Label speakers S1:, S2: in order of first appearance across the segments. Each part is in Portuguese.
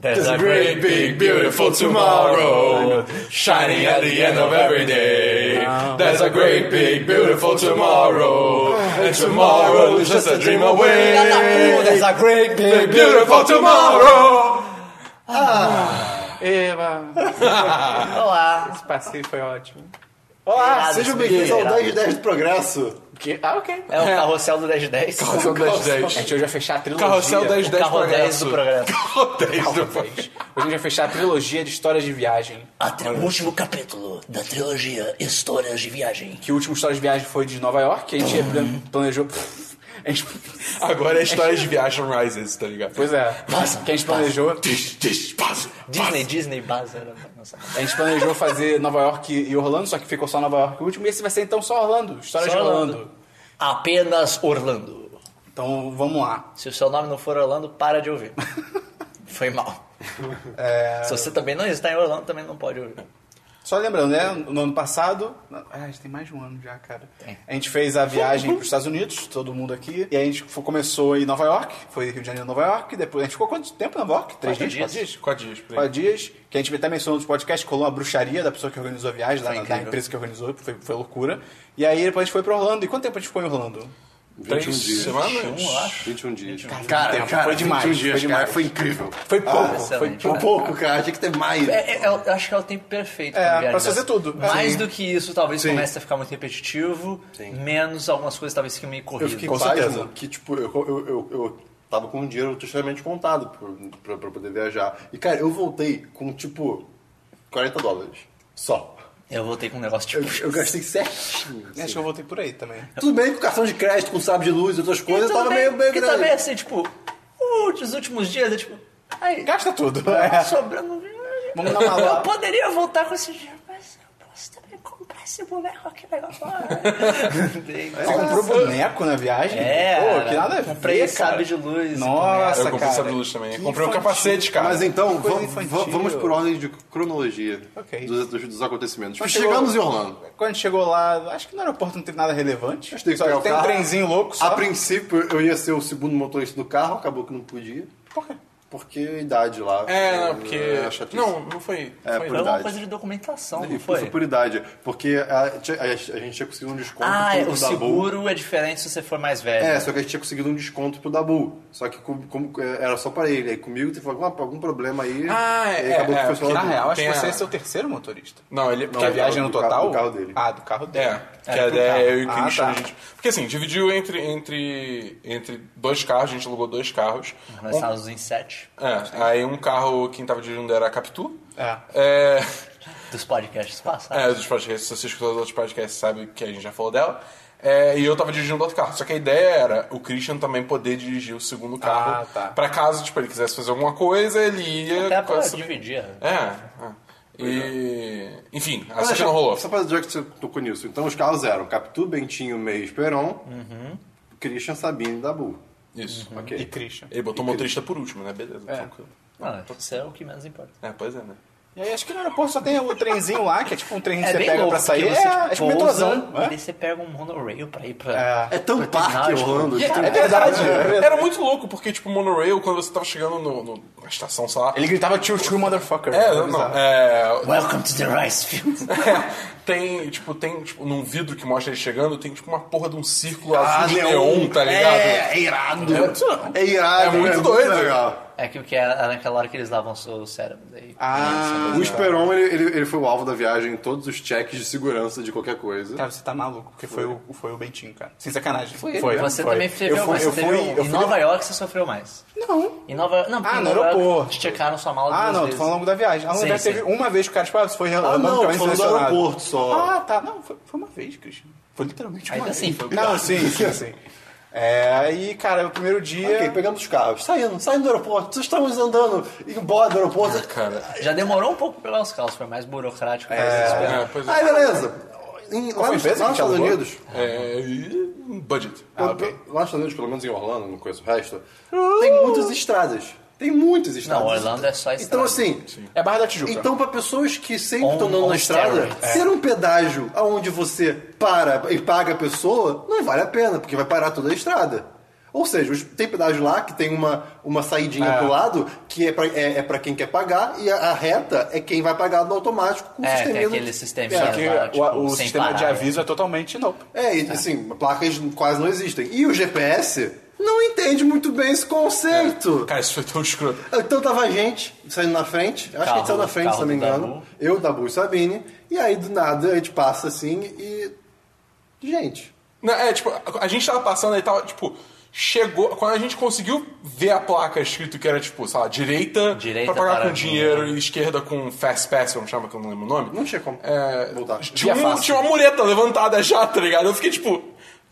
S1: There's a great big beautiful tomorrow shining at the end of every day. There's a great big beautiful tomorrow, and tomorrow is just a dream away.
S2: There's a great
S1: Big
S2: big
S1: beautiful tomorrow.
S3: Eva!
S4: Olá.
S3: Esse passeio foi ótimo.
S4: Olá,
S2: Sejam bem-vindos ao 10 de 10 do Progresso.
S3: Que- Ah, ok.
S4: É o carrossel do 10 de 10.
S1: Carrossel 10
S3: A
S1: 10.
S3: gente hoje vai fechar a trilogia.
S1: Carrossel 10 10
S4: Carro 10
S1: progresso.
S4: do progresso.
S1: Carro 10 do progresso.
S3: Hoje a gente vai fechar a trilogia de histórias de viagem.
S5: Até o último capítulo da trilogia Histórias de Viagem.
S3: Que o último história de viagem foi de Nova York, que a gente plan- planejou. A gente-
S1: Agora é história de viagem Rises, tá ligado?
S3: Pois é.
S5: Passa,
S3: que a gente planejou.
S1: Diz, diz, passa, passa.
S4: Disney, Disney, Baza. era- Nossa.
S3: A gente planejou fazer Nova York e Orlando, só que ficou só Nova York o último. E esse vai ser então só Orlando. Histórias
S4: Só
S3: de Orlando.
S4: Apenas Orlando.
S3: Então vamos lá.
S4: Se o seu nome não for Orlando, para de ouvir. Foi mal.
S1: É.
S4: Se você também não está em Orlando, também não pode ouvir.
S3: Só lembrando, né? No ano passado. Ah, já tem mais de um ano já, cara. A gente fez a viagem para os Estados Unidos, todo mundo aqui. E a gente fo- começou em Nova York. Foi Rio de Janeiro, Nova York. Depois a gente ficou quanto tempo em Nova York? Três
S4: Quatro
S3: dias?
S4: dias.
S1: Quatro dias, por aí.
S3: Quatro dias. Que a gente até mencionou nos podcasts, colou uma bruxaria da pessoa que organizou a viagem, da, da empresa que organizou, foi, foi loucura. E aí depois a gente foi pra Orlando. E quanto tempo a gente ficou em Orlando?
S2: um
S1: 3
S5: 21 dias.
S1: semanas?
S5: 21 dias. Cara,
S3: Tempo. foi demais.
S5: 21 dias,
S3: foi demais.
S5: cara. Foi incrível.
S3: Foi
S1: Ah,
S3: pouco. foi
S4: excelente.
S3: pouco.
S5: Foi pouco, cara. Tinha que ter mais.
S4: É, é, eu acho que é o tempo perfeito
S3: É,
S4: pra viajar.
S3: pra fazer tudo.
S4: Mais
S3: Sim.
S4: do que isso, talvez
S5: Sim.
S4: comece a ficar muito repetitivo. Menos algumas coisas, talvez fiquem meio
S5: Eu
S4: corridas.
S5: fiquei
S3: Com
S5: com paz,
S3: certeza.
S5: mano, que tipo, eu, eu, eu, eu tava com o dinheiro totalmente contado pro- pra, pra poder viajar. E cara, eu voltei com tipo 40 dólares. Só.
S4: Eu voltei com um negócio
S5: Eu,
S4: tipo.
S5: eu gastei certinho. assim.
S3: Acho que eu voltei por aí também.
S5: Tudo bem com cartão de crédito, com sábio de luz e outras coisas, eu tava meio, meio
S4: que
S5: grande.
S4: também assim, tipo, o- os últimos dias é tipo. Aí,
S3: Gasta tudo.
S4: tá
S3: É.
S4: sobrando.
S3: Vamos dar uma lá.
S4: Eu poderia voltar com esse dinheiro, mas eu posso também comprar esse boneco aqui legal.
S3: Você comprou boneco na viagem?
S4: É,
S3: Pô, que nada a ver,
S4: comprei
S3: cara.
S4: sabe de luz.
S3: Nossa,
S1: Eu comprei
S3: cara.
S1: sabre luz também.
S3: Que
S1: Comprei o
S3: infantil.
S1: capacete, cara.
S5: Mas então,
S3: Coisa
S5: va- va-
S3: infantil.
S5: vamos por ordem de cronologia
S3: Ok.
S5: dos, dos, dos acontecimentos.
S3: Mas
S5: Chegamos
S3: chegou-
S5: em Orlando.
S3: Quando a gente chegou lá, acho que no aeroporto não teve nada relevante.
S5: Acho que teve que
S3: Só
S5: pegar o
S3: tem um
S5: carro.
S3: trenzinho louco só.
S5: A princípio, eu ia ser o segundo motorista do carro, acabou que não podia.
S3: Por quê?
S5: Porque a idade lá.
S1: É, não, porque.
S5: é chatice.
S1: Não, não foi.
S5: É,
S1: foi
S4: Foi
S5: por
S4: uma
S5: verdade.
S4: coisa de documentação, não
S5: E foi
S4: foi?
S5: por idade, porque a, tinha- a- a gente tinha conseguido um desconto
S4: Ah,
S5: pro,
S4: o
S5: pro Dabu.
S4: seguro é diferente se você for mais velho. né?
S5: É, só que a gente tinha conseguido um desconto pro Dabu. Só que como, como- era só pra ele. Aí comigo teve alguma- algum, problema aí.
S1: Ah, é,
S5: e acabou
S1: é,
S5: que foi
S1: porque
S5: só
S3: Na
S5: do-
S3: real, acho
S1: Tem
S3: que
S1: a-
S3: você é seu terceiro motorista.
S1: Não, ele.
S3: Que a
S1: Porque
S5: viagem
S3: viagem no
S5: do carro-
S3: total...
S5: do carro dele.
S3: Ah, do carro dele.
S1: É, que
S4: pro
S1: a ideia
S4: carro.
S1: é eu e o
S3: Ah,
S1: Christian,
S3: tá.
S1: a gente. Porque assim, dividiu entre, entre, entre dois carros, a gente alugou dois carros.
S4: Nós estávamos em sete
S1: É, aí um carro, quem tava dirigindo era a Capitu.
S3: É.
S1: É,
S4: dos podcasts passados.
S1: é, os podcasts, se você escutou os outros podcasts, sabe que a gente já falou dela. É, e eu tava dirigindo outro carro. Só que a ideia era o Christian também poder dirigir o segundo carro.
S3: Ah, tá.
S1: Pra caso, tipo, ele quisesse fazer alguma coisa, ele ia.
S4: Até pra
S1: essa-
S4: dividir. né?
S1: É, é. E. Enfim,
S5: Mas
S1: assim que
S5: deixa-
S1: não rolou.
S5: Só pra dizer que você tocou nisso. Então os carros eram Capitu, Bentinho, Meio Esperon, Christian, Sabine e Dabu.
S1: Isso.
S5: Ok.
S3: É, E tá, Christian.
S1: Ele botou o motorista por último, né? Beleza, tranquilo.
S4: Não, isso é o que menos importa.
S1: É, pois é, né?
S3: E aí acho que no aeroporto só tem o trenzinho lá, que é tipo um trenzinho
S4: é
S3: que você
S4: bem
S3: pega
S4: louco,
S3: pra sair.
S4: porque
S3: é,
S4: você
S3: acho que um
S4: pousa,
S3: metrozão.
S4: e daí você pega um monorail pra ir pra...
S3: É.
S5: É tão parque
S4: Terminais,
S5: Orlando.
S1: E
S5: de tão-
S1: é verdade. Era muito louco, porque, tipo, o monorail, quando você tava chegando no, no- na estação, sei lá.
S3: Ele gritava tio tio motherfucker.
S1: É,
S3: né?
S1: não, não.
S3: Bizarro.
S1: É,
S4: Welcome to the Rice Fields.
S1: tem, tipo, tem, tipo, num vidro que mostra ele chegando, tem, tipo, uma porra de um círculo
S5: Ah,
S1: azul de neon, tá ligado?
S5: É, é irado.
S1: É-
S5: É né? irado.
S1: É muito doido.
S5: legal.
S4: É que o que é, é naquela hora que eles lavam o seu cérebro. Daí,
S3: Ah.
S5: O Esperon, ele, ele, ele foi o alvo da viagem em todos os cheques de segurança de qualquer coisa.
S3: Cara, você tá maluco, porque foi, o, foi o Bentinho, cara. Sem sacanagem. Foi,
S4: Você
S3: foi.
S4: também teve
S3: eu fui,
S4: mais.
S3: eu
S4: você
S3: fui,
S4: teve um-
S3: eu
S4: em
S3: fui-
S4: Nova York você sofreu mais.
S3: Não.
S4: Em Nova Não, porque
S3: Ah,
S4: em
S3: no
S4: Nova York
S3: aeroporto.
S4: te checaram sua mala
S3: Ah,
S4: duas
S3: não, tô
S4: vezes.
S3: falando ao longo da viagem. Ah,
S4: Sim,
S3: não,
S4: sim.
S3: teve uma vez que o cara, tipo, ah, você foi
S5: Ah,
S3: relâmpago,
S5: não,
S3: também
S5: tô falando do
S3: selecionado.
S5: aeroporto só.
S3: Ah, tá. Não, foi, foi uma vez, Cristian. Foi literalmente uma
S4: Ainda
S3: vez.
S4: assim.
S3: Não, sim, sim, sim. É, aí, cara, o primeiro dia...
S5: Ok, pegamos os carros, saindo, saindo do aeroporto, nós estamos andando embora do aeroporto.
S1: Cara,
S4: Já demorou um pouco pra pegar os carros, foi mais burocrático. mais desesperado.
S1: é, pois é.
S5: Aí beleza. Em, lá,
S3: foi a
S5: nos,
S3: empresa que
S5: lá nos
S3: te
S5: Estados
S3: alugou?
S5: Unidos.
S1: É, e- budget.
S5: quando- Lá nos Estados Unidos, pelo menos em Orlando, não conheço o resto. Tem muitas estradas. Tem muitas estradas.
S4: Orlando é só estrada.
S5: Então assim.
S3: É Barra da Tijuca.
S5: Então, pra pessoas que sempre
S4: On-
S5: estão andando
S4: on é.
S5: na estrada,
S4: steroids.
S5: ser um pedágio aonde você para e paga a pessoa não vale a pena, porque vai parar toda a estrada. Ou seja, os- tem pedágio lá que tem uma, uma saidinha pro lado que é pra, é, é pra quem quer pagar e a, a reta é quem vai pagar no automático com o
S4: É,
S5: sistema.
S4: tem aquele sistema
S5: É,
S3: Só que
S4: lá,
S3: o-
S4: tipo,
S3: o,
S4: sem
S3: sistema de
S4: parar.
S3: aviso é totalmente nope.
S5: É, e assim, placas quase não existem. E o GPS não entende muito bem esse conceito.
S1: Cara, isso foi tão escroto.
S5: Então tava a gente saindo na frente, acho que a
S4: Carro-
S5: gente saiu na frente, se
S4: carro
S5: não me
S4: do
S5: engano.
S4: Dabu.
S5: Eu, Dabu e Sabine, e aí do nada a gente passa assim e. Gente.
S1: Não, é, tipo, a, a gente tava passando aí, tava, tipo, chegou. Quando a gente conseguiu ver a placa escrito que era, tipo, sei lá, direita,
S4: Direita né?
S1: pra pagar
S4: para
S1: com dinheiro e esquerda com fast pass, como chama, que eu não lembro o nome.
S5: Não tinha como
S1: É,
S5: voltar.
S1: Tinha,
S4: Via
S1: um-
S4: fácil.
S1: tinha uma mureta levantada já, tá ligado? Eu fiquei tipo, o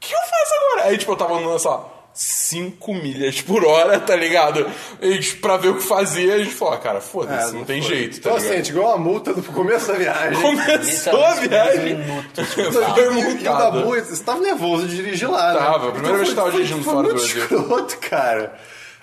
S1: que eu faço agora? Aí, tipo, eu tava andando, sei lá, 5 milhas por hora, tá ligado? E, tipo, pra ver o que fazia, a gente falou, ah, cara,
S5: É,
S1: foda-se, não, tem
S5: foi.
S1: jeito, tá
S5: Então assim, a
S1: ligado?
S5: gente ganhou uma multa do começo da viagem.
S1: Começou a viagem.
S4: Minutos. tipo,
S1: Foi
S5: E o
S1: multado.
S5: Dabu, você tava nervoso de dirigir lá, né?
S1: Tava, a primeira vez que
S5: foi-
S1: tava
S5: foi-
S1: dirigindo
S5: foi
S1: fora do
S5: muito
S1: Brasil.
S5: escroto, cara.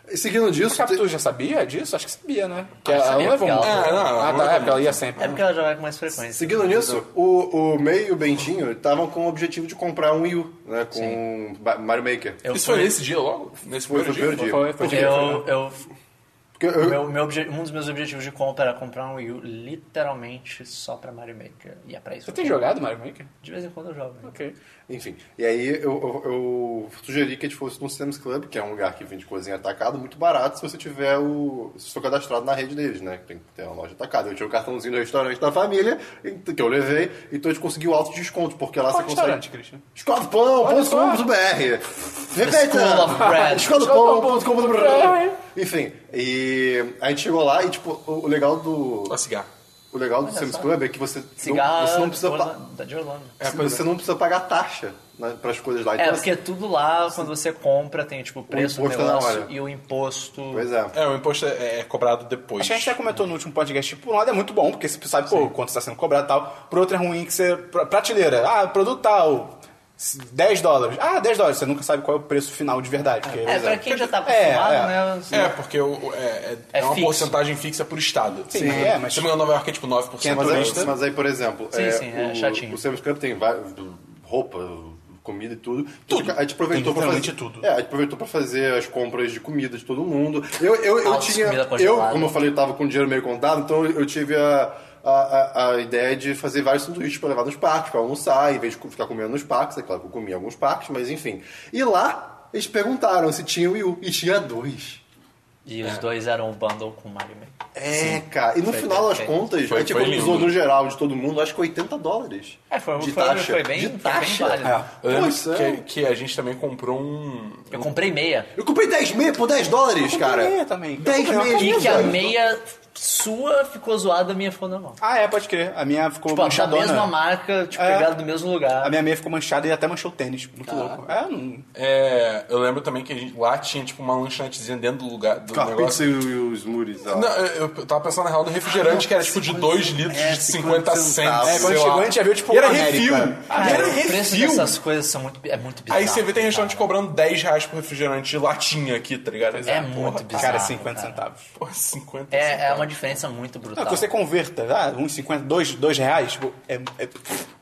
S5: E seguindo disso...
S3: Mas tu já sabia disso? Acho que sabia, né? Que
S4: Ah,
S3: ela
S4: sabia,
S3: não levou
S4: porque
S1: ela-
S3: muito.
S1: É, não,
S3: ah,
S1: não
S3: tá,
S1: levou
S3: é, porque ela ia sempre.
S4: É porque ela já vai com mais
S3: um
S4: frequência.
S5: Seguindo nisso, o, o May e o Bentinho estavam com o objetivo de comprar um Wii U, né? Com Ba- Mario Maker.
S4: Eu
S1: Isso
S4: fui-
S1: foi nesse dia logo? Nesse
S5: Foi, foi o
S1: primeiro
S5: primeiro
S1: dia?
S5: dia.
S3: Foi, foi. né?
S4: Eu, eu,
S5: Porque eu-
S4: meu, meu obje- um dos meus objetivos de compra era comprar um Wii U literalmente só pra Mario Maker. E é pra isso.
S3: Você
S4: que
S3: tem
S4: eu compro.
S3: jogado Mario Maker?
S4: De vez em quando eu jogo. né?
S3: Ok.
S5: Enfim, e aí eu, eu- eu sugeri que a gente fosse no Sam's Club, que é um lugar que vende coisinha atacada, muito barato, se você tiver o... se for cadastrado na rede deles, né? que Tem que ter uma loja atacada. Eu tinha o cartãozinho do restaurante da família, ent- que eu levei, então a gente conseguiu altos descontos, porque lá
S3: Qual
S5: você consegue...
S3: restaurante, Christian?
S5: Escolapão.com.br
S4: School of
S5: Repita!
S4: Bread.
S5: Escolapão.com.br Enfim, e a gente chegou lá e, tipo, o o legal do...
S1: Ó, cigarro.
S5: O legal do
S4: Olha
S5: Sam's
S4: só.
S5: Club é que você não,
S4: Cigarro
S5: você não precisa... pa- Então
S4: Orla- da de Orlando.
S1: É, pois
S5: você não precisa pagar taxa para as coisas lá.
S4: É,
S5: Então,
S4: porque tudo lá, quando você compra, tem tipo o preço do
S5: imposto é na
S4: negócio
S5: hora.
S4: e o imposto.
S5: Pois é.
S1: É, o imposto é, é cobrado depois.
S3: Acho que a gente tá já comentou no último podcast, por um lado é muito bom, porque você sabe pô, quanto está sendo cobrado e tal. Por outro é ruim que você. pra- Prateleira, ah, produto tal, 10 dólares. Ah, 10 dólares, você nunca sabe qual é o preço final de verdade. Porque,
S4: É, pra quem já tá
S3: É,
S4: acostumado,
S3: é.
S4: né? assim,
S1: É, porque o- o- é, é-
S4: É
S1: é uma
S4: fixo.
S1: porcentagem fixa por estado.
S3: Sim, é, mas-
S1: Se não me engano, Nova York é tipo 9%.
S3: Quem é
S5: Mas,
S3: turista.
S5: aí, mas aí, por exemplo,
S4: Sim,
S5: é,
S4: sim, é
S5: o,
S4: chatinho.
S5: o Sam's Club tem vai- do- roupa, comida e tudo.
S1: Tudo.
S5: A gente aproveitou
S3: Tem
S5: pra fazer.
S3: literalmente tudo.
S5: É, a gente aproveitou pra fazer as compras de comida de todo mundo. Eu, eu, eu
S4: Altas
S5: tinha.
S4: comida
S5: Eu,
S4: congelada.
S5: como eu falei, eu tava com dinheiro meio contado, então eu tive a. A, a- a ideia de fazer vários sanduíches pra levar nos parques, pra almoçar, em vez de ficar comendo nos parques. É claro que eu comi em alguns parques, mas enfim. E lá, eles perguntaram se tinha Wii U, e tinha dois.
S4: E os dois eram o bundle com o Mario Maker.
S5: É, cara. E no
S4: Foi
S5: final das
S4: bem-
S5: contas, é tipo
S1: foi-
S5: a gente
S1: foi
S5: economizou
S1: lindo.
S5: no geral de todo mundo, acho que 80 dólares.
S4: É, foi,
S5: de
S4: foi-
S5: taxa.
S4: foi bem,
S5: de
S4: foi bem
S5: taxa.
S4: válido.
S1: Eu lembro
S5: Pois é.
S1: que, que a gente também comprou um...
S4: Eu comprei meia.
S5: Eu comprei 10 meia por 10 dólares,
S3: comprei
S5: cara.
S3: meia também. tá? Eu
S5: 10
S3: comprei
S4: E
S3: uma
S5: meias. por
S4: que a
S5: 10.
S4: meia sua ficou zoada, a minha ficou normal.
S3: Ah, é, pode crer. A minha ficou
S4: Tipo, a
S3: manchadona.
S4: mesma marca, tipo,
S3: É.
S4: pegada do mesmo lugar.
S3: A minha meia ficou manchada e até manchou o tênis. Muito
S4: Tá.
S3: louco. É, não.
S1: É, eu lembro também que a gente, lá tinha tipo uma lanchonetezinha dentro do lugar do
S5: Com a
S1: negócio.
S5: pizza e os smoothies. ó.
S1: Não, eu, eu tava pensando na real do
S3: Ah,
S1: refrigerante, que era tipo de 2 litros
S5: é,
S1: de 50 centavos.
S5: centavos.
S3: É, quando
S1: sei
S3: chegou
S1: lá.
S3: a gente já viu, tipo,
S1: E era
S3: América.
S1: refil.
S3: Ah,
S1: E era
S4: Cara, o preço
S1: refil.
S4: dessas coisas são muito, é muito bizarro.
S1: Aí você vê, tem restaurante
S4: cara.
S1: cobrando 10 reais por refrigerante de latinha aqui, tá ligado?
S4: É muito bizarro.
S3: Cara, 50
S4: cara. Tá
S3: centavos.
S1: Pô, 50
S4: É, é uma diferença muito brutal.
S3: Assim, então. Não, que você converta, ah, uns 50, 2, reais, tipo, é. é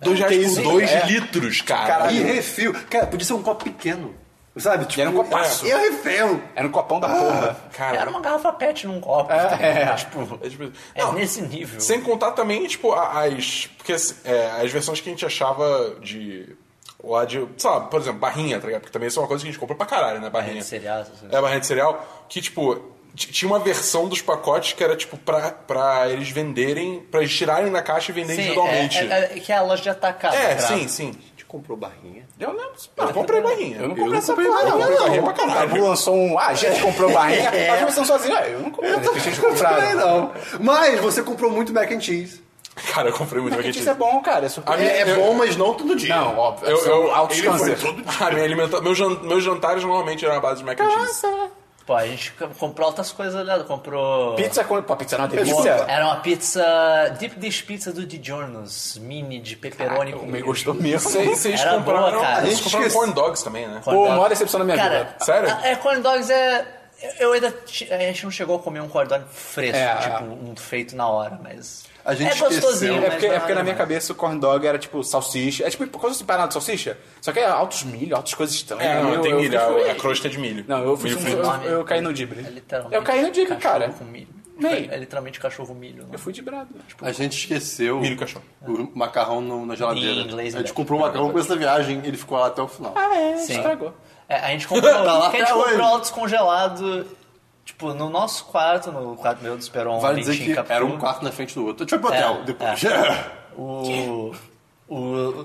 S1: 2
S3: que
S1: reais
S3: isso?
S1: por 2
S3: É.
S1: litros, cara.
S5: E
S3: Caralho.
S5: refil. Cara, podia ser um copo pequeno. Sabe? Tipo,
S3: era um copaço.
S5: E é refil.
S3: Era um copão da porra.
S1: Cara,
S4: É, Era uma garrafa pet num copo. tá
S3: é.
S4: ligado? Tipo,
S1: é tipo-
S4: é
S1: Não,
S4: nesse nível.
S1: Sem contar também, tipo, a- as. Porque assim, é, as versões que a gente achava de. Lá de. Sei lá, por exemplo, barrinha, tá ligado? Porque também isso é uma coisa que a gente compra pra caralho, né? Barrinha.
S4: Barrinha de assim. cereal, essas coisas.
S1: É, barrinha de cereal. Que, tipo, t- tinha uma versão dos pacotes que era, tipo, pra, pra eles venderem. Pra eles tirarem da caixa e venderem individualmente.
S4: É, é- é- que é é, a loja de atacado.
S1: É,
S4: pra-
S1: sim, sim.
S5: A gente comprou barrinha.
S3: Eu lembro.
S1: Não, eu comprei barrinha.
S3: Eu não
S5: Eu
S3: comprei
S5: não
S3: essa
S5: comprei
S3: porra, não.
S1: barrinha,
S3: Eu comprei
S1: não.
S3: pra caralho. O Dabu lançou um. Ah, a gente comprou barrinha. Mas vocês são sozinhos. Ah, eu não comprei. De repente eles
S5: Não,
S3: compraram.
S5: não. Mas você comprei não. Mas você comprou muito mac and cheese.
S1: Cara, eu comprei muito
S3: Mac and
S1: macarrão.
S3: cheese é bom, cara. É surpresa.
S1: A minha-
S5: É, é
S1: eu-
S5: bom, mas não todo dia.
S3: Não, óbvio.
S1: Eu, eu,
S3: altos
S1: ele foi
S3: câncer.
S1: todo dia. Ah, minha alimenta- meu jan- meus jantares normalmente eram a base de mac and cheese.
S4: Pô, a gente co- comprou outras coisas, né? Comprou...
S3: Pizza com. Pô, pizza não é uma
S4: Pô,
S3: delícia.
S4: Era uma pizza... Deep dish pizza do DiGiorno's. Mini de pepperoni com
S3: Me gostou mesmo.
S1: Vocês vocês
S4: Era
S1: compraram,
S4: boa, cara.
S1: vocês
S5: A gente
S1: compraram
S5: esquece-
S1: corn dogs também, né?
S4: corn
S3: Pô,
S4: dog.
S3: maior decepção da minha
S4: Cara,
S3: vida.
S4: a-
S1: Sério?
S4: a- é, corn dogs é... Eu ainda... ti- A gente não chegou a comer um corn dog fresco,
S3: É,
S4: tipo,
S3: é.
S4: um feito na hora, mas...
S5: A gente
S4: É gostosinho,
S5: esqueceu.
S3: É porque,
S4: Mas
S3: é porque
S4: não,
S3: na minha
S4: não.
S3: cabeça o corn dog era tipo salsicha. É tipo coisa assim, panada de salsicha. Só que é altos milho, altas coisas estranhas.
S6: É, não,
S3: Eu-
S6: tem
S3: eu
S6: milho,
S3: fui-
S6: a, a crosta de milho.
S3: Não, eu fiz
S6: milho
S3: um,
S6: frito.
S3: eu, eu caí no dibre.
S4: É literalmente.
S3: Eu caí no dibre,
S4: cachorro
S3: cara.
S4: Com milho.
S3: Meio.
S4: É literalmente cachorro milho. né?
S3: Eu fui de brado. Tipo,
S5: A gente esqueceu
S6: Milho e cachorro.
S5: o macarrão no- na geladeira.
S4: Em inglês,
S5: a gente
S4: né?
S5: comprou o macarrão com essa viagem ele ficou lá até o final.
S3: ah, é,
S4: Sim.
S3: estragou.
S4: É, a gente comprou,
S5: Tá lá
S4: porque a gente
S5: até hoje.
S4: comprou descongelado, tipo, no nosso quarto, no quarto meu do Esperon,
S5: Vale
S4: ali em
S5: dizer que
S4: Shinkaku.
S5: era um quarto na frente do outro. A gente foi pro hotel
S4: É,
S5: depois.
S4: O, o,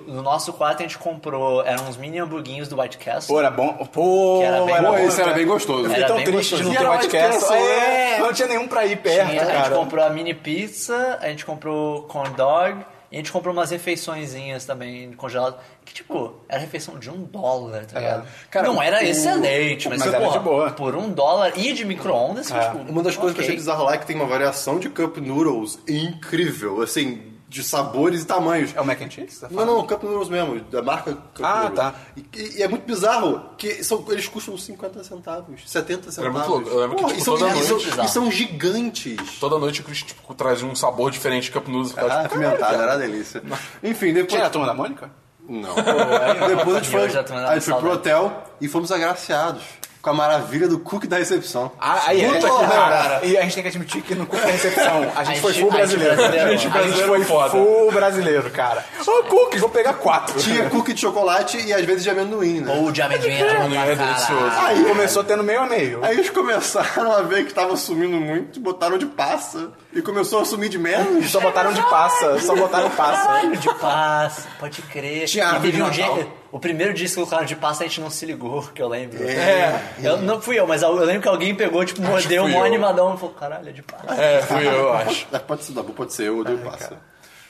S4: no nosso quarto a gente comprou, eram uns mini hamburguinhos do White Castle.
S3: Pô, era bom. Pô,
S4: Que era bem bom.
S5: Pô,
S3: bom,
S5: esse era
S3: cara.
S5: bem gostoso.
S3: Fiquei
S4: Era
S3: tão
S4: bem
S3: triste de
S4: gostoso.
S3: não
S4: E
S3: ter
S5: era
S3: mais
S5: mais criança,
S3: É, não tinha nenhum pra ir perto,
S4: Tinha- a gente
S3: cara.
S4: comprou a mini pizza, a gente comprou corn dog e a gente comprou umas refeiçõezinhas também congeladas. Que tipo, era refeição de um dólar, tá ligado?
S5: Cara,
S4: Não era
S5: o-
S4: excelente, mas,
S3: mas era
S4: porra,
S3: de boa.
S4: por um dólar e de micro-ondas, tipo,
S5: Uma das coisas que eu achei
S4: ok.
S5: bizarro lá é que tem uma variação de cup noodles incrível, assim, de sabores e tamanhos.
S3: É o mac and cheese? tá
S5: Não, não, Cup Noodles mesmo, da marca Cup
S3: Ah,
S5: Noodles.
S3: tá.
S5: E, e é muito bizarro que são, eles custam 50 centavos, 70 centavos.
S6: Era muito louco, eu lembro que,
S5: Porra,
S6: tipo,
S5: e são,
S6: toda
S5: e
S6: noite-
S5: são-
S4: bizarro.
S5: e são gigantes.
S6: Toda noite o Chris tipo, traz um sabor diferente de Cup Noodles. eu
S5: Era
S6: ficava, tipo,
S5: apimentado, Ah, era uma delícia. Enfim, depois...
S3: Tinha a turma da Mônica?
S5: Não. depois a gente foi,
S4: Eu já tô mandando
S5: a gente foi pro
S4: saudade.
S5: hotel e fomos agraciados com a maravilha do cookie da recepção.
S3: Ah, aí,
S5: Puta
S3: é,
S5: que
S3: cara. E a gente tem que admitir que no curso da recepção a gente foi full
S4: a gente
S3: brasileiro.
S4: brasileiro,
S3: A gente
S6: mano.
S3: foi
S6: Foda.
S3: full brasileiro, cara. Ô, cookies, vou pegar quatro.
S5: Tinha cookie de chocolate e às vezes de amendoim, né?
S4: Ou de amendoim era bom
S6: Amendoim
S4: pra
S6: é
S4: caralho.
S6: delicioso.
S3: Aí começou tendo meio a meio.
S5: Aí eles começaram a ver que tava sumindo muito, botaram de passa e começou a sumir de menos.
S3: Só botaram de passa, só botaram passa.
S4: De passa, pode crer.
S5: Tinha
S4: E
S5: árvore
S4: teve
S5: de
S4: um dia
S5: Natal.
S4: que- o primeiro dia que colocaram de passa, a gente não se ligou, que eu lembro. É. Eu, não fui eu, mas eu lembro que alguém pegou, tipo, mordeu
S6: fui
S4: um
S6: eu.
S4: animadão e falou, caralho, é de passa.
S6: É, fui eu, eu acho.
S5: Ah, Pode ser da boa, pode ser eu, odeio passa.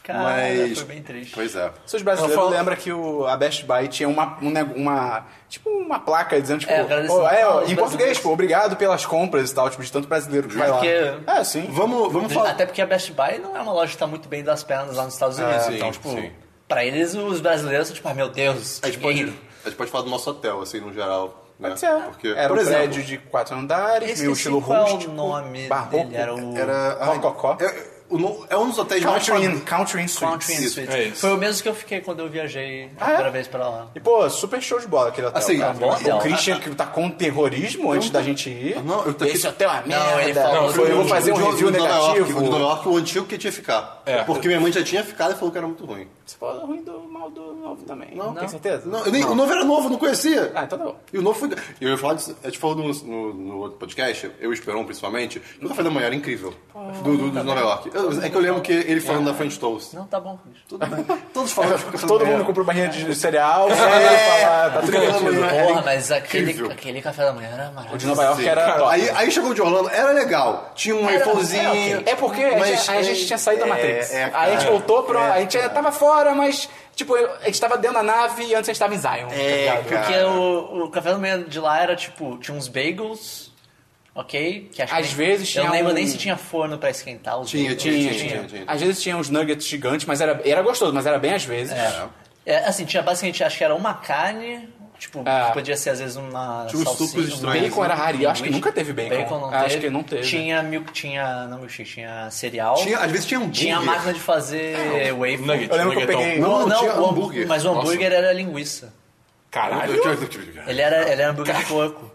S4: Cara,
S5: Mas-
S4: foi bem triste.
S5: Pois é.
S3: Se os brasileiros
S6: Eu falo-
S3: lembram que o, a Best Buy tinha uma, um neg- uma- tipo uma placa dizendo, tipo,
S4: É, agradecendo
S3: "Oh, é,
S4: aos
S3: ó, em
S4: brasileiros."
S3: português, tipo, obrigado pelas compras e tal, tipo, de tanto brasileiro que vai lá.
S4: Porque-
S3: É, sim.
S5: Vamos, vamos falar.
S4: Até porque a Best Buy não é uma loja que tá muito bem das pernas lá nos Estados Unidos.
S5: sim,
S4: então, tipo,
S5: sim. É
S4: pra eles, os brasileiros são tipo, ah, meu Deus,
S5: A gente, pode,
S4: dinheiro.
S5: a gente pode falar do nosso hotel, assim, no geral. Né?
S3: Pode ser.
S5: Porque,
S3: era
S5: por
S3: um
S5: exemplo,
S3: prédio de quatro andares,
S4: Esqueci
S3: meio estilo
S4: qual é
S3: rústico.
S4: o nome
S3: barroco.
S4: dele, era o...
S5: Era. ai,
S3: Mococó.
S5: É, o no- é um dos hotéis mais.
S3: Country
S5: fam-
S3: Inn, Country Inn Suites.
S4: Country Inn
S5: Isso,
S4: Suites.
S6: é isso.
S4: Foi o mesmo que eu fiquei quando eu viajei a
S3: Ah, é?
S4: primeira vez pra lá.
S3: E, pô, super show de bola aquele hotel.
S5: Assim,
S3: cara.
S5: tá bom,
S4: então.
S3: o Christian que tá com terrorismo antes da gente ir.
S5: Não, eu tô aqui-
S3: Esse hotel é uma merda.
S4: Não, ele falou
S6: Não, foi
S3: eu vou
S6: um-
S3: fazer um
S5: de-
S3: review
S5: de Nova York,
S3: negativo.
S5: O de Nova York, o antigo que tinha que ficar.
S6: É.
S5: Porque minha mãe já tinha ficado e falou que era muito ruim.
S3: Você falou ruim do mal do novo também. Não, tem certeza?
S5: Não, eu nem- O novo era novo, eu não conhecia.
S3: Ah, então tá bom.
S5: E o novo foi. Eu ia falar disso. A gente falou no, no, no outro podcast, eu e o Esperon principalmente, que o café da manhã era incrível. do do, do Nova York. Eu- é que eu lembro que ele falando da French Toast.
S4: Não, tá bom, Christian.
S5: Tudo bem. Todos falam de café da
S3: Todo
S5: manhã.
S3: mundo comprou barrinha de cereal, é. falar, tá
S5: O
S3: tudo
S5: café da
S3: bem.
S5: manhã né? era
S4: Porra, mas
S5: É incrível.
S4: aquele, aquele café da manhã era maravilhoso.
S3: O de Nova York
S5: Sim.
S3: era top.
S5: aí, aí chegou o de Orlando, era legal. Tinha um
S4: Era-
S5: iPhonezinho.
S4: é,
S3: É porque a
S5: mas-
S3: gente- aí a gente tinha saído da
S5: é,
S3: Matrix.
S5: é,
S3: aí a gente
S5: cara.
S3: voltou pro.
S5: É,
S3: a gente já tava fora, mas, tipo, eu- a gente tava dentro da nave e antes a gente tava em Zion.
S5: É,
S3: tá ligado?
S5: cara.
S4: Porque o, o café da manhã de lá era tipo, tinha uns bagels, ok? Que acho que
S3: Às
S4: nem-
S3: vezes
S4: Eu
S3: tinha
S4: não lembro
S3: um-
S4: nem se tinha forno pra esquentar os
S5: Tinha,
S4: bagels.
S5: tinha,
S3: Tinha.
S5: tinha.
S3: Às vezes tinha uns nuggets gigantes, mas era, era gostoso, mas era bem às vezes.
S4: É, assim, tinha basicamente, acho que era uma carne, tipo,
S3: É.
S4: que podia ser às vezes uma
S5: Tinha uns
S4: salsicha,
S5: Tipo, sucos
S4: um
S5: estranhos.
S3: Bacon era raro, e eu acho que
S4: sanduíche.
S3: nunca teve bacon. Ah,
S4: Bacon não
S3: Acho
S4: teve.
S3: que não teve.
S4: Tinha milk, tinha, não milkshake, tinha cereal.
S5: Tinha- às vezes tinha hambúrguer.
S4: Tinha a máquina de fazer
S6: Nugget,
S4: wafer.
S3: Eu lembro que eu
S6: nuggetão.
S3: peguei-
S5: Não,
S4: Não,
S5: tinha
S4: o
S5: hambúrguer.
S4: Mas o hambúrguer era linguiça.
S6: Caralho.
S5: Eu- eu- eu- eu-
S4: Ele era, ele era hambúrguer de porco.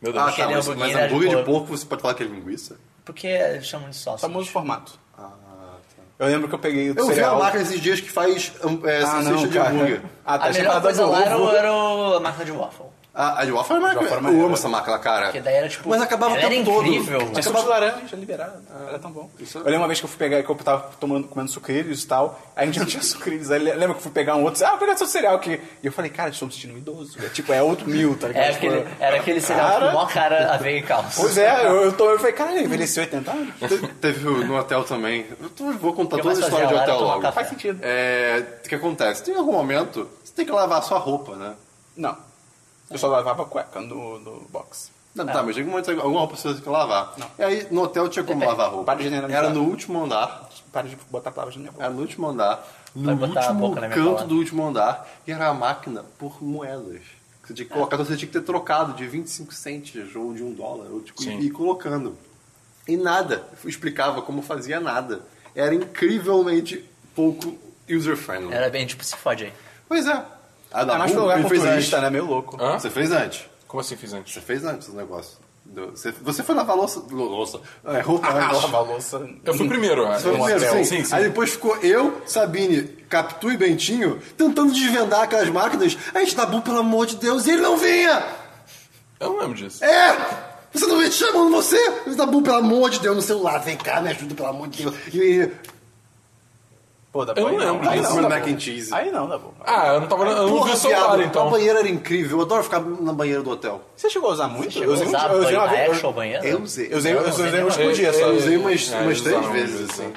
S6: Meu Deus.
S5: Ah, tá,
S4: Aquele
S5: mas,
S4: hambúrguer
S5: mas
S4: era de
S5: hambúrguer de
S4: porco.
S5: porco, você pode falar que é linguiça?
S4: Porque eles chamam de salsa.
S3: Famoso formato. Eu lembro que eu peguei o do
S5: Eu vi
S3: cereal.
S5: uma máquina esses dias que faz hum, é,
S3: Ah,
S5: salsicha
S3: não,
S5: de
S3: cara.
S5: hambúrguer.
S3: Ah, tá.
S4: a
S3: achei
S4: melhor
S3: que
S4: coisa lá era,
S3: do
S4: o-
S3: ovo.
S4: era o- a máquina de waffle.
S5: A, a de waffle é maneira.
S3: Waffle é
S5: Eu
S3: maneira.
S5: amo essa máquina, cara.
S4: Porque daí era tipo.
S5: Mas acabava o
S4: ela era
S5: tempo todo.
S4: incrível.
S3: Tinha suco de laranja liberado. Era tão bom. Eu lembro uma vez que eu fui pegar, que eu tava tomando, comendo sucrilhos e tal. Aí um dia não tinha sucrilhos. Aí lembra que eu fui pegar um outro. disse, Ah, vou pegar seu cereal aqui. E eu falei, cara, estou me sentindo um idoso. É, tipo, é outro mil, tá ligado?
S4: Era
S3: Tipo,
S4: aquele, era aquele cereal
S3: Cara.
S4: com mó cara a veia e calça.
S3: Pois é, eu, eu tomei. Eu falei, cara, envelheceu 80 anos?
S5: Te- Teve no hotel também. Eu tô- vou contar
S4: Eu
S5: toda
S4: mais
S5: a
S4: né?
S5: história de
S4: fazia lá,
S5: hotel
S4: era tomar
S5: logo.
S4: café.
S3: Faz sentido.
S5: Tá É, o que acontece? Tem algum momento, você tem que lavar a sua roupa, né?
S3: Não. Eu só lavava cueca no, no box.
S5: Não,
S4: É.
S5: tá, mas chega um momento alguma roupa você tem que lavar.
S3: Não.
S5: E aí, no hotel tinha como
S4: Depende.
S5: lavar roupa.
S3: Para de generalizar.
S5: Era no último andar.
S3: Para de botar palavras na minha boca.
S5: Era É no último andar. No
S4: Vai botar a
S5: último
S4: boca na minha
S5: canto
S4: palavra.
S5: do último andar. E era a máquina por moedas. Que Você
S4: É.
S5: tinha que colocar, então você tinha que ter trocado de 25 centes ou de um dólar. Ou tipo,
S6: Sim.
S5: e ir colocando. E nada. Eu explicava como fazia nada. era incrivelmente pouco user-friendly.
S4: Era bem tipo, se fode aí.
S5: Pois é. A da
S3: Ah, mas
S5: Google
S3: foi um lugar
S5: ele fez
S3: culturista,
S5: antes.
S3: né? Meio louco.
S6: Hã?
S5: Você fez antes.
S6: Como assim fiz antes?
S5: Você fez antes o negócio. Do- Você, você foi lavar louça. lo- Louça. É,
S4: Ah,
S5: roupa antes.
S3: Ah, Lavar louça.
S6: Eu fui primeiro, eu acho.
S5: Foi o primeiro,
S6: Sim,
S5: sim.
S6: sim, sim.
S5: Aí depois ficou eu, Sabine, Capitu e Bentinho tentando desvendar aquelas máquinas. A gente, Nabu, pelo amor de Deus, e ele não vinha!
S6: Eu não lembro disso.
S5: É! Você não vem te chamando você! Nabu, pelo amor de Deus, no celular, vem cá, me ajuda, pelo amor de Deus. E, "Tá e...
S3: Pô, dá
S6: Eu
S3: bom,
S6: não lembro
S3: Aí
S6: disso.
S3: não, dá
S5: Mac
S3: bom.
S5: and cheese.
S3: Aí não, dá bom.
S6: Ah, eu não tava. Eu não vi o celular
S5: viado, A
S6: então.
S5: banheira era incrível, eu adoro ficar na banheira do hotel.
S3: Você chegou a usar muito?
S4: Chegou a usar
S3: eu usei
S4: banho,
S3: uma
S4: a
S3: vez.
S4: actual banheira?
S5: Eu usei.
S3: Eu usei, eu usei, no
S6: Eu-
S3: último dia só.
S6: eu-
S5: um Eu
S3: Eu
S5: usei umas,
S6: É,
S5: umas
S6: eu
S5: três
S6: usava
S5: vezes,
S6: muito,
S5: assim.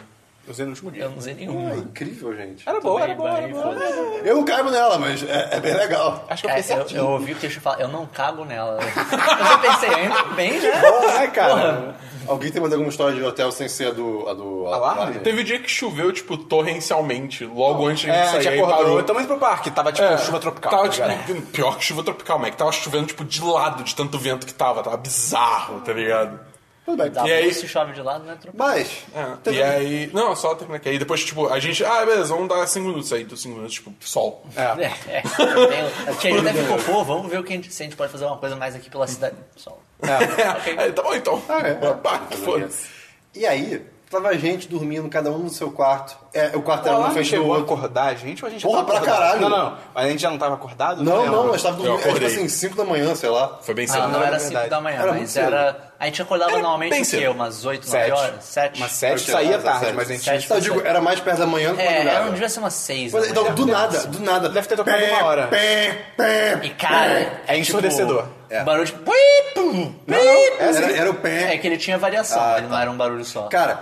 S3: usei no último dia.
S4: Eu não usei nenhuma.
S5: É incrível, gente.
S3: Era boa, era
S4: Também,
S3: boa, era
S4: banho,
S3: boa.
S4: foda-se.
S5: Eu não caibo nela, mas é, é bem legal.
S3: Acho que eu
S4: Cara,
S3: pensei assim.
S4: eu, eu ouvi o Teixeira falar, eu não cago nela. Mas eu pensei, ainda bem, né?
S3: Ai, cara.
S5: Alguém tem mandado alguma história de hotel sem ser a do, a do
S3: Alarme?
S6: Teve dia que choveu, tipo, torrencialmente, logo antes de
S3: É, a
S6: sair.
S3: gente
S6: aí
S3: acordou.
S6: parou.
S3: Eu também pro parque. Tava tipo
S6: É,
S3: chuva tropical.
S6: Tava,
S3: tá ligado?
S6: tipo, pior que chuva tropical, Mac. Tava chovendo, tipo, de lado de tanto vento que tava. Tava bizarro, tá ligado?
S5: Tudo bem.
S4: Dá
S6: E aí-
S4: pra se chove de lado, né? tropa?
S5: Mas,
S1: Ah,
S6: É, e aí. Não, só terminar aqui. Aí depois, tipo, a gente. Ah, beleza, vamos dar 5 minutos aí, dos 5 minutos, tipo, sol.
S4: É, é, eu tenho- que ainda ficou, pô, vamos ver o que a gente, se a gente pode fazer uma coisa mais aqui pela cidade. Só. Ok.
S6: É, tá bom então.
S5: Ah, é.
S6: Pá, que foda-se.
S5: e aí, tava a gente dormindo, cada um no seu quarto. É, o quarto era
S3: Ela
S5: na
S3: não
S5: frente do
S3: chegou a
S5: outro.
S3: acordar a gente ou a gente já
S5: Porra,
S3: tava
S5: pra
S3: acordado?
S5: caralho.
S3: Não, não. Mas a gente já não tava acordado?
S5: Não, não,
S3: lembro.
S5: nós tava dormindo,
S6: Eu
S5: é, tipo
S6: acordei.
S5: assim, 5 da manhã, sei lá.
S6: Foi bem cedo.
S4: Ah, Não, não
S3: é
S4: era
S3: verdade.
S4: 5 da manhã,
S5: Era muito
S4: mas
S5: cedo.
S4: era. A gente acordava
S6: Era bem
S4: normalmente o quê?
S6: cedo.
S4: Umas 8, 9
S3: Sete.
S4: horas? 7?
S3: Umas
S5: Eu
S3: 7
S5: sei lá,
S3: saía
S5: às
S3: tarde,
S5: sete.
S3: mas a gente...
S4: Sete.
S5: Então, eu digo, era mais perto da manhã do que
S4: É,
S5: madrugada.
S4: era, devia ser umas 6.
S5: Mas, Então, do nada, do nada.
S3: Deve ter tocado uma hora.
S5: Pé, pé.
S4: E cara.
S3: É ensurdecedor.
S4: tipo, Barulho de. Pui, pum, pui.
S5: Era, era o pé.
S4: É que ele tinha variação,
S5: Ah,
S4: ele não
S5: tá.
S4: era um barulho só.
S5: Cara,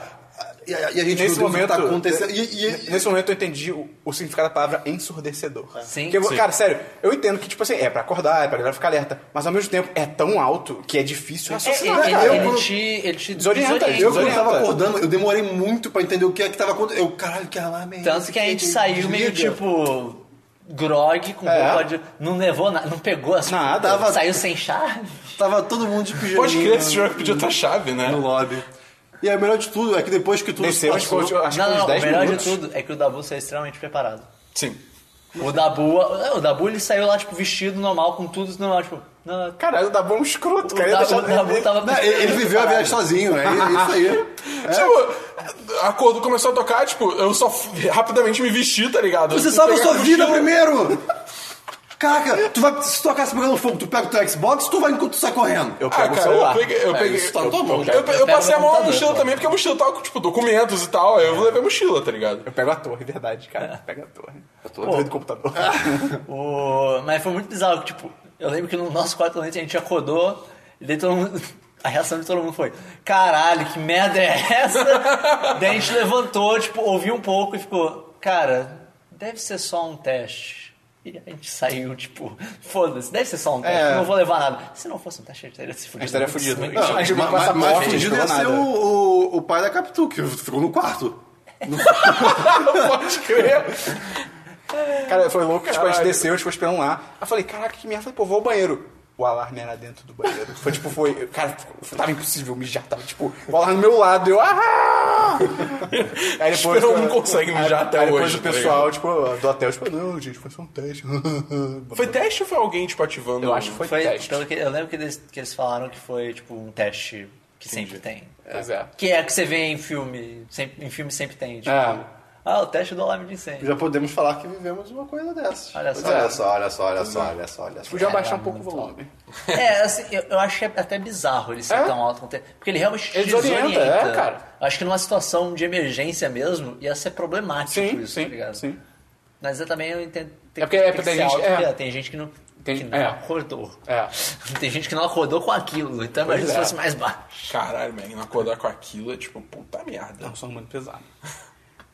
S5: e a, e a gente
S3: Nesse
S5: não viu o que tá
S3: momento-
S5: acontecendo. E, e-
S3: Nesse momento eu entendi o, o significado da palavra ensurdecedor.
S4: Sim.
S3: Porque eu vou-
S6: Sim.
S3: Cara, sério, eu entendo que, tipo assim, é pra acordar, é pra galera ficar alerta, mas ao mesmo tempo é tão alto que é difícil
S4: É, ele,
S3: raciocinar,
S4: ele,
S3: cara.
S4: ele
S3: Eu-
S4: te, ele te
S3: Desorienta,
S4: desorienta.
S5: eu quando
S3: desorienta.
S5: tava acordando, eu demorei muito pra entender o que é que tava acontecendo. Eu, caralho, que alarme. é
S4: Tanto
S5: esse?
S4: que a gente
S5: Ele
S4: saiu meio
S5: desliga.
S4: tipo. Grog com
S3: É.
S4: roupa de. Não levou nada, não pegou as
S3: Nada.
S4: Tava- Saiu sem chave.
S5: Tava todo mundo de pijaminha.
S6: Pode crer, esse jogo pediu outra chave, né?
S5: No É um lobby. E aí, o melhor de tudo é que depois que tudo
S3: Desceu,
S5: se passou...
S3: acho que eu- acho que
S4: não,
S3: uns
S4: não,
S3: 10
S4: o melhor
S3: minutos.
S4: de tudo é que o Dabu saiu extremamente preparado.
S6: Sim.
S4: O Dabu, é, o Dabu ele saiu lá, tipo, vestido normal, com tudo normal, tipo. Não,
S3: Caralho, o Dabu é um escroto,
S4: o
S3: cara. Ele
S4: Dabu,
S3: deixa-
S4: o Dabu tava.
S5: Não, ele, ele viveu a viagem sozinho, né? É isso aí.
S6: Tipo, a corda começou a tocar, tipo, eu só f- rapidamente me vesti, tá ligado? Eu
S5: Você
S6: fui
S5: salva a
S6: pegar
S5: sua
S6: a
S5: vida
S6: mochila.
S5: primeiro! Caraca, tu vai, se tu acabar se pegando fogo, tu pega o teu Xbox, tu vai enquanto tu sai correndo.
S3: Eu
S6: Ah,
S3: pego
S6: cara,
S3: o
S6: eu
S3: celular.
S6: peguei. Eu,
S5: É,
S6: peguei,
S5: isso tá
S6: eu,
S5: todo mundo.
S6: eu- eu
S4: Pega no
S6: passei a mão na
S4: computador,
S6: mochila
S4: pô.
S6: também, porque a mochila tava com, tipo, documentos e tal. Aí eu levei a mochila, tá ligado?
S3: Eu pego a torre, verdade, cara. Pega a torre. A torre do computador.
S4: O... Mas foi muito bizarro, que, tipo, eu lembro que no nosso quarto da noite a gente acordou e daí todo mundo. A reação de todo mundo foi: caralho, que merda é essa? daí a gente levantou, tipo, ouviu um pouco e ficou: cara, deve ser só um teste. E a gente saiu, tipo, foda-se, deve ser só um teste,
S3: É.
S4: não vou levar nada. Se não fosse um teste, a gente teria se fudido.
S3: A é gente estaria fudido.
S4: Sim.
S3: A gente vai
S5: Ma-
S3: passar
S5: ma- mais
S3: morte,
S5: fudido
S3: não
S5: ia
S3: nada.
S5: ser o, o, o pai da Capitu, que ficou no quarto.
S6: Pode crer.
S3: Cara, foi louco. Tipo, a gente
S6: Caralho.
S3: desceu, a gente foi esperando lá. Aí eu falei, caraca, que merda. Eu falei, pô, vou ao banheiro. O alarme era dentro do banheiro. Foi tipo, foi. Cara, tava impossível mijar. Tava tipo, o alarme do meu lado. Eu, ah! Aí depois.
S6: Esperou, não consegue mijar
S3: aí,
S6: até
S3: aí depois
S6: hoje,
S3: o
S6: tá
S3: pessoal, tipo, do hotel, tipo, não, gente, foi só um teste.
S6: Foi teste ou foi alguém, tipo, ativando?
S3: Eu acho que foi,
S4: Foi,
S3: teste.
S4: pelo que, eu lembro que eles, que eles falaram que foi, tipo, um teste que sempre tem.
S3: Pois é.
S4: Que é que você vê em filme. Sempre, em filme sempre tem, tipo.
S3: É.
S4: Ah, o teste do alarme de incêndio.
S5: Já podemos falar que vivemos uma coisa dessas.
S3: Ah,
S4: Olha
S3: é,
S4: só.
S5: olha só, olha só, olha só, olha só, olha só.
S3: Podia
S4: É,
S3: baixar um
S4: era
S3: pouco o
S4: muito
S3: volume.
S4: É, assim, eu, eu acho que é até bizarro ele ser
S3: É?
S4: tão alto. quanto é. Porque ele realmente
S3: Ele desorienta, é, cara.
S4: Acho que numa situação de emergência mesmo, ia ser problemático
S3: Sim,
S4: isso, tá
S3: sim,
S4: ligado?
S3: sim.
S4: Mas eu também eu entendo. Tem,
S3: É porque é,
S4: tem que
S3: tem
S4: ser
S3: gente-
S4: alto,
S3: é.
S4: porque tem gente que não,
S3: Tem-
S4: que não
S3: é.
S4: acordou.
S3: É.
S4: Tem gente que não acordou com aquilo, então imagina se
S3: é.
S4: fosse mais baixo.
S6: Caralho, man, não acordar com aquilo é tipo, puta merda.
S3: Não, são muito pesado.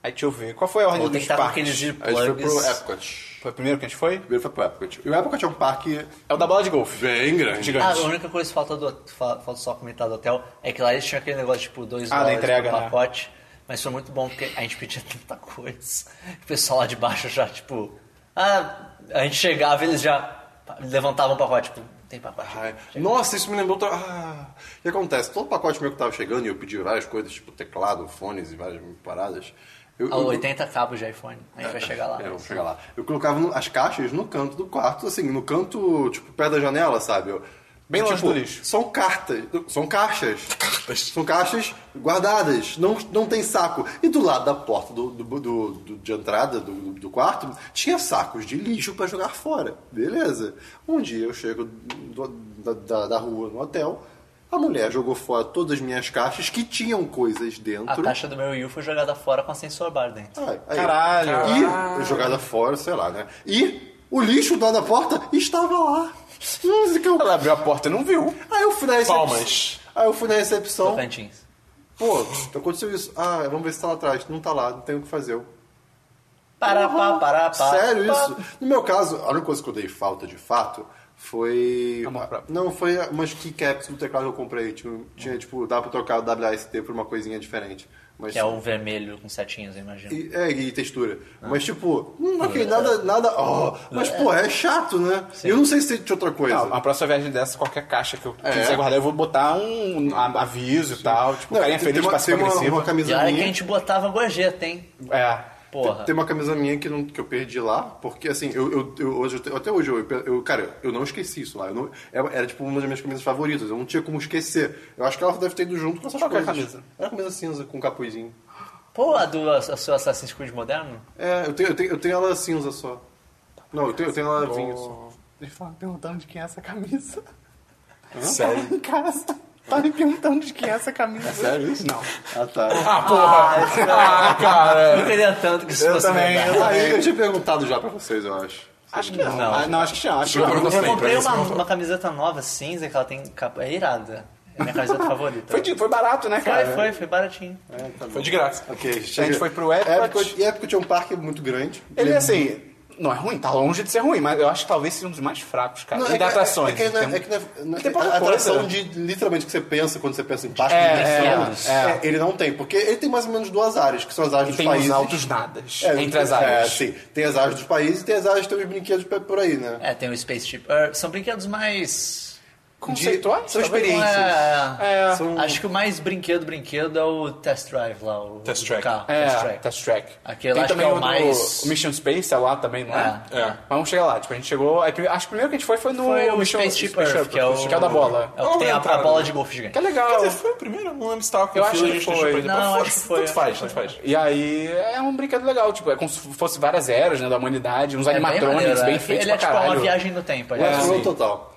S3: Aí deixa eu ver. Qual foi a ordem
S4: Ou tem
S3: dos
S4: que estar com aqueles
S3: parques?
S5: A gente foi pro é,
S4: earplugs.
S5: Epcot.
S3: é, Foi o primeiro que a gente foi?
S5: Primeiro foi pro Epcot. E o Epcot é um parque
S3: É o da bola de golfe.
S5: bem grande.
S4: Ah,
S3: Gigante.
S4: a única coisa que falta, do, fa- falta só comentar do hotel é que lá eles tinham aquele negócio tipo dois
S3: Ah, da
S4: dólares
S3: entrega,
S4: por
S3: né?
S4: pacote, mas foi muito bom porque a gente pedia tanta coisa. O pessoal lá de baixo já, tipo, ah, a gente chegava e eles já levantavam o pacote, tipo, tem pacote.
S5: Ai, nossa, isso me lembrou. outra- Ah, o que acontece? Todo pacote meu que tava chegando e eu pedi várias coisas, tipo teclado, fones e várias paradas. Eu,
S4: Ah,
S5: eu-
S4: 80 cabos de iPhone. A gente vai chegar lá.
S5: É, vamos chegar lá. Eu colocava no- as caixas no canto do quarto, assim, no canto, tipo, pé da janela, sabe? Eu-
S3: Bem longe
S5: tipo,
S3: do lixo.
S5: São cartas. São caixas. São caixas guardadas. Não, não tem saco. E do lado da porta do, do- do- do- de entrada do, do- do quarto, tinha sacos de lixo pra jogar fora. Beleza. Um dia eu chego do- da, da- da rua no hotel. A mulher jogou fora todas as minhas caixas que tinham coisas
S4: A
S5: dentro.
S4: caixa do meu Wii U foi jogada fora com a sensor bar dentro.
S5: Ai, Ah, aí.
S3: Caralho.
S5: E jogada fora, sei lá, né? E o lixo lá da porta estava lá. Hum, que eu-
S3: Ela abriu a porta e não viu.
S5: Aí eu fui na recepção.
S6: Palmas.
S5: Aí eu fui na recepção.
S4: Tocantins.
S5: Pô, aconteceu isso. Ah, vamos ver se tá lá atrás. Não tá lá, não tem o que fazer. Eu,
S4: Pará, pá, pará, pá.
S5: Sério
S4: pá.
S5: isso? No meu caso, a única coisa que eu dei falta de fato foi.
S3: Amor próprio.
S5: Não, foi umas keycaps do teclado que eu comprei. Tipo, tinha, tipo, dá pra trocar o WASD por uma coisinha diferente. Mas
S4: Que é o vermelho com setinhos, eu imagino.
S5: E, é, e textura.
S3: Ah.
S5: Mas, tipo, hum,
S3: é.
S5: ok, nada. nada ó, mas, pô, é chato, né? Eu não sei se tem de outra coisa.
S3: Não, a próxima viagem dessa, qualquer caixa que eu
S5: É.
S3: quiser guardar, eu vou botar um a- aviso e tal. Tipo,
S5: Não,
S3: carinha
S5: tem- tem
S3: feliz,
S5: uma- tem
S3: passivo
S5: uma,
S3: agressivo.
S5: uma
S4: E
S5: camisa
S4: olha que a
S5: minha.
S4: gente botava gorjeta, hein?
S3: É.
S4: é Porra.
S5: Tem uma camisa minha que, não, que eu perdi lá, porque assim, eu, eu- eu- hoje, eu te- até hoje, eu, eu- cara, eu não esqueci isso lá. Eu não, era, era, tipo uma das minhas camisas favoritas, eu não tinha como esquecer. Eu acho que ela deve ter ido junto com essas
S3: Qual que é a
S5: coisas.
S3: camisa?
S5: Era uma camisa cinza com um capuzinho.
S4: Pô, a do a, a seu Assassin's Creed moderno?
S5: É, eu tenho, eu tenho, eu tenho ela cinza só. Não, eu tenho, eu tenho ela vinho só.
S3: Eles falam perguntando de quem é essa camisa.
S6: Sério.
S3: Em casa. Tá me perguntando de quem é essa camisa. sério isso? Não.
S5: Ah, tá.
S6: Ah,
S1: É.
S6: cara.
S4: Eu queria tanto que isso fosse verdade.
S5: Ah, eu tinha perguntado já pra vocês, eu acho.
S3: Acho que não.
S4: Não.
S3: Ah, não, acho que não. Acho que
S6: Procura
S3: não.
S6: no
S4: Eu
S6: Sempre,
S4: comprei
S6: é isso
S4: uma,
S6: que eu falo.
S4: uma camiseta nova, cinza, que ela tem capa... É irada. É minha camiseta favorita.
S3: Foi, de- foi barato, né,
S4: Foi,
S3: cara?
S4: foi, foi baratinho.
S6: Foi de graça.
S5: Ok,
S3: A gente foi pro Epcot.
S5: E Epcot é um parque muito grande.
S3: Ele, assim, não é ruim, tá longe de ser ruim, mas eu acho que talvez seja um dos mais fracos, cara.
S5: Não,
S3: e
S5: é que-
S3: datações.
S5: É que, não é-
S3: Tem- um-
S5: é que não é- não é-
S3: tem pouca
S5: a atração
S3: coisa.
S5: de literalmente que você pensa quando você pensa em parque
S3: É,
S5: de diversão,
S3: é,
S5: é, ele não tem. Porque ele tem mais ou menos duas áreas, que são as áreas
S3: e
S5: dos
S3: tem
S5: países.
S3: os altos nadas
S5: É,
S3: entre as
S5: é,
S3: áreas.
S5: sim. Tem as áreas dos países e tem as áreas que tem os brinquedos pe- por aí, né?
S4: É, tem o Spaceship Earth. São brinquedos mais...
S3: Conceituais?
S5: São
S3: talvez.
S5: experiências.
S4: É,
S3: É.
S5: São-
S4: Acho que o mais brinquedo, brinquedo é o Test Drive lá. O
S6: Test
S4: o
S6: Track.
S4: Carro,
S3: É,
S4: Test Track.
S3: Test Track.
S4: Aquele
S3: Tem
S4: lá acho
S3: também
S4: que é o
S3: do-
S4: mais-
S3: o Mission Space é lá também, não é?
S4: É.
S6: É.
S3: Mas vamos chegar lá. Tipo, a gente chegou... aí prime- acho que o primeiro que a gente foi foi no
S4: Foi o
S3: Mission
S4: Spaceship
S3: Space
S4: Earth,
S3: Shuttle,
S4: que é o...
S3: que é o da bola.
S4: É o que tem a, a bola de golfe gigante.
S3: Que é legal.
S6: Quer dizer, foi o primeiro? Não lembro se tava com
S3: Eu
S6: fila,
S3: acho
S6: a
S3: que
S6: gente
S3: foi.
S6: deixou pra ele.
S4: Não,
S6: Mas
S4: acho que foi,
S6: Tanto faz,
S4: acho
S6: tanto
S4: que
S6: faz.
S3: E aí é um brinquedo legal, tipo, é como se fosse várias eras, né, da humanidade, uns
S4: É bem
S3: animatrônicos
S4: maneiro,
S3: bem
S4: é.
S3: feitos
S4: Ele é
S3: pra
S4: tipo
S3: caralho.
S4: uma viagem no tempo. ali.
S5: Mas
S4: É.
S5: no total.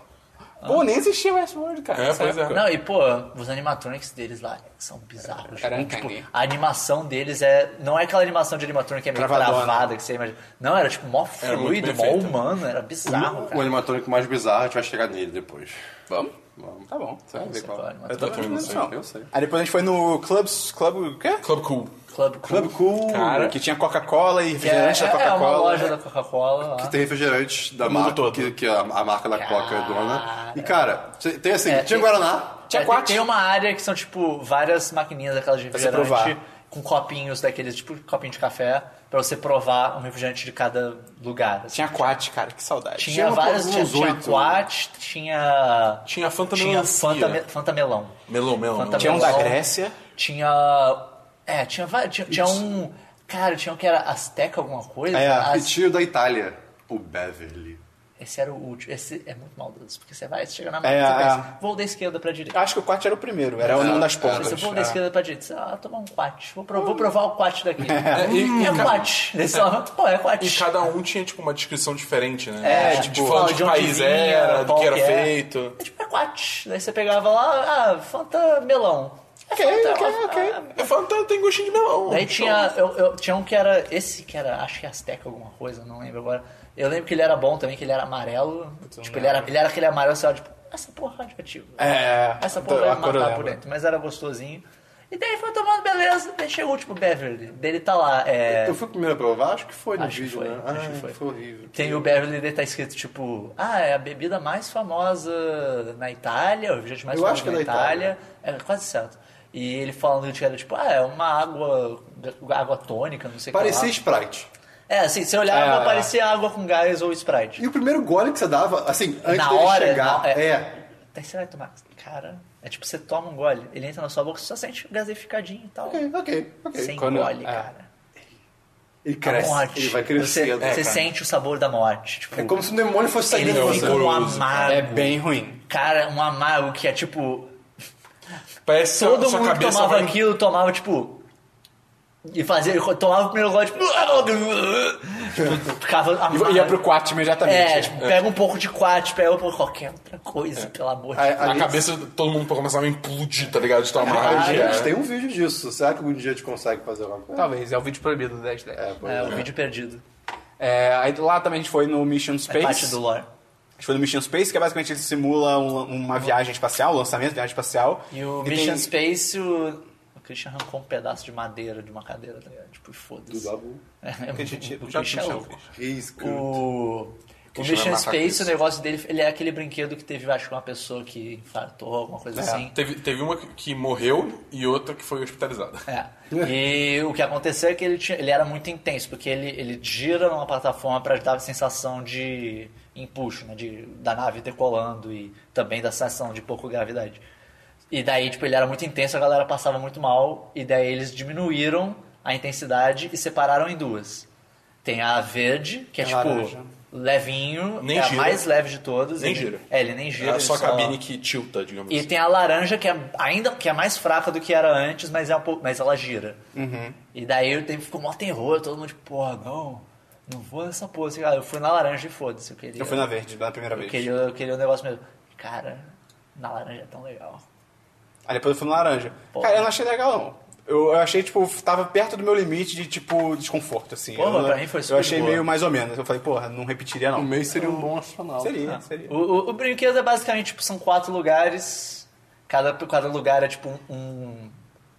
S4: Ah.
S3: Pô, nem existia Westworld, cara.
S6: É,
S3: nessa
S6: pois
S3: época.
S6: é.
S4: Não, e pô, os animatronics deles lá são bizarros.
S3: Era
S4: tipo,
S3: uncanny.
S4: a animação deles é. Não é aquela animação de animatronic que é meio
S3: Travadona.
S4: travada que você imagina. Não, era tipo mó
S6: muito
S4: fluido,
S6: bem
S4: mó
S6: feito.
S4: humano, era bizarro,
S5: O
S4: cara.
S5: animatrônico mais bizarro, a gente vai chegar nele depois.
S3: Vamos?
S5: Vamos.
S3: Tá bom.
S5: Você vai ver
S4: Sei lá,
S5: qual.
S6: Eu
S4: animatronic.
S6: tô também não sei.
S5: Eu sei.
S3: Aí depois a gente foi no Clubs, Club... O quê?
S6: Club Cool.
S1: é
S4: Club Cool.
S5: Club Cool.
S6: Cara.
S3: Que tinha Coca-Cola e
S4: que é,
S3: refrigerante da
S4: é uma
S3: né? Coca-Cola.
S4: loja da Coca-Cola. lá.
S5: Tem refrigerantes da
S6: mundo
S5: marca,
S6: todo.
S5: Que, que a, a marca da Coca é dona. E, cara, cê- tem assim,
S4: É, tem-
S5: tinha Guaraná,
S3: Tinha
S4: É, tem-
S3: quatro.
S4: Tem uma área que são, tipo, várias maquininhas daquelas de
S3: você
S4: refrigerante
S3: provar.
S4: com copinhos daqueles, tipo, copinho de café, pra você provar um refrigerante de cada lugar. assim.
S3: Tinha Quat, cara, que saudade.
S4: Tinha,
S5: tinha uma
S4: várias,
S5: por
S4: tinha,
S5: uns
S4: tinha
S5: oito,
S4: Quat, tinha.
S6: Tinha Fanta
S4: Tinha
S6: Melancia.
S4: Fanta, me- Fanta Melão.
S6: Melão, melão. melão.
S4: Fanta
S3: Tinha um da
S4: Melão.
S3: Grécia.
S4: Tinha. É, tinha vários. Tinha, tinha um. Cara, tinha um que era Azteca alguma coisa.
S3: É,
S5: e
S4: As-
S5: tinha o da Itália. O Beverly.
S4: Esse era o último. Esse é muito maldoso, porque você vai, você chega na
S3: É,
S4: máquina, você
S3: é.
S4: pensa, vou da esquerda pra direita.
S3: Eu acho que o Quat era o primeiro, era o nome das pontas.
S4: Você vou da
S3: É. Hum.
S4: esquerda pra direita. Você, Ah, tomar um quat. Vou, pro- vou provar o quat daqui. É,
S6: e- e
S4: é
S6: cada-
S4: quat. Nesse momento, pô, é quat.
S6: E cada um tinha, tipo, uma descrição diferente, né?
S4: É,
S6: tipo,
S4: tipo,
S6: falando de
S4: de
S6: que
S4: onde
S6: país
S4: vinha,
S6: era, do
S4: qual
S6: que era
S4: que é.
S6: feito.
S4: É tipo, é quat. Daí você pegava lá, ah, Fanta melão. É
S3: Ok,
S4: Fanta,
S3: ok,
S4: ah,
S3: ok.
S6: É Fanta tem gostinho de melão.
S4: Daí tinha, eu, eu- tinha um que era. Esse que era, acho que Azteca alguma coisa, não lembro agora. Eu lembro que ele era bom também, que ele era amarelo. tipo, ele era, ele era aquele amarelo, você olha, tipo, essa porra é radioativa.
S3: É,
S4: Essa
S3: a
S4: porra vai
S3: cor eu
S4: matar por
S3: lembro.
S4: dentro, mas era gostosinho. E daí foi tomando beleza, daí chegou tipo Beverly. Dele tá lá, é.
S5: Eu fui o primeiro a provar? Acho que foi no
S4: Acho que
S5: vídeo,
S4: foi,
S5: né?
S4: acho
S5: Ah,
S4: que foi.
S5: horrível.
S4: Tem o Beverly, dele tá escrito tipo, ah, é a bebida mais famosa na Itália, o refrigerante mais
S5: Eu
S4: famoso
S5: acho que é
S4: na
S5: da
S4: Itália. É quase certo. E ele falando que era tipo, ah, é uma água, água tônica, não sei o que. lá.
S5: Parecia Sprite.
S4: É, assim, se eu olhava,
S3: É.
S4: parecia água com gás ou Sprite.
S5: E o primeiro gole que você dava, assim, antes
S4: na
S5: dele
S4: hora.
S5: chegar.
S4: na-
S5: é.
S4: Daí você vai tomar. Cara, é tipo, você toma um gole, ele entra na sua boca, você só sente o gaseificadinho e tal.
S5: Ok, ok, ok. Tá
S4: Sem
S3: Quando-
S4: gole,
S3: é.
S4: cara.
S5: Ele
S4: A
S5: cresce,
S4: morte.
S5: ele vai
S4: Você,
S5: crescendo.
S3: né,
S4: você sente o sabor da morte. Tipo,
S5: É como se um demônio fosse sair
S4: ele
S5: de você.
S4: fica um
S6: horroroso,
S4: amargo.
S3: É bem ruim.
S4: Cara, um amargo que é tipo.
S6: Parece que a
S4: Todo
S6: sua
S4: mundo que
S6: cabeça
S4: tomava
S6: vai...
S4: aquilo, tomava tipo. E fazia. Tomava o primeiro gole, tipo. tipo, ficava amargo.
S3: E ia pro assim. quarto imediatamente.
S4: É, tipo, pega um pouco de quat, pega um pouco de qualquer outra coisa, pelo amor de
S5: Aí-
S4: Deus.
S5: aí-
S6: A cabeça, todo mundo começava a implodir, tá ligado? De
S4: É,
S6: tão amarrado.
S5: A gente
S6: que
S5: tem um vídeo disso. Será que algum dia a gente consegue fazer alguma coisa?
S3: Talvez, é o vídeo proibido do 10 10.
S5: É, pois
S4: É, o
S5: é.
S4: vídeo perdido.
S3: É, aí lá também a gente foi no Mission
S4: É
S3: Space.
S4: parte do lore.
S3: A gente foi no Mission Space, que é basicamente ele simula um- uma viagem espacial, um lançamento de viagem espacial.
S4: E o
S3: tem-
S4: Mission Space, o... o Christian arrancou um pedaço de madeira de uma cadeira, tá ligado? Tipo,
S5: Do
S4: foda-se.
S5: Dabu.
S4: É, é
S3: Que a gente-
S4: o, o
S3: joga no
S4: Christian é
S3: chão,
S4: louco.
S3: Christian.
S5: Risco.
S4: O,
S6: Christian
S4: o
S6: vai
S4: Mission
S6: matar
S4: Space,
S6: Christian.
S4: o negócio dele, ele é aquele brinquedo que teve, acho que uma pessoa que infartou, alguma coisa assim.
S6: Teve, teve uma que morreu e outra que foi hospitalizada.
S4: É. E o que aconteceu é que ele, tinha- ele era muito intenso, porque ele, ele gira numa plataforma para dar a sensação de empuxo, né? De, da nave decolando e também da sensação de pouca gravidade. E daí, tipo, ele era muito intenso, a galera passava muito mal, e daí eles diminuíram a intensidade e separaram em duas. Tem a verde, que é,
S3: É
S4: tipo
S3: laranja.
S4: levinho,
S6: Nem
S4: é a
S6: gira.
S4: mais leve de todas.
S6: Nem
S4: ele,
S6: gira.
S4: É, ele nem gira.
S6: Era
S4: ele
S6: só a cabine que tilta, digamos
S4: e
S6: assim.
S4: tem a laranja, que é ainda que é mais fraca do que era antes, mas, é um pouco, mas ela gira.
S3: Uhum.
S4: E daí eu teve, ficou mó terror, todo mundo tipo, porra, não, não vou nessa porra. Assim, cara, eu fui na laranja e foda-se, eu queria.
S3: Eu fui na verde, na primeira
S4: eu
S3: vez.
S4: queria, eu queria o negócio mesmo. Cara, na laranja é tão legal.
S3: Aí depois eu fui na laranja.
S4: Pô.
S3: Cara, eu não achei legal, não. Eu, eu achei, tipo, tava perto do meu limite de, tipo, desconforto, assim.
S4: Pô,
S3: eu,
S4: mas pra mim foi super
S3: Eu achei
S4: boa.
S3: meio mais ou menos. Eu falei, porra, não repetiria,
S5: O
S3: não.
S5: meio seria um bom astronauta.
S3: Seria, seria.
S4: Tá. O, o, o brinquedo é basicamente, tipo, são quatro lugares. Cada, cada lugar é, tipo, um- um-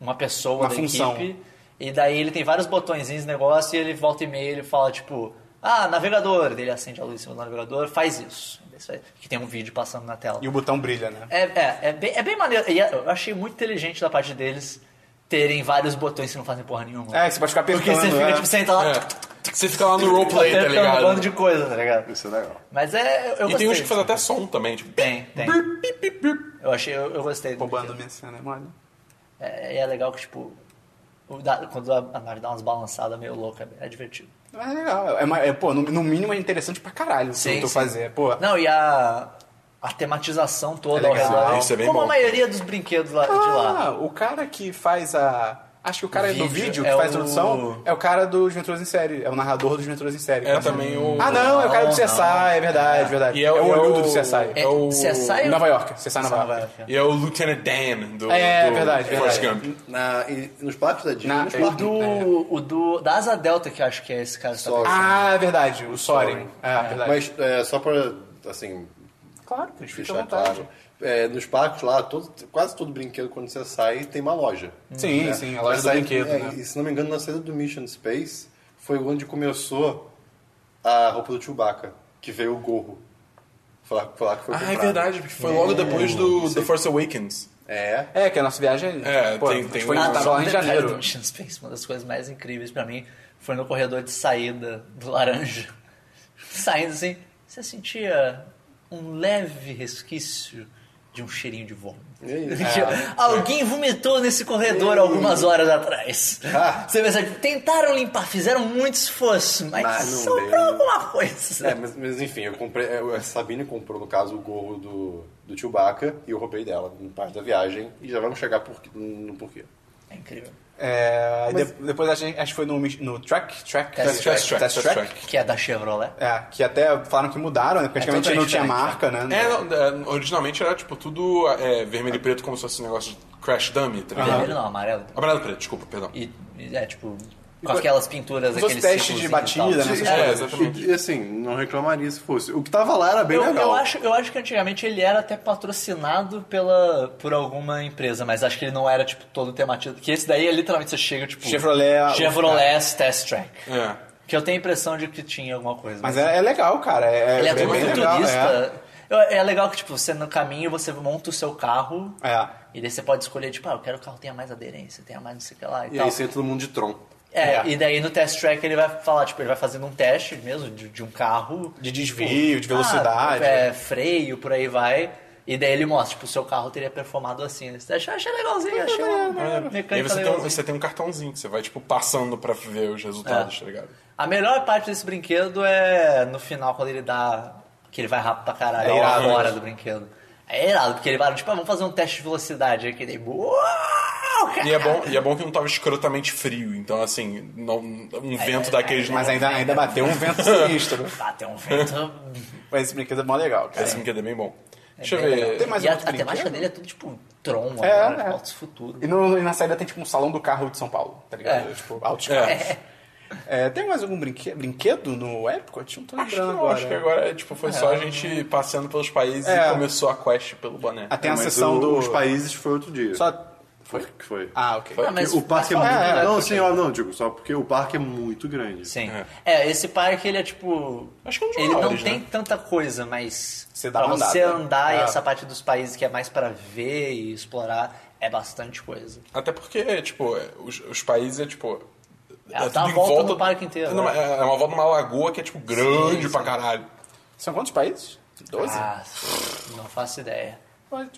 S4: uma pessoa
S3: Uma
S4: da
S3: função.
S4: equipe. E daí ele tem vários botõezinhos, negócio, e ele volta e meia, ele fala, tipo... Ah, navegador. Daí Ele acende a luz em cima do navegador, faz isso. Daí você- Que tem um vídeo passando na tela.
S3: E o botão brilha, né?
S4: É, é, é bem, é bem maneiro. E é- eu achei muito inteligente da parte deles terem vários botões que não fazem porra nenhuma.
S3: É, que você pode ficar apertando.
S4: Porque você fica,
S3: é.
S4: tipo, senta lá...
S6: É. Você fica lá no roleplay, tá
S4: apertando um bando
S6: ligado?
S4: de coisa, tá ligado?
S5: Isso é legal.
S4: Mas é... Eu, eu
S6: E tem
S4: gostei.
S6: uns que fazem até som também, tipo...
S4: Tem, tem. Eu achei, eu, eu gostei do
S3: Roubando
S4: vídeo.
S3: minha cena, mole.
S4: É, e é legal que, tipo, o da- quando a a nave dá umas balançadas meio louca, é divertido.
S3: Mas é legal. É, ma- é, pô, no, no mínimo é interessante pra caralho o que
S4: Sim,
S3: eu tô
S4: sim.
S3: fazendo. É, Pô,
S4: Não, e a, a tematização toda
S3: É
S4: ao
S3: legal.
S4: redor.
S6: Isso é bem
S4: como
S6: bom.
S4: a maioria dos brinquedos lá, Tá de lá.
S3: Ah, o cara que faz a. Acho que o cara
S4: Vídeo,
S3: do vídeo
S4: é
S3: que faz
S4: o-
S3: a introdução é o cara dos Venturas em Série. É o narrador dos Venturas em Série.
S6: É
S3: Nossa.
S6: também o...
S3: Ah, não, é o cara do
S4: Não,
S3: CSI,
S4: não.
S3: é verdade, verdade.
S6: E
S3: é o
S6: e
S3: olhudo do CSI.
S6: É o...
S4: CSI
S3: Nova York, CSI Nova,
S4: Nova
S3: York.
S4: York, é.
S6: E é o Lieutenant Dan do,
S3: É,
S6: do
S3: verdade,
S6: Forrest
S3: verdade.
S6: Gump.
S5: Na, e, nos parques da Disney,
S3: Na-
S5: nos
S3: é,
S4: O
S5: parques
S4: do, o do... Da Asa Delta, que eu acho que é esse cara. que tá
S5: Só.
S4: pensando.
S3: Ah, é verdade, o Soren. É, verdade.
S5: Mas é, só pra, assim,
S3: claro, eles ficam à
S5: deixar
S3: vontade.
S5: claro, é, nos parques lá, todo- quase todo brinquedo, quando você sai, tem uma loja.
S3: Sim,
S5: né?
S3: sim, a loja
S5: Você
S3: do
S5: sai-
S3: brinquedo,
S5: é,
S3: né?
S5: E se não me engano, na saída do Mission Space, foi onde começou a roupa do Chewbacca, que veio o gorro. Foi lá, foi lá que foi
S6: Ah, é
S5: comprado.
S6: verdade, porque foi logo depois do The Force Awakens.
S5: É.
S3: É, que a nossa viagem.
S6: É,
S3: pô,
S6: tem-
S3: a gente
S6: tem
S3: foi
S6: um-
S3: a gente tava lá
S4: um
S3: em
S4: detalhe do
S3: janeiro.
S4: Mission Space, uma das coisas mais incríveis pra mim foi no corredor de saída do laranja. Saindo assim, você sentia um leve resquício de um cheirinho de vômito.
S5: Ei,
S4: Sentia, Alguém vomitou nesse corredor algumas horas atrás.
S5: Ah.
S4: Você pensa, tentaram limpar, fizeram muito esforço, mas,
S5: Mas não
S4: sobrou
S5: deu.
S4: alguma coisa.
S5: É, mas, mas enfim, eu comprei. eu- A Sabine comprou, no caso, o gorro do, do Chewbacca e eu roubei dela no parte da viagem. E já vamos chegar por, no porquê.
S4: É incrível.
S3: É, aí de- depois a gente, a gente foi no, mis- no track, track,
S4: Test
S6: Track, Track,
S3: test
S6: Track,
S3: track.
S6: Track.
S4: Que é da Chevrolet.
S3: É, que até falaram que mudaram, né? Porque
S4: É
S3: antigamente não
S4: totalmente
S3: tinha
S4: diferente,
S3: marca, né?
S6: É, não, é, originalmente era tipo tudo é, vermelho e preto, como se fosse um negócio de Crash Dummy, tá ligado?
S4: Vermelho não, amarelo.
S1: Ah,
S6: Amarelo e preto, desculpa, perdão.
S4: E, e é tipo, com aquelas pinturas,
S3: Os
S4: aqueles
S3: testes
S4: círculos
S3: de
S4: e tal.
S3: batida, né?
S5: Sim,
S6: É,
S5: é,
S6: exatamente.
S5: E, e, assim, não reclamaria se fosse. O que tava lá era bem
S4: Eu,
S5: legal.
S4: eu acho, eu acho que antigamente ele era até patrocinado pela, por alguma empresa, mas acho que ele não era, tipo, todo tematizado. Que esse daí é literalmente você chega, tipo...
S3: Chevrolet- é
S4: Chevrolet é Test Track.
S6: É.
S4: Que eu tenho a impressão de que tinha alguma coisa.
S3: Mas é, é legal, cara. É,
S4: ele é
S3: bem
S4: todo
S3: legal, é.
S4: futurista. Eu- É. legal que, tipo, você no caminho, você monta o seu carro...
S3: É.
S4: E daí você pode escolher, tipo, ah, eu quero que o carro tenha mais aderência, tenha mais não sei o que lá e,
S5: E
S4: tal.
S5: aí senta todo mundo de Tron.
S4: É, e daí no test track ele vai falar, tipo, ele vai fazendo um teste mesmo de, de um carro.
S3: De desvio, de
S4: Tipo,
S3: velocidade.
S4: ah, é, freio, por aí vai. E daí ele mostra, tipo, o seu carro teria performado assim. Nesse teste. Eu achei legalzinho, achei
S6: Ah,
S4: uma
S1: E aí
S4: mecânica
S1: você tem, um,
S4: legalzinha.
S1: você tem um cartãozinho que você vai, tipo, passando pra ver os resultados,
S4: É.
S1: tá ligado?
S4: A melhor parte desse brinquedo é no final, quando ele dá. Que ele vai rápido pra caralho,
S3: É
S4: é
S3: irado,
S4: fora do brinquedo. É irado, porque ele vai, tipo, ah, vamos fazer um teste de velocidade aqui. Daí, uau, cara!
S1: E é, bom, e é bom que não tava escrotamente frio, então assim, não, um
S6: É,
S1: vento daqueles
S3: Mas
S1: não.
S3: ainda, ainda bateu um vento sinistro.
S4: Bateu um vento.
S3: Mas esse brinquedo é mó legal, cara.
S1: Esse brinquedo é bem bom. Deixa eu
S4: bem
S1: ver.
S4: legal.
S3: Tem mais
S4: e a,
S3: outro
S4: a temática
S3: brinquedo?
S4: dele é tudo tipo Tron,
S3: É,
S4: agora,
S3: é.
S4: fotos futuro.
S3: E, no- e na saída tem tipo um salão do carro de São Paulo, tá ligado?
S4: É.
S3: Tipo, altos
S1: É.
S3: carros. É, tem mais algum brinque- brinquedo no Epcot? Não tô
S1: Acho que,
S3: lembrando
S1: não,
S3: agora.
S1: acho
S4: é-
S1: que agora tipo, foi só a gente passeando pelos países
S3: É.
S1: e começou a quest pelo boné.
S3: Ah, tem a
S5: É, Mas
S3: sessão
S5: o-
S3: do...
S5: Os países foi outro dia.
S3: Só...
S5: Foi? Que foi.
S3: Ah, ok.
S1: Foi?
S4: Ah, mas
S5: o parque é
S4: tá
S5: muito...
S4: falando, né?
S5: não,
S4: Porque-
S5: senhora, não, digo, só porque o parque é muito grande.
S4: Sim. É. esse parque ele é tipo.
S1: Acho que é um dos
S4: Ele não
S1: maiores,
S4: tem
S1: né?
S4: tanta coisa, mas.
S3: Você dá
S4: pra
S3: uma
S4: você
S3: andada.
S4: andar e
S3: É.
S4: essa parte dos países que é mais pra ver e explorar, é bastante coisa.
S1: Até porque, tipo, os, os países é tipo.
S4: É, dá
S1: tudo
S4: a
S1: em
S4: volta no parque inteiro,
S1: É uma,
S4: né?
S1: é uma volta numa lagoa que é, tipo, grande
S4: Sim,
S1: pra
S4: sim.
S1: caralho.
S3: São quantos países? Doze?
S4: Ah, não faço ideia.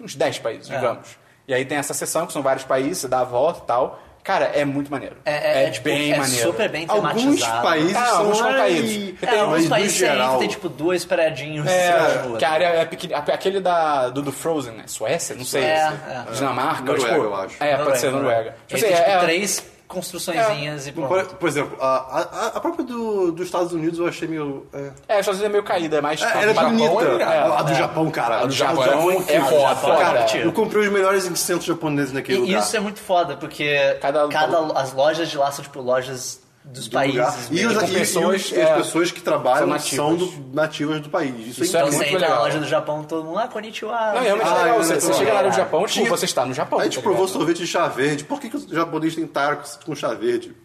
S3: Uns dez países,
S4: É.
S3: digamos. E aí tem essa sessão que são vários países, você dá a volta e tal. Cara, é muito maneiro.
S4: É, é, é, tipo,
S3: bem
S4: é
S3: maneiro.
S4: super bem
S5: Alguns
S4: tematizado.
S5: países
S3: Ah,
S5: são
S3: alguns são
S5: ai,
S3: caídos.
S4: É,
S5: mas
S4: alguns
S5: no
S4: países você entra
S5: geral-
S4: e tem tipo dois prédios.
S3: É,
S4: assim, na
S3: que a
S4: rua.
S3: área é pequena. Aquele da, do, do Frozen, né? Suécia? Não sei.
S4: É, é.
S3: Dinamarca?
S5: Noruega,
S3: tipo,
S5: eu acho.
S3: É, pode ser Noruega. Tipo
S4: Ele
S3: assim,
S4: tem tipo
S3: é- é-
S4: três construçõezinhas e
S5: Por,
S4: pronto.
S5: por exemplo, a, a, a própria do, dos Estados Unidos eu achei meio. É,
S3: É, a Chazelle é meio caída, é mais.
S5: É, ela é
S1: Japão
S5: bonita.
S1: é irado.
S5: a a do Japão, cara.
S1: A do Japão é
S5: incrível.
S1: foda.
S5: Cara,
S4: Foda.
S5: eu comprei os melhores incensos japoneses naquele
S4: E
S5: lugar.
S4: isso é muito foda, porque
S3: Cada-
S4: cada, as lojas de lá são tipo lojas dos
S5: Do
S4: países. né?
S5: lugar.
S4: mesmo.
S3: com
S5: E, os- e- e os-
S3: pessoas,
S5: e as
S3: é,
S5: pessoas que trabalham
S3: são
S5: são,
S3: nativas.
S5: do- nativas do país. Isso,
S3: Isso é
S5: é
S4: Então
S5: incrível.
S4: você
S3: muito
S4: entra na
S3: legal.
S4: loja do Japão, todo mundo, ah, konnichiwa.
S3: Não, realmente
S5: Ah,
S3: é legal.
S5: eu
S3: Você,
S5: lembro
S3: você
S5: também.
S3: chega lá no Japão, tipo,
S5: Tinha- tipo,
S3: você está no Japão.
S5: A
S3: tá
S5: gente provou
S3: ligado?
S5: sorvete de chá verde. Por que, que os japoneses têm taros com chá verde?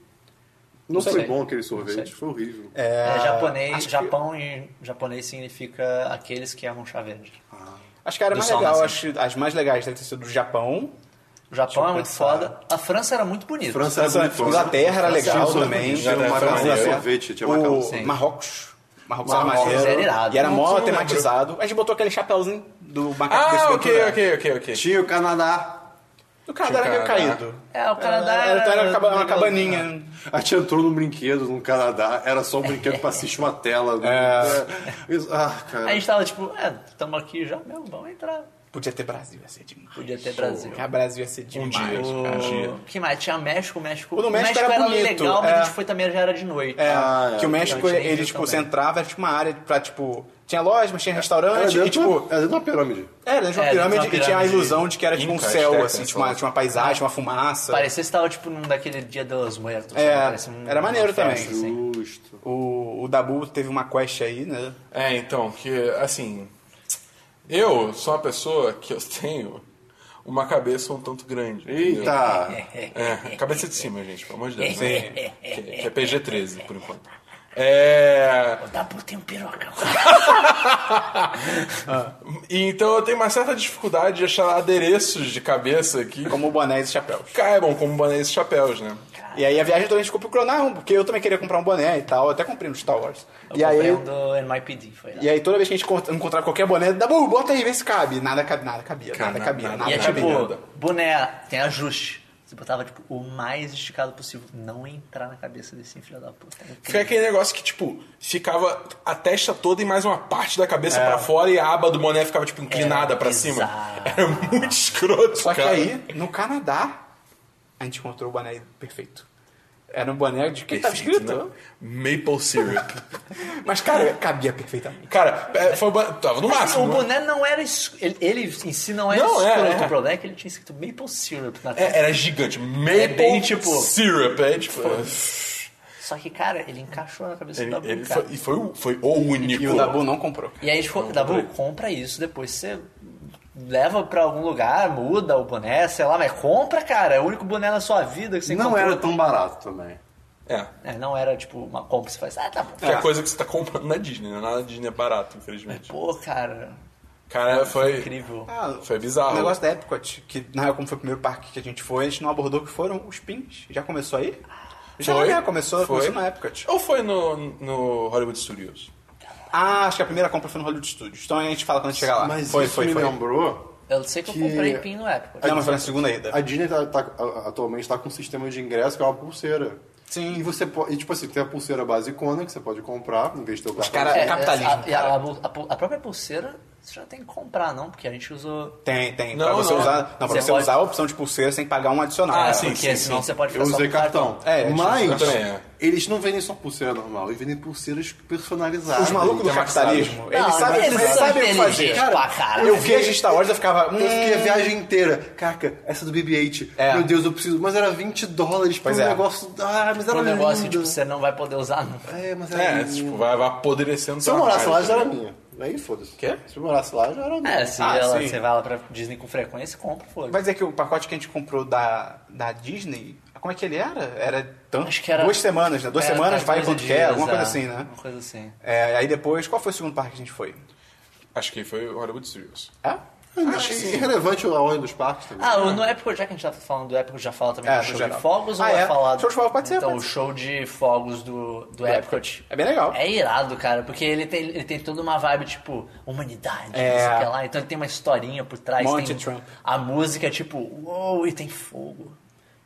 S5: Não,
S4: sei.
S5: foi bom aquele sorvete, foi horrível.
S4: É,
S3: Ah, acho
S4: japonês,
S3: que-
S4: Japão em japonês significa aqueles que amam chá verde.
S3: Acho que a área
S4: Do
S3: mais
S4: sol
S3: legal,
S4: nascente.
S3: acho, que as mais legais devem ter sido do Japão.
S4: O Japão
S3: eu
S4: é muito
S3: pensar.
S4: foda. A França era muito bonita.
S5: França era
S3: Essa,
S5: muito bom.
S3: Inglaterra era
S5: França
S3: legal
S5: tinha um
S3: também.
S5: sorvete, Tinha
S1: Inglaterra
S5: macarrão
S1: também.
S5: de sorvete, tinha macarrão.
S3: O Marrocos. Marrocos era
S4: Marrocos
S3: maneiro.
S4: era irado.
S3: E era
S1: Não,
S3: mó
S1: não lembro.
S3: tematizado. A gente botou aquele chapéuzinho do
S4: É
S3: macaco desse
S1: Ah, ok,
S3: Ventura.
S1: ok, ok, ok.
S5: Tinha o Canadá.
S3: O Canadá era
S1: Tinha um né? o
S3: meio
S1: Canadá.
S3: caído.
S4: É, o Canadá
S3: Era,
S4: era-
S3: era uma caba- uma
S4: era-
S3: cabaninha.
S5: A gente entrou num brinquedo no Canadá, era só um brinquedo pra assistir uma tela. né? É. Isso- Ah,
S3: né?
S4: A
S5: cara.
S4: gente tava tipo, é, estamos aqui já mesmo, vamos entrar.
S3: Podia ter Brasil, ia ser demais.
S4: Podia ter Brasil.
S3: Cara, Brasil ia ser demais.
S1: dia.
S3: cara.
S1: Um dia.
S4: O que mais? Tinha México, México.
S3: O do México era bonito,
S4: legal, mas
S3: é.
S4: a gente foi também, já era de noite.
S3: É,
S5: Ah, é.
S3: que o México,
S4: Então, a gente nem
S3: ele,
S4: viu
S3: tipo,
S4: também.
S3: você entrava, era tipo uma área pra, tipo... Tinha loja, mas tinha
S1: É,
S5: Era
S3: restaurante
S5: dentro,
S3: e, tipo...
S5: era dentro da pirâmide.
S3: Era
S4: É,
S3: dentro de uma
S4: dentro de uma
S3: pirâmide e tinha a
S4: pirâmide
S3: ilusão de que era, tipo, um
S1: inca, é
S3: céu,
S1: asteca,
S3: assim.
S1: sei
S3: Tipo, uma,
S1: lá.
S3: tinha uma paisagem, uma fumaça.
S4: Parecia que você tava, tipo, num daquele dia dos muertos.
S3: É,
S4: né? Parecia um-
S3: era maneiro
S4: uma festa,
S3: também.
S4: assim.
S5: Justo.
S3: O, o Dabu teve uma quest aí, né?
S1: É, então, que assim. Eu sou uma pessoa que eu tenho uma cabeça um tanto grande. entendeu?
S5: Eita!
S1: É, cabeça de cima, gente, pelo amor de Deus. Né? Que, que é PG-13, por enquanto. É.
S4: O Dabu tem um pirocão.
S1: e Então eu tenho uma certa dificuldade de achar adereços de cabeça que
S3: Como bonés e chapéus.
S1: caibam como bonés e chapéus, né?
S3: E aí a viagem toda a gente ficou procurando, ah, porque eu também queria comprar um boné e tal. Eu até comprei no Star Wars.
S4: Eu
S3: e aí...
S4: comprei um do NYPD, foi lá.
S3: E aí toda vez que a gente encont- encontrava qualquer boné, Dabu, bota aí, vê se cabe. Nada, cabe, nada cabia,
S1: Cara,
S3: nada cabia,
S1: nada-
S3: nada,
S4: E é
S1: nada
S4: tipo,
S3: cabia.
S1: cabia.
S4: boné, tem ajuste. Você botava, tipo, o mais esticado possível. Não entrar na cabeça desse filho da puta. É
S1: Fica aquele negócio que, tipo, ficava a testa toda e mais uma parte da cabeça
S4: É.
S1: pra fora e a aba do boné ficava, tipo, inclinada
S4: Era
S1: pra
S4: bizarro.
S1: cima. Era muito escroto,
S3: Só que
S1: cara.
S3: aí, no Canadá, a gente encontrou o boné perfeito. Era um boné de que tava
S1: Perfeito,
S3: escrito.
S1: né? Maple syrup.
S3: Mas, cara, cabia perfeitamente.
S1: Cara, é, foi, ba- tava no
S4: Assim,
S1: máximo. né?
S4: o boné não era escuro. Ele, ele em si não era
S1: Não, é,
S4: escroto.
S1: é.
S4: O problema é que ele tinha escrito Maple Syrup na testa.
S1: É, era gigante. Maple
S4: É bem, tipo-
S1: syrup. É, tipo,
S4: Só que, cara, ele encaixou na cabeça
S1: é. ele,
S4: do Dabu,
S1: ele
S4: cara.
S1: foi, e foi, o- foi o único.
S3: E o Dabu não comprou.
S4: E aí a gente ficou, Dabu, compra isso, depois você leva pra algum lugar, muda o boné, sei lá, mas compra, cara. É o único boné na sua vida que você
S5: Não
S4: encontrou.
S3: um
S5: era tão barato também.
S1: É.
S4: É, não era tipo uma compra que você faz, ah, tá bom.
S1: Que é coisa que você tá comprando na Disney, né? Nada na Disney é barato, infelizmente.
S4: Pô, cara,
S1: Cara, foi.
S4: incrível.
S3: Ah,
S1: Foi bizarro.
S3: O negócio da Epcot, que na real, como foi o primeiro parque que a gente foi, a gente não abordou que foram os pins. Já começou aí? Já
S6: Foi.
S3: era, começou,
S6: Foi.
S3: começou na época. Tipo.
S6: Ou foi no, no Hollywood Studios?
S3: Ah, acho que a primeira compra foi no Hollywood Studios. Então a gente fala quando chegar lá.
S5: Mas
S3: foi,
S5: isso
S3: foi,
S5: me
S3: foi.
S5: lembrou.
S4: Eu sei que,
S5: Que-
S4: eu comprei pin no Apple.
S3: Não, mas foi na segunda ida.
S5: A Disney tá- tá- a- atualmente está com um sistema de ingresso que é uma pulseira.
S3: Sim.
S5: E você pode. E tipo assim, tem a pulseira basicona que você pode comprar, em vez de ter o cartão.
S3: cara- é capitalismo,
S4: A, e a- a pul- a própria pulseira você já tem que comprar, não? Porque a gente usou.
S3: Tem, tem. pra
S6: Não,
S3: você
S6: não.
S3: usar. Não, pra
S4: Você
S3: você,
S4: pode-
S3: usar a opção de pulseira, você tem que pagar um adicional.
S6: Ah,
S3: É,
S6: sim,
S4: porque senão você pode
S5: Eu
S4: ficar só
S5: usei
S4: com
S5: cartão.
S3: É, eu tinha
S5: Mas
S6: cartão. É.
S5: eles não vendem só pulseira normal, eles vendem pulseiras personalizadas.
S3: Os malucos do capitalismo, eles
S4: Não,
S3: sabem,
S4: Ah, eles
S3: eles
S4: são
S3: sabem o que fazer.
S4: inteligentes pra caralho. É.
S3: eu vi a Star Wars e eu ficava.
S5: tá Eu
S3: Hum,
S5: fiquei a viagem inteira. Caraca, essa do BB-8.
S3: É.
S5: Meu Deus, eu preciso. Mas era 20 dólares pra um
S3: Pois é.
S5: negócio. Ah, mas era
S4: Um negócio
S5: lindo.
S4: tipo, você não vai poder usar nunca.
S5: É, mas era
S6: É,
S5: lindo.
S6: tipo, vai, vai apodrecendo
S5: Se eu
S6: tua
S5: morasse
S6: cara,
S5: lá, já
S6: tá
S5: era
S6: ligado?
S5: minha. Aí foda-se.
S6: Quê?
S5: Se eu morasse lá, já era minha.
S4: É, se
S3: Ah,
S4: ela-
S3: sim.
S4: você vai lá pra Disney com frequência, compra, foda.
S3: Vai dizer que o pacote que a gente comprou da, da Disney, como é que ele era? Era tanto?
S4: Então, Acho que era-
S3: Duas semanas, né? Duas
S4: É,
S3: semanas,
S4: as
S3: vai
S4: 12
S3: quando quer,
S4: dias,
S3: alguma coisa
S4: é,
S3: assim, né?
S4: Uma coisa assim.
S3: É, aí depois, qual foi o segundo parque que a gente foi?
S6: Acho que foi o Hollywood Studios.
S3: É?
S5: Ainda achei irrelevante a ordem dos parques também.
S4: Ah, no Epcot, já que a gente tá falando do Epcot, já fala também
S3: É,
S4: do
S3: no
S4: show
S3: geral.
S4: de fogos
S3: Ah,
S4: ou
S3: é?
S4: vai falar do...
S3: Show de fogos pode ser,
S4: Então,
S3: pode
S4: o
S3: ser.
S4: show de fogos do, do, Epcot.
S3: É bem legal.
S4: É irado, cara, porque ele tem, ele tem toda uma vibe, tipo, humanidade, não
S3: É.
S4: sei o que lá. Então ele tem uma historinha por trás.
S3: Monte
S4: tem
S3: Trump.
S4: A música é tipo, uou, e tem fogo.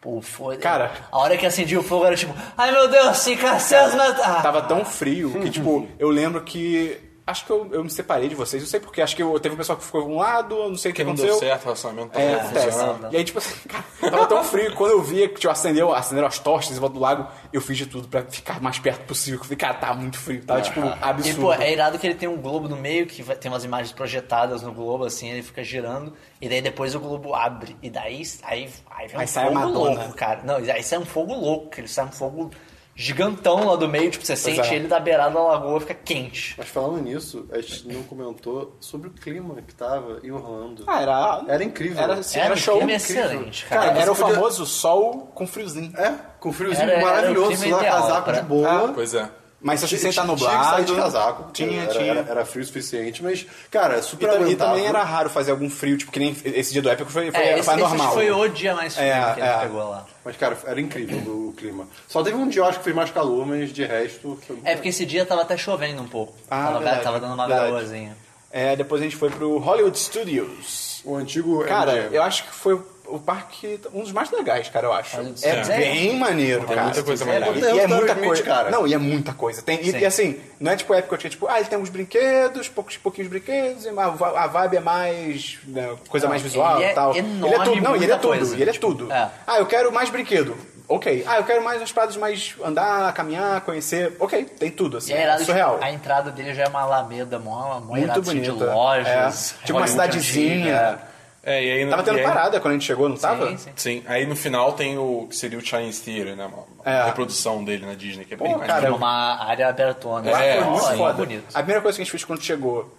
S4: Pô, foda.
S3: Cara.
S4: A hora que acendi o fogo era tipo, ai meu Deus, se cancela matar.
S3: Tava tão frio que, tipo, eu lembro que. Acho que eu, eu me separei de vocês, não sei porquê. Acho que eu, teve um pessoal que ficou de um lado, eu não sei o que
S6: Porque não
S3: aconteceu.
S6: deu certo, né? o relacionamento tava
S3: É,
S6: não
S3: acontece.
S6: funcionando.
S4: não.
S3: E aí, tipo assim, cara, tava tão frio que quando eu via que tipo, acendeu, acenderam as tochas em volta do lago, eu fiz de tudo pra ficar mais perto possível. Eu Falei, cara, tá muito frio. Tava, tipo,
S4: E,
S3: absurdo.
S4: pô, é irado que ele tem um globo no meio, que vai- tem umas imagens projetadas no globo, assim, ele fica girando, e daí depois o globo abre, e daí aí, aí vem um
S3: Aí sai a
S4: fogo
S3: Madonna.
S4: louco, cara. Não, aí sai um fogo louco, que ele sai um fogo gigantão lá do meio, tipo, você sente
S3: é.
S4: ele da beirada da lagoa, fica quente.
S5: Mas falando nisso, a gente não comentou sobre o clima que tava em Orlando.
S3: Ah, era,
S5: Era incrível.
S3: Era,
S5: Era
S3: era,
S4: um
S3: show.
S4: clima
S3: incrível.
S4: excelente, cara.
S3: cara. era o
S5: Você podia-
S3: famoso sol com friozinho.
S5: É, com friozinho
S4: Era- era o
S5: maravilhoso,
S4: clima
S5: lá
S4: ideal
S5: casaco
S4: pra- Ah.
S5: de boa.
S6: Pois é.
S3: Mas se você
S5: Tinha-
S3: sentar
S5: tinha que
S3: nublado.
S5: sair de casaco.
S3: Tinha,
S5: era,
S3: tinha.
S5: Era, era frio o suficiente, mas, cara, é super
S3: E, tam- e
S5: aguentável.
S3: também era raro fazer algum frio, tipo, que nem esse dia do épico foi, foi,
S4: É, esse,
S3: foi
S4: esse
S3: normal.
S4: foi o dia mais frio
S3: É,
S4: que ele
S3: é.
S4: pegou lá.
S5: Mas, cara, era incrível o o clima. Só teve um dia, eu acho que fez mais calor, mas de resto... Foi...
S4: É, porque esse dia tava até chovendo um pouco.
S3: Ah,
S4: tava,
S3: verdade,
S4: tava dando uma
S3: verdade.
S4: garoazinha.
S3: É, depois a gente foi pro Hollywood Studios.
S5: O antigo... é
S3: Cara,
S5: MGM.
S3: eu acho que foi o parque, um dos mais legais, cara, eu acho.
S4: Olha,
S3: É
S4: sério?
S3: bem maneiro,
S6: Tem
S3: cara.
S6: muita coisa
S4: sério?
S6: maneira.
S3: E,
S5: Tem
S3: e é
S5: o Star
S3: muita
S5: Smith,
S3: coisa.
S5: cara.
S3: Não, e é muita coisa. Tem, e,
S4: Sim.
S3: e assim, não é tipo Epcot, que é tipo, ah, ele tem uns brinquedos, poucos, pouquinhos brinquedos, e a, va- a vibe é mais. né, coisa
S4: Não,
S3: mais visual
S4: ele é
S3: e tal.
S4: enorme,
S3: ele é tudo, não, e ele
S4: muita
S3: é tudo.
S4: coisa,
S3: e ele é
S4: tipo,
S3: tudo.
S4: é.
S3: Ah, eu quero mais brinquedo. Ok. Ah, eu quero mais umas paradas mais andar, caminhar, conhecer. Ok, tem tudo, assim.
S4: E é irado, tipo,
S3: surreal.
S4: a entrada dele já é uma alameda, mó, mó irado,
S3: muito
S4: assim, de
S3: bonito.
S4: lojas.
S3: É, tipo uma
S4: Hollywood
S3: cidadezinha.
S4: antiga.
S6: É, e aí,
S3: Tava
S6: e
S3: tendo
S6: aí-
S3: parada quando a gente chegou, não tava?
S4: Sim, sim.
S6: Sim, aí no final tem o que seria o Chinese Theater, né? Uma uma
S3: É.
S6: reprodução dele na Disney, que é bem
S3: Pô,
S6: mais
S3: cara,
S6: legal.
S4: Uma área abertona.
S6: É,
S4: Ó,
S6: muito
S4: aí,
S3: foda.
S4: bonito.
S3: A primeira coisa que a gente fez quando chegou,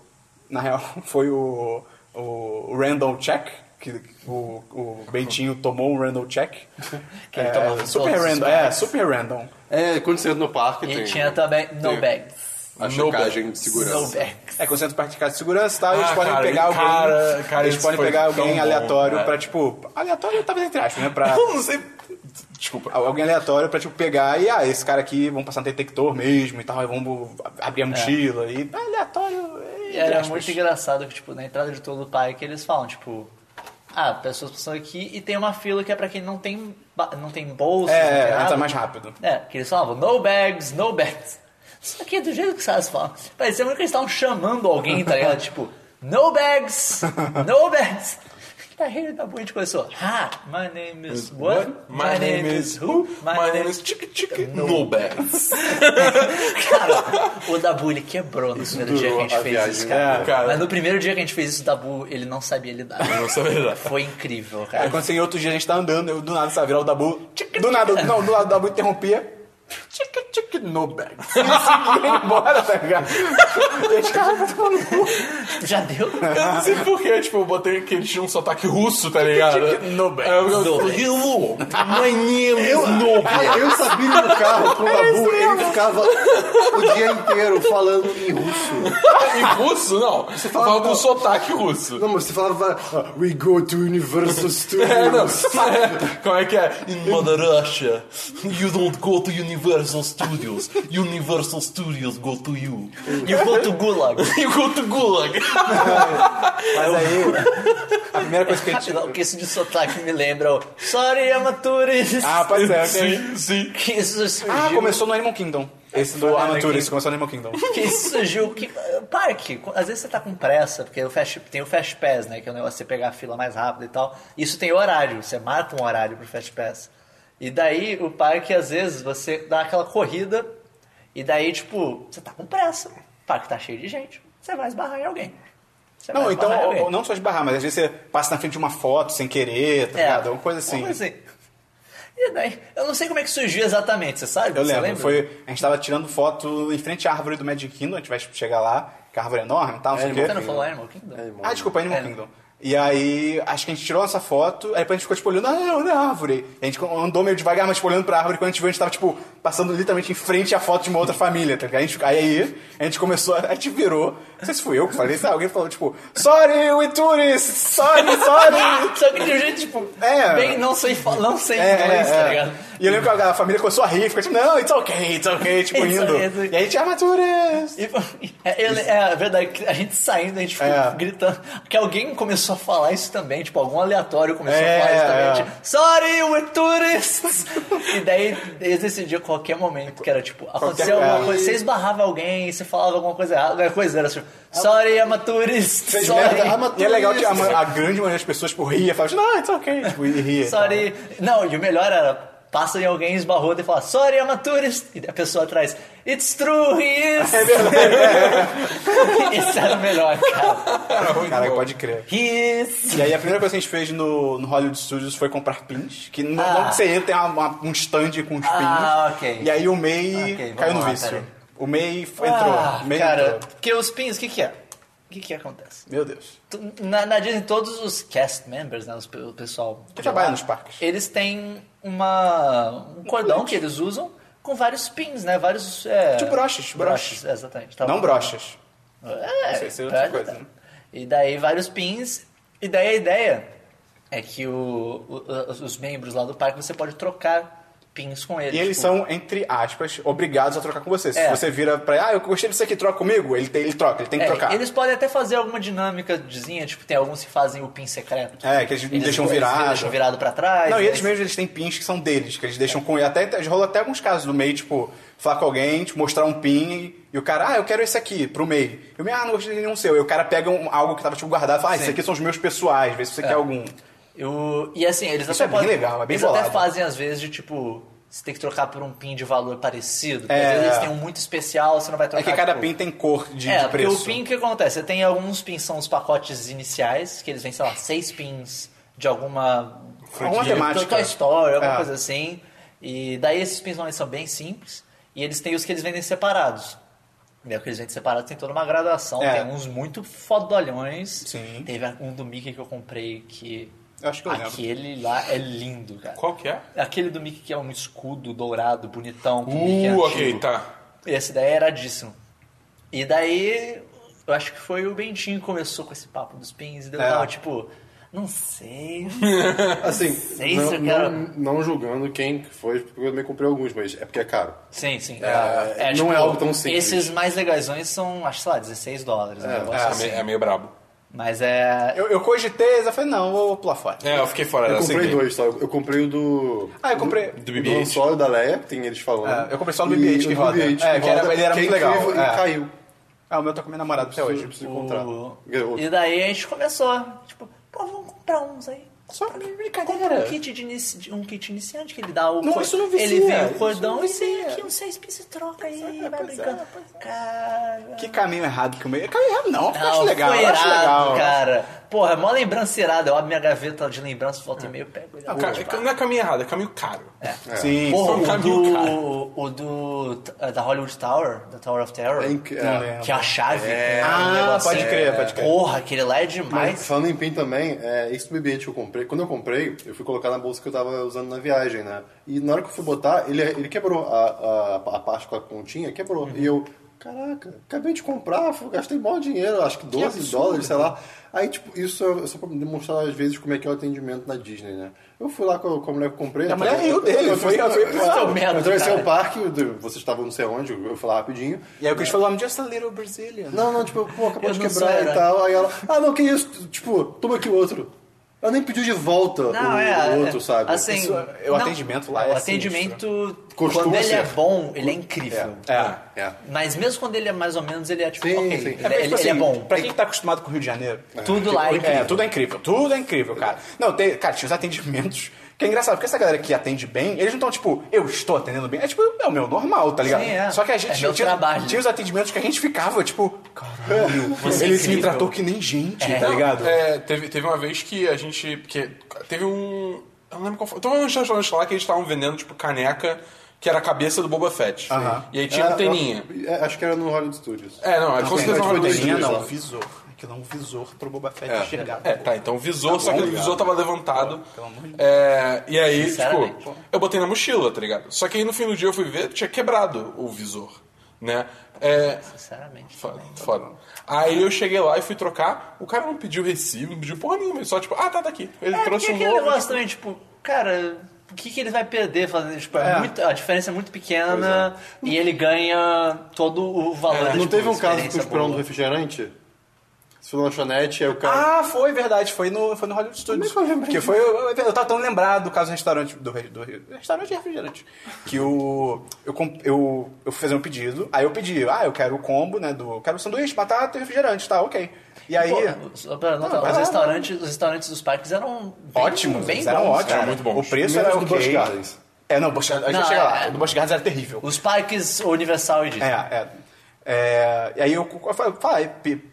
S3: na real, foi o, o Randall Check. Que o, o Bentinho tomou um random check.
S4: ele
S3: É,
S4: tomava
S3: super
S4: todos os
S3: random. É,
S4: bags.
S3: super random.
S5: É, quando você entra no parque,
S4: E
S5: tem...
S4: tinha também No
S5: tem
S4: Bags.
S5: A
S6: No
S5: checagem de
S4: No
S5: segurança.
S4: Bags.
S3: É, quando você entra no parque de casa de segurança e tal, eles
S6: Ah,
S3: podem
S6: cara,
S3: pegar alguém.
S6: cara, cara,
S3: eles
S6: isso
S3: podem
S6: foi
S3: pegar
S6: tão
S3: alguém
S6: bom,
S3: aleatório
S6: cara.
S3: pra, tipo. Aleatório, talvez entre aspas, né? Pra,
S6: Eu não sei. Desculpa.
S3: Al- Alguém aleatório pra, tipo, pegar e, ah, esse cara aqui, vamos passar no detector mesmo e tal, e vamos ab-
S6: É.
S3: abrir a mochila e... Ah, aleatório...
S4: E
S3: entre
S4: era
S3: aspas.
S4: muito engraçado que, tipo, na entrada de todo o parque eles falam, tipo... Ah, pessoas passam aqui e tem uma fila que é pra quem não tem, ba- não tem bolsa, não tem
S3: É,
S4: nada.
S3: entra mais rápido.
S4: É, que eles falavam, no bags, no bags. Só que do jeito que os caras falam, parecia muito que eles estavam chamando alguém, tá ligado? tipo, no bags, no bags. Tá Daí da a gente começou, ha, my name is what?
S6: My name is who? My name is Chick Chick No Bags.
S4: Cara, o Dabu ele quebrou no primeiro dia que a gente
S5: durou a
S4: fez isso,
S5: viagem,
S4: cara.
S6: né,
S1: É.
S6: cara?
S4: Mas no primeiro dia que a gente fez isso, o Dabu ele não sabia lidar.
S6: Não sabia lidar.
S4: Foi incrível,
S3: Aí,
S4: cara.
S3: quando assim, outro dia a gente tá andando, eu do nada, sabe, virar o Dabu... tchic, Do nada, não, do lado do Dabu interrompia... tchic, tchic,
S1: Nobex.
S3: Vem embora, tá ligado? Esse cara vai tomar no cu.
S4: Já deu?
S1: Eu não sei porquê, tipo, eu botei que ele tinha um sotaque russo, tá ligado?
S4: Nobex.
S1: Aí eu- eu-
S4: Nobex.
S1: Eu- Manhã, Nobex.
S5: Eu sabia no carro com o Dabu, ele ficava o dia inteiro falando em russo.
S1: Em russo, não. Você fala com sotaque russo.
S5: Não, mas você falava, ah, we go to Universal
S1: É, não.
S5: Studios.
S1: Como é que é?
S6: In Mother Russia, you don't go to Universal Studios. Universal Studios go to you.
S4: E o Boto Gulag.
S1: Enquanto gulag.
S3: Mas aí, a primeira coisa que a gente...
S4: Não, que isso de sotaque me lembra o Sorry, Amaturis.
S3: Ah, pode ser, ok.
S1: Sim, sim.
S4: Que isso surgiu.
S3: Ah, começou no Animal Kingdom. Esse do Anaturis começou no Animal Kingdom.
S4: Que isso surgiu. Que, eh, parque, às vezes você tá com pressa, porque o fast, tem o Fast Pass, né? Que é o negócio de você pegar a fila mais rápido e tal. Isso tem horário, você marca um horário pro Fast Pass. E daí o parque, às vezes, você dá aquela corrida, e daí, tipo, você tá com pressa. O parque tá cheio de gente, você vai esbarrar em alguém. Você
S3: Não,
S4: vai
S3: então,
S4: esbarrar em
S3: ou-
S4: alguém.
S3: ou não só esbarrar, mas às vezes você passa na frente de uma foto sem querer,
S4: É,
S3: tá ligado? Alguma coisa assim.
S4: Uma E daí, eu não sei como é que surgiu exatamente, você sabe?
S3: Eu
S4: Você
S3: lembro,
S4: lembra?
S3: foi. A gente tava tirando foto em frente à árvore do Magic Kingdom, a gente vai chegar lá, que a árvore é enorme e tal, não sei o
S4: Você não
S3: quê.
S4: falou Animal Kingdom?
S3: Ah, desculpa, Animal
S4: É.
S3: Kingdom. E aí, acho que a gente tirou essa foto, aí depois a gente ficou tipo olhando, ah, olha a árvore. E a gente andou meio devagar, mas tipo, olhando pra árvore, quando a gente viu, a gente tava tipo, passando literalmente em frente à foto de uma outra família, tá ligado? A gente- aí a gente começou, a gente virou, não sei se fui eu que falei, sabe? Alguém falou tipo, sorry, we tourists, sorry, sorry.
S4: Só que de um jeito, tipo,
S3: É.
S4: bem não sei, fa- não sei
S3: É,
S4: inglês,
S3: é,
S4: tá
S3: é.
S4: ligado?
S3: E eu lembro que a a família começou a rir, ficou tipo, não, it's okay, it's okay, tipo,
S4: It's
S3: indo.
S4: okay, it's okay.
S3: E aí a gente, ah, tourist.
S4: E- é, eu- é verdade, que a gente saindo, a gente ficou
S3: É.
S4: gritando. Que alguém começou a falar isso também, tipo, algum aleatório começou
S3: É,
S4: a falar isso também.
S3: é.
S4: a gente, Sorry, we're tourists! e daí eles decidiam qualquer momento, que era tipo, acontecia
S3: Qualquer-
S4: alguma
S3: é.
S4: coisa, você esbarrava alguém, você falava alguma coisa errada, qualquer coisa era tipo, sorry, I'm a tourist!
S3: Fez
S4: sorry,
S3: merda,
S5: ama
S3: E é legal que a,
S5: tourist.
S3: a grande maioria das pessoas, tipo, ria, falava, não, it's okay, tipo, e ria.
S4: sorry. Não, e o melhor era. Passa em alguém, esbarrou e fala, sorry, I'm a tourist. E a pessoa atrás, it's true, he is. É verdade. Esse era o melhor, cara.
S1: Ah, tá
S3: Caraca, pode crer.
S4: He is.
S3: E aí a primeira coisa que a gente fez no, no Hollywood Studios foi comprar pins, que não,
S4: Ah.
S3: não que você entra, tem uma- uma- um stand com os pins.
S4: Ah, ok.
S3: E aí o MEI
S4: Ok, vamos
S3: caiu no
S4: lá,
S3: vício.
S4: peraí.
S3: O MEI f- entrou.
S4: Ah,
S3: o MEI
S4: cara,
S3: entrou.
S4: porque os pins, o que que é? O que que acontece?
S3: Meu Deus.
S4: Tu- Na, na Disney, todos os cast members, né, os pe- o pessoal...
S3: Que
S4: de lá,
S3: trabalha nos parques.
S4: Eles têm uma, um cordão que eles usam com vários pins, né, vários... é,
S3: Tipo broches, broches.
S4: é, exatamente. Tava
S3: Não
S4: falando.
S3: brochas.
S4: É,
S3: sei se é outra
S4: tá,
S3: coisa,
S4: tá.
S3: né?
S4: E daí vários pins. E daí a ideia é que o- o- os os membros lá do parque você pode trocar pins com eles.
S3: E eles
S4: tipo,
S3: são, entre aspas, obrigados a trocar com você. Se
S4: É.
S3: você vira pra ele, ah, eu gostei disso aqui, troca comigo, ele, tem- ele troca, ele tem que
S4: é,
S3: trocar.
S4: Eles podem até fazer alguma dinâmicazinha, tipo, tem alguns que fazem o pin secreto.
S3: É, que eles deixam
S4: eles
S3: virado.
S4: deixam virado pra trás.
S3: Não, e eles
S4: eles-
S3: mesmos eles têm pins que são deles, que eles deixam com. Até, até- rola até alguns casos no meio, tipo, falar com alguém, te mostrar um pin e, e o cara, ah, eu quero esse aqui, pro meio. Eu me, ah, não gostei de nenhum seu. E o cara pega um- algo que tava tipo guardado e fala, ah, esses aqui são os meus pessoais, vê se
S4: É.
S3: você quer algum.
S4: Então, Eu- e assim, eles
S3: Isso
S4: até
S3: é bem
S4: podem-
S3: legal, é bem
S4: Eles
S3: bolado.
S4: até fazem às vezes de tipo. Você tem que trocar por um pin de valor parecido. porque
S3: É.
S4: Às vezes eles têm um muito especial, você não vai
S3: É
S4: trocar.
S3: que cada
S4: tipo,
S3: pin tem cor de,
S4: é,
S3: de
S4: porque
S3: preço.
S4: o pin que acontece? Você tem alguns pins, são os pacotes iniciais, que eles vêm, sei lá, seis pins de alguma.
S3: Alguma temática.
S4: Toy Story, alguma
S3: É.
S4: coisa assim. E daí esses pins normalmente são bem simples. E eles têm os que eles vendem separados. E aí, o que eles vendem separados tem toda uma graduação.
S3: É.
S4: Tem uns muito fodolhões.
S3: Sim.
S4: Teve um do Mickey que eu comprei que.
S3: Eu acho que eu lembro.
S4: Aquele lá é lindo, cara.
S1: Qual que é?
S4: Aquele do Mickey que é um escudo dourado, bonitão. que o Mickey é
S1: Uh, ok,
S4: antigo.
S1: tá.
S4: Esse daí é iradíssimo. E daí, eu acho que foi o Bentinho que começou com esse papo dos pins. E daí eu
S3: É.
S4: tava tipo, não sei.
S5: Assim,
S3: É
S4: Sei
S5: não,
S4: se eu
S5: não-
S4: quero-
S5: não julgando quem foi, porque eu também comprei alguns, mas é porque é caro.
S4: sim, sim. tipo,
S5: É, não é algo tão simples.
S4: Esses mais legaisões são, acho, sei lá, 16 dólares. né? Um negócio
S1: É
S4: assim.
S1: meio, é meio brabo.
S4: Mas é...
S3: Eu, eu cogitei, mas eu falei, não, vou pular fora.
S1: É, eu fiquei fora
S5: Eu
S1: dessa.
S5: comprei
S1: ideia.
S5: dois, tá? Eu comprei o do.
S3: Ah, eu comprei.
S1: Do
S5: Do Han
S1: BB-8.
S5: Solo e da Leia, que tem eles falando.
S3: É, eu comprei só no BB-8
S5: E
S3: que
S5: o
S3: roda.
S5: BB-8
S3: É, que era- ele era
S5: que é
S3: muito legal,
S5: incrível,
S3: é.
S5: E caiu.
S3: Ah, o meu tá com minha namorada até
S5: Hoje eu
S3: hoje.
S5: preciso encontrar.
S4: o-
S5: Garoto.
S4: tipo, E daí a gente começou, tipo, pô, vamos comprar uns aí.
S3: Só
S4: Compra um
S3: brincadeira.
S4: kit, de inici- de- um kit iniciante que ele dá o
S3: Não,
S4: cor-
S3: isso não vicia,
S4: Ele vem o
S3: isso
S4: cordão
S3: não
S4: e tem
S3: vicia.
S4: aqui uns seis pins e troca aí,
S3: é,
S4: vai
S3: pois é,
S4: brincando. Cara...
S3: Que caminho errado que o meio. Caminho errado não, eu
S4: Não,
S3: acho legal,
S4: foi
S3: eu acho
S4: irado,
S3: legal.
S4: cara. Porra, é mó lembranceirada. Eu abro minha gaveta de lembranças, volta e meio, pego. e
S1: Não, ca- não é caminho errado, é caminho caro.
S3: Sim,
S4: Porra,
S1: Foi um
S4: o
S1: caminho,
S4: do,
S1: cara.
S4: o do. eh, Da Hollywood Tower, da Tower of Terror.
S5: Em que-
S3: não
S5: é.
S3: lembro.
S4: Que é a chave. É, um
S3: Ah,
S4: negócio-
S3: pode crer, pode crer.
S4: Porra, aquele lá é demais.
S5: Falando em PIN também, é, esse BB que eu comprei, quando eu comprei, eu fui colocar na bolsa que eu tava usando na viagem, né? E na hora que eu fui botar, ele, ele quebrou a, a, a parte com a continha, quebrou. E eu, caraca, acabei de comprar, fui- gastei mó dinheiro, acho que 12 dólares, sei lá. Aí, tipo, isso é só pra demonstrar às vezes como é que é o atendimento na Disney, né? Eu fui lá com a, com a mulher que eu comprei.
S3: A mulher riu dele, foi- foi-
S4: seu merda,
S5: Eu atravessei
S4: cara.
S5: o parque, eu- vocês estavam não sei onde, eu fui lá rapidinho.
S3: E aí o Chris falou, I'm just a little Brazilian.
S5: Não, não, tipo, pô, acabou
S4: Eu
S5: de
S4: não sou
S5: quebrar
S4: herói.
S5: e tal. Aí ela, ah, não, que isso? Tipo, toma aqui o outro. Ela nem pediu de volta
S4: Não,
S5: o,
S4: é.
S5: o outro,
S4: é,
S5: sabe?
S4: Assim,
S3: Isso é- o atendimento lá é
S4: O atendimento,
S5: Costuma
S4: quando ele é
S5: ser.
S4: bom, ele é incrível.
S3: É.
S5: É.
S4: Mas mesmo quando ele é mais ou menos, ele é tipo,
S5: Sim,
S4: ok,
S5: sim.
S4: Ele,
S3: É, porque,
S4: ele-
S3: tipo assim,
S4: ele é bom.
S3: Pra quem tá acostumado com o Rio de Janeiro,
S4: Tudo lá é
S3: é,
S4: incrível.
S3: tudo é incrível, tudo é incrível, cara. Não, tem, cara, tinha os atendimentos. Que é engraçado, porque essa galera que atende bem, eles não estão tipo, eu estou atendendo bem. É tipo, é o meu normal, tá ligado?
S4: Sim, é.
S3: Só que a
S4: É
S3: gente
S4: meu
S3: tinha,
S4: trabalho.
S3: tinha os atendimentos que a gente ficava, tipo, caralho,
S4: Você é
S3: ele me
S4: incrível.
S3: tratou que nem gente,
S4: É.
S3: tá ligado?
S1: É, teve, teve uma vez que a gente. Que teve um. Eu não lembro qual foi. Teve um restaurante lá que eles estavam vendendo, tipo, caneca, que era a cabeça do Boba Fett.
S3: Aham.
S1: E aí tinha anteninha.
S5: É, acho que era no Hollywood Studios.
S1: É, não, é com
S5: tem,
S1: certeza
S3: tipo,
S5: mas
S1: uma
S5: foi
S1: luz.
S5: desenho.
S3: Anteninha
S5: dois,
S3: não,
S5: ó.
S3: visor. Aquilo é um visor pro Boba Fett
S1: É.
S3: chegar.
S1: É, tá, então o visor, só
S5: bom,
S1: que o visor
S5: obrigado.
S1: tava levantado.
S3: pelo amor de
S1: É, e aí,
S4: Sinceramente.
S1: tipo, eu botei na mochila, tá ligado? Só que aí no fim do dia eu fui ver, tinha quebrado o visor, né? É,
S4: Sinceramente.
S1: Foda, foda. Aí eu cheguei lá e fui trocar, o cara não pediu recibo, não pediu porra nenhuma, ele só tipo, ah, tá, tá aqui. Ele
S4: É,
S1: trouxe
S4: porque
S1: um
S4: aquele
S1: novo.
S4: negócio também, tipo, cara, o que, que ele vai perder fazendo? Tipo, é
S3: É.
S4: muito- a diferença é muito pequena e ele ganha todo o valor. da,
S5: Não
S4: tipo,
S5: teve um caso com
S4: experiência
S5: o pirão do
S4: boa.
S5: refrigerante? Você foi na lanchonete, aí o cara.
S3: Ah, foi verdade, foi no, foi no Hollywood Studios. Porque foi, eu, eu tava tão lembrado do caso do restaurante do, re- do, re- restaurante de refrigerante. Que o. Eu, com- eu, eu fui fazer um pedido, aí eu pedi, ah, eu quero o combo, né? Do, eu quero sanduíche, batata e refrigerante, tá, ok. E aí.
S4: Pô, só pra notar,
S3: vai
S4: os,
S3: lá,
S4: restaurantes, os restaurantes dos parques eram bem,
S3: ótimos,
S4: bem
S3: eles eram
S4: bons,
S3: ótimos.
S4: cara.
S1: muito bons.
S3: O preço era
S5: Menos do
S3: ok.
S5: Busch Gardens.
S3: É, não, Busch Gardens, a gente
S4: Não,
S3: chega
S4: é,
S3: lá.
S4: é.
S3: O do Busch Gardens era terrível.
S4: Os parques Universal e Disney.
S3: É, é. É, e aí eu, eu falei, falei, pe-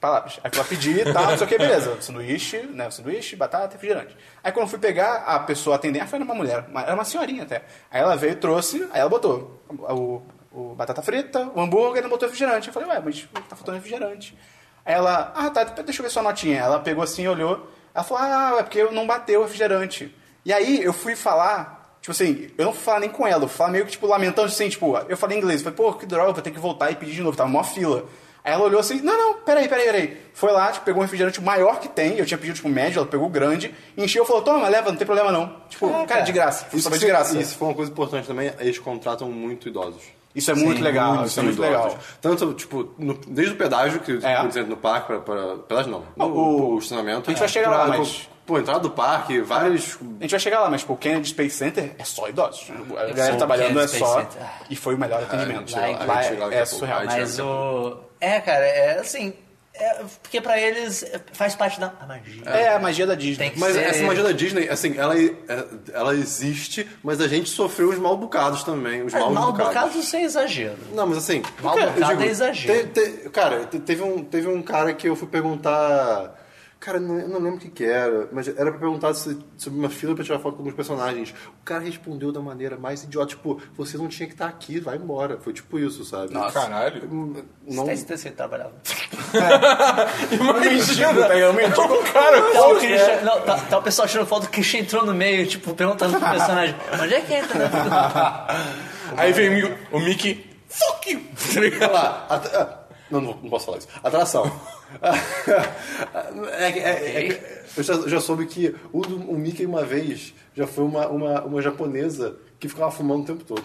S3: palavras. Aí fui lá pedir e tal, não sei o que, beleza. Sanduíche, né? Sanduíche, batata e refrigerante. Aí quando eu fui pegar, a pessoa atendente, ah, foi uma mulher, uma- era uma senhorinha até. Aí ela veio, trouxe, aí ela botou o, o batata frita, o hambúrguer, não botou refrigerante. Eu falei, ué, mas tá faltando refrigerante. Aí ela, ah, tá, deixa eu ver sua notinha. Ela pegou assim, olhou, ela falou, ah, é porque eu não bateu o refrigerante. E aí eu fui falar Tipo assim, eu não fui falar nem com ela, eu fui falar meio que, tipo, lamentando, assim, tipo, eu falei em inglês, falei, pô, que droga, vou ter que voltar e pedir de novo, tava mó fila. Aí ela olhou assim, não, não, peraí, peraí, peraí. Foi lá, tipo, pegou um refrigerante maior que tem, eu tinha pedido, tipo, médio, ela pegou o grande, encheu e falou, toma, leva, não tem problema não. Tipo, cara, de graça, isso foi de graça.
S5: Isso foi uma coisa importante também, eles contratam muito idosos.
S3: Isso é muito legal, isso é muito legal.
S5: Tanto, tipo, no- desde o pedágio, que
S3: É. Ah,
S5: por exemplo, no parque, pra, pra, pedágio não, no,
S3: o-
S5: o estacionamento. é,
S3: a gente vai chegar lá,
S5: Pra-
S3: mas-
S5: Pô, entrada do parque, vários
S3: A gente vai chegar lá, mas, tipo, o Kennedy Space Center é só idosos. A galera
S4: só o
S3: trabalhando é
S4: Kennedy Space
S3: só,
S4: Center. Ah,
S3: e foi o melhor atendimento.
S4: lá em-
S3: Lá
S5: a gente chega
S3: é
S5: lá daqui a pouco.
S3: surreal.
S5: Aí
S4: Mas o. É, cara, é assim. é, porque pra eles é, faz parte da a magia.
S3: É a magia da Disney.
S4: Tem que
S5: Mas
S4: ser-
S5: essa magia da Disney, assim, ela, ela existe, mas a gente sofreu os mal bocados também. Os
S4: É,
S5: mal,
S4: mal
S5: bocados.
S4: bocado isso é exagero.
S5: Não, mas assim.
S4: Mal
S5: cara,
S4: bocado
S5: eu
S4: é exagero.
S5: te- te- cara, te- teve um, teve um cara que eu fui perguntar. Cara, não- eu não lembro o que, que era, mas era pra perguntar se- sobre uma fila pra tirar foto com alguns personagens. O cara respondeu da maneira mais idiota, tipo, você não tinha que estar aqui, vai embora. Foi tipo isso, sabe?
S1: Caralho.
S5: Não,
S4: Até esse terceiro trabalhava.
S1: Imagina,
S3: Tá, eu menti.
S1: o cara
S4: Tá o,
S3: é.
S4: Christian, não, tá, tá o pessoal tirando foto, o Christian entrou no meio, tipo, perguntando pro personagem: onde é que entra? né?
S1: Aí vem o Mi- o Mickey. Fuck you! Tá
S5: Sei
S1: ligado?
S5: lá, at- ah, não, não, não posso falar isso. Atração. É que- é- é que- eu já, já soube que o, do- o Mickey uma vez já foi uma, uma, uma japonesa que ficava fumando o tempo todo.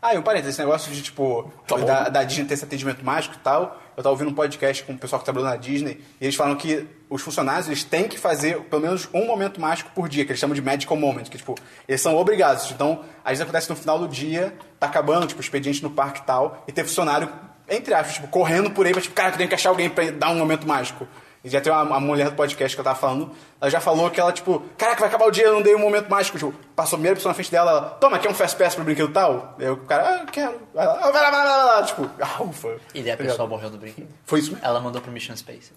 S3: Ah, e um parênteses, esse negócio de, tipo,
S4: Tá
S3: da, da Disney ter esse atendimento mágico e tal. Eu tava ouvindo um podcast com o pessoal que trabalhou na Disney, e eles falam que os funcionários eles têm que fazer pelo menos um momento mágico por dia, que eles chamam de magical moment, que, tipo, eles são obrigados. Então, às vezes acontece no final do dia, tá acabando, tipo, o expediente no parque e tal, e tem funcionário, entre aspas, tipo, correndo por aí, pra, tipo, cara, eu tenho que achar alguém pra dar um momento mágico. E já tem uma, a mulher do podcast que eu tava falando, ela já falou que ela, tipo, caraca, vai acabar o dia, eu não dei um momento mágico. Tipo, passou a primeira pessoa na frente dela, ela, toma, quer um fast pass pro brinquedo tal? Aí o cara, ah, quero. Vai lá, "Ah, vai lá, vai lá, vai lá. Tipo, ah, ufa.
S4: E daí a pessoa morreu no brinquedo.
S3: Foi isso mesmo.
S4: Ela mandou pro Mission Space.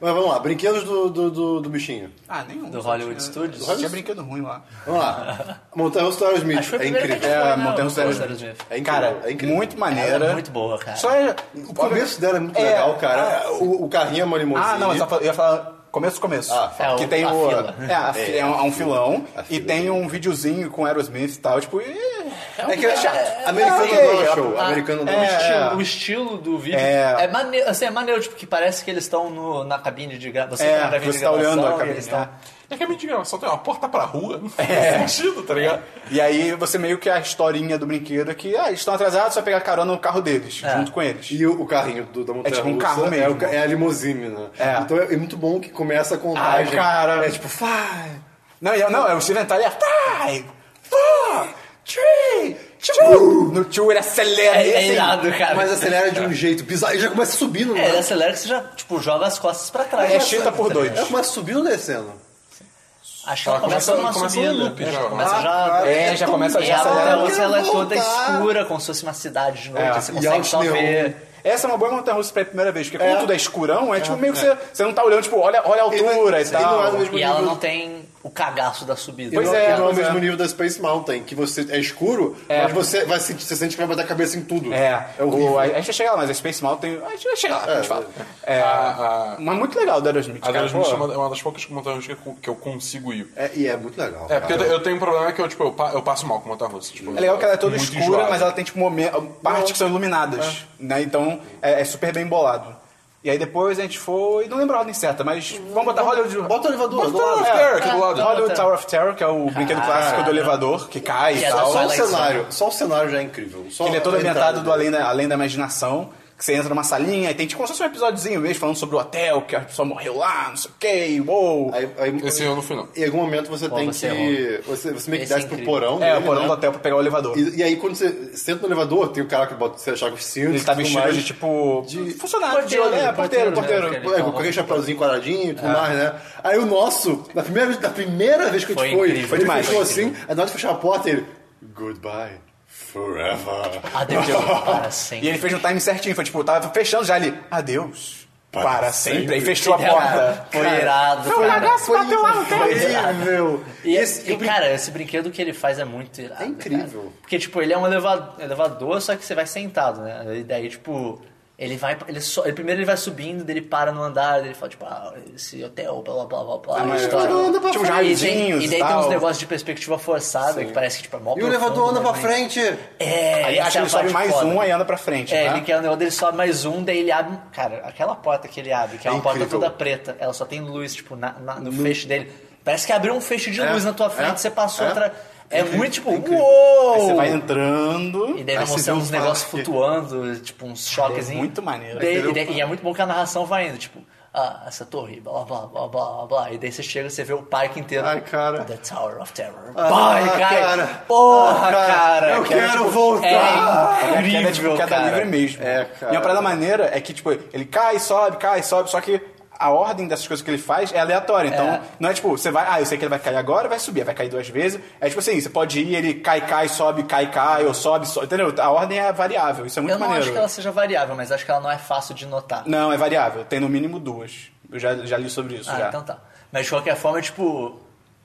S5: Mas vamos lá, brinquedos do, do, do, do bichinho.
S3: Ah, nenhum.
S4: Do
S3: só
S4: Hollywood
S3: tinha-
S4: Studios?
S3: Só tinha brinquedo ruim lá.
S5: Vamos lá. Montanha Russa do Aerosmith.
S4: Acho que foi
S5: É
S4: a primeira
S5: incrível.
S4: que a gente
S3: É,
S4: foi,
S3: a
S4: né?
S3: Montanha
S4: O
S3: Russa era-
S4: Aerosmith.
S5: É incrível.
S3: Cara,
S5: é incrível.
S3: muito
S4: Ela
S3: maneira.
S4: é muito boa, cara.
S3: Só é...
S5: O começo dela é muito legal, cara. O, o carrinho é uma limousine.
S3: Ah, não, mas eu ia falar- eu ia falar começo, começo.
S5: Ah,
S4: fala.
S3: que
S4: É,
S3: tem
S4: a
S3: o.
S4: fila.
S3: É, a fi- é, um, é um filão.
S5: A
S3: E
S5: fila.
S3: tem um videozinho com Aerosmith e tal. Tipo, e-
S5: É que é chato. Americano
S3: É, ok.
S5: não é
S4: Ah,
S5: show. Americano não é show.
S4: O estilo do vídeo
S3: É.
S4: é, maneiro, assim, é maneiro, tipo, que parece que eles estão no- na cabine de gravação. Você, tá na
S3: é,
S4: cabine
S3: você
S4: de
S3: tá olhando a
S4: gravação e
S3: cabeça.
S4: eles
S3: Tá.
S1: É que a minha gravação tem uma porta pra rua. Não
S3: É.
S1: faz sentido, tá ligado?
S3: E aí você meio que a historinha do brinquedo é que ah, eles estão atrasados, só pegar carona no carro deles,
S4: É.
S3: junto com eles.
S5: E o, o carrinho do, da montanha
S3: É tipo um
S5: russa
S3: carro
S5: é
S3: mesmo.
S5: o ca- É, a limusine, né?
S3: É.
S5: Então é, é muito bom que começa a
S3: Ai,
S5: contagem.
S3: cara.
S5: É tipo, faz.
S3: Não, e- não, é o Steven Tyler. Five, four, three, two. No two ele acelera.
S4: É,
S3: e
S4: é
S3: assim,
S4: irado, cara.
S5: Mas acelera de um jeito bizarro. E já começa subindo,
S4: É, ele
S5: né?
S4: acelera que você já, tipo, joga as costas pra trás.
S3: É chita por dois.
S5: Já começa subindo ou descendo?
S4: Acho que ela
S1: Ela
S4: começa
S1: começa-
S4: numa
S1: começa
S4: subida.
S1: no loop
S4: né?
S1: já,
S4: Começa
S1: né?
S4: já...
S3: É, já começa
S4: E
S3: já
S4: a montanha
S3: acelera.
S4: russa ela é toda
S5: voltar.
S4: escura, como se fosse uma cidade de noite.
S3: É.
S4: Você
S5: E
S4: consegue
S5: altos
S4: só
S5: neon.
S4: ver.
S3: Essa é uma boa montanha russa pela primeira vez, porque como
S5: É.
S3: tudo é escurão, é tipo meio que você, você não tá olhando, tipo, olha, olha a altura e,
S5: Ele
S3: tal.
S5: não é do mesmo
S4: E
S5: nível
S4: ela não tem o cagaço da subida.
S3: Pois
S5: não,
S3: é,
S5: e não é o
S3: pois
S5: mesmo
S3: é.
S5: nível da Space Mountain, que você é escuro,
S3: É.
S5: mas você, vai sentir, você sente que vai bater a cabeça em tudo.
S3: É,
S5: é horrível.
S3: o- a, a gente vai chegar lá, mas a Space Mountain. A gente vai chegar lá, a gente fala. É,
S1: A- a-
S3: mas muito legal o da Aerosmith.
S1: A
S3: cara,
S1: Aerosmith
S3: pô.
S1: é uma- é uma das poucas montanhas que eu- que eu consigo ir.
S5: É, e é muito legal.
S1: É,
S5: cara.
S1: porque eu, eu tenho um problema que eu, tipo, eu, pa- eu passo mal com montanha russa. Tipo,
S3: É legal que ela é toda
S1: muito
S3: escura,
S1: enjoado.
S3: mas ela tem tipo momen- partes que são iluminadas, né? Então é, é super bem bolado. E aí depois a gente foi, não lembro a ordem certa, mas vamos botar Hollywood. É.
S5: Bota o elevador do
S1: Tower
S5: lado.
S1: of Terror aqui do lado. Ah.
S3: Hollywood Tower of Terror, que é o brinquedo clássico do elevador que cai
S4: Que
S3: e
S4: é da
S3: tal.
S5: Só o
S4: Twilight Zone.
S5: cenário, só o cenário já é incrível. Só
S3: Ele é todo
S5: a entrada
S3: ambientado do
S5: dele.
S3: além da, além da imaginação. Que você entra numa salinha e tem tipo como se fosse um episódiozinho mesmo falando sobre o hotel, que a pessoa morreu lá, não sei o que, uou.
S5: Aí- aí-
S1: Esse eu não fui, não.
S5: Em algum momento você
S4: Pô,
S5: tem
S4: você
S5: que. Você, você meio que
S4: Esse é
S5: desce pro
S4: incrível.
S5: porão.
S3: é,
S5: dele,
S3: o porão
S5: né?
S3: do hotel pra pegar o elevador.
S5: E, e aí quando você senta no elevador, tem o cara que bota você achar com os cintos.
S3: Ele tá
S5: e tudo
S3: vestido
S5: mais.
S3: de tipo.
S5: de-
S3: funcionário,
S4: Porteiro,
S3: de, é, porteiro,
S4: porteiro,
S3: porteiro.
S4: né, aquele-
S5: É, com aquele chapéuzinho quadradinho e
S3: É.
S5: tudo mais, né? Aí o nosso, na primeira, vez- na primeira vez que a gente
S4: Foi
S5: foi,
S4: incrível,
S5: ele
S3: demais,
S5: fechou
S4: foi
S5: assim, aí na hora de fechar a porta, ele. Goodbye. Forever.
S4: Adeus, cara, sempre.
S3: E ele fez um time certinho, foi tipo, tava fechando já ali. Adeus. Para,
S5: Para
S3: sempre.
S5: sempre.
S3: Aí fechou a porta.
S4: Foi irado.
S3: Foi
S4: é,
S3: um
S4: cara.
S3: irado. bateu lá no teto.
S5: Incrível.
S4: E,
S3: é
S4: e, cara, esse brinquedo que ele faz é muito irado.
S5: É incrível.
S4: cara. Porque, tipo, ele é um eleva- elevador, só que você vai sentado, né? E daí, tipo, ele vai. Ele so- ele- primeiro ele vai subindo, daí ele para no andar, daí ele fala, tipo, ah, esse hotel, blá blá blá blá blá.
S3: mas
S4: blá, blá,
S3: o elevador
S4: blá.
S3: anda pra
S4: Tipo,
S3: frente.
S4: e tem-
S3: Raiozinhos
S4: E daí
S3: e
S4: tem uns
S3: tal.
S4: negócios de perspectiva forçada que parece que, tipo, é mó
S5: E o elevador anda pra frente.
S4: É,
S3: Aí
S4: essa
S3: acho que
S4: é a
S3: ele sobe
S4: parte
S3: mais
S4: foda.
S3: um aí anda pra frente.
S4: É,
S5: Tá?
S3: né?
S4: ele quer o negócio, ele sobe mais um, daí ele abre. Cara, aquela porta que ele abre, que é,
S5: É
S4: uma porta
S5: incrível.
S4: toda preta, ela só tem luz, tipo, na- na- no, feixe dele. Parece que abriu um feixe de
S5: É,
S4: luz na tua frente,
S5: é,
S4: você passou
S5: é.
S4: outra. É
S5: Incrível,
S4: muito tipo,
S5: incrível.
S4: uou!
S3: Aí você vai entrando.
S4: E daí vai
S5: Aí você
S4: mostrando
S5: vê
S4: uns
S5: um
S4: negócios
S5: parque.
S4: flutuando, tipo, uns choques.
S3: É muito maneiro.
S4: Daí-
S3: Aí você
S4: e,
S3: vê
S4: daí- e é muito bom que a narração vai indo, tipo, ah, essa torre, blá blá blá blá blá blá. E daí você chega e você vê o parque inteiro.
S5: Ai, cara.
S4: The Tower of Terror.
S5: Ah,
S4: Pai, cara.
S5: cara.
S4: Porra,
S5: Ah,
S4: cara.
S5: cara. Eu
S4: Que era,
S5: quero
S4: tipo,
S5: voltar.
S4: É
S3: que
S4: incrível,
S3: é, tipo, queda
S4: cara.
S3: livre mesmo.
S5: É, cara.
S3: E uma parada maneira é que, tipo, ele cai, sobe, cai, sobe, só que a ordem dessas coisas que ele faz é aleatória. Então,
S4: É.
S3: não é tipo, você vai, ah, eu sei que ele vai cair agora, vai subir, vai cair duas vezes. É tipo assim, você pode ir, ele cai, cai, sobe, cai, cai, ou sobe, sobe, entendeu? A ordem é variável, isso é muito
S4: Eu não
S3: maneiro.
S4: acho que ela seja variável, mas acho que ela não é fácil de notar.
S3: Não, é variável, tem no mínimo duas. Eu já, já li sobre isso,
S4: ah,
S3: já.
S4: então tá. Mas de qualquer forma, tipo,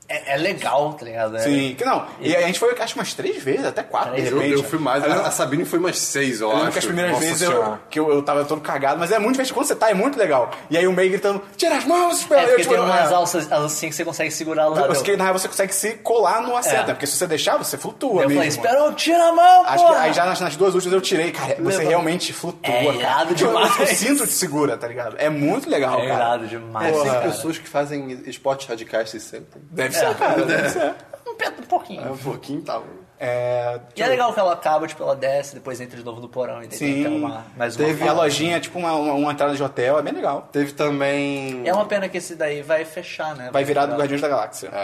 S4: é, é legal, tá ligado? É-
S3: Sim, que não. E a gente foi, acho, umas três vezes, até quatro, de
S4: Três.
S5: Eu,
S3: repente.
S5: eu fui mais.
S3: lembro-
S5: A, a Sabine foi umas seis, eu,
S3: Eu
S5: acho.
S3: lembro que as primeiras
S1: Nossa
S3: vezes eu,
S1: Senhora.
S3: que eu, eu tava todo cagado, mas é muito divertido. Quando você tá, é muito legal. E aí o meio gritando, tira as mãos, espera.
S4: É
S3: eu,
S4: porque
S3: tipo,
S4: tem umas
S3: é. Tipo,
S4: alças assim que você consegue segurar lá.
S3: Eu
S4: deu-
S3: sei que na real você consegue se colar no assento,
S4: É.
S3: né? porque se você deixar, você flutua
S4: Eu
S3: mesmo.
S4: falei, espera, eu tira a mão,
S3: Acho que
S4: porra!
S3: aí já nas, nas duas últimas eu tirei, cara. Você
S4: Leva-
S3: realmente flutua.
S4: É
S3: cara. Tipo,
S4: irado demais.
S3: O cinto te segura, tá ligado? É muito legal,
S4: É
S3: cara.
S4: irado demais,
S5: É, sempre
S4: cara. É,
S5: pessoas que fazem esportes radicais se sentem.
S3: Deve ser, cara. Deve ser.
S4: Um, pe- um pouquinho.
S5: É um pouquinho, tá?
S3: É,
S4: E é legal que ela acaba, tipo, ela desce, depois entra de novo no porão. E daí tem
S3: sim.
S4: até uma, mais uma né?
S3: Teve a
S4: fala.
S3: lojinha, tipo uma, uma, uma entrada de hotel, é bem legal.
S5: Teve também.
S4: É uma pena que esse daí vai fechar, né?
S3: Vai virar do
S4: ficar-
S3: Guardiões da Galáxia. Vai
S4: E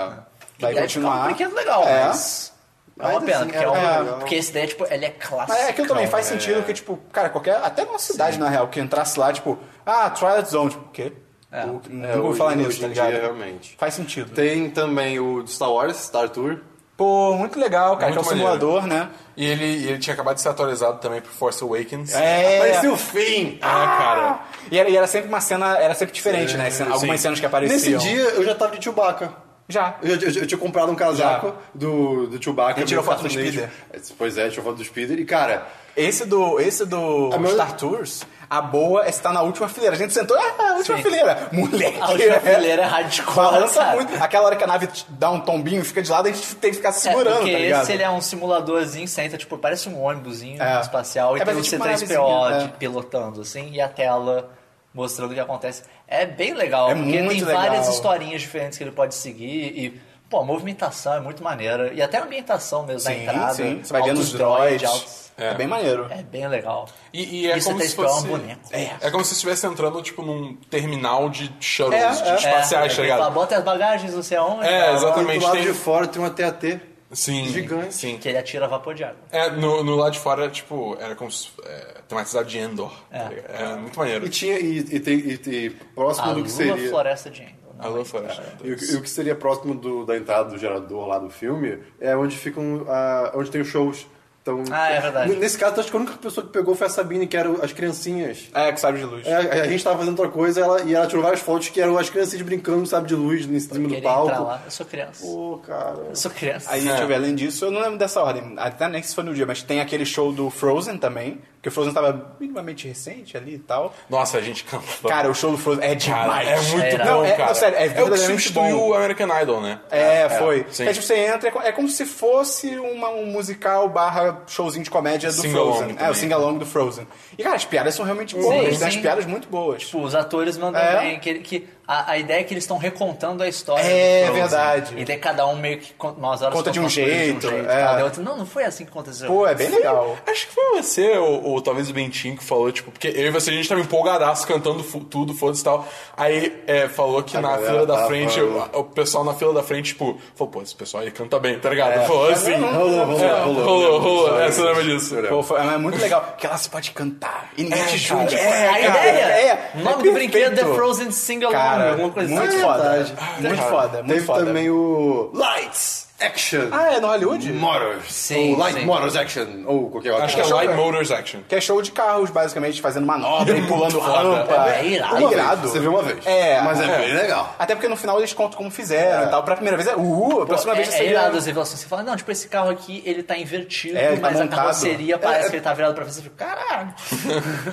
S4: aí fica
S3: continuar.
S4: um brinquedo legal,
S3: É.
S4: mas... É uma
S5: Ainda
S4: pena,
S5: assim,
S4: porque, é
S5: é
S4: um-
S5: legal.
S4: porque esse daí, tipo, ele é clássico.
S3: Mas é aquilo também faz sentido que, tipo, cara, qualquer. Até numa cidade, na real, que entrasse lá, tipo, ah, Twilight Zone, tipo, o quê?
S4: É.
S3: Eu- Nunca
S5: É,
S3: vou
S5: hoje-
S3: falar
S5: hoje
S3: nisso,
S5: em
S3: tá ligado?
S5: dia, realmente.
S3: Faz sentido.
S5: Tem também o de Star Wars, Star Tour.
S3: Pô, muito legal, cara,
S1: Muito
S3: que é um
S1: maneiro.
S3: simulador, né?
S1: E ele, e ele tinha acabado de ser atualizado também pro Force Awakens.
S3: É.
S5: Apareceu o fim!
S1: Ah, cara.
S3: E era, e era sempre uma cena, era sempre diferente, né? as cenas- algumas cenas que
S5: Nesse
S3: apareciam.
S5: dia eu já tava de Chewbacca.
S3: Já.
S5: Eu, eu- eu tinha comprado um casaco do, do Chewbacca.
S3: Ele tirou
S5: meio
S3: foto do
S5: cartunejo. Pois é, tirou foto do Speeder. E, cara,
S3: Esse do, esse do
S5: A minha-
S3: Star Tours, a boa é estar na última fileira. A gente sentou, ah, a última
S4: Sim.
S3: fileira. Moleque.
S4: A última
S3: é.
S4: fileira é hardcore, É,
S3: Balança
S4: cara.
S3: muito. tá Aquela hora que a nave t- dá um tombinho e fica de lado, a gente tem que ficar se segurando,
S4: é, porque
S3: tá ligado?
S4: esse ele é um simuladorzinho, você entra, tipo, parece um ônibusinho
S3: É.
S4: espacial e
S3: É,
S4: tem um o
S3: mas é tipo uma
S4: C3PO
S3: navezinha,
S4: de-
S3: é.
S4: pilotando, assim, e a tela mostrando o que acontece. É bem legal,
S3: É
S4: porque
S3: muito
S4: tem
S3: legal.
S4: várias historinhas diferentes que ele pode seguir e, pô, a movimentação é muito maneira. E até a ambientação mesmo, da
S3: Sim,
S4: entrada.
S3: sim. Você vai vendo os
S4: altos droids,
S3: droids.
S4: altos-
S3: É. bem maneiro.
S4: É bem legal.
S1: E, e é
S4: E
S1: como se
S4: C3PO é um
S1: fosse.
S4: boneco.
S1: É. como se estivesse entrando, tipo, num terminal de shuttles
S3: É,
S1: de
S3: é.
S1: espaciais,
S4: é,
S1: tá
S4: ele fala,
S1: ligado?
S4: Bota as bagagens, não sei aonde. blá,
S1: É,
S4: blá, blá,
S1: exatamente.
S5: do lado
S1: tem-
S5: de fora tem um AT-AT.
S4: é,
S1: Sim.
S5: Gigante.
S1: Sim.
S4: Que ele atira vapor de água.
S1: É, no, no lado de fora, tipo, era como se. É, tematizado de Endor.
S4: É.
S1: tá ligado? É muito maneiro.
S5: E tinha. E, e tem- e- e
S3: Ah,
S5: próximo
S4: A
S5: do
S4: Lua
S5: que seria.
S4: Floresta de Endor. não é
S1: A Lua Floresta.
S5: E o, que- e o que seria próximo do- da entrada do gerador lá do filme é onde ficam. ah, onde tem os shows. Então,
S4: Ah, é verdade.
S5: Nesse caso, acho que a única pessoa que pegou foi a Sabine, que eram as criancinhas.
S3: É, que sabe de luz.
S5: É, a, a gente tava fazendo outra coisa ela- e ela tirou várias fotos que eram as criancinhas brincando, sabe, de luz em cima do
S4: Queria entrar
S5: palco.
S4: lá. Eu sou criança.
S5: Pô, cara.
S4: Eu sou criança.
S3: Aí, deixa eu ver, além disso, eu não lembro dessa ordem, até nem se foi no dia, mas tem aquele show do Frozen também, que o Frozen tava minimamente recente ali e tal.
S1: Nossa, a gente canta.
S3: Cara, o show do Frozen é demais.
S1: é muito
S4: Era.
S1: bom,
S3: Não, é-
S1: cara.
S3: não, sério, é
S1: o que
S3: verdadeiramente
S1: substituiu
S3: bom.
S1: o American Idol, né?
S3: É, foi.
S1: sim.
S3: É tipo, você entra, é co- é como se fosse uma, um musical barra showzinho de comédia do
S1: Sing-along
S3: Frozen. É,
S1: também.
S3: o sing-along do Frozen. E, cara, as piadas são realmente boas,
S4: sim.
S3: tem as piadas muito boas.
S4: Tipo, os atores mandam
S3: É.
S4: bem. Que, que a, a ideia é que eles estão recontando a história.
S3: É,
S4: do Frozen.
S3: verdade.
S4: E daí cada um meio que conta, nós horas
S3: Conta de um
S4: contam as coisas
S3: jeito, é.
S4: cada outro, não, não foi assim que aconteceu.
S3: Pô, é bem legal.
S1: Acho que foi você, ou, ou talvez o Bentinho, que falou, tipo, porque eu e você, a gente tava empolgadaço cantando fu- tudo, foda-se e tal. Aí é, falou que
S5: A
S1: na
S5: galera
S1: fila da
S5: tava-
S1: frente, o, o pessoal na fila da frente, tipo, falou, pô, esse pessoal aí canta bem, tá
S3: É.
S1: ligado? falou assim.
S5: Rolou, rolou,
S1: É,
S5: rolou.
S1: rolou, rolou. É, você lembra disso.
S5: Eu lembro.
S3: Pô, foi- é muito legal, que ela se pode cantar.
S4: É,
S3: E ninguém te julga.
S4: Tipo, a
S3: É, cara,
S4: ideia!
S3: é,
S4: o nome
S3: é
S4: do
S3: perfeito.
S4: brinquedo é Frozen Sing Along,
S3: Cara,
S4: alguma coisa
S3: muito
S4: assim.
S3: foda.
S5: verdade.
S3: Muito foda, é muito
S5: Teve
S3: foda.
S5: também o Lights Action.
S3: Ah, é no Hollywood?
S5: Motors.
S4: Sim,
S5: ou Light
S4: sim.
S5: Motors Action. Ou qualquer outra.
S1: Acho que é Light Motors Action.
S3: Que é show de carros, basicamente, fazendo manobra e pulando
S1: Foda.
S3: rampa.
S4: É irado.
S3: É
S5: Uma vez,
S3: irado.
S5: Você vê uma vez.
S3: É.
S5: Mas é bem legal.
S3: Até porque no final eles contam como fizeram e tal. Pra primeira vez é uh, a próxima
S4: é,
S3: vez já
S4: é
S3: seria-
S4: irado as revelações. Você fala, não, tipo, esse carro aqui, ele tá invertido,
S3: É, ele tá
S4: mas a
S3: montado.
S4: carroceria parece que ele tá virado pra frente. Você fica, caralho.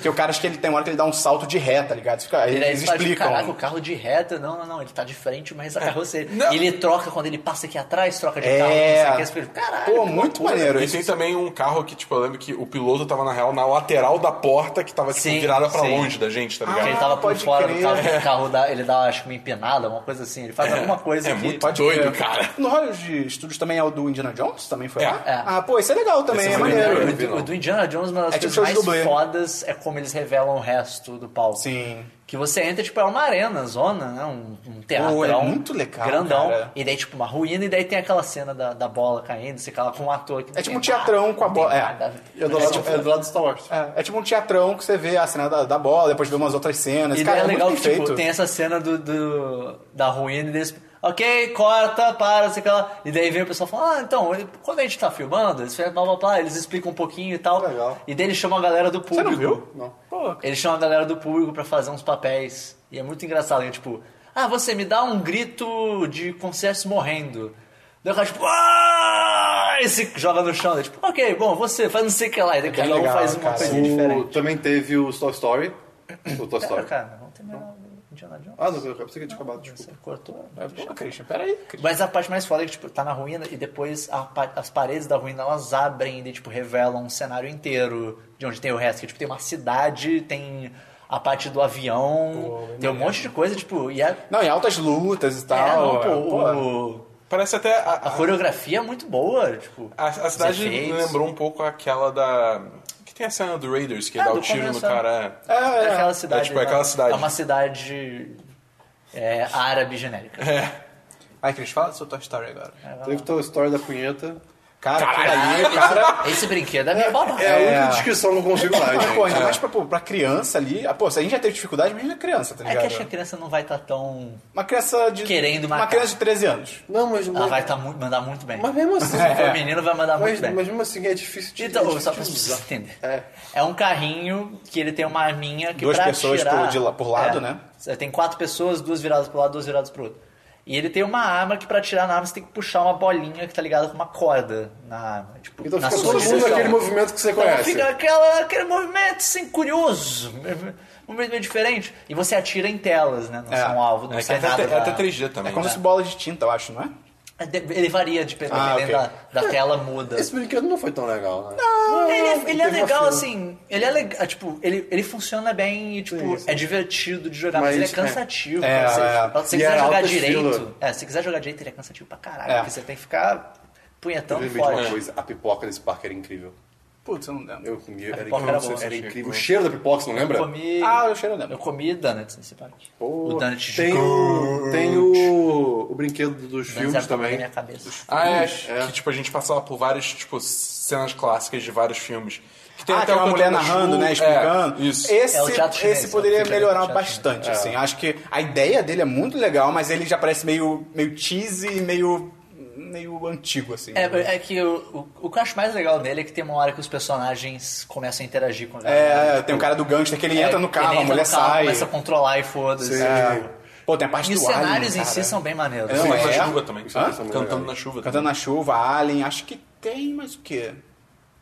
S3: Que o cara acho que ele tem uma hora que ele dá um salto de ré, tá ligado? Isso fica- aí
S4: Ele
S3: eles
S4: aí fala, tipo,
S3: explicam.
S4: caraca, o carro de reta, não, não, não, ele tá de frente, mas a carroceria.
S1: É. Não.
S4: E ele troca quando ele passa aqui atrás, troca de
S3: É.
S4: carro, não sei o que, você fica, caralho.
S3: Pô,
S4: que
S3: muito
S4: loucura.
S3: maneiro
S1: E
S3: isso.
S1: tem também um carro que, tipo, eu lembro que o piloto tava, na real, na lateral da porta que tava, tipo,
S4: Sim,
S1: virada pra
S4: sim.
S1: longe da gente,
S3: Ah,
S1: tá
S4: Porque ele
S1: ligado?
S4: tava por
S3: pode
S4: fora
S3: crer.
S4: do carro, porque o carro dá, ele dá, acho que uma empenada, uma coisa assim. Ele faz alguma coisa tipo,
S1: é
S4: que...
S1: muito
S3: Pode
S1: doido,
S3: crer.
S1: cara.
S3: No Hollywood Studios também é o do Indiana Jones? Também foi
S1: É.
S3: lá?
S4: É.
S3: Ah, pô, isso é legal também,
S1: Esse é
S3: é maneiro.
S5: maneiro.
S4: O do- O do Indiana Jones, uma das
S3: É tipo
S4: coisas mais
S3: show de dublê.
S4: fodas é como eles revelam o resto do palco.
S3: Sim.
S4: Que você entra, tipo, é uma arena, zona, né? Um, um teatrão.
S3: Pô, é muito legal,
S4: Grandão.
S3: cara.
S4: E daí, tipo, uma ruína, e daí tem aquela cena da, da bola caindo, você cala com um ator que não
S3: É tipo
S4: tem
S3: um teatrão
S4: nada,
S3: com a
S4: não tem
S3: bola, é.
S4: nada a ver.
S5: É do,
S4: É,
S5: lado,
S4: tipo,
S5: é do lado do Star Wars.
S3: É, é tipo um teatrão que você vê a cena da, da bola, depois vê umas outras cenas.
S4: E
S3: Cara,
S4: é legal que,
S3: muito
S4: tipo,
S3: perfeito.
S4: tem essa cena do, do- da ruína e desse. Ok, corta, para, sei lá. E daí vem o pessoal falando, ah, então, ele- quando a gente tá filmando, eles, blá, blá, blá, eles explicam um pouquinho e tal.
S5: Legal.
S4: E daí ele chama a galera do público.
S3: não viu? Não. Pô,
S4: Ele chama a galera do público pra fazer uns papéis. E é muito engraçado. É tipo, ah, você me dá um grito de concierge morrendo. Daí o cara, tipo, ah! E se joga no chão. Daí, tipo, ok, bom, você faz não sei o que lá. E daí cada um
S3: legal,
S4: faz uma
S3: cara.
S4: coisinha
S5: O,
S4: diferente. É,
S5: também teve o Toy Story. O Toy Story.
S4: Cara, não tem mais nada. Indiana Jones.
S5: Ah, não, eu pensei que tinha acabado, desculpa.
S4: Você
S1: né?
S4: cortou.
S3: Tipo, pô Christian, peraí. Christian.
S4: Mas a parte mais foda é que, tipo, tá na ruína e depois a pa- as paredes da ruína elas abrem e, daí, tipo, revelam um cenário inteiro de onde tem o resto. Que, tipo, tem uma cidade, tem a parte do avião, tem um monte de coisa, tipo, e é...
S3: Não, e altas lutas e tal.
S4: é, não, pô,
S3: pô,
S4: o-
S1: Parece até a-
S4: a coreografia é muito boa, tipo...
S3: É,
S1: A, a
S4: os
S1: cidade me
S4: efeitos.
S1: lembrou um pouco aquela da. Que tem a cena do Raiders, que
S4: É,
S1: dá o
S4: do
S1: tiro no
S4: começo,
S1: cara.
S3: É, é, é.
S4: Aquela cidade,
S1: É, tipo, é
S4: né?
S1: aquela cidade.
S4: É uma cidade é, árabe genérica.
S3: Aí, Cris, fala do seu Toy Story agora.
S5: Teve o Toy Story da punheta.
S3: Cara, aquilo
S1: Caralho,
S3: ali, cara.
S4: Esse brinquedo é meio babado.
S5: É a única
S3: É.
S5: descrição que eu consigo mais,
S3: Mas, pô,
S5: gente.
S3: ainda mais pra, pô, pra criança ali. Ah, pô, se a gente já teve dificuldade, imagina criança, tá
S4: É
S3: ligado?
S4: que acho que a criança não vai estar tão.
S3: Uma criança de.
S4: Querendo matar.
S3: Uma criança de 13 anos.
S5: Não, mas...
S4: Ela vai tá muito, mandar muito bem.
S5: Mas mesmo assim...
S4: Se for menino, vai mandar muito
S5: Mas,
S4: bem.
S5: mas mesmo assim é difícil de é
S4: Então,
S5: difícil
S4: só
S5: de
S4: pra vocês
S5: usar.
S4: entenderem.
S5: É.
S4: É. um carrinho que ele tem uma arminha que
S3: Duas
S4: pra
S3: pessoas
S4: atirar- É.
S3: por- de la- por lado, né?
S4: Você tem quatro pessoas, duas viradas pro lado, duas viradas pro outro. E ele tem uma arma que pra atirar na arma você tem que puxar uma bolinha que tá ligada com uma corda na arma. Tipo,
S5: Então
S4: na
S5: fica
S4: sua
S5: todo mundo
S4: direção.
S5: naquele movimento que você
S4: Então
S5: conhece.
S4: fica aquela- aquele movimento assim, curioso. Um movimento meio diferente. E você atira em telas, né? Não
S3: É.
S4: são alvo, não
S1: É, que é
S4: sai
S1: até,
S4: nada.
S1: é
S4: da-
S1: até 3G
S3: É
S1: também.
S3: como se fosse bola de tinta, eu acho, não é?
S4: Ele varia de dependendo
S3: Ah, ok.
S4: da, da tela muda.
S5: Esse brinquedo não foi tão legal, né?
S4: Ele é, ele é
S5: teve uma
S4: legal,
S5: fila.
S4: assim. Ele é legal. Tipo, ele, ele funciona bem e, tipo, é divertido de jogar, mas,
S5: Mas,
S4: ele é cansativo.
S3: é.
S4: cara.
S3: É, é.
S4: Se- se você
S5: E
S4: quiser
S5: era
S4: jogar
S5: alta
S4: direito.
S5: fila.
S4: É, se quiser jogar direito, ele é cansativo pra caralho.
S3: É.
S4: Porque você tem que ficar punhetando
S5: Eu lembrei de uma
S4: forte.
S5: coisa, a pipoca desse parque era incrível.
S3: Putz, eu não lembro. Ah,
S5: Eu comia, era
S4: pipoca
S3: um
S5: incrível.
S4: era
S5: Era,
S4: boa.
S5: incrível. O cheiro da pipoca, você não
S4: Eu
S5: lembra?
S4: comi.
S3: Ah, eu cheiro eu lembro.
S4: eu comi donuts nesse parque.
S5: Pô,
S4: o donut né, de
S5: tem o, tem o, o brinquedo dos
S4: donuts
S3: é
S5: filmes
S4: era pra
S5: também.
S4: minha cabeça.
S1: Ah, é,
S5: É.
S1: Que tipo, a gente passava por várias tipo, cenas clássicas de vários filmes. Que
S3: ah, tem uma
S1: o
S3: mulher
S1: Cantando
S3: narrando,
S1: Chu,
S3: né?
S1: é,
S3: Explicando.
S1: isso.
S3: Esse,
S4: É o teatro chinês,
S3: esse
S4: é o
S3: poderia
S4: teatro
S3: melhorar
S4: chinês.
S3: bastante, assim. Acho que a ideia dele é muito legal, mas ele já parece meio, meio cheesy e meio, meio antigo, assim.
S4: É, é que o, o, o que eu acho mais legal nele é que tem uma hora que os personagens começam a interagir com a galera. É,
S3: É, tem um cara do gangster que ele entra no
S4: ele
S3: carro, a
S4: entra
S3: mulher
S4: no carro,
S3: sai.
S4: Começa a controlar e foda-se.
S3: É. Pô, tem a parte
S4: E os
S3: do Alien,
S4: cenários em
S3: cara.
S4: si são bem maneiros.
S3: É, não,
S1: Cantando
S3: é?
S1: na chuva também.
S5: Hã?
S1: Cantando na chuva.
S3: Cantando na chuva, Alien, acho que tem, mas o quê?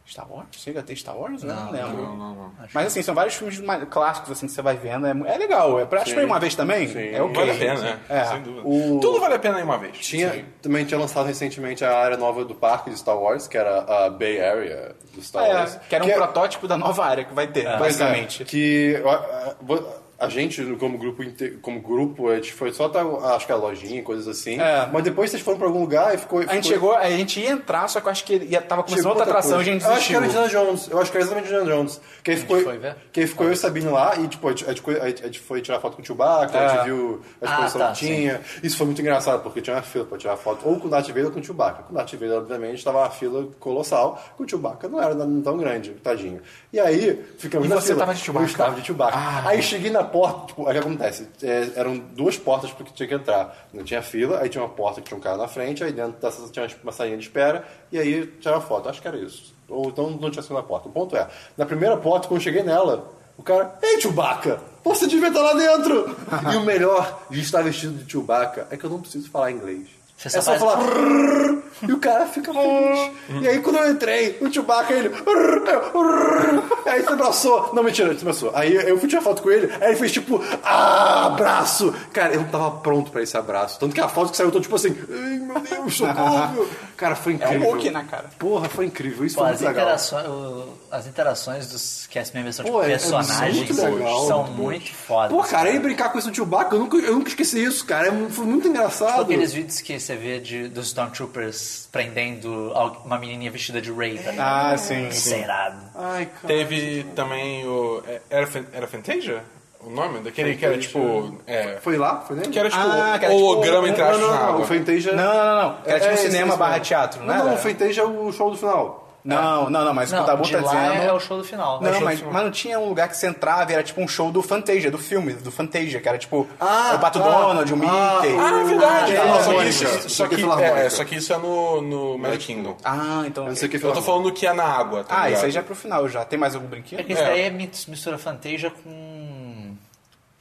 S3: Star Wars? Chega a ter Star Wars? Eu Não, lembro.
S1: Não, não, não.
S3: Mas assim, são vários filmes ma- clássicos assim, que você vai vendo. É, mu- é legal. É pra, acho que foi uma vez também. É ok.
S1: Vale a pena, né?
S3: É.
S1: Sem dúvida.
S5: O-
S1: Tudo vale a pena em uma vez.
S5: Tinha, também tinha lançado recentemente a área nova do parque de Star Wars, que era a Bay Area do Star Wars.
S3: É, que era um
S5: é-
S3: protótipo da nova área que vai ter,
S5: Pois é,
S3: basicamente.
S5: que a, a- vo- a gente, como grupo, inte- como grupo, a gente foi só até, acho que a lojinha e coisas assim.
S3: É.
S5: Mas depois vocês foram pra algum lugar e ficou...
S3: A gente
S5: ficou-
S3: chegou, a gente ia entrar, só que eu acho que ia, tava começando
S5: Chegou
S3: outra atração e
S5: Tipo, coisa.
S3: a gente
S5: Eu acho que
S3: desistiu.
S5: era Indiana Jones. Eu acho que era exatamente Indiana Jones. Que aí ficou,
S4: foi ver?
S5: que aí ficou eu e Sabine lá e tipo, a gente, a gente co- a gente- a gente foi tirar foto com o Chewbacca, a gente viu a
S4: Ah,
S5: exposição
S4: tá,
S5: que tinha. Isso foi muito engraçado, porque tinha uma fila pra tirar foto ou com o Darth Vader ou com o Chewbacca. Com o Darth Vader, obviamente, tava uma fila colossal, com o Chewbacca não era nada tão grande, tadinho. E aí, ficamos
S1: E
S5: na
S1: você
S5: fila.
S1: tava de Chewbacca?
S5: Eu estava de Chewbacca.
S4: Ah.
S5: Aí cheguei na porta, tipo, aí o que acontece? É, eram duas portas porque tinha que entrar. Não tinha fila, aí tinha uma porta que tinha um cara na frente, aí dentro dessa tinha uma salinha de espera, e aí tirava foto. Acho que era isso. Ou então não tinha segunda porta. O ponto é, na primeira porta, quando eu cheguei nela, o cara, ei Chewbacca! Você devia estar lá dentro! e o melhor de estar vestido de Chewbacca é que eu não preciso falar inglês.
S4: Você só
S5: é só
S4: faz-
S5: falar "Rrrr", e o cara fica feliz. e aí quando eu entrei, o Chewbacca, ele. "Rrrr", eu, "Rrrr". Aí se abraçou. Não, mentira, ele se abraçou. Aí eu fui tirar foto com ele, aí ele fez tipo, ah, abraço! Cara, eu não tava pronto pra esse abraço. Tanto que a foto que saiu, eu tô tipo assim, ai meu Deus, socorro! Cara, foi
S3: É um
S5: incrível.
S3: book, né, cara?
S5: Porra, foi incrível. Isso
S4: Pô,
S5: foi
S4: as,
S5: muito legal.
S4: interações, o- as interações dos cast members são tipo,
S5: Pô, é- é
S4: personagens
S5: muito legal,
S4: são
S5: muito
S4: muito, fodas.
S5: Pô, cara, é aí brincar com isso do Chewbacca, eu nunca, eu nunca esqueci isso, cara. É mu- foi muito
S4: Tipo
S5: engraçado.
S4: aqueles vídeos que você vê de, dos Stormtroopers prendendo al- uma menininha vestida de Rey. Tá ligado?
S3: Ah, sim.
S4: Isso é irado.
S5: Ai, cara.
S1: Teve também o. é- Era, Fan- era Fantasia? O nome? Daquele que era tipo. É,
S5: Foi lá? Foi nele?
S1: que era tipo
S3: Ah, que era tipo-
S1: holograma entre
S5: Não,
S1: aspas na
S5: não, não. O
S1: água.
S5: Fantasia.
S3: Não, não, não, não. Era tipo um
S5: esse-
S3: cinema
S5: esse
S3: barra
S5: É, mesmo.
S3: teatro, né?
S5: Não, não, o Fantasia é o show do final.
S3: não, não, não, mas o que o
S4: Não,
S3: Dabu
S4: de
S3: tá
S4: lá
S3: dizendo.
S4: é o show do final. é o
S3: Não,
S4: show do
S3: mas,
S4: final.
S3: mas não tinha um lugar que você entrava e era tipo um show do Fantasia, do filme, do Fantasia, que era tipo
S5: Ah,
S3: o Pato
S5: tá.
S3: Donald, o Mickey.
S5: Ah,
S1: Ah, é verdade!
S5: Ah,
S1: Ah, só, que
S5: Filarmônica.
S1: isso, só,
S5: Só que
S1: que,
S5: Filarmônica.
S1: é, só que isso é no, no Magic Kingdom.
S3: Ah, então.
S5: Eu não sei o que
S1: Eu tô falando que é na água. Tá
S3: Ah,
S1: ligado?
S3: isso aí já é pro final já. Tem mais algum
S4: É
S3: brinquedo?
S4: que isso daí é mit- mistura Fantasia com.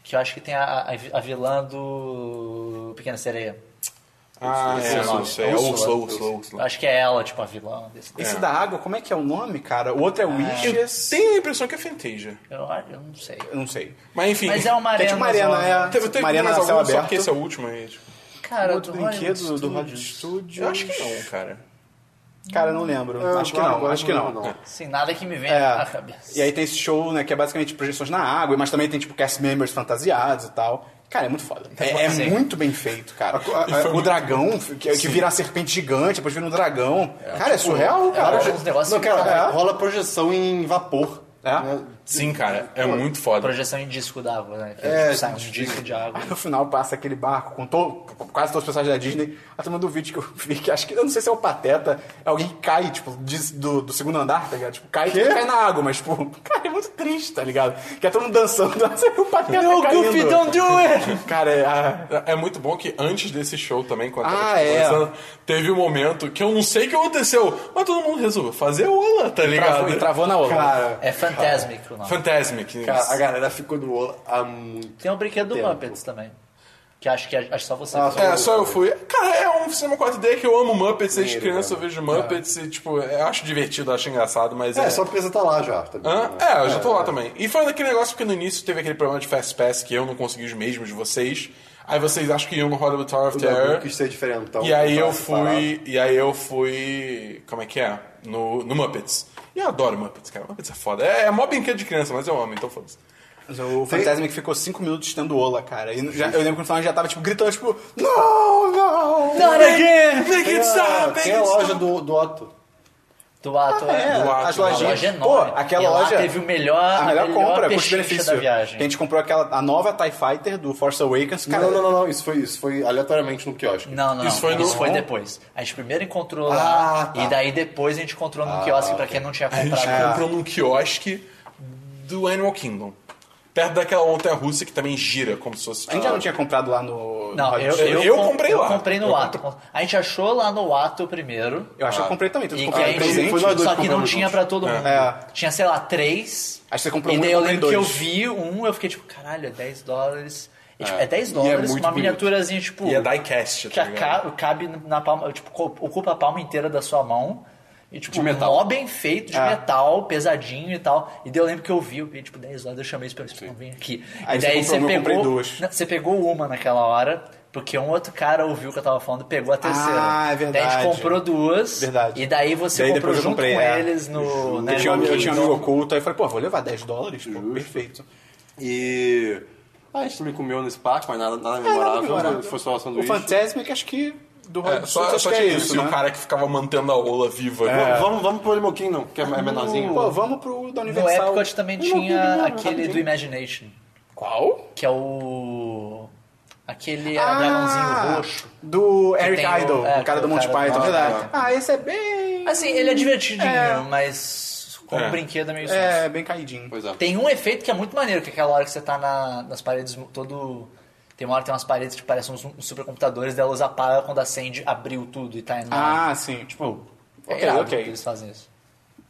S4: Que eu acho que tem a, a- a vilã do Pequena Sereia.
S1: Ah,
S4: Esse
S1: é,
S4: nome.
S1: não sei. É
S4: Úrsula.
S1: Ursula, Ursula,
S4: Eu
S1: Ursula.
S4: acho que é ela, tipo, a vilã desse.
S3: Esse
S1: É.
S3: da água, como é que é o nome, cara? O outro é Wishes.
S1: Tenho a impressão que é Fantasia.
S4: Eu, eu não sei.
S3: Eu não sei.
S1: Mas enfim.
S4: Mas é uma
S3: É
S4: arena.
S3: tipo uma arena,
S4: zona.
S3: é.
S1: Teve, teve
S3: Marina
S1: mais
S3: a céu
S1: algum, só
S3: aberto.
S1: que esse é o último aí. Tipo.
S4: Cara,
S3: Um outro
S4: um do Hollywood
S3: brinquedo do Hollywood
S4: Studios.
S3: Studios.
S1: Eu acho que não, cara.
S3: Cara, eu não lembro.
S5: É,
S3: acho que
S5: agora-
S3: não,
S5: agora
S3: acho que
S5: lembro,
S3: não.
S4: Sem nada que me venha à
S3: É.
S4: cabeça.
S3: E aí tem esse show, né, que é basicamente projeções na água, mas também tem, tipo, cast members fantasiados e tal. Cara, é muito foda. É, é
S4: Sim.
S3: muito bem feito, cara.
S5: A-
S3: O dragão, que, que vira a serpente gigante, depois vira um dragão. cara, é surreal,
S4: é
S3: cara.
S4: uns negócios
S5: Tipo, Não, cara, é.
S4: que-
S5: rola projeção em vapor.
S3: É?
S5: né?
S1: Sim, cara, é
S3: Hum.
S1: muito foda.
S4: Projeção em disco d'água, né? Que
S3: É,
S4: tipo, sai um
S3: de-
S4: disco de água.
S3: Aí no final passa aquele barco com todo, com quase todos os personagens da Disney. A turma do vídeo que eu vi, que acho que eu não sei se é o Pateta, é alguém que cai, tipo, de- do, do segundo andar, tá ligado? Tipo, cai e cai na água, mas, tipo, cara, é muito triste, tá ligado? Que é todo mundo dançando, você vê o Pateta
S4: No
S3: caindo.
S4: Goofy,
S5: então-
S4: don't do it!
S3: Cara, é, ah,
S1: É é muito bom que antes desse show também, quando eu
S3: Ah,
S1: tava
S3: é.
S1: começando, teve um momento que eu não sei o que aconteceu, mas todo mundo resolveu fazer ola, tá ligado?
S3: travou, e travou na outra.
S5: Cara,
S4: É Fantasmic o nome.
S1: Fantasmic.
S5: cara, a galera ficou no ola há muito
S4: Tem um brinquedo do
S5: Tempo.
S4: Muppets também. Que acho que acho que só você.
S5: Ah,
S4: que-
S1: É, só eu fui. Cara, é um cinema 4D que eu amo Muppets, desde
S5: Maneiro,
S1: criança eu vejo
S3: É.
S1: Muppets e, tipo, eu acho divertido, eu acho engraçado, mas é...
S5: É, só porque você tá lá já. Tá
S1: Hã? É, eu já tô lá também. E foi daquele negócio que no início teve aquele problema de Fast Pass que eu não consegui os mesmos de vocês. Aí vocês acham que iam no Hollywood Tower of
S5: Eu
S1: Terror.
S5: quis ser diferentão. né,
S1: E aí
S5: tava
S1: eu
S5: separado.
S1: fui. E aí eu fui. Como é que é? No, no Muppets. E eu adoro Muppets, cara. Muppets é foda. É, é mó brinquedo de criança, mas eu amo, então foda-se.
S3: Mas é o Fantasmic ficou cinco minutos tendo ola, cara. E já- eu lembro que no final a gente já tava, tipo, gritando, tipo, não, não! é
S4: Not again!
S1: Make
S5: Tem
S1: it
S5: a,
S1: stop! Make
S5: tem a
S1: it
S5: loja
S1: stop!
S5: do, do Otto.
S4: Do ato,
S3: É,
S4: é.
S1: lado,
S3: as
S1: do lado.
S4: A
S3: lojinhas.
S4: loja é
S3: Pô,
S4: enorme.
S3: aquela
S4: E lá
S3: loja.
S4: teve o melhor,
S3: a melhor compra,
S4: pechincha
S3: custo-benefício.
S4: da viagem.
S3: Que a gente comprou aquela, a nova TIE Fighter do Force Awakens. Cara,
S5: não, não, não, não. Isso foi, isso foi aleatoriamente no quiosque.
S4: Não, não,
S1: Isso
S4: não,
S1: foi no-
S4: isso foi depois. A gente primeiro encontrou lá,
S5: Ah, tá.
S4: e daí depois a gente encontrou no quiosque pra quem não tinha
S1: A gente
S4: comprado.
S1: comprou num quiosque do Animal Kingdom. Perto daquela montanha russa que também gira, como se fosse.
S3: A gente já não tinha comprado lá no. no
S4: Não,
S3: Hot
S4: eu,
S3: Sale.
S4: eu,
S1: Eu
S4: com-
S1: comprei
S4: eu
S1: lá.
S4: comprei no ato. A gente achou lá no ato primeiro.
S3: Eu acho que eu comprei também. Tu
S4: E que
S3: comprou
S4: a
S3: um presente?
S4: gente,
S5: Foi nós dois
S4: só
S5: que
S4: que não
S5: compramos
S4: tinha
S5: juntos.
S4: pra todo mundo.
S3: É.
S4: Tinha, sei lá, três.
S3: Acho que você comprou
S4: E
S3: um,
S4: daí eu
S3: eu comprei
S4: lembro que eu
S3: dois.
S4: vi um, eu fiquei tipo, caralho, é 10 dólares. É, tipo, é 10
S1: é
S4: dólares,
S1: muito
S4: uma
S1: bonito.
S4: miniaturazinha, tipo.
S1: E é diecast,
S4: que
S1: tá
S4: a ca-
S1: ligado?
S4: cabe na palma, tipo, co- ocupa a palma inteira da sua mão. E, tipo,
S5: metal.
S4: mó bem feito,
S3: É.
S4: de metal, pesadinho e tal. E daí eu lembro que eu vi, eu vi, tipo, 10 horas, eu chamei isso pra eles, não, vem aqui.
S3: Aí
S4: e daí
S3: você comprou uma, eu comprei
S4: pegou.
S3: duas.
S4: Não, Você pegou uma naquela hora, porque um outro cara ouviu o que eu tava falando e pegou a terceira.
S3: Ah, é
S4: Daí a
S3: verdade.
S4: gente comprou duas.
S3: Verdade.
S4: E daí você
S3: Daí
S4: comprou
S3: depois eu
S4: junto
S3: comprei,
S4: com
S3: é.
S4: eles no. né,
S3: Eu tinha,
S4: no
S3: eu tinha um amigo
S4: Kindle.
S3: oculto, aí eu falei, pô, vou levar 10 dólares, pô, perfeito.
S5: E. Ah, a gente também comeu nesse parque, mas nada,
S1: É,
S5: nada memorável. Foi só
S3: O
S5: sanduíche.
S3: Fantasmic, acho que do
S1: É,
S3: Hot Sale,
S1: só
S3: acho
S1: só
S3: que é
S1: tinha isso,
S3: isso,
S1: e
S3: né? É.
S1: o cara que ficava mantendo a ola viva. né?
S5: Vamos, vamos, vamos pro Animal Kingdom, que é menorzinho.
S3: Pô, vamos pro da
S4: No
S3: Universal.
S4: Epcot também tinha aquele do Imagination.
S3: Qual?
S4: Que é o. Aquele é,
S3: Ah,
S4: dragãozinho roxo.
S3: Do Eric
S4: tem o-
S3: Idle, o,
S4: é,
S3: cara do
S4: o
S3: Monty
S4: cara do
S3: Python,
S4: Monty
S3: verdade.
S4: Python.
S3: Ah, esse é bem...
S4: Assim, ele é divertidinho,
S3: É.
S4: mas como
S1: É.
S4: brinquedo é meio
S3: É, bem caidinho.
S5: Pois é.
S4: Tem um efeito que é muito maneiro, que é aquela hora que você tá na- nas paredes todo. Tem uma hora que tem umas paredes que parecem uns, uns supercomputadores, daí a luz apaga quando acende, abriu tudo e tá enorme.
S3: Ah, sim. Tipo,
S4: é
S3: ok,
S4: irado que
S3: ok.
S4: eles fazem isso.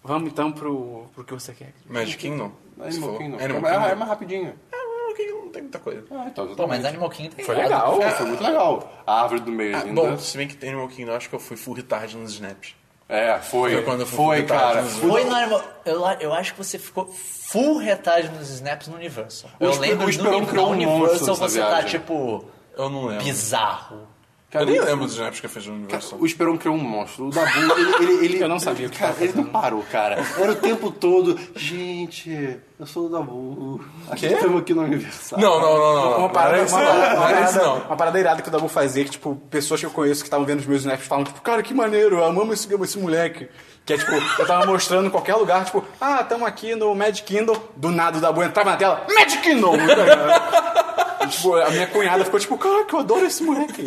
S3: Vamos então pro, pro que você quer.
S1: Magic Kingdom? Você
S5: Animal
S1: falou?
S5: Kingdom.
S1: Animal
S5: É,
S1: Kingdom.
S5: é mais rapidinho.
S1: Animal Kingdom não tem muita coisa.
S5: Ah, então,
S4: Pô, mas Animal Kingdom tem
S3: Foi
S4: irado.
S3: legal.
S5: É, foi muito legal. A árvore do meio
S1: Ah,
S5: ainda.
S1: bom, se bem que tem Animal Kingdom, eu acho que eu fui full retard nos snaps.
S5: É, foi.
S1: Foi quando eu fui
S5: Foi,
S1: visitar
S5: cara.
S1: os
S5: Fui-
S4: Foi no Animal... Eu, a- eu acho que você ficou full retagem nos snaps no Universal.
S5: O
S4: eu
S5: Esper-
S4: lembro
S5: o
S4: que
S5: Esperão
S4: no
S5: criou um monstro
S4: Universal
S5: nessa
S4: você tá,
S5: viagem.
S4: tipo,
S1: Eu não lembro.
S4: bizarro.
S5: Cara,
S1: eu nem
S5: o-
S1: lembro dos snaps que eu fiz no Universal.
S5: O Esperão criou um monstro. O Dabu, ele, ele, ele-
S3: Eu não sabia o que
S5: cara,
S3: tava
S5: Ele não parou, cara. Era o tempo todo. Gente, eu sou o Dabu. Aqui estamos aqui no aniversário.
S1: Não, não, não, não.
S3: Uma
S1: Não era
S3: parada,
S1: isso,
S3: uma, parada,
S1: não.
S3: uma,
S1: Não era isso,
S3: parada,
S1: não.
S3: uma parada irada que o Dabu fazia, que, tipo, pessoas que eu conheço que estavam vendo os meus snaps falam, tipo, cara, que maneiro, eu amo esse, esse moleque. Que é tipo, eu tava mostrando em qualquer lugar, tipo, ah, tamo aqui no Mad Kindle, do nada o Dabu entrava na tela, Mad Kindle! E, tipo, a minha cunhada ficou tipo, caraca, eu adoro esse moleque.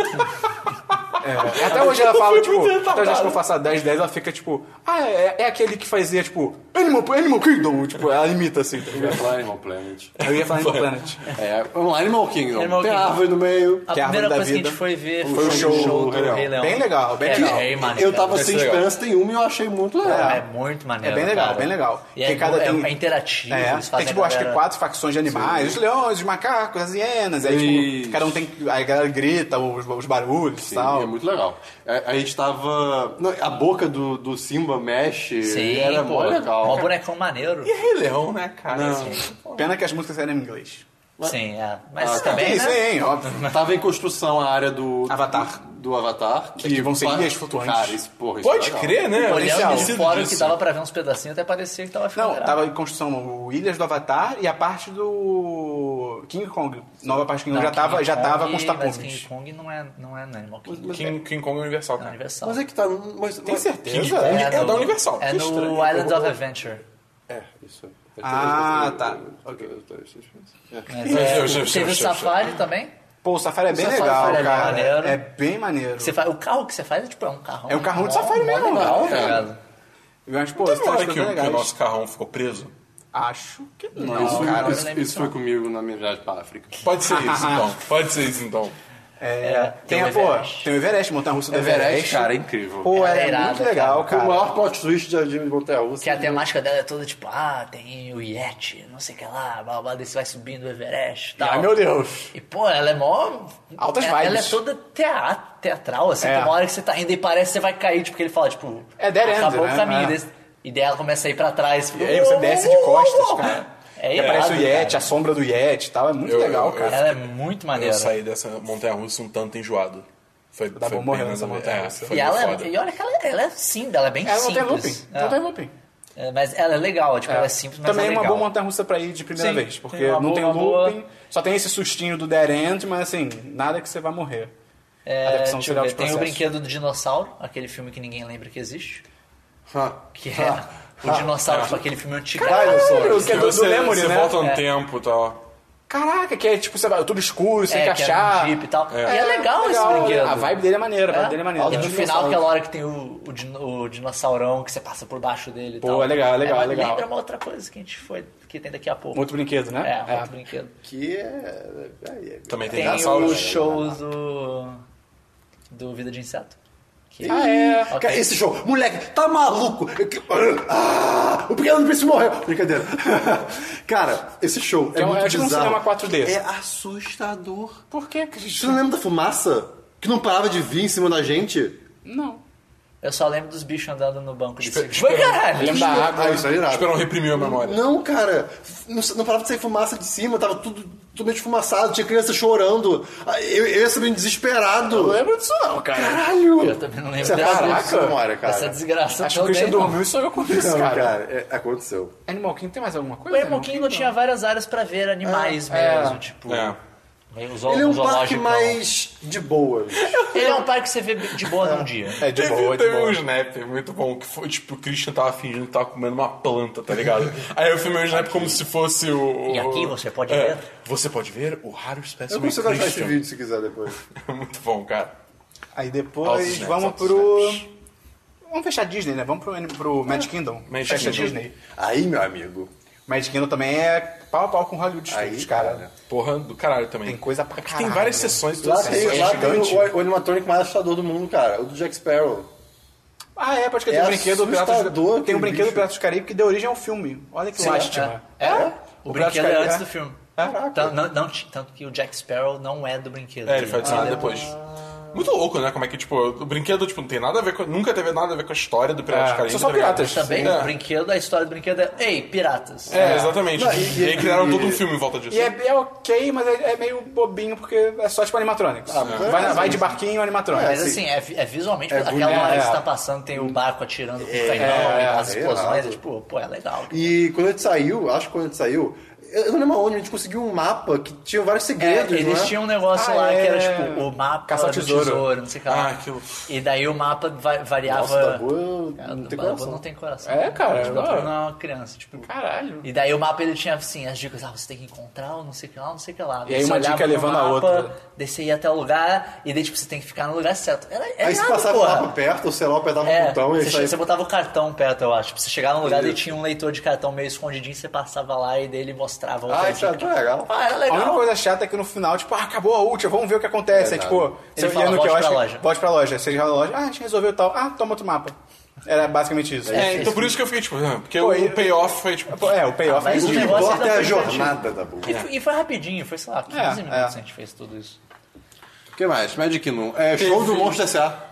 S3: É, até hoje ela fala, tipo, até hoje acho que eu faço a 10, 10, ela fica tipo, ah, é, é aquele que fazia, tipo, Animal, Animal Kingdom, tipo, ela imita assim. tá
S5: Eu
S3: ligado?
S5: ia falar Animal Planet.
S3: Eu ia falar Animal Planet.
S5: É, vamos lá, Animal Kingdom.
S4: Animal
S5: Tem
S4: Kingdom.
S5: a árvore no meio.
S4: A
S3: Que é a
S4: primeira
S3: árvore da
S4: coisa que a gente
S3: vida.
S4: foi ver
S5: o
S4: foi o
S5: show
S4: show,
S5: do
S4: do
S5: Rei Leão.
S4: Rei Leão.
S3: Bem legal, bem
S4: Que é
S3: legal.
S4: bem maneiro.
S5: Eu tava
S1: Vai ser
S5: sem
S1: legal.
S5: esperança nenhuma e eu achei muito legal.
S4: É muito maneiro.
S3: É bem legal,
S4: cara.
S3: bem legal.
S4: E é,
S3: Porque cada
S4: é-
S3: tem-
S4: é interativo.
S3: É,
S4: eles fazem
S3: tem tipo,
S4: a
S3: acho que
S4: galera-
S3: quatro facções de animais, os leões, os macacos, as hienas, aí
S5: Isso.
S3: tipo, cada um tem. Aí a galera grita os, os barulhos e
S5: Sim,
S3: tal.
S5: é muito legal. A, a gente tava. não, a boca do, do Simba mexe.
S4: Sim,
S3: É
S5: era
S4: pô,
S5: mó legal.
S4: Um bonecão maneiro.
S1: E Rei Leão, né, cara? Assim,
S3: Pena que as músicas eram em inglês.
S4: Sim, é. Mas
S5: Ah,
S4: também,
S3: Tem isso
S4: né?
S3: aí, hein, óbvio.
S5: Tava em construção a área do.
S3: Avatar.
S5: Do, do Avatar.
S3: Que vão ser ilhas flutuantes.
S5: Cara, isso, porra, isso é
S1: Pode
S5: legal.
S1: crer, né? Eu tinha
S4: Olhando de
S1: esquecido
S4: fora que
S1: disso.
S4: dava pra ver uns pedacinhos, até parecia que tava ficando
S3: Não,
S4: irado.
S3: tava em construção o Ilhas do Avatar e a parte do King Kong. Nova parte do King
S4: Não,
S3: Kong já tava,
S4: King
S3: já
S4: Kong,
S3: tava com os
S4: Mas King
S3: tapumes.
S4: Kong não é, não é Animal Kingdom.
S1: King, King Kong Universal,
S4: É
S1: cara.
S4: Universal.
S5: Mas é que tá. Mas,
S3: Tem
S5: mas-
S3: certeza?
S1: King Kong é, da
S4: no-
S1: Universal.
S4: É no
S1: Que estranho.
S4: Island of Adventure.
S5: É, isso.
S3: Ah, tá.
S4: Mas,
S1: Meu
S4: é,
S1: Deus, Deus,
S4: teve o
S1: Deus, Deus,
S4: Safari também.
S3: Pô, o Safari é bem
S4: O Safari
S3: legal,
S4: é
S3: cara.
S4: maneiro.
S3: É bem maneiro.
S4: Você faz, o carro que você faz é tipo é um carro.
S3: É um carrão de safari mesmo,
S4: Legal,
S3: cara.
S4: tá ligado?
S3: Mas, pô,
S1: Teve
S3: você
S1: uma
S3: tá
S1: hora que,
S3: coisas
S1: o- que o
S3: legais.
S1: nosso carrão ficou preso?
S3: Acho que é. não.
S5: isso,
S4: cara, é eu
S5: isso,
S4: lembro
S5: isso
S4: só.
S5: foi comigo na minha viagem pra África.
S1: Pode ser isso, então. Pode ser isso, então.
S3: É,
S4: É,
S3: tem,
S4: tem o
S3: a, pô,
S4: Everest.
S3: tem o Everest, montanha-russa do Everest.
S5: cara, é incrível.
S3: Pô,
S4: Ela
S3: ela
S4: é
S3: é,
S4: irada,
S3: muito legal,
S5: o
S3: cara.
S5: maior plot twist de de Montanha Russa.
S4: Que a temática dela é toda tipo, ah, tem o Yeti, não sei o que lá, blá, blá, daí você vai subindo o Everest e tal.
S3: Ai, é meu Deus.
S4: E, pô, ela é mó...
S3: Altas
S4: é,
S3: vibes.
S4: Ela é toda teatro, teatral, assim,
S3: É.
S4: tem uma hora que você tá rindo e parece que você vai cair, tipo, que ele fala, tipo...
S3: É dead end,
S4: Acabou o
S3: né?
S4: caminho
S3: É.
S4: desse... E daí ela começa a ir pra trás. tipo,
S3: E aí você desce de costas, cara.
S4: É
S3: E aparece o
S4: irado,
S3: Yeti,
S4: cara.
S3: a sombra do Yeti e tal. É muito
S1: Eu-
S3: legal,
S1: eu-
S3: cara.
S4: Ela é muito
S1: Eu
S4: maneira.
S1: saí dessa montanha-russa um tanto enjoado. Foi,
S3: Dá
S1: foi
S3: bom morrer
S1: bem
S3: nessa
S1: mais-
S3: montanha-russa.
S1: É, foi
S4: E,
S1: bem
S4: ela,
S1: foda.
S4: é- e olha que ela, ela é simples, ela é bem
S3: Ela não
S4: simples.
S3: tem looping.
S4: É.
S3: Não tem looping.
S4: É, mas ela é legal, tipo, ela é simples, mas
S3: Também
S4: é
S3: é uma
S4: legal.
S3: boa montanha-russa pra ir de primeira
S4: Sim,
S3: vez, porque
S4: tem uma
S3: não tem
S4: boa, uma
S3: looping, só tem esse sustinho do dead end, mas assim, nada que você vai morrer.
S4: É,
S3: Adaptação
S4: deixa eu
S3: um serial
S4: ver,
S3: de
S4: tem o
S3: processo.
S4: Brinquedo do Dinossauro, aquele filme que ninguém lembra que existe. Que é o dinossauro, tipo, aquele filme antigo.
S3: Caralho, que é do, do
S1: você,
S3: Memory,
S1: você
S3: né?
S1: volta no
S4: É.
S1: tempo e tal.
S3: Caraca, que é tipo, você vai tudo escuro, você
S4: é,
S3: tem
S4: que
S3: que
S4: era
S3: achar.
S4: um jeep e tal. E é legal, esse brinquedo.
S3: A vibe dele é maneira, a
S4: É.
S3: vibe dele é maneira.
S4: E no final,
S3: Dinossauro.
S4: aquela hora que tem o, o, din- o dinossaurão que você passa por baixo dele e
S3: Pô,
S4: tal.
S3: é legal, é legal,
S4: mas
S3: é legal.
S4: Lembra uma outra coisa que a gente foi, que tem daqui a pouco.
S3: Outro brinquedo, né?
S4: É, outro brinquedo.
S5: Que é... é, é-
S1: Também tem,
S4: Tem
S1: dinossauros.
S4: o show do... do Vida de Inseto. Que...
S5: Ah, é.
S4: Ok.
S5: Cara, esse show, moleque, tá maluco? Eu que- Ah, o pequeno príncipe morreu. Brincadeira. Cara, esse show é
S3: é um-
S5: muito
S3: acho que é um
S5: bizarro.
S3: cinema 4D.
S5: É assustador.
S3: Por que,
S5: Você não
S3: Cristian?
S5: lembra da fumaça? Que não parava de vir em cima da gente?
S3: Não.
S4: Eu só lembro dos bichos andando no banco de
S1: Espe-
S4: cima. Vai,
S3: Eu
S4: caralho!
S3: lembro da água.
S5: Ah, isso é irado.
S1: Esperam reprimir a memória.
S5: Não, cara. Não, não parava de sair fumaça de cima. Tava tudo totalmente fumaçado. Tinha criança chorando. Ah, Eu, eu ia sabendo desesperado.
S3: Não lembro disso, não, cara.
S5: Caralho.
S4: Eu também não lembro
S5: Você
S4: dessa-
S5: caraca,
S4: dessa-
S5: memória, cara.
S4: Dessa desgraça
S3: Acho que o Christian
S4: também, não.
S3: dormiu e sonhou com isso,
S5: Não,
S3: cara.
S5: cara, é- aconteceu.
S3: Animal Kingdom tem mais alguma
S4: O
S3: coisa?
S4: Animal Kingdom tinha várias áreas pra ver animais
S3: É,
S4: mesmo,
S3: é.
S4: tipo...
S1: É.
S4: meio zo-
S5: Ele é um parque
S4: zoológico.
S5: mais de boas.
S4: Ele é um parque que você vê de boa num dia.
S3: É de
S1: Teve,
S3: boa, de
S1: teve
S3: boa.
S1: um snap muito bom que foi tipo: o Christian tava fingindo que tava comendo uma planta, tá ligado? Aí eu filmei o snap como se fosse o. o-
S4: E aqui você pode
S1: É.
S4: ver.
S1: Você pode ver o raro
S5: Eu
S1: espécime
S5: consigo achar esse
S1: Christian.
S5: vídeo se quiser depois.
S1: É muito bom, cara.
S3: Aí
S1: Altos
S3: depois
S1: snaps,
S3: vamos
S1: altos
S3: pro.
S1: snaps.
S3: Vamos fechar Disney, né? Vamos pro, anim- pro Magic Kingdom.
S1: Magic
S3: Fecha
S1: Kingdom.
S3: Disney.
S5: Aí, meu amigo.
S3: Magic Kingdom também é pau a pau com Hollywood
S5: Aí,
S3: Studios, cara.
S1: Porra do caralho também.
S3: Tem coisa pra
S1: É que
S3: caralho.
S1: Tem várias sessões
S5: Lá
S1: todas. assim,
S5: tem,
S3: é
S5: lá tem
S3: gigante.
S5: o, o animatrônico mais assustador do mundo, cara. O do Jack Sparrow.
S3: Ah, é, pode que tem
S5: É
S3: um brinquedo Piratas
S5: assustador
S3: Tem
S5: aquele
S3: um brinquedo
S5: bicho.
S3: Piratas do Caribe que deu origem ao filme. Olha que
S4: Sim,
S3: lástima.
S4: É? O, brinquedo é antes do
S3: filme.
S4: filme.
S3: Caraca.
S4: Tanto, não- não ti- tanto que o Jack Sparrow não é do brinquedo.
S1: É, ele foi adicionado depois. Muito louco, né? Como é que, tipo, o brinquedo, tipo, não tem nada a ver com. Nunca teve nada a ver com a história do Pirata
S3: É,
S1: de Caribe.
S3: são só
S1: tá ligado?
S3: piratas.
S4: Também
S1: Sim.
S4: o brinquedo, a história do brinquedo é Ei, piratas.
S1: É, exatamente.
S5: Não,
S1: e,
S5: e-
S1: aí criaram
S5: e-
S1: todo um filme em volta disso.
S3: E é, é ok, mas é, é meio bobinho porque é só tipo animatronics. vai, na- vai de barquinho animatronics.
S4: Mas assim, é, vi- é visualmente,
S5: É
S4: aquela
S5: bonito,
S4: hora que
S3: é.
S4: você tá passando, tem o barco atirando com o canhão,
S5: é,
S4: e as
S5: é
S4: explosões,
S5: errado.
S4: é tipo, pô, é legal.
S5: E quando a gente saiu, acho que quando a gente saiu, eu não lembro onde, a gente conseguiu um mapa que tinha vários
S4: É,
S5: segredos,
S4: eles
S5: né?
S4: tinham um negócio
S3: Ah,
S4: lá
S3: é.
S4: que era tipo o mapa
S3: Caça ao
S4: do tesouro.
S3: tesouro.
S4: não sei o que lá.
S1: Ah, aquilo.
S4: E daí o um mapa va- variava.
S5: Nossa,
S3: tá
S5: da boa, eu
S4: É,
S5: não
S4: do
S5: tem
S4: Babu
S5: coração.
S4: não tem coração.
S3: É, cara,
S4: Tipo,
S3: é.
S4: não é uma criança, tipo.
S3: Caralho.
S4: E daí o mapa ele tinha assim, as dicas, ah, você tem que encontrar o não sei o que lá, não sei o que lá.
S3: E aí
S4: Você
S3: uma
S4: olhava
S3: dica
S4: pro
S3: levando a
S4: mapa,
S3: outra.
S4: Descer até o lugar, e daí tipo, você tem que ficar no lugar certo. Era, era
S5: Aí você
S4: irado,
S5: passava
S4: É porra.
S5: lá pra perto, ou sei lá, apertava o
S4: É,
S3: Então,
S5: botão e
S4: você,
S5: saía.
S4: você botava o cartão perto, eu acho. Tipo, você chegava num lugar e tinha um leitor de cartão meio escondidinho, você passava lá e daí ele mostrava outra
S5: Ah, isso
S4: dica.
S5: é
S3: tá.
S5: tão legal.
S4: Ah, era
S3: A única
S4: legal.
S3: coisa chata é que no final, tipo, ah, acabou a última, vamos ver o que acontece. É,
S5: Verdade.
S3: tipo,
S4: Ele fala, volte pra loja.
S3: Pode pra loja. Você ia na loja, ah, a gente resolveu tal. Ah, toma outro mapa. Era basicamente isso.
S1: É, então por isso que eu fiquei, tipo, ah, porque
S3: Pô,
S1: o
S3: e-
S1: payoff foi, tipo.
S3: Pô, é, o
S4: Ah,
S3: payoff é
S4: mas
S5: O
S3: isso.
S5: que
S4: O negócio
S5: importa
S4: ainda
S5: é
S4: foi
S5: a
S4: divertido.
S5: jornada da boa.
S4: E, foi- e foi rapidinho, foi, sei lá, 15
S3: É,
S4: minutos
S3: é.
S4: a gente fez tudo isso.
S5: O que mais? Magic Kingdom. É show do Monstro S.A.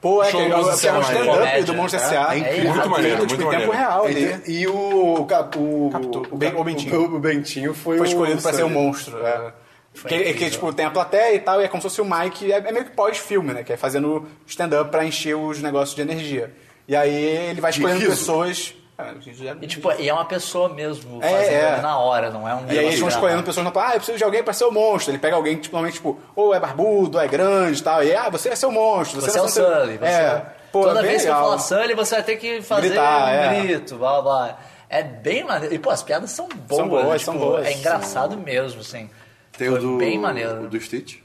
S3: Pô, é que
S1: Show
S3: é
S1: do
S3: um
S1: Monstro S.A.
S3: stand-up
S4: Comédia,
S3: do Monstro
S4: é,
S3: S.A.
S5: é
S4: incrível. Muito
S3: Feito,
S1: maneiro,
S3: tipo,
S1: muito
S3: em tempo
S1: maneiro.
S3: real
S5: E,
S3: ali.
S5: e o, cap- o,
S3: Captou.
S5: o,
S3: Bem-
S5: cap-
S3: o Bentinho.
S5: O, o Bentinho foi,
S3: Foi
S5: o-
S3: escolhido pra ser um monstro. É. Que, que,
S4: incrível.
S3: tipo, tem a plateia e tal, e é como se fosse o Mike, é, é meio que pós-filme, né? Que é fazendo stand-up pra encher os negócios de energia. E aí ele vai escolhendo
S5: riso.
S3: pessoas. Ah, riso já-
S4: E, tipo, e é uma pessoa mesmo
S3: É,
S4: fazendo
S3: é.
S4: ali na hora, não é um.
S3: E aí eles vão
S4: programa.
S3: escolhendo pessoas na plateia, ah, eu preciso de alguém pra ser o monstro. Ele pega alguém que, tipo, normalmente, tipo, ou é barbudo, ou é grande e tal. E ah, você vai ser o monstro.
S4: Você é o
S3: vai ser-
S4: Sully. Você
S3: É. Pô,
S4: Toda
S3: é bem
S4: vez que eu assim,
S3: legal.
S4: falar Sully, você vai ter que fazer
S3: Gritar,
S4: um
S3: é.
S4: grito, blá blá. É bem maneiro. E, pô, as piadas são boas.
S3: São boas,
S4: tipo,
S3: são boas.
S4: É engraçado mesmo, assim.
S5: Tem
S4: Foi
S5: o do.
S4: bem maneiro.
S5: O do Stitch.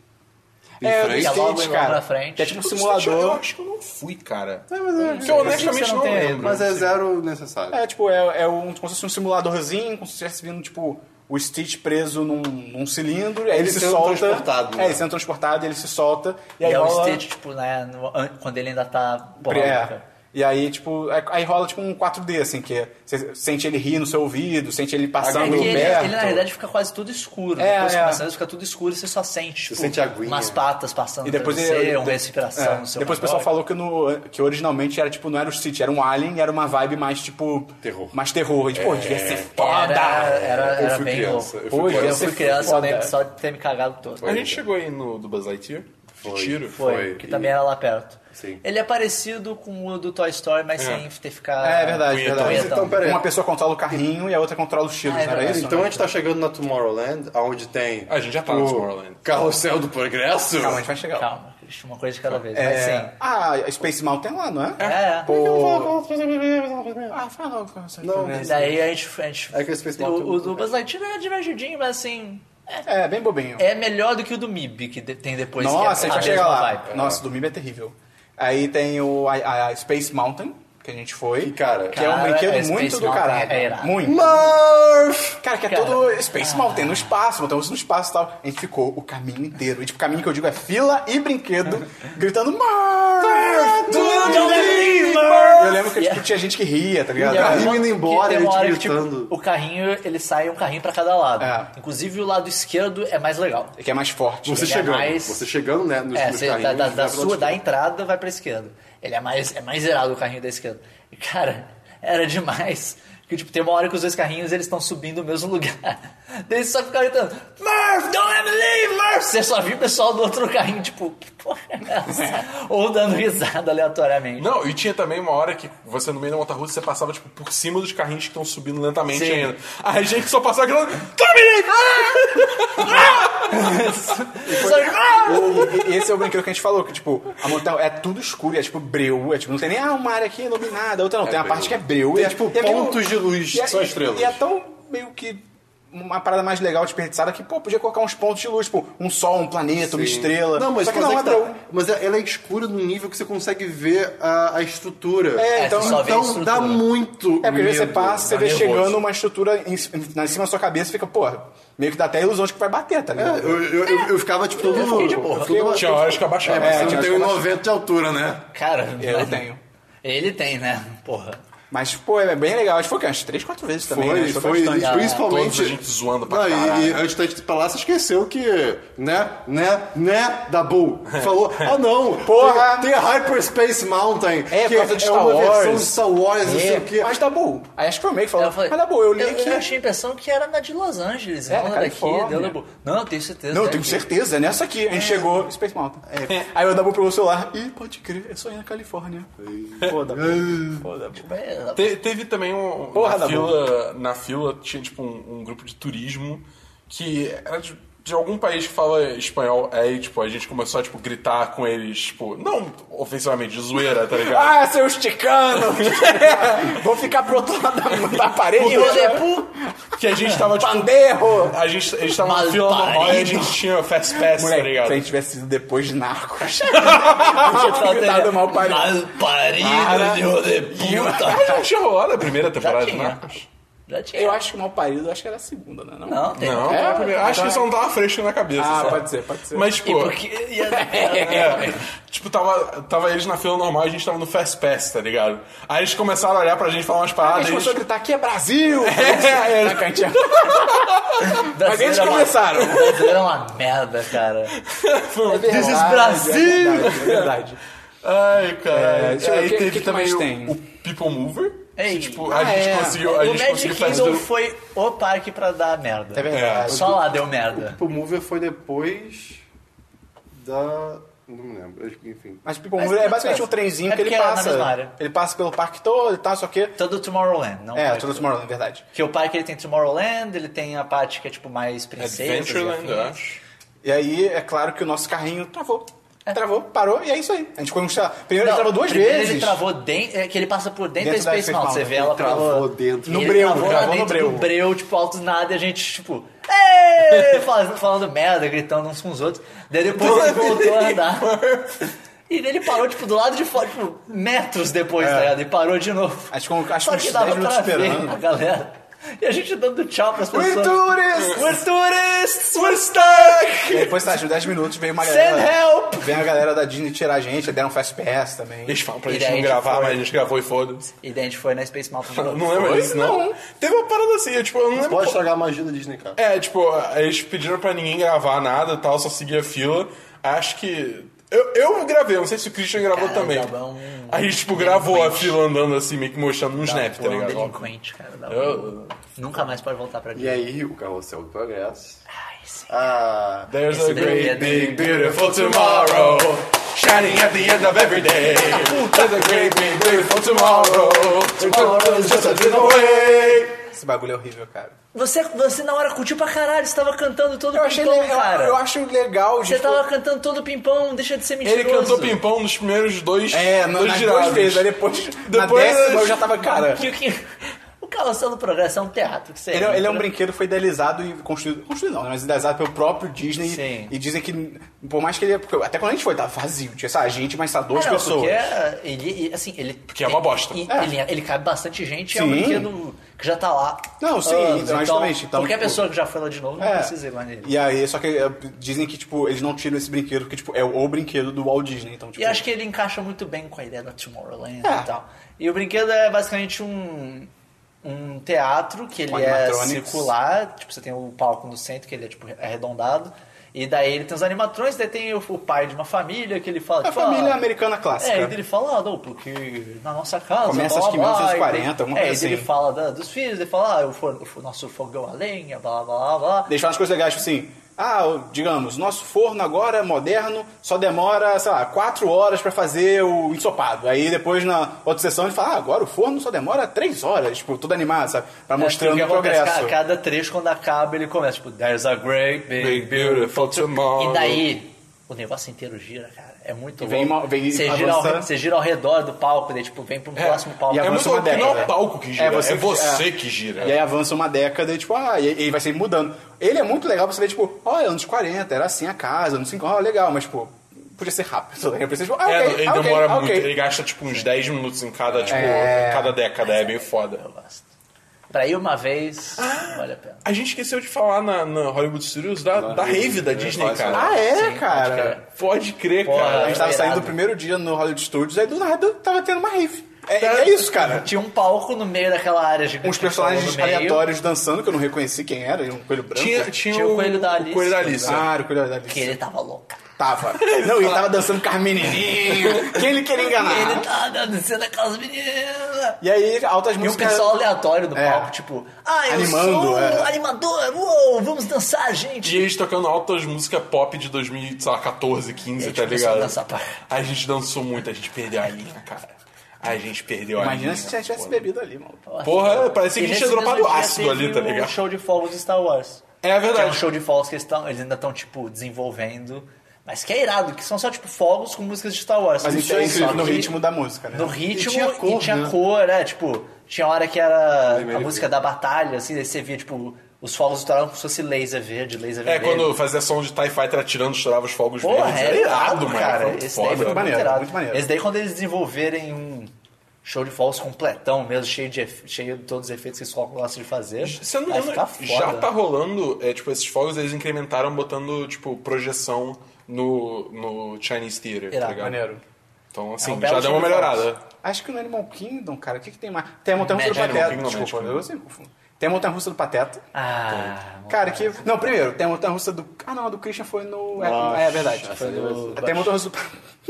S5: Em
S3: É,
S5: frente.
S4: Que é logo
S3: Stitch,
S4: logo
S3: cara.
S4: na frente.
S3: Que é tipo um
S1: Eu
S3: simulador.
S1: acho que eu não fui, cara. Porque eu honestamente
S4: Você não
S1: é, não
S4: tem,
S1: lembro.
S5: Mas é zero necessário.
S3: É, tipo, é, é um, como se fosse um simuladorzinho, como se estivesse vindo, tipo, o Stitch preso num, num cilindro, aí ele,
S5: Ele
S3: se
S5: sendo
S3: solta.
S5: transportado,
S3: é,
S5: né?
S3: ele sendo transportado, ele se solta, e aí
S4: E é o
S3: rola...
S4: Stitch, tipo, né? no- an- quando ele ainda tá porra,
S3: É.
S4: cara.
S3: E aí, tipo, é- aí rola tipo um 4D, assim, que é- você sente ele rir no seu ouvido, sente ele
S4: É
S3: passando
S4: que ele,
S3: perto.
S4: ele, na verdade, fica quase tudo escuro.
S3: É,
S4: Depois
S3: é.
S4: que começa, a- fica tudo escuro e você só sente, tipo,
S5: sente a aguinha.
S4: umas patas passando
S3: E depois
S4: por
S3: ele-
S4: você,
S3: de-
S4: uma respiração
S3: é.
S4: no seu
S3: Depois o pessoal
S4: redor.
S3: falou que, no, que originalmente era tipo, não era o City, era um Alien, era uma vibe mais tipo.
S5: Terror.
S3: Mais terror. E, tipo, pô,
S4: É.
S3: devia ser foda!
S4: Era, era,
S5: Eu
S4: era
S5: fui
S4: bem
S5: criança,
S4: louco.
S5: eu
S3: fui
S4: Pô, eu
S3: criança.
S4: fui criança, eu
S3: Foda.
S4: lembro só de ter me cagado todo.
S1: A gente chegou aí no do Buzz Lightyear. De tiro.
S4: Foi,
S5: Foi,
S4: que
S5: e-
S4: também era lá perto.
S5: Sim.
S4: Ele é parecido com o do Toy Story, mas sem ter ficado...
S3: É verdade,
S1: Punhetão.
S3: verdade.
S4: Punhetão. Então,
S5: peraí.
S3: Uma pessoa controla o carrinho e a outra controla os tiros,
S4: Ah, é
S3: não era
S4: verdade.
S3: isso?
S5: Então a gente tá chegando na Tomorrowland, onde tem.
S1: A gente já tá no Tomorrowland.
S5: Carrossel do Progresso?
S3: Calma, a gente vai chegar. lá.
S4: Calma, Cristian, uma coisa de cada vez, mas
S3: É,
S4: sim.
S3: ah, a Space Mountain lá, não é?
S4: É,
S3: Ah, fala logo.
S5: Não,
S4: E daí a gente... A gente
S5: É que esse Space
S4: o,
S5: Mountain-
S4: o do Buzz Lightyear é divertidinho, mas assim...
S3: É, bem bobinho.
S4: É melhor do que o do MIB, que de- tem depois.
S3: Nossa,
S4: que é
S3: a gente vai
S4: mesma
S3: chegar lá.
S4: vibe.
S3: Nossa, do MIB é terrível. Aí tem o, a, a Space Mountain, que a gente foi.
S5: E, cara,
S3: que é um
S4: Cara, é
S3: brinquedo
S4: Space
S3: muito do
S4: Mountain
S3: caralho.
S4: é irado.
S3: muito.
S5: Murph!
S3: Cara, que é
S4: Cara.
S3: todo Space Mountain no espaço, montamos no espaço e tal. A gente ficou o caminho inteiro. E tipo, o caminho que eu digo é fila e brinquedo, gritando Murph!
S4: Don't leave, Murph!"
S3: E Eu lembro que tipo, tinha gente que ria, tá ligado?
S4: E é
S5: carrinho
S4: uma-
S5: indo
S4: que
S5: embora,
S4: tem
S5: a gente
S4: uma hora que,
S5: gritando.
S4: tipo, o carrinho, ele sai um carrinho pra cada lado.
S3: É.
S4: Inclusive o lado esquerdo é mais legal.
S3: Que é mais forte.
S5: Você
S4: Ele é
S5: chegando,
S4: mais-
S5: você chegando, né? Nos,
S4: É,
S5: nos
S4: você- da,
S5: carrinhos,
S4: da,
S5: né,
S4: da
S5: pra
S4: sua,
S5: onde-
S4: da entrada vai pra esquerda. Ele é mais, é mais zerado o carrinho da esquerda. E, cara, era demais. Que tipo, tem uma hora que os dois carrinhos eles estão subindo o mesmo lugar. Daí eles só ficam gritando, Murph, don't let me leave, Murph! Você só viu o pessoal do outro carrinho, tipo, que porra é essa? Ou dando risada aleatoriamente.
S1: Não, e tinha também uma hora que você no meio da monta russa você passava tipo por cima dos carrinhos que estão subindo lentamente
S4: Sim.
S1: ainda. Aí a gente só passava gritando, Tommy!
S4: Só-
S3: E- e- Esse é o brinquedo que a gente falou, que tipo, a montanha é tudo escuro, e é tipo breu, é tipo, não tem nem ah, uma área aqui iluminada, outra não, tem uma
S5: breu.
S3: parte que é breu.
S5: Tem,
S3: e é,
S5: tipo,
S3: e é meio-
S5: pontos de luz
S3: e é-
S5: que são
S3: e-
S5: estrelas.
S3: E é tão meio que uma parada mais legal desperdiçada que, pô, podia colocar uns pontos de luz, tipo, um sol, um planeta, uma estrela.
S5: Não, mas,
S3: Só que
S5: mas
S3: não,
S5: é
S3: é
S5: que tá-
S3: breu.
S5: mas é- ela é escura num nível que você consegue ver a, a estrutura.
S3: É,
S4: É,
S3: então-
S4: você só vê a
S5: então dá
S4: estrutura.
S5: muito.
S3: É, porque às vezes você
S5: medo,
S3: passa, você
S5: dá
S3: vê
S5: nervoso.
S3: chegando uma estrutura em, em cima da sua cabeça e fica, pô, meio que dá até a ilusão de que vai bater, tá
S5: É,
S3: ligado?
S5: eu, eu, eu, eu ficava tipo todo.
S4: fiquei de boa.
S5: eu ficava-
S1: Tinha horas que abaixava.
S5: Mas
S3: É,
S5: você
S3: tinha
S5: não tem
S3: horas que eu
S5: 90 de altura, né?
S4: Cara,
S3: Eu tenho.
S4: Ele tem, né? Porra.
S3: Mas, pô, é bem legal. A gente foi o quê? Umas três, quatro vezes também. né? A
S5: Foi,
S3: gente
S5: foi,
S3: bastante.
S5: e principalmente.
S1: Todos a gente zoando pra
S5: Não, e-
S1: caralho.
S5: E, antes da gente ir pra lá, você esqueceu que. Né, né, né, da Bull. Falou, ah não,
S3: Porra!
S5: Tem, tem a Hyperspace Mountain,
S3: É,
S5: que
S3: por causa de
S5: é
S3: Star
S5: uma versão
S3: Wars.
S5: de Star Wars, não sei o quê.
S3: É, Mas da Bull. Aí acho que foi o meio que falou.
S4: Eu falei-
S3: mas da Bull, eu li
S4: eu,
S3: aqui.
S4: eu achei a impressão que era na de Los Angeles,
S3: É,
S4: não
S3: na
S4: na daqui.
S3: Califórnia.
S4: Deu na boa. Não, eu tenho certeza.
S3: Não, eu
S4: né,
S3: tenho
S4: que-
S3: certeza, é nessa aqui. A gente chegou, Space Mountain. É. Aí o Dabu pegou o celular e, pode crer, é só ir na Califórnia. Foda. Foda.
S4: É,
S1: Te- teve também um, um- na,
S3: Porra, Dabu.
S1: fila, na fila tinha tipo um, um grupo de turismo que era de, de algum país que fala espanhol. Aí tipo a gente começou a tipo gritar com eles, tipo, não ofensivamente, de zoeira, tá ligado?
S3: Ah, seus ticanos! Vou ficar pro outro lado da, da parede. né?
S4: E o Deadpool?
S1: que a gente tava tipo,
S3: Pandeiro!
S1: a gente, a gente tava na fila
S4: Malparido.
S1: normal e a gente tinha fast pass, tá
S3: Moleque,
S1: ligado?
S3: se a gente tivesse sido depois de Narcos, a gente tinha gritado tá mal parido.
S4: parido, filho de puta.
S1: Mas não tinha rolado a primeira temporada né? de
S4: tinha.
S1: Narcos.
S4: Já tinha.
S3: Eu acho que mal parido, eu acho que era a segunda, né? Não?
S4: Não, tem. É,
S1: Não, foi a primeira. acho que
S3: então
S1: isso não tava fresco na cabeça.
S3: Ah,
S1: sabe?
S3: pode ser, pode ser.
S1: Mas,
S4: E
S1: tipo,
S4: porque... e a-
S1: É, tipo, tava, tava eles na fila normal e a gente tava no Fast Pass, tá ligado? Aí eles começaram a olhar pra gente falar umas
S3: A
S1: paradas.
S3: gente
S1: e eles-
S3: começou a gritar aqui é Brasil!
S1: É, é.
S3: Saca, a gente ia- Mas
S4: brasileiro
S3: eles
S4: é uma-
S3: começaram.
S4: Brasileiro é uma merda, cara. This is Brasil!
S3: É verdade, é verdade.
S1: Ai,
S3: É,
S1: cara.
S3: deixa eu ver,
S1: aí
S3: o que-
S1: teve
S3: o que que
S1: também
S3: mais
S1: o,
S3: tem?
S1: o People Mover.
S4: Ei.
S1: que, tipo, a
S3: Ah,
S1: gente
S3: é.
S1: conseguiu, a
S4: O
S1: gente
S4: Magic
S1: conseguiu fazer.
S4: Kingdom foi o parque pra dar merda.
S3: É verdade.
S4: Só lá deu merda.
S5: O Mover foi depois da. Não me lembro, acho que, enfim.
S3: Mas People
S4: Mas
S3: Mover é
S4: não
S3: basicamente
S4: acontece.
S3: um trenzinho
S4: É
S3: que ele
S4: porque era na
S3: passa.
S4: mesma área.
S3: Ele passa pelo parque todo e tal, só que.
S4: Todo Tomorrowland, não
S3: É,
S4: parque.
S3: todo Tomorrowland, é verdade.
S4: Porque o parque ele tem Tomorrowland, ele tem a parte que é tipo mais princesa.
S1: Adventureland, eu acho.
S3: E aí, é claro que o nosso carrinho travou. Travou, parou e é isso aí. A gente ficou, sei lá, Primeiro
S4: Não,
S3: ele travou duas
S4: primeiro
S3: vezes.
S4: Ele travou dentro. É que ele passa por dentro,
S3: Dentro
S4: da
S3: da
S4: Space
S3: Space
S4: Mountain. Você
S3: Mountain.
S4: vê ela
S3: Ele travou
S4: travou
S5: dentro.
S3: No
S4: Ele
S3: breu,
S4: travou lá
S3: travou no
S4: dentro
S3: breu.
S4: do breu, tipo, alto do nada, e a gente, tipo, "Ê!" falando, falando merda, gritando uns com os outros. Daí depois ele voltou a andar. E daí ele parou, tipo, do lado de fora, tipo, metros depois, tá ligado? E parou de novo.
S3: É. Acho que um- acho
S4: Só
S3: que uns 10 minutos
S4: a
S3: esperando.
S4: galera. E a gente dando tchau pras pessoas.
S3: tourists!
S4: We're tourists! We're stuck!
S3: E aí depois, tá, acho que 10 minutos, veio uma
S4: Send
S3: galera.
S4: help!
S3: Vem a galera da Disney tirar a gente, deram um fast pass também.
S1: Eles falam pra
S4: E
S1: gente
S4: daí
S1: não
S4: a gente
S1: gravar,
S4: foi.
S1: mas a gente gravou e foda-se.
S4: E daí a gente foi na Space Mountain de novo.
S1: Não lembra disso, não? Teve uma parada assim, eu, tipo, eu não lembro.
S5: Pode
S1: qual-
S5: estragar a magia da Disney, cara.
S1: É, tipo, eles pediram pra ninguém gravar nada e tal, só seguir a fila. Acho que. Eu, eu gravei, não sei se o Christian gravou
S4: Cara,
S1: também.
S4: gravou
S3: Tá
S4: um-
S1: Aí, tipo, gravou a
S4: delinquente.
S1: fila andando assim, meio que mostrando no snap, tá
S4: Pô, é um
S1: ligado?
S4: delinquente, cara. dá
S1: Eu-
S4: um- Nunca mais pode voltar pra
S5: E
S4: Disney.
S5: aí, o carrossel do progresso.
S4: Ai, sim.
S5: Ah,
S1: There's
S4: Esse
S1: a
S4: daí é
S1: great
S4: bem-
S1: big beautiful tomorrow shining at the end of every day. There's a great big beautiful tomorrow. Tomorrow is just a dream away.
S3: Esse bagulho é horrível, cara.
S4: Você, você na hora curtiu pra caralho, você tava cantando todo
S3: Eu achei
S4: pimpão,
S3: legal,
S4: cara.
S3: eu acho legal, tipo-
S4: Você
S3: gente.
S4: tava cantando todo pimpão, deixa de ser mentiroso.
S1: Ele cantou pimpão nos primeiros dois.
S3: É, na-
S1: dois
S3: nas
S1: girados.
S3: duas vezes, aí depois, na
S1: Depois-
S3: décima eu já tava, cara...
S4: Que- que- O Carrossel do Progresso é um teatro que você
S3: Ele, é- ele é um
S4: entra.
S3: brinquedo que foi idealizado e construído. Construído não, né? mas idealizado pelo próprio Disney.
S4: Sim.
S3: E dizem que, por mais que ele. é, porque Até quando a gente foi, tava vazio. Tinha essa gente, mas tá duas
S4: É, não,
S3: pessoas.
S4: Porque é- ele, e, assim, ele... Porque
S1: é uma bosta.
S3: É.
S4: Ele, ele cabe bastante gente e é um
S3: Sim.
S4: brinquedo que já tá lá.
S3: Não, sim,
S4: anos,
S3: então,
S4: então,
S3: justamente, então,
S4: Qualquer
S3: tipo,
S4: pessoa que já foi lá de novo não
S3: É.
S4: precisa ir lá nele.
S3: E aí, só que é, dizem que, tipo, eles não tiram esse brinquedo, porque, tipo, é o, o brinquedo do Walt Disney. Então, tipo.
S4: E acho que ele encaixa muito bem com a ideia da Tomorrowland
S3: É.
S4: e tal. E o brinquedo é basicamente um, um teatro que ele
S3: Com
S4: é
S3: animatronics.
S4: circular. Tipo, você tem o palco no centro, que ele é tipo arredondado. E daí ele tem os animatrões, daí tem o, o pai de uma família que ele fala.
S3: É a
S4: tipo,
S3: família
S4: ah,
S3: americana clássica.
S4: É, e daí ele fala, ah, não, porque na nossa casa.
S3: Começa,
S4: blá,
S3: acho que em
S4: blá,
S3: 1940,
S4: e daí-
S3: alguma
S4: é,
S3: coisa
S4: e daí ele
S3: assim.
S4: fala da- dos filhos, ele fala, ah, o, for- o for- nosso fogão a lenha, blá blá blá blá.
S3: Eles falam as coisas legais, tipo assim. Ah, o- digamos, nosso forno agora é moderno só demora, sei lá, quatro horas pra fazer o ensopado. Aí depois na outra sessão ele fala, ah, agora o forno só demora três horas, tipo, tudo animado, sabe? Pra mostrando
S4: É,
S3: o
S4: porque acontece,
S3: progresso.
S4: ca- Cada trecho, quando acaba, ele começa, tipo, there's a great big
S1: Big beautiful tomorrow.
S4: E daí, o negócio inteiro gira, cara. É muito
S3: E vem
S4: louco.
S3: uma- vem
S4: você, gira ao,
S3: avançando.
S4: você gira ao redor do palco, daí, tipo, vem pro próximo palco.
S3: E
S1: É muito
S3: avança uma
S1: louco, porque não é
S3: década.
S1: o palco que gira, é você,
S3: é.
S1: que gira.
S3: E aí avança uma década e tipo, ah, e, e vai sempre mudando. Ele é muito legal pra você ver, tipo, ó, anos 40, era assim a casa, anos 50, ó, legal, mas tipo, podia ser rápido. Né? Eu pensei, tipo, ah,
S1: É,
S3: ok,
S1: ele
S3: ah, ok,
S1: demora
S3: ah,
S1: muito,
S3: ok.
S1: ele gasta tipo uns 10 minutos em cada, tipo, cada década, é meio foda.
S4: Eu gosto. Pra ir uma vez, vale a pena.
S1: A gente esqueceu de falar na, na Hollywood Studios da, da rave né? da Disney,
S5: quase,
S1: cara.
S3: Ah, é,
S4: Sim, pode
S3: cara.
S4: crer. É,
S1: Pode crer,
S4: Porra,
S3: A
S1: cara.
S3: gente tava
S4: Irado.
S3: saindo do primeiro dia no Hollywood Studios, aí do nada tava tendo uma rave. É, é isso, cara.
S4: Tinha um palco no meio daquela área gigante.
S3: Uns
S4: que a gente falou no
S3: personagens
S4: meio.
S3: aleatórios dançando, que eu não reconheci quem era, um coelho branco.
S1: Tinha, tinha,
S4: Tinha o Coelho da Alice.
S1: Coelho da Alice.
S3: Ah, era o coelho da
S4: Que
S3: Alice.
S4: ele tava louco.
S3: Tava. Não, ele tava dançando com as menininhas. Quem ele queria
S4: Ele tá
S3: enganar?
S4: tava dançando aquelas meninas.
S3: E aí, altas
S4: E um
S3: músicas.
S4: pessoal aleatório do
S3: É.
S4: palco, tipo, ah, eu
S3: Animando,
S4: sou
S3: é.
S4: animador, uou, vamos dançar, gente.
S1: E eles tocando altas músicas pop de 2014, 15,
S4: É,
S1: tá
S4: tipo, pessoal
S1: ligado?
S4: dançar pra-
S1: A gente dançou muito, a gente perdeu a linha, cara. A gente perdeu a linha.
S3: Imagina se já tivesse
S1: pô.
S3: bebido ali, mano.
S1: Porra, parecia
S4: E
S1: que a gente
S4: nesse
S1: tinha dropado
S4: mesmo dia
S1: ácido ali,
S4: teve
S1: tá
S4: o
S1: ligado?
S4: show de fogos de Star Wars.
S1: É verdade.
S4: Que é um show de fogos que eles, tão, eles ainda estão, tipo, desenvolvendo. Mas que é irado, que são só, tipo, fogos com músicas de Star Wars.
S3: Mas
S4: Só
S3: isso é
S4: que
S3: incrível no ritmo da música, né?
S4: No ritmo, e
S5: tinha
S4: tinha cor,
S5: cor, né?
S4: é, tipo, tinha hora que era a
S5: Vermelho e
S4: música da batalha, assim, daí você via, tipo, os fogos estouravam como se fosse laser verde, laser
S1: É,
S4: vermelho.
S1: quando fazia som de TIE Fighter atirando, estourava os fogos
S4: Porra,
S1: verdes.
S4: é
S1: Era irado, mano.
S4: cara.
S1: Foi muito
S4: Esse
S1: foda.
S4: daí foi
S3: Muito maneiro,
S4: é irado.
S3: muito maneiro.
S4: Esse daí quando eles desenvolverem um show de fogos completão mesmo, cheio de, efe- cheio de todos os efeitos que eles gostam de fazer,
S1: Se eu não me
S4: vai ficar
S1: engano,
S4: foda.
S1: já tá rolando, é, tipo, esses fogos eles incrementaram botando, tipo, projeção no, no Chinese Theater, tá
S4: Irado,
S1: ligado?
S3: Maneiro.
S1: Então, assim,
S4: É um belo
S1: já deu uma
S4: show de
S1: melhorada.
S3: Acho que no Animal Kingdom, cara, o que, que tem mais? Tem a Montanha Russa do
S4: Magic
S3: Pateta.
S1: Kingdom,
S5: é
S3: Desculpa,
S1: Magic
S3: eu sempre confundo. Tem a Montanha Russa do Pateta.
S4: Ah,
S3: Cara, que. Não, primeiro, tem a Montanha Russa do. Ah, não, a do Christian foi no. é,
S5: Nossa,
S3: É, é verdade.
S5: essa
S3: Foi
S5: daí
S3: no... Tem a Montanha Russa do...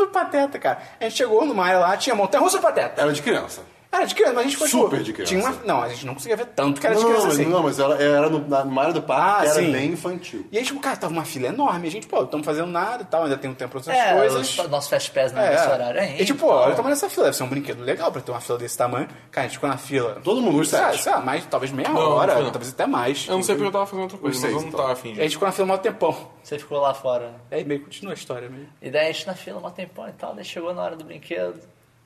S3: do Pateta, cara. A gente chegou numa área lá, tinha Montanha Russa do Pateta.
S5: Era de criança.
S3: É, Era de criança, mas a gente foi
S5: Super
S3: tipo,
S5: de criança.
S3: Tinha uma... Não, a gente não conseguia ver tanto que era de
S5: não,
S3: criança
S5: mas,
S3: assim.
S5: não, mas ela era no, na, numa área do
S3: Ah,
S5: parque que
S3: sim.
S5: era bem infantil.
S3: E aí, tipo, cara, tava uma fila enorme. A gente, pô, não estamos fazendo nada e tal, ainda tem um tempo pra outras
S4: É,
S3: coisas.
S4: o nosso Fast Pass não é
S3: É.
S4: nesse horário ainda. então.
S3: E tipo, ó, olha o tamanho dessa fila. Deve ser um brinquedo legal pra ter uma fila desse tamanho. Cara, a gente ficou na fila.
S5: Todo mundo, os
S3: sei lá,
S5: sete.
S3: sei lá, mais, talvez meia
S1: Não, não É
S3: hora,
S1: um foi não.
S3: talvez até mais.
S1: Eu não sei porque eu tava fazendo outra coisa,
S5: Os
S1: mas eu
S5: seis,
S1: não
S5: então.
S1: tava afim
S4: É
S3: E a
S1: de.
S3: gente ficou na fila um tempão. É,
S4: Você ficou lá fora, né?
S3: E aí meio que continua a história mesmo.
S4: E daí a gente na fila, mó tempão e tal, daí chegou na hora do brinquedo.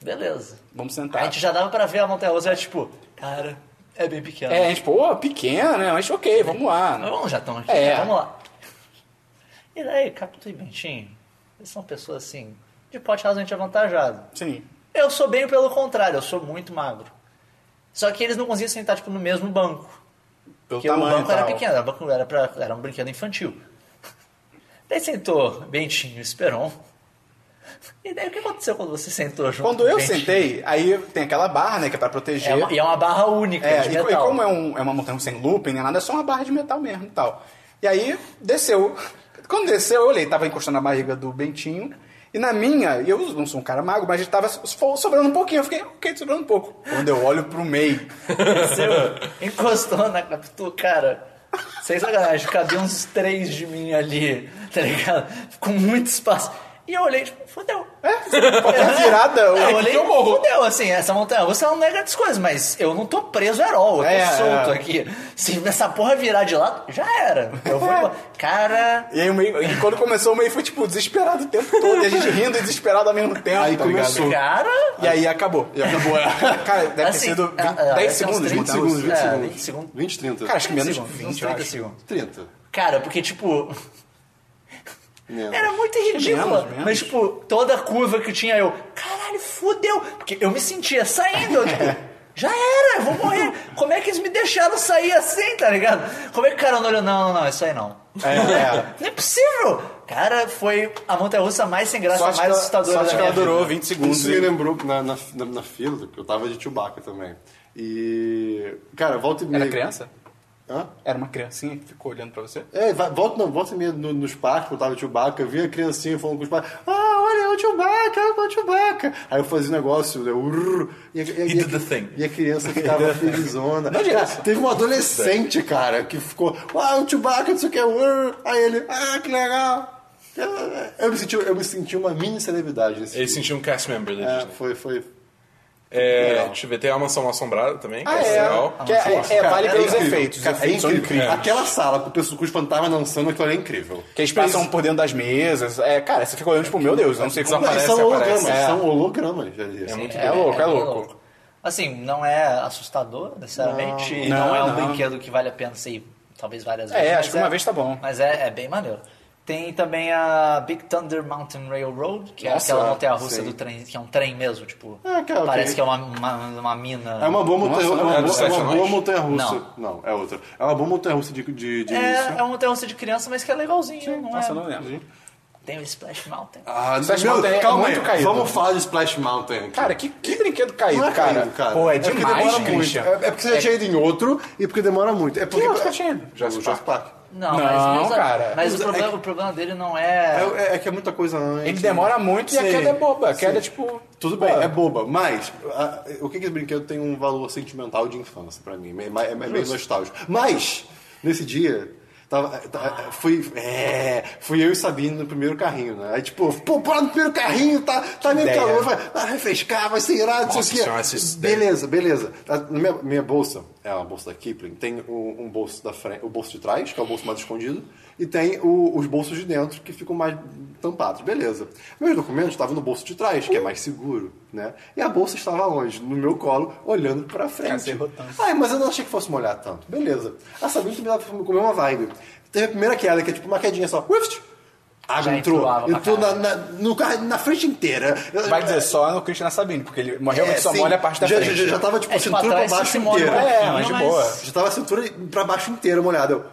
S4: Beleza.
S3: Vamos
S4: A
S3: sentar.
S4: gente já dava pra ver a Montanha Russa, era tipo, cara, é bem pequena.
S3: É, a gente, pô, pequena, né? Mas ok, vamos lá.
S4: Mas
S3: né?
S4: vamos já estão aqui,
S3: É.
S4: né? vamos lá. E daí, Caputo e Bentinho, eles são pessoas assim, de pote razoavelmente avantajado.
S3: Sim.
S4: Eu sou bem pelo contrário, eu sou muito magro. Só que eles não conseguiam sentar, tipo, no mesmo banco.
S3: Pelo
S4: Porque o
S3: tamanho e
S4: banco era
S3: tal.
S4: pequeno, era, banco, era, pra- era um brinquedo infantil. Daí sentou Bentinho e Esperon. E daí o que aconteceu quando você sentou junto?
S3: Quando eu
S4: Bentinho?
S3: sentei, aí tem aquela barra, né, que é pra proteger.
S4: É uma- e é uma barra única
S3: É,
S4: de
S3: e, co- e
S4: metal.
S3: como é, um- é uma montanha sem looping, nem nada, é só uma barra de metal mesmo e tal. E aí, desceu. Quando desceu, eu olhei, tava encostando na barriga do Bentinho. E na minha, e eu não sou um cara mago, mas tava so- sobrando um pouquinho. Eu fiquei, ok, sobrando um pouco. Quando eu olho pro meio,
S4: Seu, encostou na Capitu, cara. Sem sacanagem, cabia uns três de mim ali, tá ligado? Com muito espaço. E eu olhei, tipo, fodeu.
S3: faltou uma é, Tá virada. eu-
S4: eu olhei,
S1: eu morro.
S4: fodeu, assim, essa montanha russa ela nega das coisas, mas eu não tô preso at all, eu tô
S3: É,
S4: solto
S3: é.
S4: aqui. Se essa porra virar de lado, já era. Eu vou embora. Cara,
S3: E aí, o meio, e quando começou, o meio foi, tipo, desesperado o tempo todo. E a gente rindo e desesperado ao mesmo tempo,
S5: Aí
S3: tá ligado?
S5: começou.
S4: cara.
S3: E aí, acabou.
S5: E acabou. é.
S3: Cara, deve
S4: Assim,
S3: ter sido
S4: é, é,
S3: 20,
S4: deve
S3: 10
S4: ser uns
S3: segundos,
S4: 30
S3: 20
S5: 20
S3: segundos.
S5: segundos, 20
S4: É,
S5: segundos.
S4: 20 segundos.
S5: 20, 30.
S3: Cara, acho que menos de
S4: segundos, uns
S3: 20, eu
S4: 30
S3: acho.
S4: segundos.
S5: 30.
S4: Cara, porque, tipo,
S5: Menos.
S4: Era muito ridícula.
S3: É Menos, menos.
S4: Mas, tipo, toda curva que tinha eu, caralho, fudeu. Porque eu me sentia saindo. eu, tipo, já era, eu vou morrer. Como é que eles me deixaram sair assim, tá ligado? Como é que o cara não olhou? Não, não, não, isso aí não.
S3: É, é.
S4: Não é possível. Cara, foi a montanha russa mais sem graça,
S3: Sorte que
S4: mais
S3: ela-
S4: assustadora
S3: sorte
S4: da
S3: que ela
S4: minha vida.
S3: durou 20 segundos.
S5: Isso me lembrou na, na, na, na fila, que eu tava de Chewbacca também. E. Cara, volta e meia.
S3: Era criança?
S5: Hã?
S3: Era uma criancinha que ficou olhando pra você?
S5: É, vai- volta, não, volta e meia no- nos parques, quando tava o Chewbacca, eu via a criancinha falando com os pais, ah, olha, é o Chewbacca, é o Chewbacca. Aí eu fazia um negócio, eu, urr, e, a- e a-
S1: He did the thing.
S5: e a criança ficava felizona. Cara, teve um adolescente, cara, que ficou, ah, o Chewbacca, não sei o que, urr. aí ele, ah, que legal. Eu me senti, eu me senti uma mini celebridade nesse
S1: Eles
S5: filme.
S1: sentiam um cast member da
S5: É,
S1: Disney.
S5: foi, foi.
S1: É,
S5: legal.
S1: deixa eu ver, tem a Mansão Assombrada também, que
S3: Ah,
S1: é,
S3: é.
S1: legal.
S3: Que é, é, é, vale
S5: Cara,
S3: pelos
S5: incrível.
S3: efeitos. Os
S5: Cara, é
S3: efeitos são
S5: incrível.
S3: incríveis.
S5: Aquela sala com, o pessoal- com os fantasmas dançando, aquilo ali é incrível.
S3: Que eles passam por dentro das mesas. É, cara, você fica olhando, tipo, meu Deus, eu não sei como
S5: Não, e
S1: Aparece,
S5: são
S1: aparece.
S5: hologramas,
S3: É.
S5: são hologramas. Ali, assim.
S1: muito
S4: É,
S3: louco, é
S4: bem
S3: louco.
S4: Assim, não é assustador, necessariamente. e Não,
S3: Não,
S4: é um
S3: não.
S4: brinquedo que vale a pena você ir talvez várias
S3: É,
S4: vezes.
S3: acho
S4: mas
S3: que uma vez tá bom.
S4: Mas é, é bem maneiro. Tem também a Big Thunder Mountain Railroad, que
S5: Nossa,
S4: é aquela montanha russa
S5: sim.
S4: do trem, que é um trem mesmo, tipo.
S5: É, que é ok.
S4: parece que é uma, uma, uma mina.
S5: É uma boa
S3: Nossa,
S5: montanha, é
S3: não,
S5: uma
S1: é do
S5: boa, é
S1: Sete
S5: uma boa
S1: Anões?
S5: montanha russa.
S4: Não.
S5: Não. é outra. É uma boa montanha russa de, de, de início.
S4: É, é uma montanha russa de criança, mas que é legalzinho, não
S3: Nossa,
S4: é?
S3: eu não lembro.
S4: Tem o Splash Mountain.
S5: Ah,
S3: Splash Mountain é muito caído.
S5: Vamos falar de Splash Mountain. aqui.
S3: Cara, que, que brinquedo caído,
S5: Não é
S3: cara.
S5: caído, cara.
S3: Pô, é
S5: porque
S3: demais,
S5: demora muito.
S3: Christian.
S5: É, é porque você já tinha ido em outro e porque demora muito. É porque.
S3: Que outro que eu tinha ido?
S5: O Jurassic Park.
S4: Não,
S3: Não,
S4: mas, mas,
S3: cara. é
S4: mas o, problema, o problema dele não é.
S5: É, é- é que é muita coisa antes.
S3: Ele demora muito e a
S5: Sim.
S3: queda é boba. A
S5: Sim.
S3: queda é tipo.
S5: Tudo bem, é boba, mas a- o que que esse brinquedo tem um valor sentimental de infância pra mim? É, ma- é meio nostálgico. Mas, nesse dia, tava, tá- fui, é, fui eu e Sabine no primeiro carrinho, né? Aí, tipo, pô, bora no primeiro carrinho, tá, tá meio
S3: ideia.
S5: calor, vai, vai refrescar, vai ser irado, não
S1: Nossa
S5: sei o
S1: senhora,
S5: quê.
S1: essa ideia.
S5: Beleza, beleza. Tá, Na minha, minha bolsa, é uma bolsa da Kipling, tem o- um, bolso da frente, o bolso de trás, que é o bolso mais escondido, e tem o- os bolsos de dentro, que ficam mais tampados. Beleza. Meus documentos estavam no bolso de trás, que é mais seguro, né? E a bolsa estava longe, no meu colo, olhando pra frente. Ai, mas eu não achei que fosse molhar tanto. Beleza. A Sabine também tava comer uma vibe. Teve a primeira queda, que é tipo uma quedinha só. Uift! Água
S4: Já
S5: entrou.
S4: entrou água pra
S5: Entrou na, na, no carro, na frente inteira. Eu-
S3: Vai dizer só no Christian Sabine, porque ele realmente só
S5: É, sim.
S3: molha a parte da
S5: já,
S3: frente.
S5: Já, já tava, tipo,
S4: É, tipo,
S5: cintura pra
S4: atrás
S5: baixo
S4: se molha um
S5: inteira.
S4: pouquinho,
S3: É, mas de boa.
S5: Já tava a cintura pra baixo inteira molhada. Eu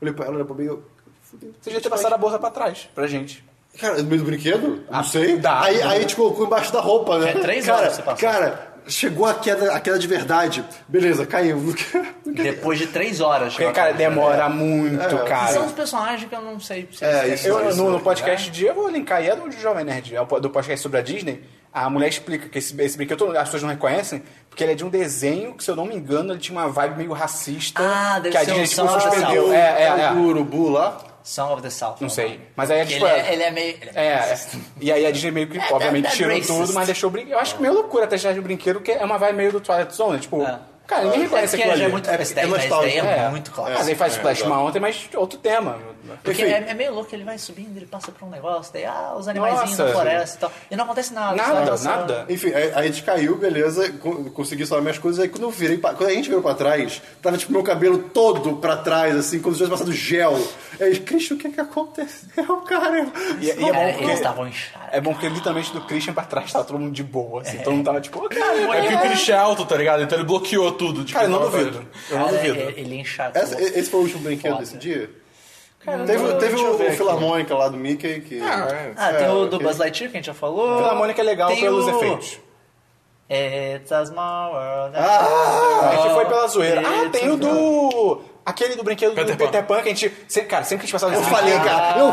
S5: olhei pra ela, olhei pra mim, eu... fudeu.
S3: Você já tinha passado a bolsa pra trás, pra gente.
S5: Cara, no meio do brinquedo? Não
S3: Ah,
S5: sei.
S3: dá.
S5: aí, aí a gente colocou embaixo da roupa, né?
S4: É, três
S5: cara,
S4: horas você passou.
S5: Cara, chegou a queda, a queda de verdade. Beleza, caiu.
S4: Depois de três horas.
S3: Porque, cara, demora muito,
S5: É.
S3: cara.
S4: São os personagens que eu não sei se assim,
S5: É, isso.
S4: né?
S3: Eu, no, no podcast de. Eu vou linkar aí, é do Jovem Nerd. É o po- do podcast sobre a Disney. A mulher explica que esse, esse brinquedo todo- as pessoas não reconhecem, porque ele é de um desenho que, se eu não me engano, ele tinha uma vibe meio racista.
S4: Ah, deve
S3: que a
S4: ser
S3: Disney
S4: um
S3: tipo,
S4: Song of the
S3: suspendeu.
S4: South.
S3: É, é, é.
S5: O urubu lá.
S4: Song of the South. né?
S3: Não sei. Mas aí,
S4: Ele,
S3: tipo,
S4: é, ele é meio. Ele é meio
S3: É,
S4: racista.
S3: e aí a Disney meio que,
S4: É, that-
S3: obviamente,
S4: that
S3: tirou
S4: racist.
S3: tudo, mas deixou o brinquedo. Eu acho que meio loucura até tirar de brinquedo, porque é uma vibe meio do Twilight Zone, né? tipo,
S4: É.
S3: cara, ninguém reconhece
S4: Porque
S3: aquilo
S4: já
S3: ali.
S4: é muito, esse daí,
S5: é
S4: mas esse daí é,
S3: É.
S4: muito
S3: Ah,
S4: clássico.
S3: mas ele faz Splash Mountain, mas outro tema.
S4: Porque
S5: Enfim.
S4: é, é meio louco, ele vai subindo, ele passa por um negócio, daí, ah, os animaizinhos
S3: Nossa.
S4: na floresta e tal. E não acontece nada.
S3: Nada,
S4: sabe?
S3: nada.
S5: Enfim, aí, aí a gente caiu, beleza, co- consegui salvar minhas coisas. Aí quando eu virei, pra- quando a gente virou pra trás, tava tipo meu cabelo todo pra trás, assim, como se tivesse passado gel. Aí, Cristo, o que que aconteceu, cara?
S3: E, e é
S4: Cara,
S3: bom
S4: eles
S3: porque...
S4: estavam inchados.
S3: É bom que literalmente do Christian pra trás tava todo mundo de boa,
S4: É.
S3: assim. Todo mundo tava tipo, ô, cara,
S1: É porque o Christian é alto, tá ligado? Então ele bloqueou tudo. Tipo,
S3: cara, eu não
S1: tava-
S3: duvido. Eu não
S4: Cara,
S3: duvido.
S4: ele, ele é enxacou.
S5: Essa-
S3: é-
S5: e- esse foi o último brinquedo
S4: Foda.
S5: desse dia? teve teve o, o Filarmônica lá do Mickey que.
S3: é.
S4: Ah, tem o do
S5: ok.
S4: Buzz Lightyear que a gente já falou.
S3: A Mônica é legal
S4: Tem
S3: pelos
S4: o-
S3: efeitos.
S4: It's a small world.
S3: Ah, a gente foi pela zoeira. Ah,
S4: It's
S3: tem o
S4: a-
S3: do... Aquele do brinquedo
S1: Peter
S3: do Peter Pan que a gente... sempre- Cara, sempre que a gente passava...
S5: Eu falei, cara, eu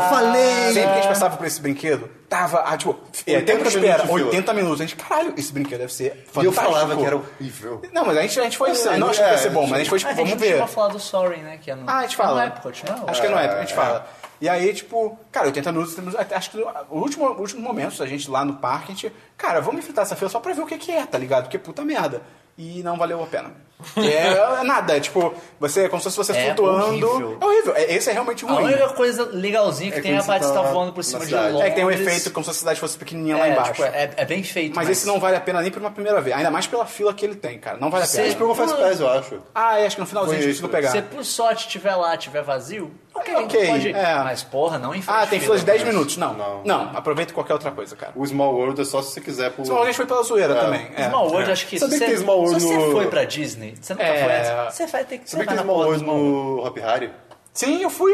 S3: Sempre
S5: falei!
S3: que a gente passava por esse brinquedo, tava, ah, tipo, é, tempo de
S5: 80
S3: espera,
S5: minutos de fila.
S3: 80 minutos. A gente, caralho, esse brinquedo deve ser fantástico.
S5: E eu falava que era horrível.
S3: Não, mas a gente, a gente foi assim,
S5: É,
S3: não achei que ia ser
S5: é,
S3: bom, mas a gente foi, tipo,
S4: Ah, a gente
S3: vamos
S4: não chegou
S3: ver.
S4: a falar do Sorry, né? Que é no,
S3: Ah, a gente
S4: Não
S3: fala.
S4: é Epcot, não.
S3: Acho que não é, a gente fala. E aí, tipo, cara, 80 minutos, 80 minutos, acho que o último, o último momento, a gente lá no parque, a gente, cara, vamos enfrentar essa fila só pra ver o que que é, tá ligado? Porque puta merda. E não valeu a pena. É, é nada, é tipo, você, é como se fosse você
S4: É
S3: flutuando.
S4: horrível.
S3: É horrível, é, esse é realmente
S4: A
S3: ruim.
S4: única coisa legalzinha que
S5: É
S4: tem é a
S5: quando
S4: parte
S5: você
S4: que
S5: tá
S4: tá
S5: na-
S4: voando por
S5: na
S4: cima de
S5: cidade.
S4: Londres.
S3: É que tem um efeito como se a cidade fosse pequenininha lá
S4: É,
S3: embaixo.
S4: tipo, é, é bem feito.
S3: Mas esse não vale a pena nem por uma primeira vez. Ainda mais pela fila que ele tem, cara. Não vale a
S4: Você-
S3: pena.
S5: Mas pegou Fast Pass, eu acho.
S3: Ah, é, acho que no finalzinho a gente
S5: Foi
S3: conseguiu
S5: extra.
S3: pegar.
S4: Se por sorte tiver lá, tiver vazio, ok,
S3: ok,
S4: pode ir.
S3: é.
S4: Mas porra, não em frente
S3: Ah, tem fila de 10 minutos. Não, não.
S5: Não.
S3: aproveita qualquer outra coisa, cara.
S5: O Small World é só se você quiser por.
S3: Só a gente foi pela zoeira também. É.
S4: Small World, acho que
S5: Sabia
S4: se
S5: que
S4: você,
S5: tem Small World
S4: se você
S5: no-
S4: foi pra Disney, você nunca
S3: É.
S4: foi antes, você vai ter que
S5: Sabia que
S4: vai
S5: tem
S4: na
S5: Small
S4: porra do
S5: World no Hop Harry?
S3: Sim, eu fui.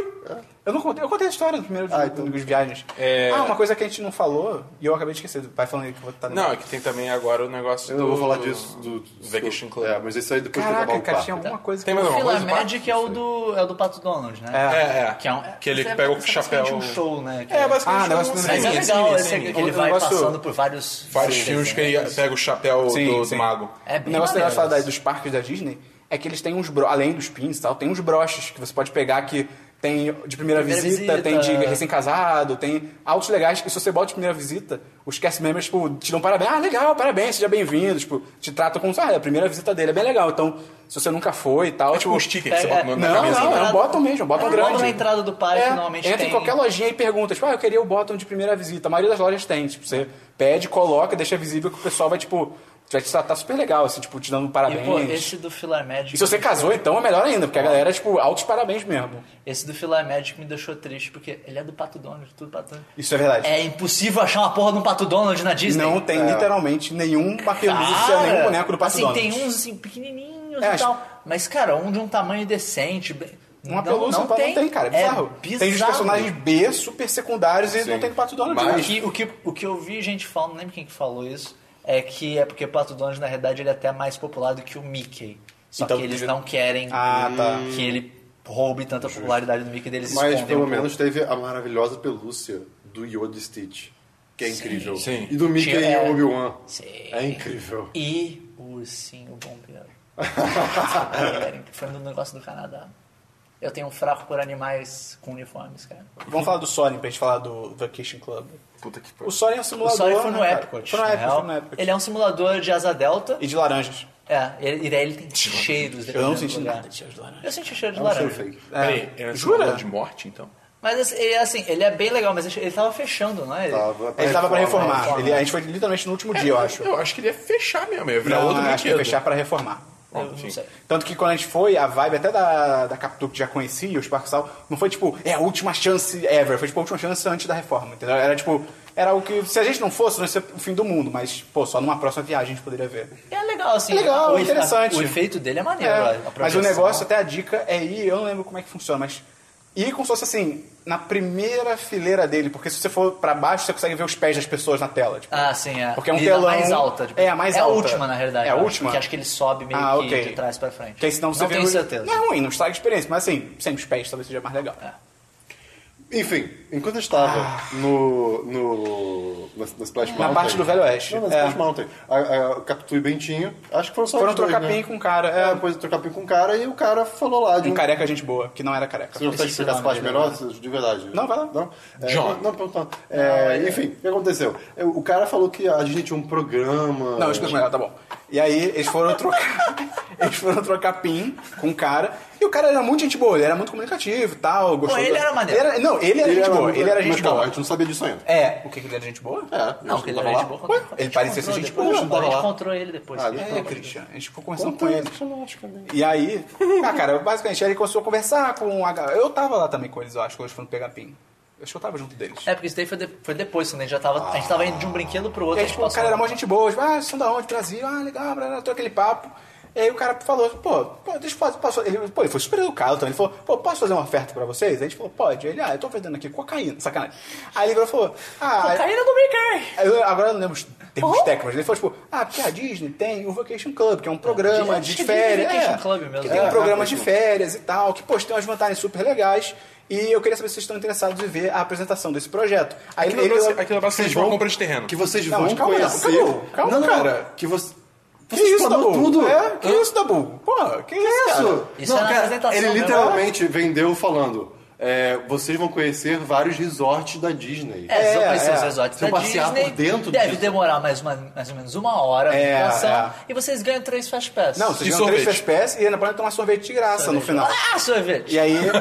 S3: Eu, não contei, eu contei a história do primeiro
S5: Ah,
S3: dia
S5: então.
S3: dos viagens.
S1: É.
S3: Ah, uma coisa que a gente não falou, e eu acabei de esquecer. Vai falando aí que eu vou estar
S1: Não, é que tem também agora o negócio
S5: Eu
S1: do...
S5: não vou falar disso do. do
S1: Vacation Club.
S5: É, mas isso aí depois de
S3: Caraca,
S5: acabar o
S3: cara, tinha um
S5: parque.
S3: alguma coisa
S1: Tem
S3: que...
S1: mais alguma
S4: Fila
S1: coisa? do parque?
S4: Magic é o do, é o do Pato Donald, né?
S1: É, é.
S4: Que, é um,
S1: Que ele
S4: você
S1: pega o
S4: pensa que é
S1: chapéu...
S4: um show, né? Que
S1: É, basicamente
S3: Ah,
S1: um
S3: negócio do
S1: sim,
S4: Mas é
S1: sim,
S4: legal
S1: sim,
S4: esse
S1: sim.
S4: que ele
S3: O
S4: vai
S3: negócio-
S4: passando por vários...
S1: Vários
S4: filmes,
S1: filmes que
S4: né?
S1: ele pega o chapéu
S3: Sim,
S1: do, do
S3: sim.
S1: mago.
S4: É
S3: O
S4: bem
S3: negócio legal
S4: maneiro.
S3: de falar da- dos parques da Disney é que eles têm uns... Bro... Além dos pins e tal, tem uns broches que você pode pegar que... Tem de
S4: Primeira
S3: primeira, visita,
S4: visita. é.
S3: tem de recém-casado, tem altos legais. E se você bota de primeira visita, os cast members, tipo, te dão parabéns. Ah, legal, parabéns, seja bem-vindo. Tipo, te tratam como, ah, é a primeira visita dele é bem legal. Então, se você nunca foi e tal...
S1: É tipo um sticker que você bota
S4: é,
S1: na
S3: Não,
S1: cabeça.
S3: não,
S1: né?
S3: é um bottom mesmo, bottom
S4: É,
S3: grande. É,
S4: bottom na entrada do parque, normalmente
S3: Entra
S4: tem.
S3: em qualquer lojinha e pergunta, tipo, ah, eu queria o bottom de primeira visita. A maioria das lojas tem, tipo, você pede, coloca, deixa visível que o pessoal vai, tipo, vai te tratar super legal, assim, tipo, te dando
S4: E,
S3: parabéns.
S1: tá
S4: pô, esse do Fila Magic...
S3: E se você casou, então é melhor ainda, porque a galera, tipo, altos parabéns mesmo.
S4: Esse do Fila Magic me deixou triste, porque ele é do Pato Donald, tudo Pato Donald.
S3: Isso é verdade.
S4: É impossível achar uma porra de um Pato Donald na Disney.
S3: Não tem literalmente nenhuma pelúcia,
S4: Cara,
S3: nenhum boneco do Pato
S4: assim,
S3: Donald.
S4: tem uns assim, pequenininhos
S3: É,
S4: e tal. Mas, cara, um de um tamanho decente. bem-
S3: Uma
S4: não,
S3: pelúcia
S4: não
S3: do Pato
S4: tem.
S3: não tem, cara. É bizarro. Tem os
S4: bizarro.
S3: personagens B super secundários e não tem do Pato Donald.
S4: O
S3: né?
S4: que, o, que, o que eu vi gente falando, não lembro quem que falou isso, é que é porque Pato Donald, na realidade, ele é até mais popular do que o Mickey. Só
S3: Então,
S4: que eles
S3: devia-
S4: não querem
S3: Ah, tá.
S4: que ele roube tanta popularidade do Mickey deles
S5: Mas
S4: escondem
S5: pelo
S4: um pouco.
S5: menos teve a maravilhosa pelúcia do Yoda Stitch, que é incrível.
S1: sim.
S5: E do Mickey
S4: Tinha- é.
S5: e Obi-Wan.
S4: Sim.
S5: É incrível.
S4: E o ursinho bombeiro. Foi no negócio do Canadá. Eu tenho um fraco por animais com uniformes, cara.
S3: Vamos falar do Soren pra gente falar do Vacation Club.
S1: Puta que pariu.
S3: O Soren é um
S4: O
S3: simulador.
S4: Sorry foi no
S3: né, cara?
S4: Epcot.
S3: Foi no
S4: na
S3: Epcot,
S4: real.
S3: foi no Epcot.
S4: Ele é um simulador de asa delta.
S3: E de laranjas.
S4: É, ele- e daí ele tem cheiros.
S3: Eu
S4: dependendo
S3: não
S4: do
S3: senti
S4: lugar.
S3: nada de cheiro de laranja.
S4: Eu senti cheiro de
S5: É um cheiro
S4: laranja.
S5: fake.
S1: Peraí, é
S3: Jura?
S1: Jura? de morte, então?
S4: Mas assim, ele, assim, ele é bem legal, mas ele tava fechando, não é? Ele-
S5: Tava
S3: Ele tava pra reformar.
S1: né?
S4: reforma.
S3: Ele- a gente foi literalmente no último dia, eu acho.
S1: Eu acho que ele ia fechar mesmo, ia virar
S3: Não,
S1: outro
S3: acho que ia
S1: brinquedo.
S3: fechar pra reformar.
S4: Eu
S1: Bom, enfim.
S4: não sei.
S3: Tanto que quando a gente foi, a vibe até da, da Capitu que já conhecia, os Parque Sal, não foi tipo, é a última chance ever. Foi tipo a última chance antes da reforma, entendeu? Era tipo, era o que, se a gente não fosse, não ia ser o fim do mundo, mas, pô, só numa próxima viagem a gente poderia ver.
S4: É legal, assim.
S3: É legal,
S4: o efe-
S3: interessante.
S4: O efeito dele é maneiro.
S3: É,
S4: a- a
S3: mas o
S4: projeção.
S3: negócio, até a dica, é ir, eu não lembro como é que funciona, mas ir como se fosse assim, na primeira fileira dele, porque se você for pra baixo, você consegue ver os pés das pessoas na tela. Tipo.
S4: Ah, sim, é.
S3: Porque é um
S4: Ele é a
S3: telão-
S4: mais alta. tipo,
S3: é a mais
S4: é
S3: alta.
S4: a última, na realidade.
S3: É a
S4: eu acho,
S3: última?
S4: Porque acho que ele sobe meio
S3: Ah,
S4: que
S3: ok.
S4: de trás pra frente.
S3: Porque senão você
S4: não
S3: vê
S4: tenho
S3: os-
S4: certeza. É.
S3: Não é ruim, não estraga a experiência, mas assim, sem os pés talvez seja mais legal.
S5: Enfim, enquanto eu estava no, no, na, na Splash Mountain...
S3: Ah. Na parte do Velho Oeste.
S5: Não, na
S3: É.
S5: Splash Mountain. A, a, Capitu e Bentinho, acho que foram só
S3: Foram
S5: os dois,
S3: trocar
S5: né?
S3: pin com o cara.
S5: É,
S3: É,
S5: depois eu trocar pin com o cara e o cara falou lá
S4: É.
S5: de
S3: um careca gente boa, que não era careca.
S5: Você não consegue explicar essa parte melhor? De verdade.
S3: né? Não, vai lá.
S5: Não, É,
S1: John.
S5: não, não, perguntando. É, enfim, o que aconteceu? Eu- O cara falou que a gente tinha um programa...
S3: Não, explica melhor, tá bom. E aí eles foram trocar. eles foram trocar pin com o cara. E o cara era muito gente boa, ele era muito comunicativo e tal.
S4: Pô,
S3: Gostou
S4: ele
S3: da-
S4: era maneiro.
S3: não, ele era gente
S5: era
S3: boa.
S5: muito-
S3: Ele era
S5: mas
S3: gente
S5: calma,
S3: boa.
S5: A gente não sabia disso ainda.
S3: É. O que que ele era gente boa?
S5: É,
S4: Não, porque ele era gente boa. quando-
S3: Ué,
S4: quando
S3: ele
S4: a gente
S3: parecia ser
S4: encontrou
S3: gente
S4: depois,
S3: boa,
S5: não tava
S4: A gente
S5: lá.
S4: encontrou ele depois.
S5: Ah, ele
S3: É, Christian, a gente ficou conversando com ele.
S5: ele.
S3: E aí, ah, cara, basicamente ele começou a conversar com a galera. Eu tava lá também com eles, eu acho, quando eles foram pegar pin. Eu acho que eu tava junto deles.
S4: É, porque isso daí foi, de- foi depois, quando a gente já tava. A gente tava indo de um brinquedo pro
S3: E
S4: outro. a
S3: aí,
S4: gente
S3: tipo, o
S4: passou-
S3: cara era mó gente boa, tipo, ah, vocês são da onde? Brasil, ah, legal, blá, blá, todo aquele papo. E aí o cara falou, pô, pô deixa eu fazer, posso... ele, pô, ele foi super educado também, ele falou, pô, posso fazer uma oferta pra vocês? Aí a gente falou, pode. Ele, ah, eu tô vendendo aqui cocaína, sacanagem. Aí ele virou e falou, ah...
S4: Cocaína do Brincar!
S3: aí- eu- agora eu não lembro os termos técnicos, ele falou, tipo, ah, porque a Disney tem o Vacation Club, que é um programa
S4: acho
S3: de
S4: que é
S3: férias.
S4: Vacation
S3: é,
S4: Club mesmo.
S3: Que tem
S4: É,
S3: um programa de férias e tal, que, pô, tem umas vantagens super legais. E eu queria saber se vocês estão interessados em ver a apresentação desse projeto. Aí
S1: Aquilo é basic- aquilo é basicamente uma compra de terreno.
S5: Que vocês
S3: Não,
S5: vão
S3: mas calma, não,
S5: conhecer...
S3: calma, calma, cara.
S5: Que você...
S3: Que isso, Dabu?
S5: explanou tudo?
S3: É, que isso, Dabu? Pô, que, isso, cara?
S4: Isso é na apresentação
S5: Ele
S4: mesmo.
S5: literalmente vendeu falando... é, vocês vão conhecer vários resorts da Disney.
S4: É,
S3: É,
S4: são esses
S3: é.
S4: resorts
S5: Se
S4: da
S5: eu passear
S4: Disney.
S5: por dentro
S4: deve
S5: disso.
S4: demorar mais, uma, mais ou menos uma hora a
S3: É,
S4: manutenção.
S3: é.
S4: E vocês ganham três Fast Pass.
S3: Não, vocês
S1: E
S3: ganham três
S1: sorvete?
S3: fast pass e ainda podem tomar sorvete de graça no final.
S4: Ah, sorvete!
S3: E é aí, e aí,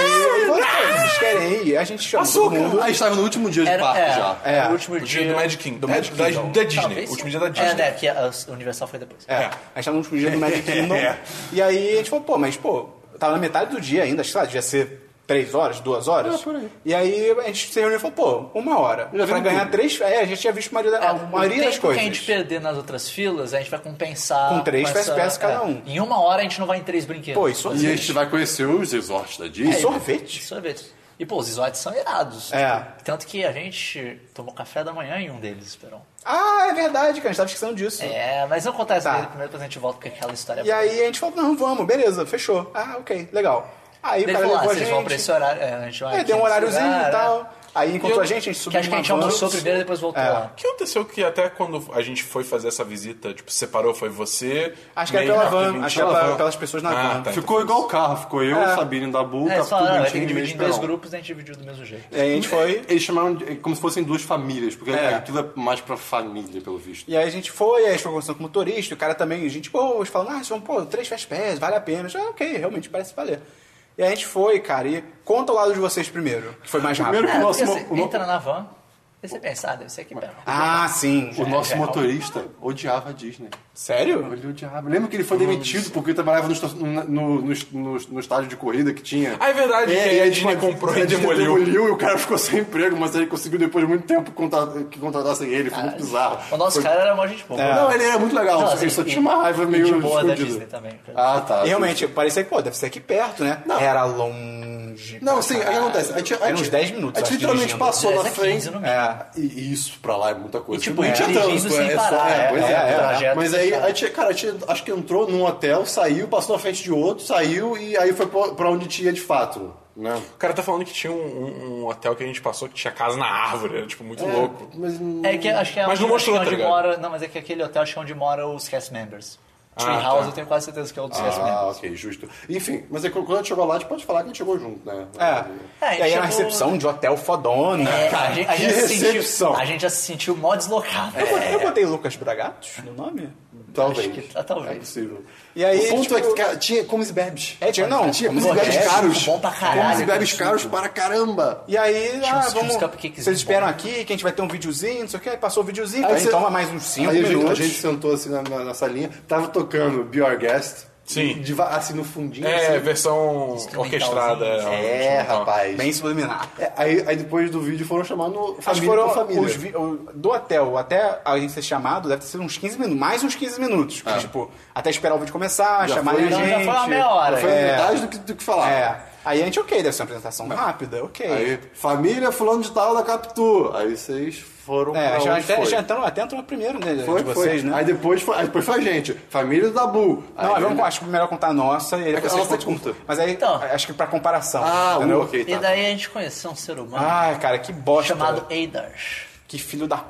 S3: ele falou, "Pô, vocês querem ir? A gente chama todo mundo.
S5: A gente estava no último dia de
S4: Era,
S5: parque
S4: é,
S5: já.
S3: É.
S4: o último
S1: O dia do Magic Kingdom.
S3: Do Magic
S1: da, da-
S3: Kingdom.
S1: da Disney.
S4: Talvez
S1: o
S4: sim.
S1: último dia da
S4: É,
S1: Disney.
S4: né, que a a Universal foi depois.
S3: É, a gente tava no último dia do Magic Kingdom.
S1: É.
S3: E aí a gente falou, pô, mas pô, tava na metade do dia ainda, acho que lá, devia ser três horas, duas
S4: Ah,
S3: horas. E aí a gente se reuniu e falou, pô, uma hora.
S5: Já
S3: pra
S5: vimos
S3: ganhar
S5: tudo.
S3: três. É, a gente tinha visto a maioria, da- a
S4: o
S3: maioria das
S4: tempo
S3: coisas.
S4: que a gente perder nas outras filas, a gente vai compensar.
S3: Com três
S4: essa-
S3: FPS cada
S4: é.
S3: um.
S4: Em uma hora a gente não vai em três brinquedos.
S3: Pô, e sorvete.
S5: E a gente vai conhecer os resorts da
S3: E
S5: Disney.
S3: sorvete?
S4: é um Sorvete. E, pô, os isotes são irados.
S3: É.
S4: Tipo, Tanto que a gente tomou café da manhã em um deles, Esperão.
S3: Ah, é verdade, cara, a gente tava esquecendo disso.
S4: É, mas não acontece
S3: Tá.
S4: dele primeiro, depois a gente volta porque aquela história é
S3: E aí a gente falou, não, vamos, beleza, fechou. Ah, ok, legal. Aí
S4: Ele
S3: o cara
S4: falou, ah,
S3: levou a
S4: vocês
S3: gente.
S4: vão pra esse horário. É, a gente vai
S3: é,
S4: aqui
S3: deu um
S4: nesse
S3: horáriozinho
S4: lugar,
S3: e
S4: é.
S3: tal. Aí encontrou
S1: Eu-
S3: a gente, a
S4: Que
S3: gente subiu É,
S4: acho que a gente
S3: numa van.
S4: almoçou primeiro e depois voltou É, lá.
S1: O que aconteceu que até quando a gente foi fazer essa visita, tipo, separou, foi você.
S3: Acho que era
S1: meio
S3: pela
S1: Rafa,
S3: van,
S1: Vinte,
S3: acho que era
S1: pela
S3: pela-
S1: van.
S3: pelas pessoas na
S1: Ah,
S3: van.
S1: tá,
S5: Ficou igual o carro, ficou eu,
S3: É.
S5: Sabine,
S4: É,
S5: Dabu,
S4: eles
S5: Capitu,
S4: falaram, ah, vai ter
S5: Bentinho
S4: que
S5: e
S4: dividir em dois
S5: Esperão.
S4: grupos e a gente dividiu do mesmo jeito.
S3: E aí É, a gente foi.
S5: Eles chamaram de- como se fossem duas famílias, porque
S3: É.
S5: aquilo é mais pra família, pelo visto.
S3: E aí a gente foi, aí a gente foi conversando com o motorista, o cara também, gente boa, falando, ah, são, pô, três fast pass, vale a pena. Eu Já, ok, realmente parece valer. E aí a gente foi, cara, e conta o lado de vocês primeiro, que foi mais rápido.
S5: Primeiro que o nosso,
S4: Porque assim,
S5: mo-
S4: É, você
S5: o no-
S4: entra na van e você pensa, ah, deve ser aqui mesmo.
S3: Ah, sim.
S5: o nosso
S4: é, é.
S5: motorista odiava a Disney.
S3: Sério?
S5: Ele odiava. Lembra que ele foi demitido porque ele trabalhava no, esta- no, no, no- no estádio de corrida que tinha.
S1: Ah, é verdade, que
S5: e
S1: a
S5: aí,
S1: Disney
S5: tipo,
S1: comprou e
S5: a Disney
S1: demoliu.
S5: e o cara ficou sem emprego, mas ele conseguiu depois de muito tempo contra- que contratassem ele. Foi muito bizarro.
S4: O nosso
S5: Foi-
S4: cara era mó gente boa.
S5: Não, ele era muito legal,
S4: Não,
S5: só que ele
S4: assim,
S5: só
S4: e-
S5: tinha uma raiva
S4: e
S5: meio
S4: de boa da
S5: escondida.
S4: Disney também.
S5: Ah, tá.
S3: E realmente, parecia que, pô, deve ser aqui perto, né? Era longe.
S5: Não,
S3: pra
S5: sim, o que
S3: caralho.
S5: acontece? A gente, a
S3: Eram
S5: gente-
S3: uns 10 minutos.
S5: A gente
S3: acho,
S5: literalmente
S3: dirigindo.
S5: passou na
S4: 10 a 15
S5: frente.
S4: no mínimo.
S3: É.
S5: E isso pra lá é muita
S4: é
S5: coisa.
S4: E, tipo,
S5: Não
S4: e
S5: tinha
S4: dirigindo
S5: trânsito,
S4: sem
S5: é,
S4: parar,
S5: só-
S4: é,
S5: pois é,
S4: é,
S5: é.
S4: é, trajeto
S5: Mas aí,
S4: fechado.
S5: a gente, cara, a gente, acho que entrou num hotel, saiu, passou na frente de outro, saiu e aí foi pra pra onde tinha de fato. Né?
S1: O cara tá falando que tinha um, um- um hotel que a gente passou que tinha casa na árvore. Era, tipo, muito louco.
S5: Mas hum,
S4: É que acho que é
S1: Mas
S4: onde,
S1: não mostrou,
S4: acho que é onde
S1: tá ligado?
S4: mora. Não, mas é que aquele hotel acho que é onde mora os cast members.
S1: Ah,
S4: Treehouse,
S1: tá.
S4: eu tenho quase certeza que é o dos cast
S5: Ah,
S4: members.
S5: ok, justo. Enfim, mas aí, quando a gente chegou lá, a gente pode falar que a gente chegou junto, né?
S3: É.
S4: É, a gente
S3: e aí era
S4: chegou-
S3: uma recepção de hotel fodona.
S4: É, a, gente, a,
S5: que
S4: gente se
S5: recepção.
S4: sentiu, a gente já se sentiu mó deslocado.
S3: Eu botei- Eu
S5: É.
S3: botei Lucas Bragatos no nome?
S5: Talvez.
S4: Acho que tá- talvez.
S5: É possível.
S3: E aí,
S5: o ponto
S3: tipo-
S5: é que cara, tinha comes e bebes.
S3: É, tinha- não,
S5: tinha
S3: comes
S5: comes
S3: e
S5: e bebes
S3: bebes,
S5: caros.
S4: é, bom pra caralho,
S5: Comes e bebes
S4: absurdo.
S5: caros para caramba.
S3: E aí,
S4: Tinha
S3: ah,
S4: uns- tinha
S3: vamos.
S4: uns cupcakezinhos
S3: Vocês esperam
S4: bons.
S3: aqui que a gente vai ter um videozinho, não sei o que, aí passou o videozinho,
S5: Aí
S3: aí,
S5: você-
S3: toma mais uns 5
S5: Aí a gente-
S3: minutos.
S5: A gente sentou assim na, na, na salinha, tava tocando Be Our Guest.
S1: Sim.
S5: de va- assim no fundinho.
S1: É,
S5: assim.
S1: versão orquestrada.
S5: É,
S1: instrumental.
S5: rapaz.
S3: Bem subliminar.
S5: É, aí, aí depois do vídeo foram chamando É, família
S3: Acho que foram
S5: por família.
S3: os vi- o- do hotel até a gente ser chamado, deve ter sido uns 15 minutos, mais uns 15 minutos. Porque, Tipo, até esperar o vídeo começar,
S5: Ah. Já
S3: chamarem
S5: foi,
S3: a
S4: já
S3: gente.
S4: foi uma meia hora.
S5: Foi
S3: É.
S5: metade do que, do que falaram.
S3: É. Aí a gente, ok, deve ser uma apresentação rápida, ok.
S5: Aí, família fulano de tal da Capitu. Aí vocês foram
S3: é,
S5: pra
S3: a gente
S5: onde
S3: até,
S5: foi.
S3: até entrou, até entrou primeiro né,
S5: Foi,
S3: de vocês,
S5: foi.
S3: né?
S5: Aí depois foi, aí depois foi a gente. Família do Dabu. Aí né?
S3: não, vamos, acho que melhor contar a nossa e aí
S5: que a
S3: depois
S5: nossa
S3: vocês
S5: é
S3: contam.
S5: curta.
S3: Mas aí,
S4: Então.
S3: acho que pra comparação.
S5: Ah, uh,
S3: entendeu?
S5: ok, tá.
S4: E daí a gente conheceu um ser humano
S3: Ah, cara, que bosta.
S4: chamado Eidarsh.
S3: Que filho da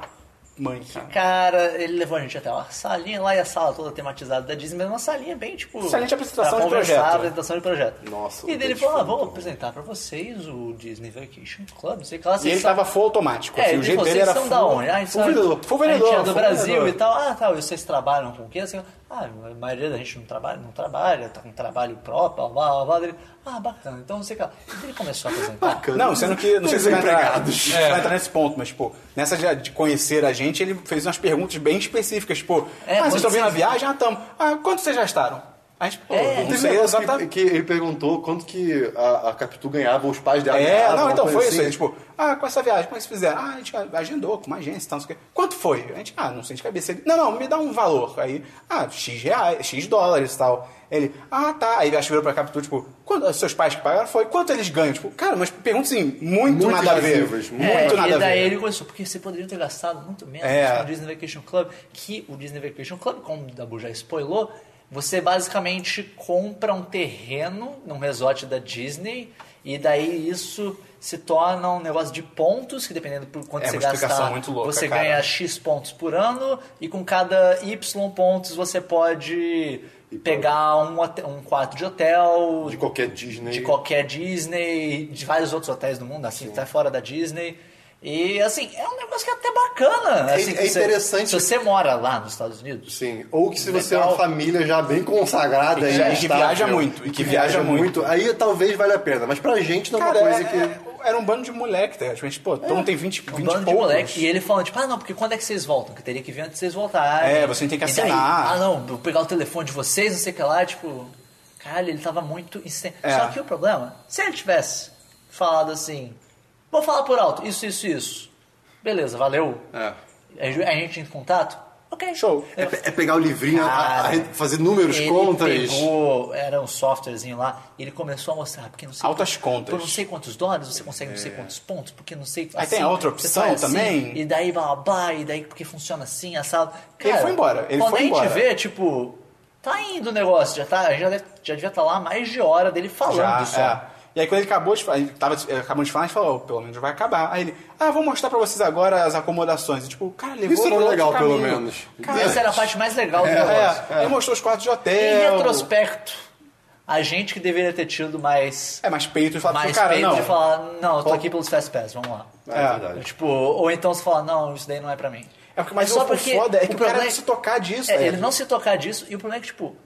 S3: mãe, cara.
S4: Cara, ele levou a gente até uma salinha lá e a sala toda tematizada da Disney, mas uma salinha bem tipo.
S3: Salinha de apresentação
S4: pra
S3: de
S4: conversar,
S3: projeto.
S4: apresentação de projeto.
S5: Nossa,
S4: E
S5: o
S4: dele
S5: Dente
S4: falou: ah,
S5: foi
S4: vou
S5: muito
S4: apresentar pra vocês o Disney Vacation Club, não sei o que lá.
S3: E
S4: vocês
S3: ele
S4: são-
S3: tava full automático.
S4: É,
S3: assim,
S4: ele
S3: o jeito
S4: falou,
S3: dele
S4: vocês
S3: era
S4: são da onde? Ah, a gente
S3: full
S4: sabe-
S3: vendedor. Full
S4: A gente é
S3: vendedor.
S4: do
S3: full
S4: Brasil
S3: vendedor.
S4: e tal. Ah, tal, e vocês trabalham com o quê? Assim, ah, a maioria da gente não trabalha, não trabalha, tá com trabalho próprio, blá, blá, blá. Dele, ah, bacana, então você... E ele começou a apresentar.
S3: Não, sendo que. Não sei se vai entrar,
S5: Desempregados.
S3: se vai entrar nesse ponto, mas, pô, nessa de- de conhecer a gente, ele fez umas perguntas bem específicas, tipo,
S4: É,
S3: ah, vocês
S4: quando
S3: estão vindo na
S4: vocês-
S3: viagem? Ah, tamo. Ah, quanto vocês gastaram? A gente, pô,
S4: É.
S3: não
S5: Teve
S3: sei
S5: uma época
S3: exatamente.
S5: assim Que, que ele perguntou quanto que a, a Capitu ganhava, os pais dela
S3: É,
S5: ganhavam,
S3: não,
S5: uma
S3: então
S5: coisa
S3: foi isso
S5: assim.
S3: aí, tipo, ah, com essa viagem, como é que vocês fizeram? Ah, a gente agendou com uma agência e tal, não sei o quê. Quanto foi? A gente, ah, não sei de cabeça. Ele, não, não, me dá um valor. Aí, ah, X reais, X dólares e tal. Ele, ah, tá. Aí acho que virou pra Capitu, tipo, quanto, os seus pais que pagaram foi? Quanto eles ganham? Tipo, cara, mas perguntas assim, muito,
S5: Muito
S3: nada a ver.
S5: invasivas,
S3: Muito
S4: É,
S3: nada
S4: e
S3: a ver.
S4: daí ele começou, porque você poderia ter gastado muito menos
S3: É.
S4: no Disney Vacation Club, que o Disney Vacation Club, como o Dabu já spoilou, você basicamente compra um terreno num resort da Disney, e daí isso se torna um negócio de pontos, que dependendo por quanto
S3: É
S4: você
S3: uma explicação
S4: gastar,
S3: muito louca,
S4: você
S3: cara.
S4: ganha X pontos por ano, e com cada Y pontos você pode pegar um, hotel- um quarto de hotel,
S5: De qualquer Disney.
S4: de qualquer Disney, de vários outros hotéis do mundo, assim, até fora da Disney. E assim, é um negócio que é até bacana.
S5: É-
S4: assim,
S5: é
S4: que você-
S5: interessante.
S4: Se você mora lá nos Estados Unidos,
S5: Sim, ou que se você é uma
S4: Legal.
S5: família já bem consagrada
S3: E que-
S5: já
S3: e que
S5: estável,
S3: viaja muito, e que viaja muito.
S5: aí talvez valha a pena, mas pra gente não é uma
S3: Cara,
S5: coisa
S3: é-
S5: que...
S3: é- era um bando de moleque, tá? ligado? Tipo, pô, todo mundo tem 20, 20
S4: um bando de
S3: poucos.
S4: moleque. E ele falando, tipo, ah, não, porque quando é que vocês voltam? Que teria que vir antes de vocês voltarem.
S3: É, você tem que
S4: E daí,
S3: assinar.
S4: ah, não, vou pegar o telefone de vocês, não sei o que lá, tipo. Caralho, ele tava muito. insten-
S3: É.
S4: Só que o problema, se ele tivesse falado assim, vou falar por alto, isso, isso, isso. Beleza, valeu.
S5: É.
S4: A gente- a gente entra em contato? Ok.
S3: Show.
S4: Eu-
S5: É, é pegar o livrinho, a- a- a-
S4: Cara,
S5: fazer números,
S4: ele
S5: contas.
S4: Pegou, era um softwarezinho lá, ele começou a mostrar, porque não sei
S3: Altas
S4: quanto-
S3: contas. É.
S4: Por não sei quantos dólares, você consegue não sei quantos pontos, porque não sei. assim,
S3: Aí tem a outra
S4: você
S3: opção
S4: faz
S3: também.
S4: E daí blá blá blá, e daí porque funciona assim, assado.
S3: Ele foi embora, ele
S4: quando
S3: foi
S4: a gente
S3: embora.
S4: vê, tipo, tá indo o negócio, já, tá, já, deve- já devia estar lá mais de hora dele falando
S3: Já,
S4: só.
S3: é. E aí quando ele acabou de falar, ele tava eh, acabando de falar, a gente falou, "Oh, pelo menos vai acabar. Aí ele, ah, vou mostrar pra vocês agora as acomodações. E, tipo, cara, levou
S5: Isso era
S4: é
S3: por outro
S5: legal, pelo
S3: caminho.
S5: menos.
S3: Cara,
S4: Essa era a parte mais legal do negócio.
S3: é, Ele mostrou os quartos de
S4: Em
S3: hotel.
S4: retrospecto, a gente que deveria ter tido mais.
S3: É, mais peito e falar,
S4: mais
S3: cara,
S4: peito
S3: não.
S4: de falar, não, eu tô aqui pelos Fast Pass, vamos lá.
S5: É, é verdade.
S4: Tipo, ou então você fala, não, isso daí não é pra mim.
S3: É porque, mas
S4: só
S3: o
S4: porque
S3: foda é que o, cara
S4: problema-
S3: não se tocar disso.
S4: é,
S3: né?
S4: ele não se tocar disso, e o problema é que, tipo,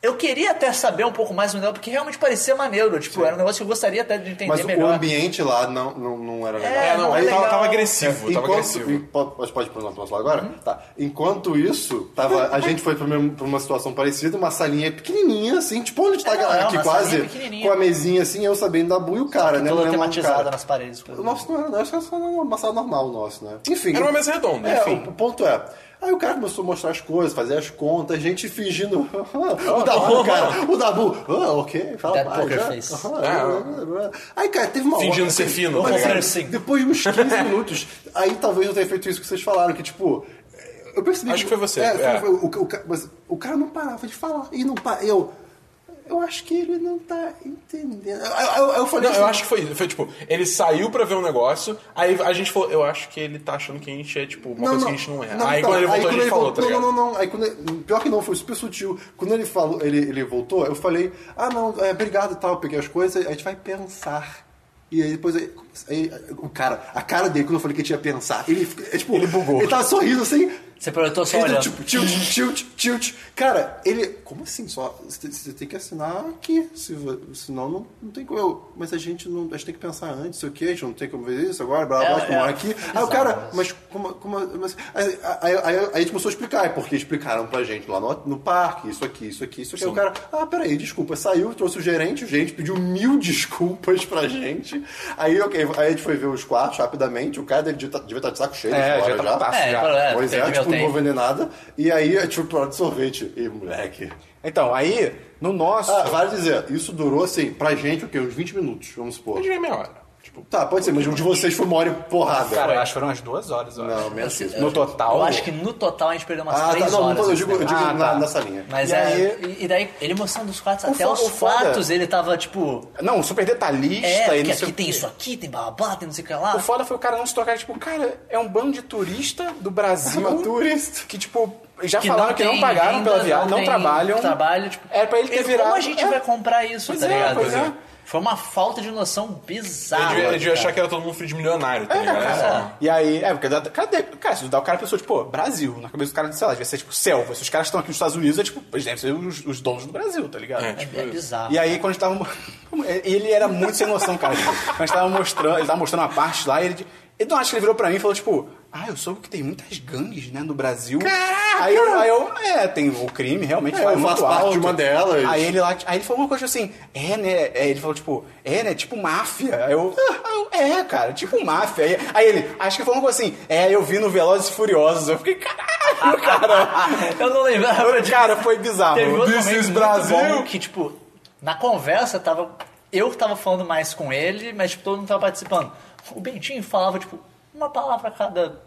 S4: eu queria até saber um pouco mais do negócio, porque realmente parecia maneiro, tipo, era um negócio que eu gostaria até de entender
S5: Mas o
S4: melhor.
S5: ambiente lá não, não, não era legal.
S4: É, não,
S1: Não, ele
S4: legal.
S1: tava, tava agressivo, tava agressivo.
S5: É, em- pode, pode- pode pôr no nosso lado agora? Tá. Enquanto isso, tava, a gente foi pra uma, pra uma situação parecida, uma salinha pequenininha, assim, tipo onde tá
S4: É,
S5: a
S4: não, é uma
S5: galera aqui
S4: salinha
S5: quase,
S4: pequenininha.
S5: com a mesinha assim, eu sabendo da buia e o cara, né?
S4: toda
S5: Não é um
S4: tematizada
S5: cara.
S4: nas paredes.
S5: O nosso não era, não, acho que era só uma sala normal nosso, né? Enfim.
S1: Era uma mesa redonda,
S5: É,
S1: enfim.
S5: o, o ponto é. Aí o cara começou a mostrar as coisas, fazer as contas, a gente fingindo. "Ah, o Dabu, cara, o Dabu. Ah, ok, fala
S4: That
S5: mais. né?"
S4: poker
S5: já.
S4: face.
S5: Ah, Aí, cara, teve uma hora-
S1: Fingindo ser fino, tá
S4: Vamos
S1: ligado?
S4: fazer assim.
S5: depois de uns 15 minutos, aí talvez eu tenha feito isso que vocês falaram, que tipo. Eu percebi
S1: Acho que foi você,
S5: É,
S1: é.
S5: foi- o, o ca- mas o cara não parava de falar. E não pa- eu. Eu acho que ele não tá entendendo. Eu, eu, eu falei
S1: Não,
S5: assim,
S1: eu acho que foi, foi tipo, ele saiu pra ver um negócio, aí a gente falou, eu acho que ele tá achando que a gente é, tipo, uma coisa que a gente não é. aí
S5: então,
S1: quando ele voltou, a
S5: quando
S1: gente
S5: ele
S1: falou,
S5: voltou-
S1: tá ligado?
S5: Não, não, não. Aí quando ele- pior que não, foi super sutil. Quando ele falou, ele, ele voltou, eu falei, ah, não, é, obrigado e tal, eu peguei as coisas, a gente vai pensar. E aí depois aí, aí, o cara, a cara dele, quando eu falei que a gente ia pensar, ele fica- é, tipo, ele bugou. Ele tava sorrindo assim.
S4: Você perguntou só
S5: ele
S4: olhando.
S5: tipo, tilt, tilt, tilt. Cara, ele. Como assim? Só. Você você tem que assinar aqui. Se, vo- senão não, não tem como. eu- Mas a gente não. A gente tem que pensar antes, sei o que, a gente não tem como ver isso agora, blá blá,
S4: É,
S5: blá, como
S4: é,
S5: é, aqui. Aí o cara, mas como. como mas, aí, aí, aí- aí a gente começou a explicar, é porque explicaram pra gente lá no, no parque, isso aqui, isso aqui, isso aqui. Aí o cara, ah, peraí, desculpa, saiu, trouxe o gerente, o gerente pediu mil desculpas pra gente. Aí, ok, aí a gente foi ver os quartos rapidamente, o cara dele devia tá- devia estar de saco cheio de
S3: É,
S5: fora
S3: já tava putaço.
S4: É,
S3: já.
S4: é,
S5: pois
S4: tem
S5: é,
S4: que ver o
S5: tipo, não vou
S4: tempo.
S5: vender nada. E aí, tipo, pro lado de sorvete. E, moleque.
S3: Então, aí No nosso.
S5: Ah, vale dizer, isso durou, assim, pra gente, o quê? Uns 20 minutos, vamos supor.
S1: Eu diria meia hora. Tipo,
S5: Tá, pode ser, mas o de vocês foi uma hora e porrada.
S3: cara, eu acho que foram umas duas horas, eu acho.
S5: não, menos que isso.
S3: assim, No total.
S4: Assim, Eu acho que no total a gente perdeu umas
S5: Ah,
S4: três
S5: tá, não, não,
S4: horas.
S5: eu
S4: nesse
S5: digo, eu
S4: negócio.
S5: digo
S3: Ah,
S5: na,
S3: tá.
S5: nessa linha.
S4: Mas
S3: E
S4: é-
S3: aí-
S4: e- e daí ele mostrando os fatos,
S3: O
S4: até
S3: fo-
S4: os
S3: o foda- tá
S4: fatos ele tava tipo.
S3: Não, um super detalhista
S4: É,
S3: e
S4: porque
S3: não sei
S4: aqui
S3: o
S4: tem
S3: quê.
S4: isso aqui, tem babá, tem não sei o que lá.
S3: O foda foi o cara não se tocar, tipo, cara, é um bando de turista do Brasil.
S5: turista.
S3: Que, tipo, já
S4: Que
S3: falaram que
S4: tem
S3: não pagaram
S4: renda,
S3: pela viagem, não,
S4: tem
S3: trabalham.
S4: Trabalho, tipo,
S3: Era pra ele ter virado-
S4: Como a gente
S3: É.
S4: vai comprar isso,
S3: Pois
S4: tá
S3: é,
S4: ligado?
S3: pois é.
S4: Foi uma falta de noção
S3: Ah,
S1: ele
S4: bizarra.
S1: devia, ele devia
S4: cara.
S1: achar que era todo mundo filho de milionário,
S5: É,
S1: tá ligado? Só.
S3: E aí, é, porque dá- cadê? Cara, se dá o cara pensou, tipo, pô, Brasil, na cabeça do cara, sei lá, devia ser tipo selva. Se os caras estão aqui nos Estados Unidos, é tipo, eles devem ser os, os donos do Brasil, tá ligado?
S1: É,
S4: É,
S1: tipo,
S4: é bizarro.
S3: E aí, quando a gente tava. Ele era muito sem noção, cara. Tipo, a gente tava mostrando, ele tava mostrando uma parte lá e ele. Ele não acha que ele virou pra mim e falou, tipo, ah, eu soube que tem muitas gangues, né, no Brasil. Caraca! Aí eu, aí eu é, tem o crime, realmente,
S5: É,
S3: vai
S5: eu
S3: muito
S5: faço parte
S3: alto.
S5: de uma delas.
S3: Aí ele lá, aí ele falou uma coisa assim, é, né, é, ele falou, tipo, é, né, tipo máfia. Aí eu, ah, eu, é, cara, tipo máfia. Aí, aí ele, acho que falou uma coisa assim, é, eu vi no Velozes e Furiosos. Eu fiquei, caralho, cara.
S4: Eu não lembrava de
S3: cara, foi bizarro.
S4: tipo, Teve outro
S1: Ah, This
S4: momento
S1: is
S4: muito
S1: Brasil.
S4: bom que, tipo, na conversa tava. Eu que tava falando mais com ele, mas tipo, todo mundo tava participando. O Bentinho falava, tipo, uma palavra a cada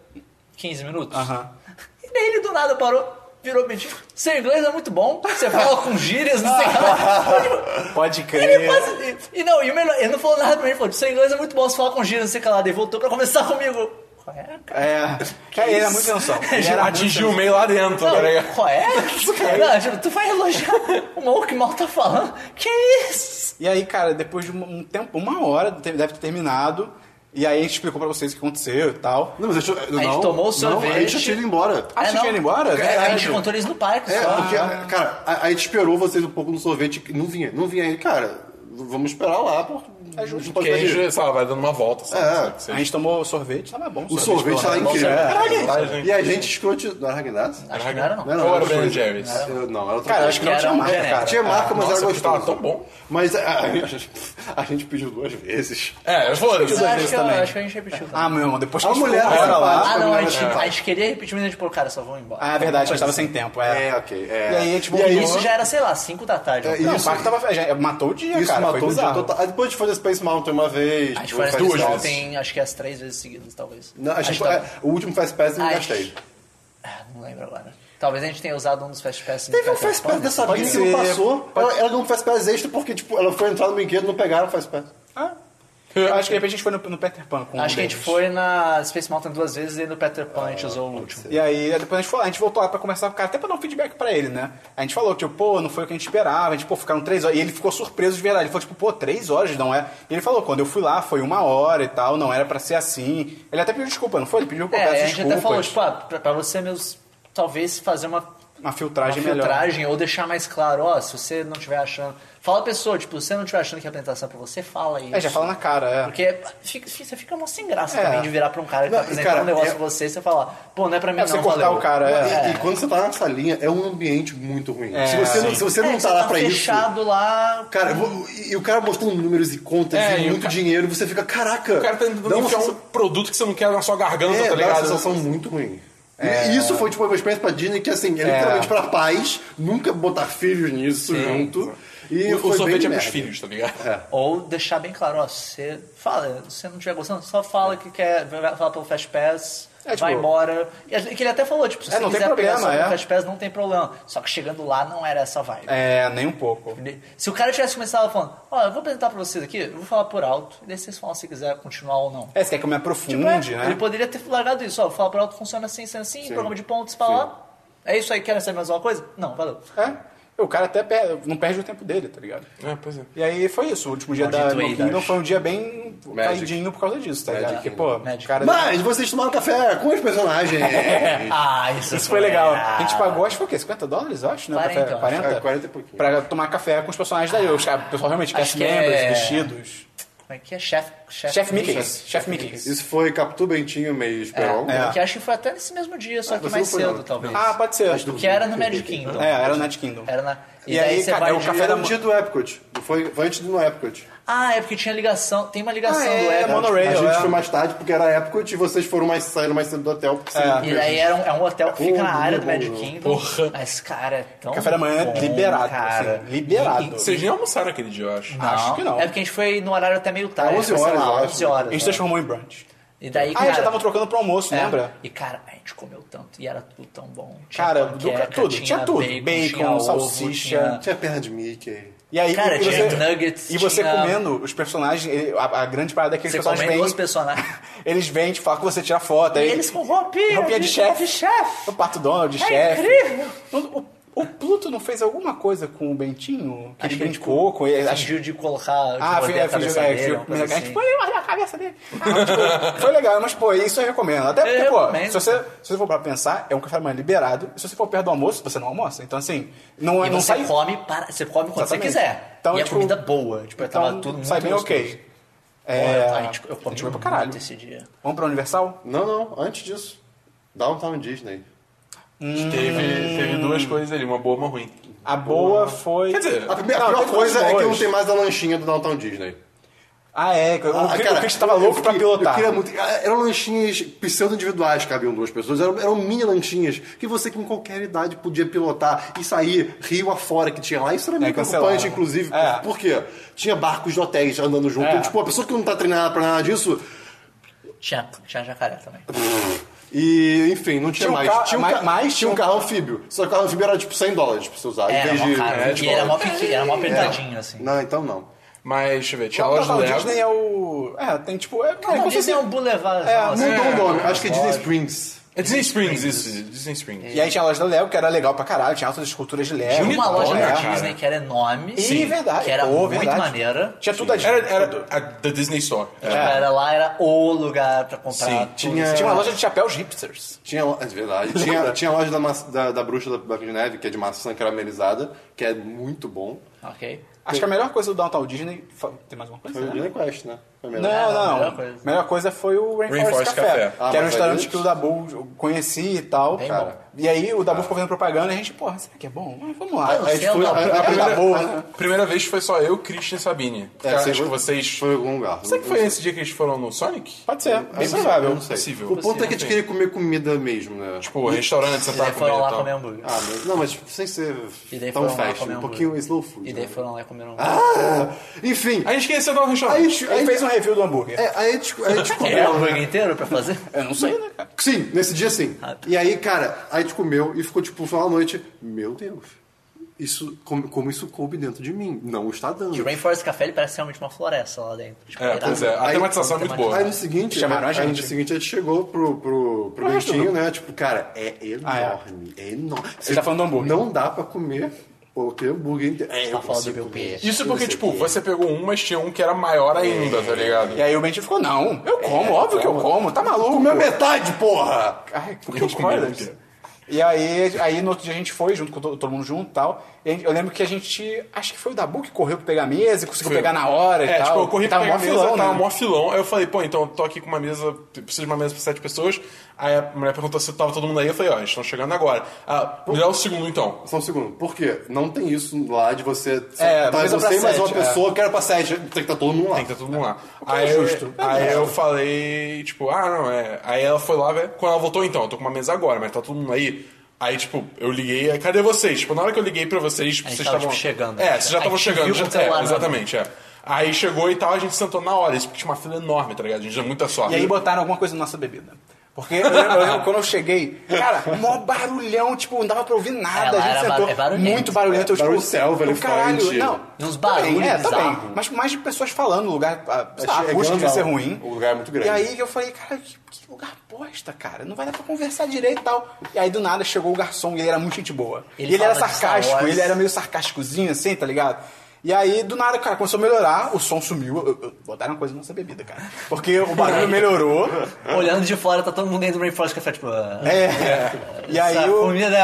S4: 15 minutos.
S3: Aham.
S4: E daí ele do nada parou, virou Bentinho. Seu inglês é muito bom, você fala com gírias, não sei o que lá. Tipo,
S3: Pode crer.
S4: Ele quase. E não, e o melhor, ele não falou nada pra mim, ele falou, seu inglês é muito bom, você fala com gírias, não sei o que lá. Daí voltou pra conversar comigo. Qual é, cara?
S3: É, é, ele era muito sensual. Ele era muito assim.
S1: Atingiu o meio lá dentro, tá ligado?
S4: Não, qual é? Não, tipo, tu vai elogiar o maluco que mal tá falando? Que isso?
S3: E aí, cara, depois de um- um tempo, uma hora, te- deve ter terminado. E aí a gente explicou pra vocês o que aconteceu e tal.
S5: Não, mas eu, eu,
S4: A gente
S5: não,
S4: tomou o
S5: Não, a gente
S4: sorvete.
S5: já tinha ido embora.
S3: Ah, vocês
S4: não.
S3: querem ir embora?
S4: É, a gente
S3: Caralho.
S4: encontrou eles no parque
S5: É,
S4: só.
S5: porque, cara, a, a gente esperou vocês um pouco no sorvete, e não vinha, não vinha aí, cara, vamos esperar lá, porque é justo,
S1: Porque aí, sei lá, vai dando uma volta, sabe?
S5: É.
S1: Sei
S3: A
S1: lá.
S3: gente tomou sorvete, tava bom.
S5: O sorvete tava incrível.
S1: Caralho,
S5: E a gente escrote. Não é era Haagen-Dazs?
S4: Acho que não era, não.
S5: Não,
S1: Ou era
S5: eu acho
S1: Ben
S5: que-
S1: Jerry's?
S5: Eu- Não, era outra
S3: Cara,
S5: coisa.
S3: acho que não
S4: um
S3: tinha marca, cara.
S5: Tinha marca, mas
S1: Nossa,
S5: era
S1: que tava
S5: gostoso.
S1: tão bom.
S5: Mas a, a gente, a gente pediu duas vezes.
S1: É, foda-se.
S4: Eu acho,
S3: vezes
S4: que, eu-
S3: também.
S4: acho que a gente repetiu. também.
S3: Ah, meu irmão, depois que
S5: A
S3: gente
S5: mulher
S3: ficou uma
S5: era
S3: hora lá.
S5: simpática.
S4: Ah, não, a
S5: é.
S4: gente, a gente queria repetir, mas a gente falou, tipo, cara, só vamos embora.
S3: Ah, é verdade, a gente tava sem tempo, é.
S5: É, ok.
S3: E aí, tipo,
S5: e aí,
S4: Isso já era, sei lá, 5 da tarde.
S5: É,
S4: ó.
S5: e-
S3: Não,
S5: isso-
S3: o parque tava. Já, matou o dia,
S5: isso
S3: cara.
S5: matou
S3: foi
S5: o dia
S3: bizarro.
S5: total. Aí depois a gente foi no Space Mountain uma vez. tipo,
S4: a gente
S5: foi
S4: foi
S5: no
S4: nessa
S5: Fast
S4: escola,
S5: Pass.
S4: tem, acho que as três vezes seguidas, talvez.
S5: Não, a gente,
S4: tava-
S5: é, o último Fast Pass eu
S4: Ah,
S5: não
S4: a
S5: gastei.
S4: gente- Ah, não lembro agora. Talvez a gente tenha usado um dos Fast Pass.
S5: Teve um Fast Pass
S4: né?
S5: dessa
S3: Pode
S5: vida que não
S3: ser.
S5: passou. Ela, ela ganhou um Fast Pass extra porque, tipo, ela foi entrar no brinquedo e não pegaram o Fast Pass.
S3: Ah. Eu acho que de repente a gente foi no, no Peter Pan com um
S4: Acho que a gente
S3: deles.
S4: foi na Space Mountain duas vezes e no Peter Pan a
S5: Ah,
S4: gente usou o último.
S3: E aí, depois a gente, falou, a gente voltou lá pra conversar com o cara, até pra dar um feedback pra ele, né? A gente falou, tipo, pô, não foi o que a gente esperava, a gente, pô, ficaram três horas. E ele ficou surpreso de verdade. Ele falou, tipo, pô, três horas não é. E ele falou, quando eu fui lá, foi uma hora e tal, não era pra ser assim. Ele até pediu desculpa, não foi? Ele pediu completas
S4: É, a gente
S3: desculpas.
S4: até falou, tipo, ah, pra, pra você mesmo, talvez fazer uma
S3: uma
S4: uma
S3: filtragem melhor.
S4: filtragem ou deixar mais claro, ó, se você não tiver achando. Fala a pessoa, tipo, se você não tiver achando que a apresentação é pra você, fala isso.
S3: É, já fala na cara, é.
S4: Porque fica- fica- você fica mó sem graça
S3: É.
S4: também de virar pra um cara que
S5: Não,
S4: tá
S5: e,
S4: apresentando
S5: cara,
S4: um negócio
S5: é-
S4: pra você e você falar, pô, não é pra mim
S3: É,
S4: não,
S3: você cortar
S4: valeu.
S3: o cara, é.
S5: E, e quando você tá nessa linha, é um ambiente muito ruim.
S3: É,
S5: se você não,
S3: sim.
S5: se você
S4: É,
S5: não
S4: você
S5: tá lá pra isso.
S4: fechado lá...
S5: Cara, eu vou- e e o cara mostrando números e contas
S1: É, e
S5: e,
S1: o
S5: muito
S1: ca-
S5: dinheiro, você fica, caraca.
S1: O cara tá
S5: dá
S1: tentando
S5: uma
S1: enfiar um
S5: sensa-
S1: produto que você não quer na sua garganta,
S5: É,
S1: tá
S5: dá uma
S1: ligado? É.
S5: sensação muito ruim. E Isso foi tipo uma experiência pra Disney que assim, é literalmente pra pais, nunca botar filhos nisso junto. E
S1: O,
S5: foi
S1: o
S5: bem
S1: sorvete é pros
S5: merda. É.
S1: filhos, tá ligado?
S4: Ou deixar bem claro, ó, se você fala, se você não estiver gostando, só fala que quer, vai- fala pelo Fast Pass,
S3: É, tipo-
S4: vai embora. E a- que ele até falou, tipo, se
S3: É,
S4: você
S3: não tem
S4: quiser pegar
S3: problema,
S4: só pelo
S3: é.
S4: Fast Pass, não tem problema. Só que chegando lá, não era essa vibe.
S3: É, nem um pouco.
S4: Se o cara tivesse começado falando, ó, eu vou apresentar pra vocês aqui, eu vou falar por alto, e daí vocês falam se quiser continuar ou não.
S3: É, você quer que eu me aprofunde, né?
S4: Tipo, Ele poderia ter largado isso, ó, falar por alto funciona assim, assim, assim, programa de pontos pra lá. É isso aí, querem saber mais alguma coisa? Não, valeu.
S3: É. O cara até perde, não perde o tempo dele, tá ligado?
S1: É, pois é.
S3: E aí foi isso. O último dia
S4: Maldito
S3: da No
S4: Eidas.
S3: Kingdom foi um dia bem caidinho por causa disso, tá ligado?
S5: Magic
S3: Porque, pô,
S4: Magic.
S3: o
S1: né?
S3: cara.
S5: Mas vocês tomaram café com os personagens.
S1: É.
S4: Ah, isso,
S3: É Isso foi legal. A gente pagou, acho que foi o quê? 50 dólares, eu acho, né?
S4: 40,
S3: Café-
S4: acho.
S3: 40?
S5: É, 40 e pouquinho.
S3: Pra tomar café com os personagens daí. Os caras, o pessoal realmente,
S4: Acho
S3: cast
S4: que
S3: members,
S4: é-
S3: vestidos.
S4: Como é que é? Chef, chef,
S3: Chef Mickey's. Chef Mickey's.
S5: Isso foi Capitu Bentinho meio Esperon.
S4: É, Que acho que foi até nesse mesmo dia, só que
S5: você
S4: mais
S5: não foi, não.
S4: cedo, talvez.
S3: Ah, pode ser.
S5: Acho
S4: que era no Magic Kingdom.
S3: É, era o Night Kingdom.
S4: Era na...
S3: E, aí,
S4: você
S3: cara,
S4: vai
S3: é o
S4: de-
S3: café da
S5: um
S3: manhã.
S5: dia do Epcot. Foi, foi antes do no Epcot.
S4: Ah, é porque tinha ligação. Tem uma ligação
S3: Ah, é,
S4: do
S3: é
S4: Epcot.
S3: monorail.
S5: a gente
S3: é.
S5: foi mais tarde porque era Epcot e vocês foram mais, saíram mais cedo do hotel. Porque
S3: É.
S4: E daí era um, é um hotel que fica na
S5: Porra,
S4: área do
S5: meu
S4: Magic
S5: Deus.
S4: Kingdom.
S1: Porra.
S4: Mas, cara, é tão
S3: Café da manhã
S4: bom,
S3: liberado,
S4: cara.
S3: assim, liberado.
S1: Vocês nem almoçaram aquele dia, eu acho.
S3: Acho que não. É
S4: É porque a gente foi no horário até meio tarde.
S5: 11
S4: foi, sei
S5: horas,
S4: lá,
S5: eu acho.
S4: 11 horas.
S3: A gente
S4: né?
S3: transformou em brunch.
S4: E daí,
S3: Ah,
S4: cara,
S3: eles já estavam trocando pro almoço,
S4: é.
S3: lembra?
S4: E, cara, a gente comeu tanto. E era tudo tão bom.
S3: Cara,
S4: panqueca,
S3: do- tudo, tinha tudo. Bacon,
S4: ovo,
S3: salsicha.
S4: tinha-
S5: Tinha perna É de Mickey.
S3: E aí,
S4: Cara,
S3: e
S4: tinha
S3: você,
S4: nuggets,
S3: E você
S4: tinha-
S3: comendo os personagens, ele- a, a grande parada é que os
S4: Você
S3: personagens
S4: comendo
S3: vêm.
S4: os personagens.
S3: Eles vêm te falar que você tira foto.
S4: E
S3: aí-
S4: eles com roupinha.
S3: Roupinha de chefe.
S4: De chefe.
S3: O Pato Donald, de
S4: É
S3: chefe.
S4: incrível.
S3: O, o Pluto não fez alguma coisa com o Bentinho? Que
S4: Acho
S3: ele
S4: que é ele tipo,
S3: brincou com ele. acho-
S4: Fingiu de colocar. de
S3: Ah,
S4: morder
S3: foi,
S4: a
S3: é, foi,
S4: cabeça
S3: é,
S4: dele,
S3: foi,
S4: uma coisa
S3: a gente
S4: assim.
S3: foi olha a cabeça dele. Ah, tipo, foi legal, mas pô, isso eu recomendo. Até porque,
S4: Eu
S3: pô,
S4: recomendo.
S3: se você, se você for pra pensar, é um café da manhã liberado. Se você for perto do almoço, você não almoça. Então, assim, não,
S4: E
S3: não
S4: você
S3: sai.
S4: come para, você come quando
S3: Exatamente.
S4: você quiser.
S3: Então,
S4: e é
S3: tipo,
S4: comida boa, tipo,
S3: então,
S4: tava tudo muito
S3: sai bem
S4: gostoso. tá
S3: ok.
S4: Pô,
S3: É,
S4: a gente, eu comi
S3: foi pra
S4: muito
S3: caralho.
S4: esse dia.
S3: Vamos pra Universal?
S5: Não, não, antes disso. Downtown Disney. Hum.
S1: Teve, teve duas coisas ali, uma boa e uma ruim.
S3: A boa foi.
S1: Quer dizer,
S5: A primeira, a
S3: Não,
S5: pior
S3: teve
S5: coisa é que não
S3: dois.
S5: tem mais a lanchinha do Downtown Disney.
S3: Ah, é. que
S5: Ah,
S3: o Chris-
S5: cara,
S3: o Chris tava louco
S5: eu
S3: pra
S5: queria-
S3: pilotar.
S5: Eu queria muito. ah, Eram lanchinhas pseudo-individuais, cabiam duas pessoas. Eram, eram mini lanchinhas que você, com qualquer idade, podia pilotar e sair rio afora que tinha lá. Isso era meio
S3: cancelaram.
S5: preocupante, inclusive.
S3: É.
S5: Por quê? Tinha barcos de hotéis andando junto.
S3: É.
S5: Tipo, a pessoa que não tá treinada pra nada disso.
S4: Tinha, tinha jacaré também.
S5: E, enfim, não tinha,
S3: Tinha um
S5: mais.
S3: carro-
S5: tinha um
S3: mais-
S5: ca-
S3: mais
S5: tinha um
S3: tinha É,
S5: carro anfíbio. Só que o carro anfíbio era tipo 100 dólares pra você usar. em
S4: Era
S5: vez
S4: É, mó
S5: de
S3: né?
S4: caro.
S3: tipo,
S5: 20
S4: E era mó
S5: dólares.
S4: pequeno, era mó apertadinho, assim.
S5: Não, então não.
S1: mas deixa eu ver, tinha
S3: O
S1: loja do
S3: Natal
S1: Lego.
S3: Disney é o. É, tem tipo. É, cara,
S4: Não,
S3: como se
S4: Disney é
S3: fosse-
S4: um boulevard.
S3: É,
S4: nossa.
S5: Mudou o nome. Acho que é Disney
S4: Lógico.
S5: Springs.
S1: É Disney Springs, isso, Disney
S5: É.
S1: Springs.
S3: E aí tinha a loja da Lego, que era legal pra caralho, tinha altas esculturas de Lego.
S4: Tinha uma loja
S1: Bonitona,
S4: da
S1: cara.
S4: Disney que era enorme.
S3: Ih, é verdade.
S4: Que era
S3: Pô,
S4: muito
S3: verdade. É.
S4: maneira.
S3: Tinha tudo a
S1: Era, era a da Disney Store.
S5: É.
S4: Tipo, Era lá, era o lugar pra comprar.
S1: Sim,
S4: tudo.
S5: Tinha,
S3: Tinha uma loja de chapéus hipsters.
S5: Tinha, lo- é verdade. Tinha, tinha a loja da, maç- da, da bruxa da Branca de Neve, que é de maçã caramelizada, que é muito bom.
S4: Ok.
S3: Acho que a melhor coisa do Downtown Disney. fa- Tem mais alguma coisa?
S5: Foi o Disney Quest, né? Foi mesmo.
S3: Não,
S4: não,
S3: não.
S4: a
S3: A
S4: melhor coisa.
S3: melhor coisa foi o Rainforest,
S1: Rainforest
S3: Café,
S1: Café.
S5: Ah,
S3: que
S5: mas
S3: era um restaurante
S5: ali-
S3: que o Dabu eu conheci e tal.
S4: Bem
S3: cara.
S4: bom.
S3: E aí o Dabu ficou fazendo propaganda e a gente, porra, será que é bom? Ah, vamos lá.
S4: Ah, eu
S5: Aí
S4: sei,
S5: foi-
S4: não,
S5: a- a
S3: É
S5: primeira-
S3: da boa.
S5: a-
S3: né?
S1: Primeira vez foi só eu, Christian e Sabine. Porque
S5: É,
S1: acho
S5: vocês-
S1: que vocês.
S5: Foi em algum lugar.
S1: Será que foi esse dia que eles foram no Sonic?
S3: Pode ser, bem
S5: Eu não sei,
S3: provável.
S5: eu é não sei.
S1: Possível.
S5: O ponto é que a gente
S1: Possível.
S5: queria comer comida mesmo, né?
S1: Tipo, restaurante,
S4: E
S1: sentar
S5: É,
S4: daí
S1: tá comendo
S4: foram
S1: e
S4: lá
S3: então.
S1: tal.
S4: comer hambúrguer.
S5: Ah, mas, não, mas sem ser
S4: E daí
S5: tão
S4: foram lá
S5: fast,
S4: comer
S5: um
S4: hambúrguer.
S5: pouquinho slow food.
S4: E daí
S5: né?
S4: foram lá e comeram.
S5: Ah! Enfim,
S1: A gente queria sentar no
S5: aí,
S1: restaurante.
S5: aí,
S3: Ele fez um review do hambúrguer.
S5: é, aí a gente- aí a gente
S4: É o
S5: comeu,
S4: hambúrguer inteiro pra fazer? É,
S3: Eu não sei, né, cara?
S5: Sim, nesse dia sim. E aí, cara, aí a gente comeu e ficou tipo, só à noite, meu Deus, isso, como, como isso coube dentro de mim? Não está dando.
S4: O Rainforest Café ele parece realmente uma floresta lá dentro. Tipo,
S1: É, pois é. A
S5: Aí-
S1: tematização é muito boa.
S5: Aí no seguinte,
S3: Chamaram
S5: né,
S3: a gente.
S5: Aí no dia seguinte a gente chegou pro, pro, pro Bentinho, né? Tipo, cara, é enorme, é. enorme. Você
S3: tá falando do hambúrguer.
S5: Não dá pra comer o que hambúrguer inteiro. É,
S4: Tá
S5: eu
S4: falando do
S5: consigo
S4: meu
S5: comer.
S4: peixe.
S1: Isso porque, tipo, você pegou um, mas tinha um que era maior ainda, tá ligado?
S3: E aí o Bentinho ficou, não, eu como, óbvio que eu como, tá maluco.
S5: Comeu metade, porra!
S3: Ai, por que
S1: Eu
S3: spoiler?
S1: comi muito.
S3: E aí, aí no outro dia a gente foi junto com to- todo mundo junto e tal. E a gente- eu lembro que a gente. Acho que foi o Dabu que correu pra pegar a mesa e conseguiu
S1: Foi.
S3: pegar na hora e
S1: É,
S3: tal.
S1: tipo, eu corri pra
S3: tava
S1: pegar a
S3: mó
S1: mesa,
S3: filão,
S1: tava
S3: né?
S1: mó filão. Aí eu falei, pô, então eu tô aqui com uma mesa, preciso de uma mesa pra sete pessoas. Aí a mulher perguntou se tava todo mundo aí. Eu falei, ó, eles estão chegando agora. Ah, me dá o segundo então.
S5: Só um segundo, por quê? Não tem isso lá de você.
S3: É,
S5: tá,
S3: mesa pra
S5: você e mais uma
S3: sete, é.
S5: pessoa, eu quero pra sete. Tem que estar todo mundo lá.
S1: Tem que tá todo mundo lá.
S3: é
S1: Aí, eu-
S3: justo. É
S1: aí
S3: justo.
S1: eu falei, tipo, ah, não, é. Aí ela foi lá, velho. Quando ela voltou, então, eu tô com uma mesa agora, mas tá todo mundo aí. Aí, tipo, eu liguei, aí, cadê vocês? Tipo, na hora que eu liguei pra vocês, tipo,
S4: A gente
S1: vocês
S4: tava,
S1: estavam.
S4: tipo, chegando.
S1: É, vocês já
S4: A
S1: estavam
S4: gente
S1: chegando.
S4: viu
S1: Já,
S4: com o celular né? na
S1: é,
S4: mão.
S1: exatamente, é. Aí chegou e tal, a gente sentou na hora, isso porque tinha uma fila enorme, tá ligado? A gente deu muita sorte.
S3: E aí botaram alguma coisa na nossa bebida. Porque eu lembro, eu lembro quando eu cheguei, cara, mó barulhão, tipo, não dava pra ouvir nada.
S4: É, lá
S3: a gente
S4: era
S3: sentou
S4: ba- é barulhento.
S3: muito barulhento. Eu, tipo,
S5: Barulho selva,
S3: eu,
S5: elefante.
S3: caralho, não.
S4: E uns barulhos
S3: também,
S5: Ah, tá
S3: É, também.
S4: bizarros.
S3: Mas mais de pessoas falando, o lugar. ah, é A, sei lá, a
S5: chegando
S3: acústica devia ser
S5: ao-
S3: ruim.
S5: o lugar é muito grande.
S3: E aí eu falei, cara, que, que lugar bosta, cara. Não vai dar pra conversar direito e tal. E aí do nada chegou o garçom e ele era muito gente boa.
S4: Ele
S3: E ele era
S4: fala de Star
S3: sarcástico,
S4: Wars.
S3: ele era meio sarcásticozinho assim, tá ligado? E aí, do nada, cara, começou a melhorar, o som sumiu. Eu, eu, botaram coisa na nossa bebida, cara. Porque o barulho melhorou.
S4: Olhando de fora, tá todo mundo dentro do Rainforest Café, tipo... ah,
S3: É. E aí
S4: essa
S3: o,
S4: comida é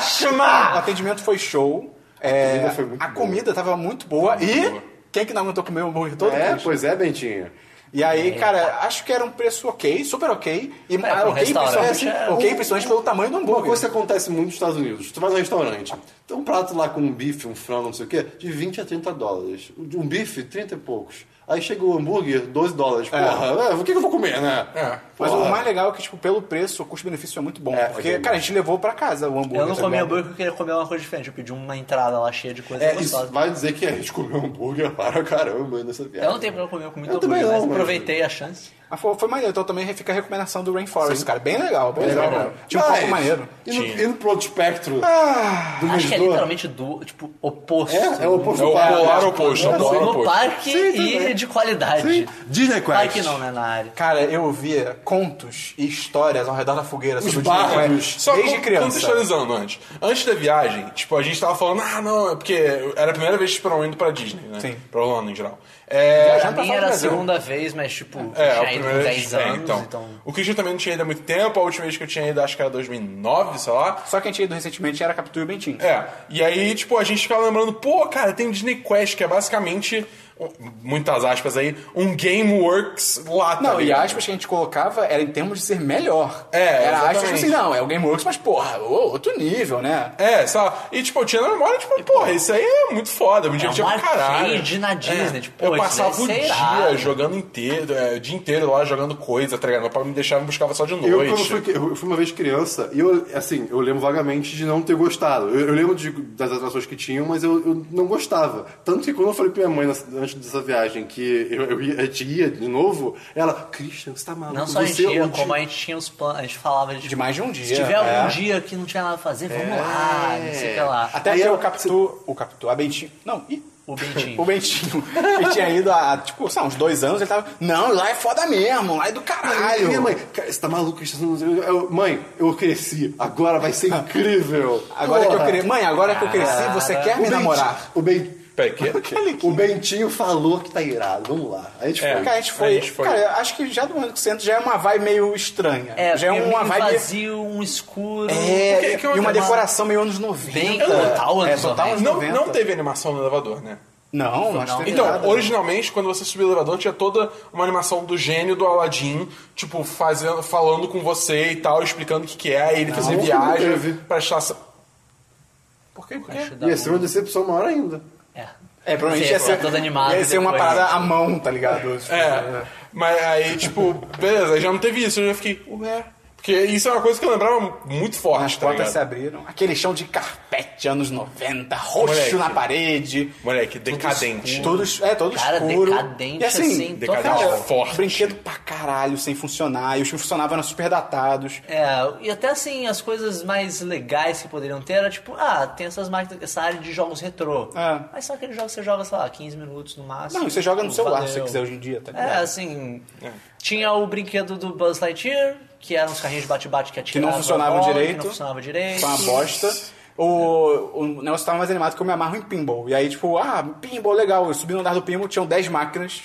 S3: o
S4: ótima!
S3: atendimento foi show. É,
S5: comida foi muito
S3: a
S5: boa.
S3: comida tava muito boa.
S1: Muito
S3: e
S1: boa.
S3: quem que não aguentou comer o hambúrguer todo?
S5: É,
S3: Cris?
S5: pois é, Bentinho.
S3: E aí, cara, acho que era um preço ok, super ok. E
S4: É.
S3: ah,
S4: pra um
S3: ok,
S4: restaurante,
S3: principalmente,
S4: é.
S3: ok, principalmente pelo tamanho do
S5: Uma
S3: hambúrguer.
S5: coisa que acontece muito nos Estados Unidos. Tu vai num restaurante, Então, um prato lá com um bife, um frango, não sei o quê, de 20 a 30 dólares. Um bife, 30 e poucos. Aí chega o hambúrguer, 12 dólares. Porra, é, o que, que eu vou comer, né?
S1: É.
S3: Mas
S5: Porra.
S3: o mais legal é que, tipo, pelo preço, o custo-benefício é muito bom.
S5: É,
S3: porque,
S5: é bom.
S3: cara, a gente levou pra casa o hambúrguer.
S4: Eu não
S3: tá
S4: comi
S3: ligado?
S4: hambúrguer porque eu queria comer uma coisa diferente. Eu pedi uma entrada lá cheia de coisa
S5: É, isso
S4: gostosa.
S5: vai dizer que a gente comeu hambúrguer para caramba nessa viagem.
S4: Eu não tenho problema comer, eu comi
S5: Eu
S4: muito
S5: também
S4: hambúrguer, mas
S5: não, mas-
S4: aproveitei a chance.
S3: Mas foi, foi maneiro, então também fica a recomendação do Rainforest, cara. Bem legal, bem
S5: Legal,
S3: legal.
S5: né?
S3: Tinha um
S5: Mas,
S3: pouco maneiro.
S5: Indo,
S1: Tinha.
S5: indo pro outro espectro do
S4: Acho que é
S5: medidor.
S4: literalmente do, tipo, oposto. Assim,
S5: É, é o oposto
S1: É o
S5: do par.
S1: polar oposto,
S5: É,
S1: adoro.
S5: sim.
S1: o
S4: No
S1: oposto.
S4: parque e
S5: também.
S4: de qualidade.
S5: Sim. Disney Quest.
S4: Parque não, né? Na área.
S3: Cara, eu ouvia contos e histórias ao redor da fogueira
S5: Os
S3: sobre o Disney
S5: barcos.
S3: Quest
S1: Só
S3: desde
S1: con-
S3: criança.
S1: contextualizando antes. Antes da viagem, tipo, a gente tava falando, ah, não, é porque era a primeira vez que esperam indo pra Disney, né?
S3: Sim.
S1: Pra Orlando em geral. É,
S4: Pra
S3: pra
S4: mim
S3: fora do
S4: era a
S3: Brasil.
S4: segunda vez, mas tipo,
S1: é, a
S3: né?
S4: tinha ido
S1: primeira
S4: com
S1: vez.
S4: 10
S1: é,
S4: anos,
S1: então.
S4: então.
S1: O Christian também não tinha ido há muito tempo, a última vez que eu tinha ido, acho que era 2009, sei lá.
S3: Só que a gente ido recentemente era Captura e Bentinho.
S1: É, e aí, tipo, a gente ficava lembrando, pô, cara, tem o Disney Quest, que é basicamente, um- muitas aspas aí, um Gameworks lá, tá
S3: Não, e
S1: ligado?
S3: aspas que a gente colocava era em termos de ser melhor.
S1: É,
S3: Era
S1: exatamente.
S3: aspas tipo assim, não, é o Gameworks, mas porra, ô, outro nível, né?
S1: É, sabe? E, tipo, eu tinha na memória, tipo, porra, isso aí é muito foda, me divertia
S4: um
S1: pra caralho. É,
S4: arcade na Disney, tipo, pô,
S1: eu
S4: isso
S1: passava
S4: deve
S1: o
S4: ser
S1: dia
S4: irado.
S1: jogando inteiro, é, o dia inteiro lá jogando coisa, tá ligado? Meu pai me deixava e buscava só de noite.
S5: Eu, quando fui, eu fui uma vez criança e eu, assim, eu lembro vagamente de não ter gostado. Eu, eu lembro de- das atrações que tinham, mas eu, eu não gostava. Tanto que quando eu falei pra minha mãe nessa- antes dessa viagem que eu, eu ia, a gente ia de novo, ela, Christian, você tá maluco?
S4: Não só a gente
S5: você é
S4: ia,
S5: um
S4: como
S5: dia-
S4: a gente tinha os planos, a gente falava de, tipo,
S3: De mais de um dia.
S4: Se tiver
S3: é.
S4: algum dia que não tiver nada a fazer, vamos lá, não sei o que lá.
S3: Ah, Até
S5: Aí
S3: que
S5: eu-
S3: o Captu, o Captu, a Bentinho, não, ih,
S4: O Bentinho.
S3: o Bentinho, ele tinha ido há, tipo, sei lá, uns dois anos, ele tava, não, lá é foda mesmo, lá é do
S5: Aí
S3: caralho.
S5: minha mãe, cara, você tá maluco? Christian? Você não- eu- mãe, eu cresci, agora vai ser incrível.
S3: Ah. Agora é que eu
S5: Porra.
S3: cresci, mãe, agora que eu cresci, você quer
S5: O
S3: me
S5: Benti-
S3: namorar?
S5: O Ben...
S1: Peraí, quê?
S5: O Bentinho falou que tá irado, vamos lá. Aí a gente
S1: É.
S5: foi.
S3: Cara, a gente foi,
S1: A gente foi.
S3: cara, acho que já do momento que você entra já é uma vibe meio estranha.
S4: É,
S3: já é
S4: porque
S3: uma
S4: meio
S3: vibe
S4: vazio, um escuro.
S3: é,
S1: que- que é
S3: e uma
S1: uma-
S3: decoração meio anos 90.
S4: Bem total
S3: é,
S4: anos
S3: total
S4: 90.
S3: anos
S1: Não,
S3: 90.
S1: não teve animação no elevador, né?
S3: Não, mas
S4: Não.
S3: teve
S1: Então,
S3: nada.
S1: originalmente, quando você subia o elevador, tinha toda uma animação do gênio do Aladdin, tipo, fazendo, falando com você e tal, explicando o que, que é, aí ele fazia
S5: não
S1: viagem
S5: teve.
S1: pra estação. Por quê? Por quê?
S4: Acho da-
S3: um-
S5: Ia ser uma decepção maior ainda.
S4: É.
S1: né?
S3: É, provavelmente
S4: Sim,
S3: ia ser,
S4: todo animado
S3: ia ser uma
S4: depois.
S3: parada à mão, tá ligado?
S1: É, mas aí, tipo, beleza, aí já não teve isso, eu já fiquei, ué. Porque isso é uma coisa que eu lembrava muito forte,
S3: As
S1: tá
S3: portas se
S1: ligado?
S3: abriram, aquele chão de carpete anos 90, roxo
S1: Moleque.
S3: na parede,
S1: Moleque, decadente.
S3: todos, é, todo
S4: Cara,
S3: escuro.
S4: decadente,
S3: e assim,
S4: assim,
S1: decadente,
S4: total.
S1: forte.
S3: brinquedo pra caralho sem funcionar, e os que funcionavam eram super datados.
S4: É, e até assim, as coisas mais legais que poderiam ter era tipo, ah, tem essas máquinas, essa área de jogos retrô.
S3: É.
S4: Mas são aqueles jogos que você joga, sei lá, 15 minutos no máximo.
S3: Não, e você joga no celular
S4: Valeu.
S3: se você quiser hoje em dia, tá ligado?
S4: É, assim. Tinha o brinquedo do Buzz Lightyear, que eram uns carrinhos de bate-bate que
S3: que
S4: atiravam.
S3: não funcionavam
S4: a bola,
S3: direito.
S4: Que não funcionava direito.
S3: Foi uma bosta. O, o negócio tava mais animado que eu me amarro em pinball. E aí, tipo, ah, pinball, legal. Eu subi no andar do pinball, tinham 10 máquinas,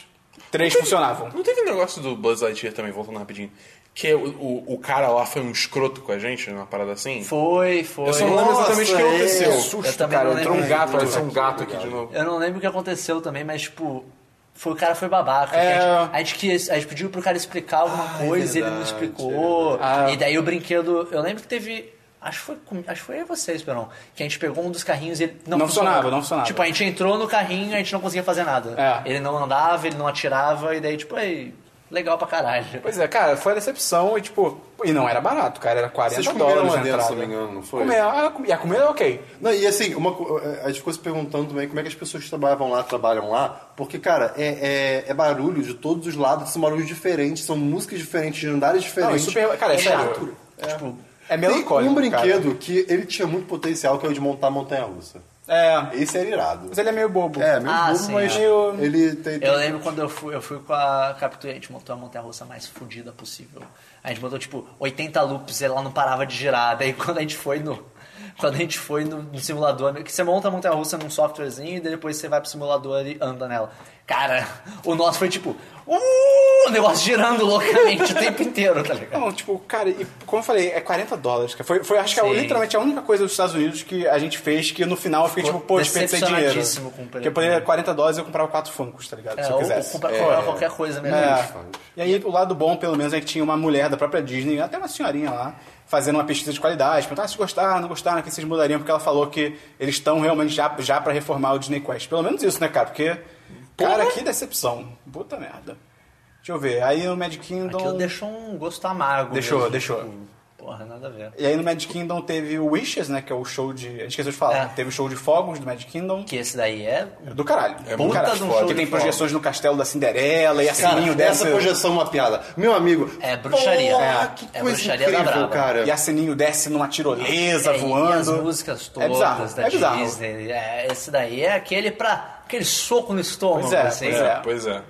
S3: 3 funcionavam.
S1: Não teve um negócio do Buzz Lightyear também, voltando rapidinho, que o, o, o cara lá foi um escroto com a gente, numa parada assim?
S4: Foi, foi.
S1: Eu só não lembro exatamente o que
S5: Nossa,
S1: aconteceu.
S5: é.
S3: Susto,
S4: Eu também
S3: cara.
S4: não
S3: Entrou um
S4: lembro.
S3: gato.
S1: Apareceu um gato aqui de novo.
S4: Eu não lembro o que aconteceu também, mas tipo. Foi, o cara foi babaca.
S3: É.
S4: que A, gente, a, gente quis- a gente pediu pro cara explicar alguma coisa, ele não explicou. E daí o brinquedo. Eu lembro que teve. Acho que foi, com- acho que foi vocês, Perão. Que a gente pegou um dos carrinhos e ele não,
S3: Não funcionava, não funcionava.
S4: Tipo, a gente entrou no carrinho e a gente não conseguia fazer nada.
S3: É.
S4: Ele não andava, ele não atirava, e daí, tipo, aí. Legal pra caralho.
S3: Pois é, cara, foi a decepção e, tipo, e não era barato, cara, era 40
S5: Vocês comeram
S3: dólares
S5: lá
S3: a
S5: dentro,
S3: entrada.
S5: se não me engano, não foi?
S3: Comer, ah, com- e a comida é ok.
S5: Não, e assim, uma, co- a gente ficou se perguntando também como é que as pessoas que trabalham lá, trabalham lá, porque, cara, é, é- é barulho de todos os lados, são barulhos diferentes, são músicas diferentes, de andares
S3: Não, é
S5: diferentes.
S3: super, cara, é sério.
S5: chato.
S4: Tipo,
S3: É
S5: Tem
S3: melancólico,
S5: um brinquedo
S3: cara.
S5: que ele tinha muito potencial, que é o de montar montanha-russa.
S3: É,
S5: Esse era irado.
S3: mas ele é meio bobo.
S5: É, mesmo
S4: Ah,
S5: bobo,
S4: sim,
S5: mas
S4: é.
S3: Eu-
S5: ele tem... tem-
S4: Eu lembro quando eu fui, eu fui com a Captura, a gente montou a montanha russa mais fodida possível. A gente botou tipo 80 loops e ela não parava de girar. Daí quando a gente foi no. Quando a gente foi no, no simulador, que você monta a montanha russa num softwarezinho e daí depois você vai pro simulador e anda nela. Cara, o nosso foi tipo. "Uh!" o negócio girando loucamente o tempo inteiro, tá ligado?
S3: Não, tipo, cara, e como eu falei, é 40 dólares, cara. Foi, foi acho que é
S4: Sim.
S3: literalmente a única coisa dos Estados Unidos que a gente fez que no final eu fiquei
S4: Ficou
S3: tipo, pô, desperdicei dinheiro.
S4: decepcionadíssimo com o preço.
S3: Porque eu poderia 40 dólares eu comprava quatro Funkos, tá ligado?
S4: É,
S3: Se eu
S4: ou
S3: quisesse.
S4: comprar, comprar qualquer coisa mesmo.
S3: É. E aí, o lado bom, pelo menos, é que tinha uma mulher da própria Disney, até uma senhorinha lá, fazendo uma pesquisa de qualidade, perguntando ah, se gostaram, não gostaram, o que vocês mudariam, porque ela falou que eles estão realmente já, já para reformar o Disney Quest. Pelo menos isso, né, cara? Porque, cara, que decepção. Puta merda. Deixa eu ver. Aí no Magic
S4: Aquilo
S3: Kingdom...
S4: deixou um gosto amargo.
S3: Deixou,
S4: mesmo,
S3: deixou.
S4: tipo, Porra, nada a ver.
S3: E aí no Magic Kingdom teve o Wishes, né, que é o show de... A gente esqueceu de falar.
S4: É.
S3: Teve o show de fogos do Magic Kingdom.
S4: Que esse daí é.
S3: Do caralho.
S1: É
S3: do
S1: puta
S3: caralho.
S4: de um show
S3: que
S4: de
S3: tem
S4: fogos.
S3: projeções no castelo da Cinderela e
S5: Cara,
S3: assininho dessa...
S5: dessa projeção é uma piada. Meu amigo.
S4: É bruxaria.
S5: Porra,
S4: É.
S5: que
S4: É
S5: coisa
S4: bruxaria da
S5: incrível,
S4: brava.
S5: cara.
S3: E a Sininho desce numa tirolesa
S4: é,
S3: voando.
S4: E as músicas todas
S3: É bizarro,
S4: da
S3: é bizarro.
S4: Disney. É, esse daí é aquele pra. aquele soco no estômago,
S3: Pois é,
S4: assim.
S3: pois
S1: É, pois é.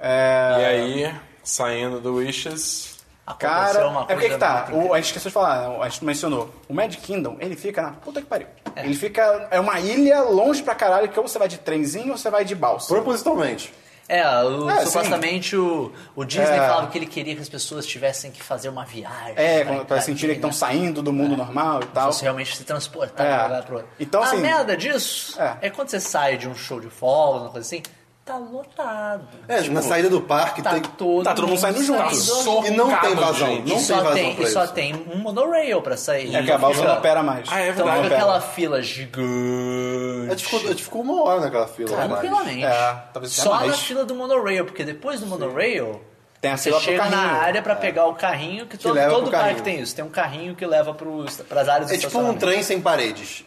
S1: E aí, saindo do Wishes.
S4: Aconteceu
S3: Cara,
S4: uma
S3: é porque
S4: coisa
S3: que tá,
S4: muito
S3: o,
S4: incrível.
S3: a gente esqueceu de falar, né? a gente não mencionou. O Magic Kingdom, ele fica na puta que pariu. Ele fica, é uma ilha longe pra caralho, que ou você vai de trenzinho ou você vai de balsa.
S5: Propositalmente.
S4: É, o-
S3: É,
S4: supostamente o, o Disney
S3: É.
S4: falava que ele queria que as pessoas tivessem que fazer uma viagem.
S3: É,
S4: pra
S3: quando- pra
S4: Itália,
S3: sentirem que
S4: né?
S3: estão saindo do mundo normal e tal.
S4: Você realmente se transportar
S3: É.
S4: de um lugar pro outro.
S3: Então,
S4: a
S3: assim-
S4: merda disso
S3: É.
S4: é. quando você sai de um show de folga, uma coisa assim, tá lotado.
S5: É, na saída do parque
S4: Tá
S5: tem.
S4: todo,
S3: tá todo mundo saindo
S1: Tá
S3: junto.
S1: só
S5: E não tem
S1: cabo,
S5: vazão.
S1: gente.
S5: Não
S4: e só tem,
S5: tem vazão pra
S4: e só
S5: isso.
S4: tem um monorail pra sair.
S3: É que a balsa
S4: Fica-
S3: não opera mais.
S1: Ah, é
S4: Então
S1: verdade.
S4: fica aquela fila gigante.
S5: A gente ficou, a gente ficou uma hora naquela fila. lá, mas-
S4: Tranquilamente.
S3: É, talvez até
S4: Só
S3: mais.
S4: na fila do monorail, porque depois do monorail,
S3: Tem a
S4: você
S3: fila pro
S4: chega na
S3: carrinho. É.
S4: área pra pegar o carrinho, que, todo,
S5: leva
S4: todo
S5: pro
S4: parque
S5: carrinho.
S4: tem isso. Tem um carrinho que leva pros, pras áreas do
S5: É tipo um
S4: estacionamento.
S5: trem sem paredes.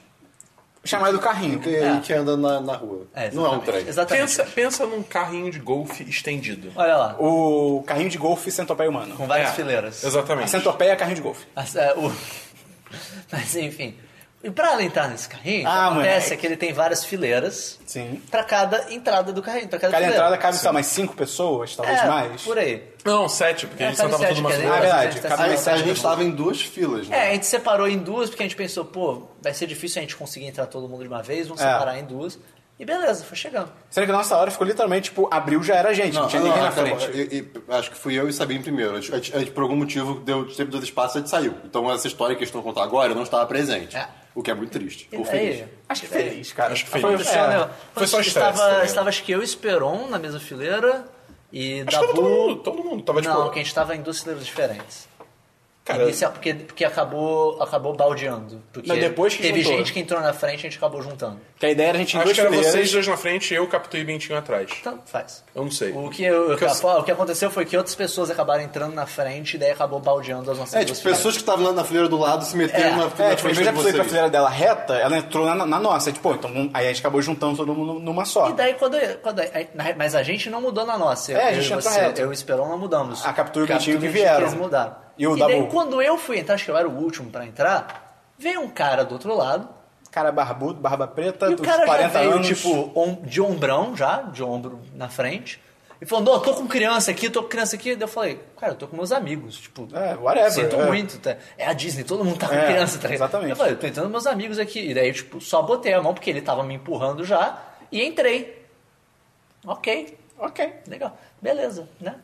S3: Chamado carrinho.
S5: Que, que anda na, na rua.
S4: É, exatamente.
S5: não é um trem.
S4: Exatamente.
S1: Pensa, pensa num carrinho de golfe estendido.
S4: Olha lá,
S3: O carrinho de golfe e centopeia humano.
S4: com várias
S1: É,
S4: fileiras. Assim,
S3: A
S1: Exatamente.
S3: centopeia é carrinho de golfe.
S4: Mas, é, o- Mas, enfim. E pra ela entrar nesse carrinho,
S3: Ah,
S4: o que acontece
S3: moleque.
S4: é que ele tem várias fileiras
S3: Sim.
S4: pra cada entrada do carrinho, pra cada,
S3: Cada
S4: fileira.
S3: entrada cabe, sei lá, mais cinco pessoas, talvez
S4: é,
S3: mais.
S4: por aí.
S1: Não, sete, porque
S4: É,
S1: a gente
S4: cabe
S1: sentava tudo
S4: sete,
S1: numa
S4: quer dizer,
S1: fileira.
S3: Ah, é verdade.
S4: Tá
S3: Cabe
S5: Aí,
S3: mais
S5: a
S3: sete
S5: gente
S3: pessoas.
S5: estava em duas filas,
S4: É, a
S5: né?
S4: gente separou em duas porque a gente pensou, pô, vai ser difícil a gente conseguir entrar todo mundo de uma vez, vamos
S3: É.
S4: separar em duas. E beleza, foi chegando.
S3: Sendo que a nossa hora ficou literalmente, tipo, abril já era gente, não, tinha ninguém na frente.
S5: eu- eu- acho que fui eu e Sabine primeiro. A gente, a gente- a gente, por algum motivo, deu sempre dois espaços e a gente saiu. Então essa história que eles estão contando agora eu não estava presente.
S4: É.
S5: O que é muito triste.
S4: E
S5: Ou
S4: daí?
S5: feliz.
S3: Acho que feliz, cara.
S1: Acho que feliz.
S3: Foi,
S4: Foi só,
S3: é.
S4: né?
S1: Foi só estresse,
S4: estava,
S1: tá ligado?
S4: estava, acho que eu e Esperon na mesma fileira e
S1: Acho que era todo mundo,
S4: Dabu...
S1: todo mundo. Tava
S4: Não,
S1: tipo.
S4: que a gente tava em duas fileiras diferentes.
S1: Cara,
S4: Isso é porque, porque acabou, acabou baldeando. Porque
S3: Mas depois que
S4: teve
S3: juntou.
S4: gente que entrou na frente e a gente acabou juntando.
S3: Que a ideia era a
S4: um
S3: gente ir em
S1: acho
S3: duas
S1: que era
S3: fileiras.
S1: vocês dois na frente e eu, Capitu e Bentinho atrás.
S4: Então, faz.
S1: Eu não sei.
S4: O que, eu- o, que,
S1: eu-
S4: o que aconteceu foi que outras pessoas acabaram entrando na frente e daí acabou baldeando as nossas
S5: É,
S4: duas
S5: tipo,
S4: fileiras.
S5: pessoas que estavam lá na fileira do lado se
S4: É.
S5: meteram na, na
S3: É, tipo, em
S5: frente
S3: vez
S5: de
S3: da pessoa ir pra
S5: vocês.
S3: fileira dela reta, ela entrou na, na nossa. Tipo, então vamos- aí a gente acabou juntando todo mundo numa só.
S4: E daí quando, quando aí- na- mas a gente não mudou na nossa. Eu-
S3: É, a
S4: eu
S3: gente
S4: e
S3: entrou
S4: você,
S3: reto.
S4: Eu e o Esperon não mudamos.
S3: A Capitu e o
S4: Capitu
S3: Bentinho que
S4: Bentinho
S3: vieram.
S4: Eles mudaram.
S3: E o
S4: daí
S3: Dabu.
S4: quando eu fui entrar, acho que eu era o último pra entrar, veio um cara do outro lado.
S3: Cara barbudo, barba preta,
S4: e o
S3: dos
S4: cara já
S3: 40
S4: veio,
S3: anos.
S4: tipo, om- de ombrão já, de ombro na frente. E falou, não, eu tô com criança aqui, tô com criança aqui. Daí eu falei, cara, eu tô com meus amigos, tipo...
S3: É, whatever,
S4: Sinto
S3: é.
S4: muito, tá? É a Disney, todo mundo tá com
S3: É,
S4: criança, tá ligado?
S3: exatamente.
S4: Eu falei, eu tô entrando com meus amigos aqui. E daí, eu, tipo, só botei a mão, porque ele tava me empurrando já, e entrei. Ok,
S3: Ok.
S4: Legal, beleza, né?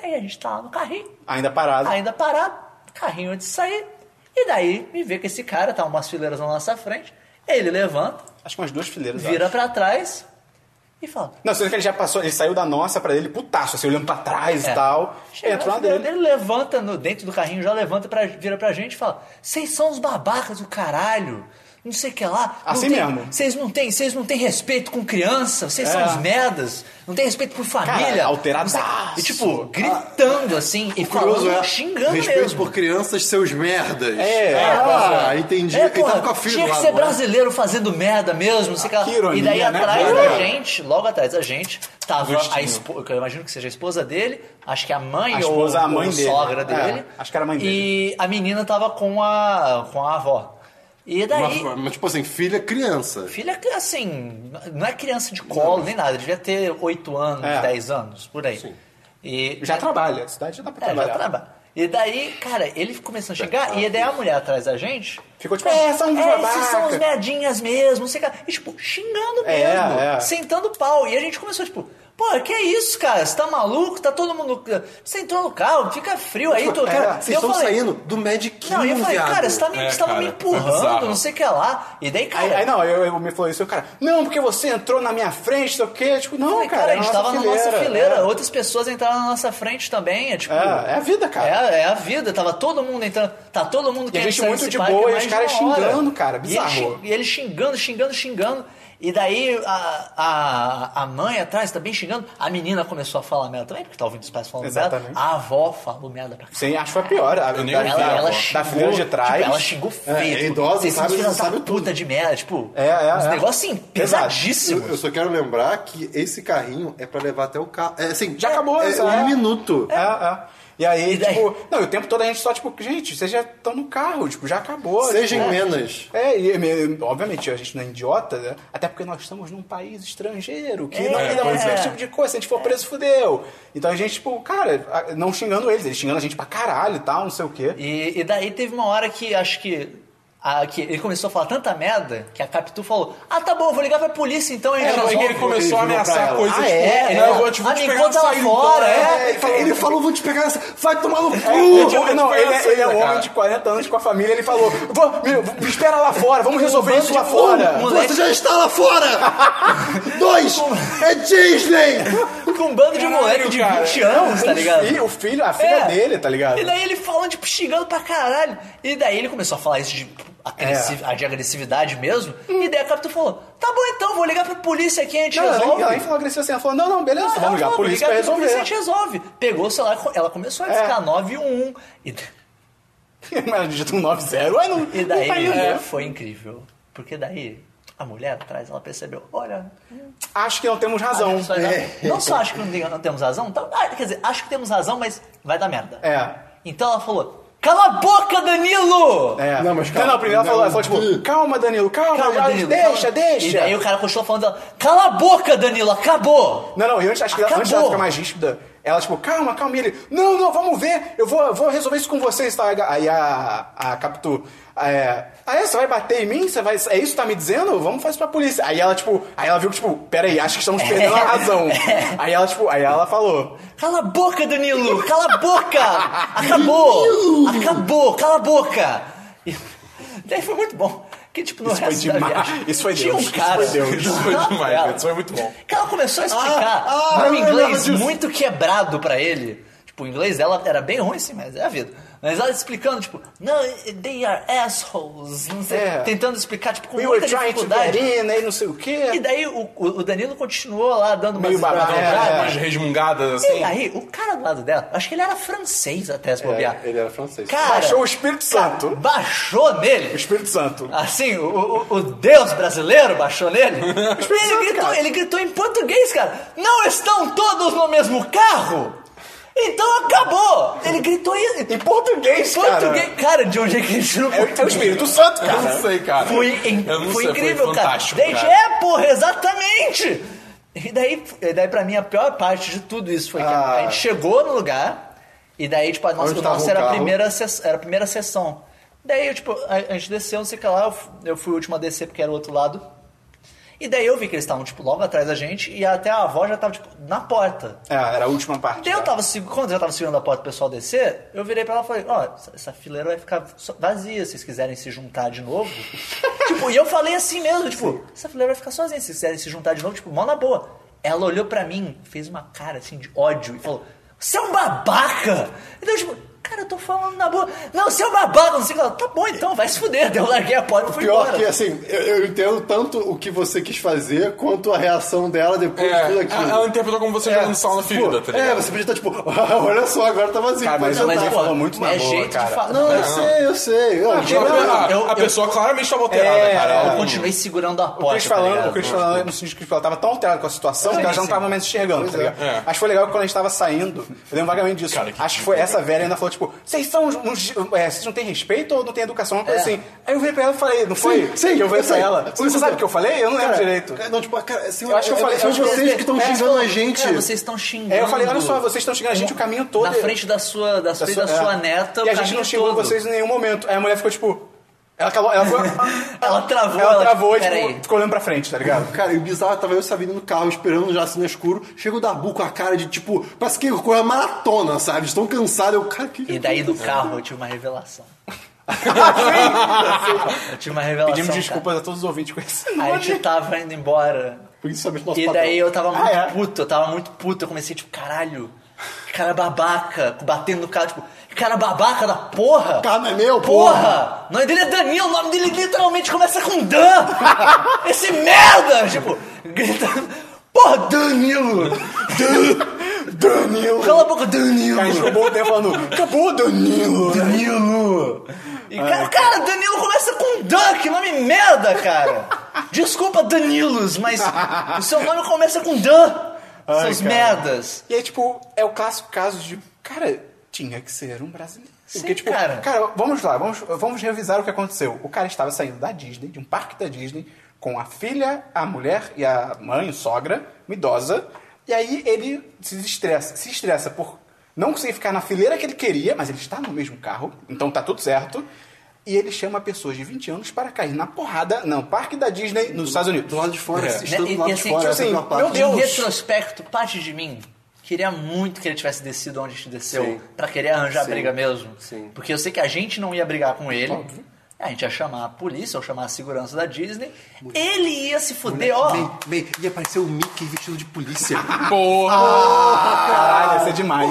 S4: Daí a gente tá lá no carrinho,
S3: Ainda parado.
S4: ainda parado, carrinho antes de sair, e daí me vê que esse cara tá umas fileiras na nossa frente, ele levanta,
S3: Acho que umas duas fileiras. eu
S4: vira
S3: acho.
S4: pra trás e fala.
S3: Não, sendo que ele já passou, ele saiu da nossa pra ele, putaço, assim, olhando pra trás
S4: é,
S3: e tal.
S4: chega
S3: Entrou
S4: na
S3: na
S4: fileira
S3: dele.
S4: dele, levanta no, dentro do carrinho, já levanta, pra, vira pra gente e fala: Vocês são os babacas do caralho. Não sei o que lá. não
S3: Assim
S4: tem-
S3: mesmo.
S4: Vocês não têm, vocês não têm respeito com criança, vocês são
S3: É.
S4: os merdas, não tem respeito por família.
S3: Cara, alteradaço. né?
S4: Não sei- E tipo, gritando assim, e
S5: Curioso,
S4: falando,
S5: é.
S4: xingando
S5: Respeito
S4: mesmo.
S5: por crianças, seus merdas.
S3: É,
S5: ah, entendi.
S4: É,
S5: Ele
S4: porra,
S5: tava com a filha
S4: tinha
S5: do
S4: que
S5: lado,
S4: ser
S5: né?
S4: brasileiro fazendo merda mesmo, não sei o que lá.
S3: Que ironia,
S4: E daí
S3: né,
S4: atrás
S3: cara?
S4: da
S3: É.
S4: gente, logo atrás da gente, tava a
S1: Agostinho.
S4: esposa, que eu imagino que seja a esposa dele, acho que a mãe
S3: A
S4: ou,
S3: esposa, a mãe
S4: ou
S3: dele.
S4: sogra
S3: É,
S4: dele.
S3: acho que era a mãe
S4: E a menina tava com a, com a avó. E daí,
S5: Mas, mas, tipo assim, filha, criança.
S4: filha, assim, não é criança de colo nem nada, devia ter 8 anos,
S3: É.
S4: 10 anos, por aí. E,
S3: Já trabalha, a cidade já dá pra
S4: é, já
S3: trabalhar. Tá
S4: trabalha. E daí, cara, ele começou a xingar, e daí a mulher atrás da gente.
S3: Ficou tipo, "É, são uns
S4: Esses são
S3: babaca."
S4: os merdinhas mesmo, não sei o que. lá. E tipo, xingando
S3: É,
S4: mesmo,
S3: é.
S4: sentando pau. E a gente começou, tipo, Pô, que isso, cara? Você tá maluco? Tá todo mundo. Você entrou no carro, fica frio aí, tô.
S3: É,
S2: Cara,
S4: Cara,
S2: vocês
S4: eu
S2: estão
S4: falei-
S2: saindo do Magic Kingdom,
S4: Não, eu falei,
S2: viado.
S4: cara, você tá me,
S1: É,
S4: você tava
S1: cara,
S4: me
S1: foi bizarro.
S4: empurrando, não sei o que lá. E daí, cara.
S3: Aí, aí não, eu, eu me falou isso, e o cara, não, porque você entrou na minha frente, sei o quê. Tipo, não,
S4: Falei,
S3: cara,
S4: cara,
S3: é
S4: a gente
S3: nossa
S4: tava na nossa fileira,
S3: É.
S4: outras pessoas entraram na nossa frente também. É tipo.
S3: É, é a vida, cara.
S4: É, a- é a vida, tava todo mundo entrando, tá todo mundo querendo
S3: gente
S4: sair
S3: muito
S4: desse
S3: de
S4: parque
S3: boa, e
S4: mais
S3: os caras
S4: de uma hora.
S3: xingando, cara,
S4: E ele,
S3: bizarro.
S4: xing- e ele xingando, xingando, xingando. E daí a, a, a mãe atrás também xingando. A menina começou a falar merda também, porque tá ouvindo os pais falando merda.
S3: Exatamente.
S4: A avó falou merda pra
S3: Sim, acho que foi pior. A,
S1: nem
S3: da,
S1: ouvi,
S4: ela,
S3: da,
S4: ela
S3: da
S4: xingou,
S3: fileira de trás.
S4: tipo, ela xingou feio.
S5: É, é
S4: tipo,
S5: idosa,
S4: "Vocês são
S5: sabe-
S4: filhos da
S5: sabe tudo."
S4: puta de merda, tipo,
S3: É, é,
S4: uns
S3: é.
S4: negócios assim,
S3: Pesado.
S4: pesadíssimos.
S5: Eu, eu só quero lembrar que esse carrinho é pra levar até o carro. É assim,
S3: Já acabou,
S5: é,
S3: essa-
S5: um
S3: é.
S5: minuto.
S3: É, é. E aí,
S4: E daí?
S3: tipo, não, e o tempo todo a gente só, tipo, gente, vocês já estão no carro, tipo, já acabou.
S5: Seja
S3: tipo,
S5: em
S3: é.
S5: menos.
S3: É, e, e, obviamente a gente não é idiota, né? Até porque nós estamos num país estrangeiro que não
S4: É,
S3: lida muito
S4: pois
S3: com
S4: é.
S3: esse tipo de coisa. Se a gente for preso, fudeu. Então a gente, tipo, cara, a- não xingando eles, eles xingando a gente pra caralho e tal, não sei o quê.
S4: E, e daí teve uma hora que acho que, a- que ele começou a falar tanta merda que a Capitu falou: Ah, tá bom, eu vou ligar pra polícia então. E
S1: É, não, é que ele começou a ameaçar coisas
S3: Ah,
S1: tipo,
S4: é?
S1: não,
S4: É.
S1: eu vou te, vou
S4: Ah,
S1: te
S4: me
S1: pegar
S4: conta
S1: na
S4: lá
S1: saída,
S4: fora,
S1: então,
S4: é.
S5: Ele falou, Ele falou, vou te pegar essa. Vai tomar no cu!
S3: É, tipo,
S1: eu
S3: não,
S1: vou
S3: ele,
S1: essa
S3: é- ele é um
S1: ainda,
S3: homem de 40 anos com a família, ele falou: "Vou- me, me espera lá fora, vamos resolver
S4: bando
S3: isso lá
S4: de
S3: fora.
S4: burro.
S5: Você já está lá fora! Dois! É Disney!
S4: Com um bando de moleque de
S1: cara.
S4: 20 anos, tá ligado?
S3: E Um o filho, a filha
S4: É.
S3: dele, tá ligado?
S4: E daí ele falando, tipo, xingando pra caralho. E daí ele começou a falar isso de, agressi-
S3: É.
S4: ah, de agressividade mesmo. E daí a Capitu falou: Tá bom então, vou ligar pra polícia aqui, a gente
S3: Não, ela nem,
S4: resolve. "Ah,
S3: ela nem falou agressiva assim, ela falou, não, não, beleza,
S4: Ela
S3: vamos ligar a
S4: falou,
S3: polícia pra
S4: ligar pra
S3: resolver.
S4: polícia, a gente resolve. Pegou o celular, ela começou a
S3: É.
S4: ficar 911. E,
S3: Ela digita um 90, ué, não.
S4: e daí
S3: não tá indo.
S4: é, foi incrível. Porque daí a mulher atrás, ela percebeu, olha...
S3: Acho que não temos razão.
S4: acho que Ah, só-
S3: É.
S4: Não só acho que não, tem- não temos razão, tá, ah, quer dizer, acho que temos razão, mas vai dar merda.
S3: É.
S4: Então ela falou, cala a boca, Danilo!
S3: É.
S5: Não, mas calma. né?
S3: Não, primeiro ela falou, ela falou
S5: Não.
S3: tipo, calma, Danilo, calma,
S4: Calma,
S3: já-
S4: Danilo,
S3: deixa,
S4: calma."
S3: deixa.
S4: E daí o cara continuou falando dela, cala a boca, Danilo, acabou!
S3: Não, não, e antes, acho que ela, antes dela
S4: Acabou.
S3: ficar mais ríspida, ela, tipo, calma, calma, e ele, não, não, vamos ver, eu vou, eu vou resolver isso com vocês, tá? Aí a, a Capitu, é, ah, é, você vai bater em mim? Você vai, é isso que tá me dizendo? Vamos fazer isso pra polícia. Aí ela, tipo, aí ela viu que, tipo, peraí, acho que estamos perdendo a razão. Aí ela, tipo, aí ela falou,
S4: Cala a boca, Danilo! Cala a boca! Acabou! Acabou! Cala a boca! E daí foi muito bom. Que tipo, no
S3: Isso foi
S4: resto da
S3: demais.
S4: viagem,
S3: Isso foi
S4: tinha
S3: Deus.
S4: um
S3: Isso
S4: cara...
S3: foi Deus.
S1: Isso foi
S4: Não,
S1: demais,
S4: cara.
S1: cara. Isso foi muito bom.
S4: Que ela começou a explicar
S5: Ah, ah,
S4: num
S5: eu lembrava
S4: inglês
S5: disso.
S4: muito quebrado pra ele. Tipo, o inglês dela era bem ruim, sim, mas é a vida. Mas ela explicando, tipo, não, they are assholes. Não sei,
S3: É.
S4: Tentando explicar, tipo, com
S3: we were
S4: muita
S3: trying to get
S4: dificuldade.
S3: in, aí não sei o quê.
S4: E daí o, o o Danilo continuou lá dando umas
S3: Meio babaca,
S4: esbravejadas.
S3: é.
S1: Umas resmungadas assim.
S4: E aí, o cara do lado dela, acho que ele era francês até se
S3: É,
S4: bobear.
S5: ele era francês.
S4: Cara,
S3: Baixou o Espírito Santo.
S4: baixou
S3: O
S4: nele.
S3: Espírito Santo.
S4: Assim, o, o- o Deus brasileiro baixou nele. Tipo, Ele gritou, ele gritou em português, cara. Não estão todos no mesmo carro? Então acabou! Ele gritou isso. Em
S3: português, cara.
S4: português. Cara, de onde é que ele tirou
S3: É, o- é o Espírito Santo,
S1: Eu
S3: cara.
S1: não sei, cara.
S4: Foi, in-
S1: Eu não
S4: foi
S1: sei,
S4: incrível,
S1: foi
S4: cara.
S1: fantástico,
S4: Daí,
S1: cara.
S4: é, porra, exatamente! E daí, e daí, pra mim, a pior parte de tudo isso foi que a-
S1: Ah.
S4: a gente chegou no lugar, e daí, tipo, a nossa,
S5: Onde
S4: o
S5: tava
S4: nosso
S5: o
S4: era a,
S5: carro?
S4: primeira ses- era a primeira sessão. Daí, eu, tipo, a, a gente desceu, não sei o que lá, eu, f- eu fui o último a descer porque era o outro lado. E daí eu vi que eles estavam, tipo, logo atrás da gente, e até a avó já tava, tipo, na porta.
S3: É, era a última parte.
S4: Daí eu tava, seg- quando eu já tava segurando a porta pro pessoal descer, eu virei pra ela e falei, ó, essa- essa fileira vai ficar so- vazia se vocês quiserem se juntar de novo. tipo, e eu falei assim mesmo, tipo, essa fileira vai ficar sozinha se vocês quiserem se juntar de novo, tipo, mó na boa. Ela olhou pra mim, fez uma cara assim de ódio e falou, você é um babaca! Então, tipo, cara, eu tô falando na boa. Não, você é um babaca, não sei o que. Ela, tá bom então, vai se fuder. Daí eu larguei a porta e fui
S5: Pior
S4: embora.
S3: é,
S5: que, assim, eu, eu entendo tanto o que você quis fazer quanto a reação dela depois de tudo
S1: É,
S5: aquilo.
S1: ela interpretou como
S4: É.
S1: você jogando sal na ferida, tá ligado?
S5: É, você podia estar tipo, olha só, agora tá vazio.
S3: Cara, mas
S5: Pois
S4: Não, mas,
S5: é,
S3: ele
S4: pô,
S3: falou muito na
S4: é
S3: boa,
S4: jeito de
S3: cara. é
S4: falar.
S5: Não, eu sei, eu sei. Eu,
S1: Tipo, a,
S4: eu-
S1: a
S4: eu-
S1: pessoa claramente estava alterada, cara.
S3: É,
S4: Eu
S1: Ela tipo, não-
S4: continuei segurando a porta.
S3: O Chris
S4: tá
S3: falando,
S4: ligado?
S3: o Chris falando, no sentido que ela tava tão alterada com a situação
S4: Sim,
S3: que ela já não
S4: sim.
S3: tava mais enxergando, tá ligado?
S1: é.
S3: Acho que foi legal que quando a gente tava saindo, eu lembro vagamente disso.
S1: Cara, que
S3: acho que foi essa velha ainda falou, tipo, vocês são uns. uns- é, vocês não têm respeito ou não têm educação? Uma coisa
S4: É.
S3: assim. Aí eu virei pra ela e falei, não foi?
S5: Sim, sim,
S3: eu virei pra
S5: eu sei.
S3: ela.
S5: Sim,
S3: Você
S5: sim.
S3: sabe o que eu falei? Eu não lembro
S5: Cara,
S3: direito.
S5: Não, tipo, cara, assim,
S3: Eu acho que eu
S5: é-
S3: falei-
S5: São
S3: eu-
S5: vocês que estão
S3: é,
S5: xingando a gente.
S4: Cara, vocês estão xingando.
S3: É, eu falei, olha só, vocês estão xingando a gente o caminho todo.
S4: Na frente da sua, da sua, da sua
S3: é.
S4: neta,
S3: E
S4: o
S3: a gente
S4: caminho
S3: não xingou
S4: todo.
S3: vocês em nenhum momento. Aí a mulher ficou tipo. Ela acabou. Ela, foi,
S4: Ela travou,
S3: ela travou e
S4: Peraí.
S3: tipo, ficou olhando pra frente, tá ligado?
S5: Cara, e o bizarro, tava eu e o Sabino no carro, esperando já assim no escuro. Chega o Dabu com a cara de tipo, parece que correu uma maratona, sabe? Estão cansados. Eu, cara, que.
S4: E daí no carro eu tive uma revelação. eu tive uma revelação.
S3: Pedimos
S4: cara.
S3: desculpas a todos os ouvintes com esse
S4: Aí a
S3: nome.
S4: gente tava indo embora.
S5: Principalmente nosso
S4: E
S5: patrão.
S4: daí eu tava muito
S3: é?
S4: puto, eu tava muito puto. Eu comecei tipo, caralho, que cara babaca, batendo no carro, tipo, que cara babaca da porra.
S5: Carro não é meu,
S4: Porra! O nome dele é Daniel, o nome dele literalmente começa com Dan! Esse merda! Tipo, gritando. Porra, Danilo! Dan- Danilo! né? Cala a boca, Danilo!
S3: A gente roubou o tempo falando, acabou, Danilo.
S4: Danilo! E, cara, cara, Danilo começa com Dan, que nome merda, cara! Desculpa, Danilos, mas o seu nome começa com Dan! seus
S3: cara.
S4: merdas!
S3: E aí, tipo, é o clássico caso de, cara, tinha que ser um brasileiro.
S4: Sim,
S3: Porque, tipo,
S4: cara.
S3: cara. vamos lá, vamos, vamos revisar o que aconteceu. O cara estava saindo da Disney, de um parque da Disney, com a filha, a mulher e a mãe, sogra, uma idosa. E aí ele se estressa, se estressa por não conseguir ficar na fileira que ele queria, mas ele está no mesmo carro, então tá tudo certo. E ele chama pessoas de 20 anos para cair na porrada, não, parque da Disney nos Estados Unidos.
S5: Do lado de fora,
S1: É.
S5: se estando
S4: E-
S5: do lado
S4: e
S5: de
S4: assim,
S5: fora,
S4: tipo
S5: essa é a
S3: assim,
S5: pior parte.
S3: meu Deus.
S4: Em retrospecto, parte de mim queria muito que ele tivesse descido onde a gente desceu
S5: Sim.
S4: pra querer arranjar a
S5: Sim.
S4: briga mesmo.
S5: Sim.
S4: Porque eu sei que a gente não ia brigar com ele. A gente ia chamar a polícia ou chamar a segurança da Disney. Ele ia se fuder, ó.
S5: Bem, bem, ia aparecer o Mickey vestido de polícia.
S4: Ah,
S1: Porra!
S3: Caralho, isso é demais.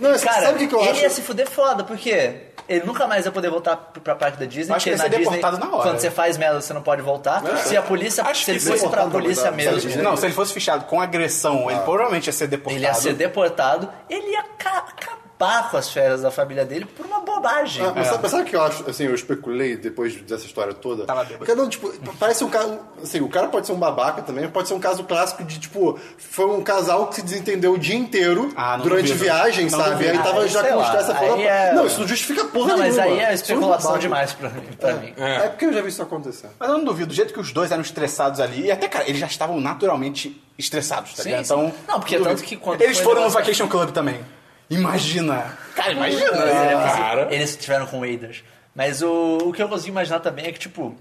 S5: Não, mas
S4: Cara,
S5: sabe o que, que eu
S4: ele
S5: acho?
S4: ia se fuder foda, porque ele nunca mais ia poder voltar pro- pra parte da Disney.
S3: Acho
S4: porque
S3: que ele ia ser
S4: na Disney,
S3: deportado na hora.
S5: é.
S4: Quando você faz merda, você não pode voltar. Se a polícia,
S3: Acho
S4: se ele
S3: que
S4: fosse
S3: sim.
S4: pra
S5: Deportado,
S4: polícia
S5: não,
S4: mesmo,
S5: sabe?
S3: Não, se ele fosse fechado com agressão, ele provavelmente ia ser deportado.
S4: Ah. ele ia ser deportado, ele ia ca- acabar com as férias da família dele por uma bobagem.
S5: Ah, mas sabe, sabe o que eu acho? Assim, eu especulei depois dessa história toda.
S3: Tava bêbado.
S5: Porque, não, tipo, parece um caso. Assim, o cara pode ser um babaca também, pode ser um caso clássico de, tipo, foi um casal que se desentendeu o dia inteiro
S3: Ah, não
S5: durante
S3: duvido.
S5: viagem,
S3: Não
S5: sabe?
S3: duvido.
S5: Aí tava
S4: Ah,
S5: já
S4: sei
S5: com um
S4: lá,
S5: estresse
S4: aí
S5: falando.
S4: é-
S5: Não, isso não justifica porra
S4: não, mas
S5: nenhuma.
S4: aí é
S5: Isso um
S4: especulação
S5: babaca.
S4: demais pra, mim- pra mim.
S5: É porque eu já vi isso acontecer.
S3: Mas eu não duvido, do jeito que os dois eram estressados ali, e até, cara, eles já estavam naturalmente estressados, tá
S4: Sim,
S3: ligado?
S4: sim.
S3: Então,
S4: Não, porque
S3: duvido.
S4: tanto que quando
S3: Eles
S4: foi
S3: foram
S4: o
S3: no
S4: negócio-
S3: Vacation Club também. Imagina! Cara, imagina!
S5: né?
S1: Cara.
S4: Eles tiveram com Raiders. Mas o, o que eu consigo imaginar também é que, tipo.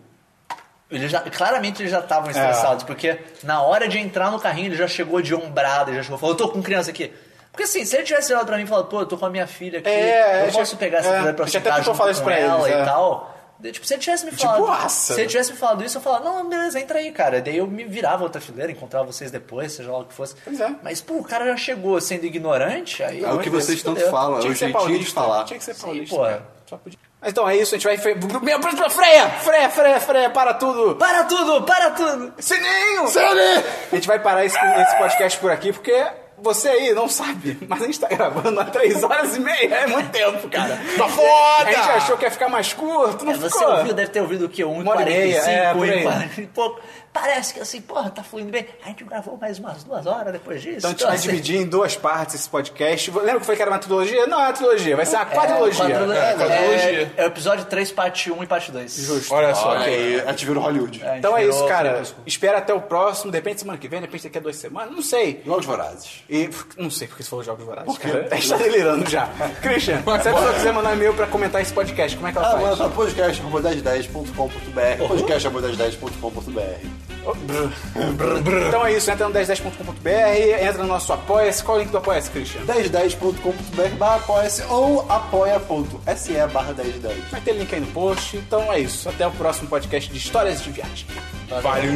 S4: Eles já, claramente eles já
S3: É.
S4: estavam estressados, porque na hora de entrar no carrinho ele já chegou de ombrada, ele já chegou, falou, eu tô com criança aqui. Porque assim, se ele tivesse olhado pra mim e falado, pô, eu tô com a minha filha aqui,
S3: É,
S4: eu
S3: é,
S4: posso
S3: já-
S4: pegar essa
S3: é,
S4: criança pra
S3: já até
S4: sentar
S3: tentou
S4: junto
S3: falar isso
S4: com
S3: pra eles,
S4: ela e
S3: é.
S4: tal. De- Tipo, se ele tivesse me falado.
S3: aça.
S4: se ele tivesse me falado isso, eu falava, não, beleza, entra aí, cara. Daí eu me virava outra fileira, encontrava vocês depois, seja lá o que fosse.
S3: Pois é.
S4: Mas, pô, o cara já chegou sendo ignorante, aí.
S5: É o que vocês tanto falam, é
S3: Tinha
S5: o
S3: que ser
S5: jeitinho de
S3: paulista.
S5: falar.
S3: Tinha que ser
S4: Sim,
S3: paulista.
S4: pô.
S3: Só podia. Mas Então é isso, a gente vai... fre- Meu, freia! Freia, freia, freia, para tudo!
S4: Para tudo, para tudo!
S3: Sininho! A gente vai parar esse, esse podcast por aqui, porque você aí não sabe, mas a gente tá gravando há três horas e meia, é muito tempo, cara.
S1: Tá
S3: A gente
S1: foda!
S3: achou que ia ficar mais curto, não
S4: É, você
S3: ficou?
S4: ouviu, deve ter ouvido o quê? 1
S3: Uma hora e meia, é, por aí.
S4: 40 e pouco. Parece que assim, porra, tá fluindo bem. A gente gravou mais umas duas horas depois disso.
S3: Então a gente vai
S4: assim,
S3: dividir em duas partes esse podcast. Lembra que eu falei que era uma trilogia? Não é uma trilogia, vai ser uma
S4: é,
S3: quadrilogia.
S4: quadrilo-
S1: É,
S4: é,
S1: quadrilogia.
S4: É, o episódio 3, parte 1 e parte 2. Justo.
S1: Olha só.
S5: Ok, ativaram Hollywood.
S3: Então é isso, cara. Espera até o próximo, depende semana que vem, depende daqui a duas semanas, não sei.
S5: Jogos Vorazes.
S3: E não sei porque você falou Jogos Vorazes. cara. A gente tá delirando já. Christian,
S4: é
S3: se a pessoa quiser mandar um e-mail pra comentar esse podcast, como é que ela
S5: Ah,
S3: faz?
S5: manda pra podcast.com.br, podcast.com.br.
S3: Então é isso, entra no 1010.com.br, entra no nosso Apoia-se. Qual é o link do Apoia-se, Christian?
S5: 1010.com.br barra apoia-se ou apoia.se barra 1010.
S3: Vai ter link aí no post. Então é isso, até o próximo podcast de histórias de viagem.
S1: Valeu!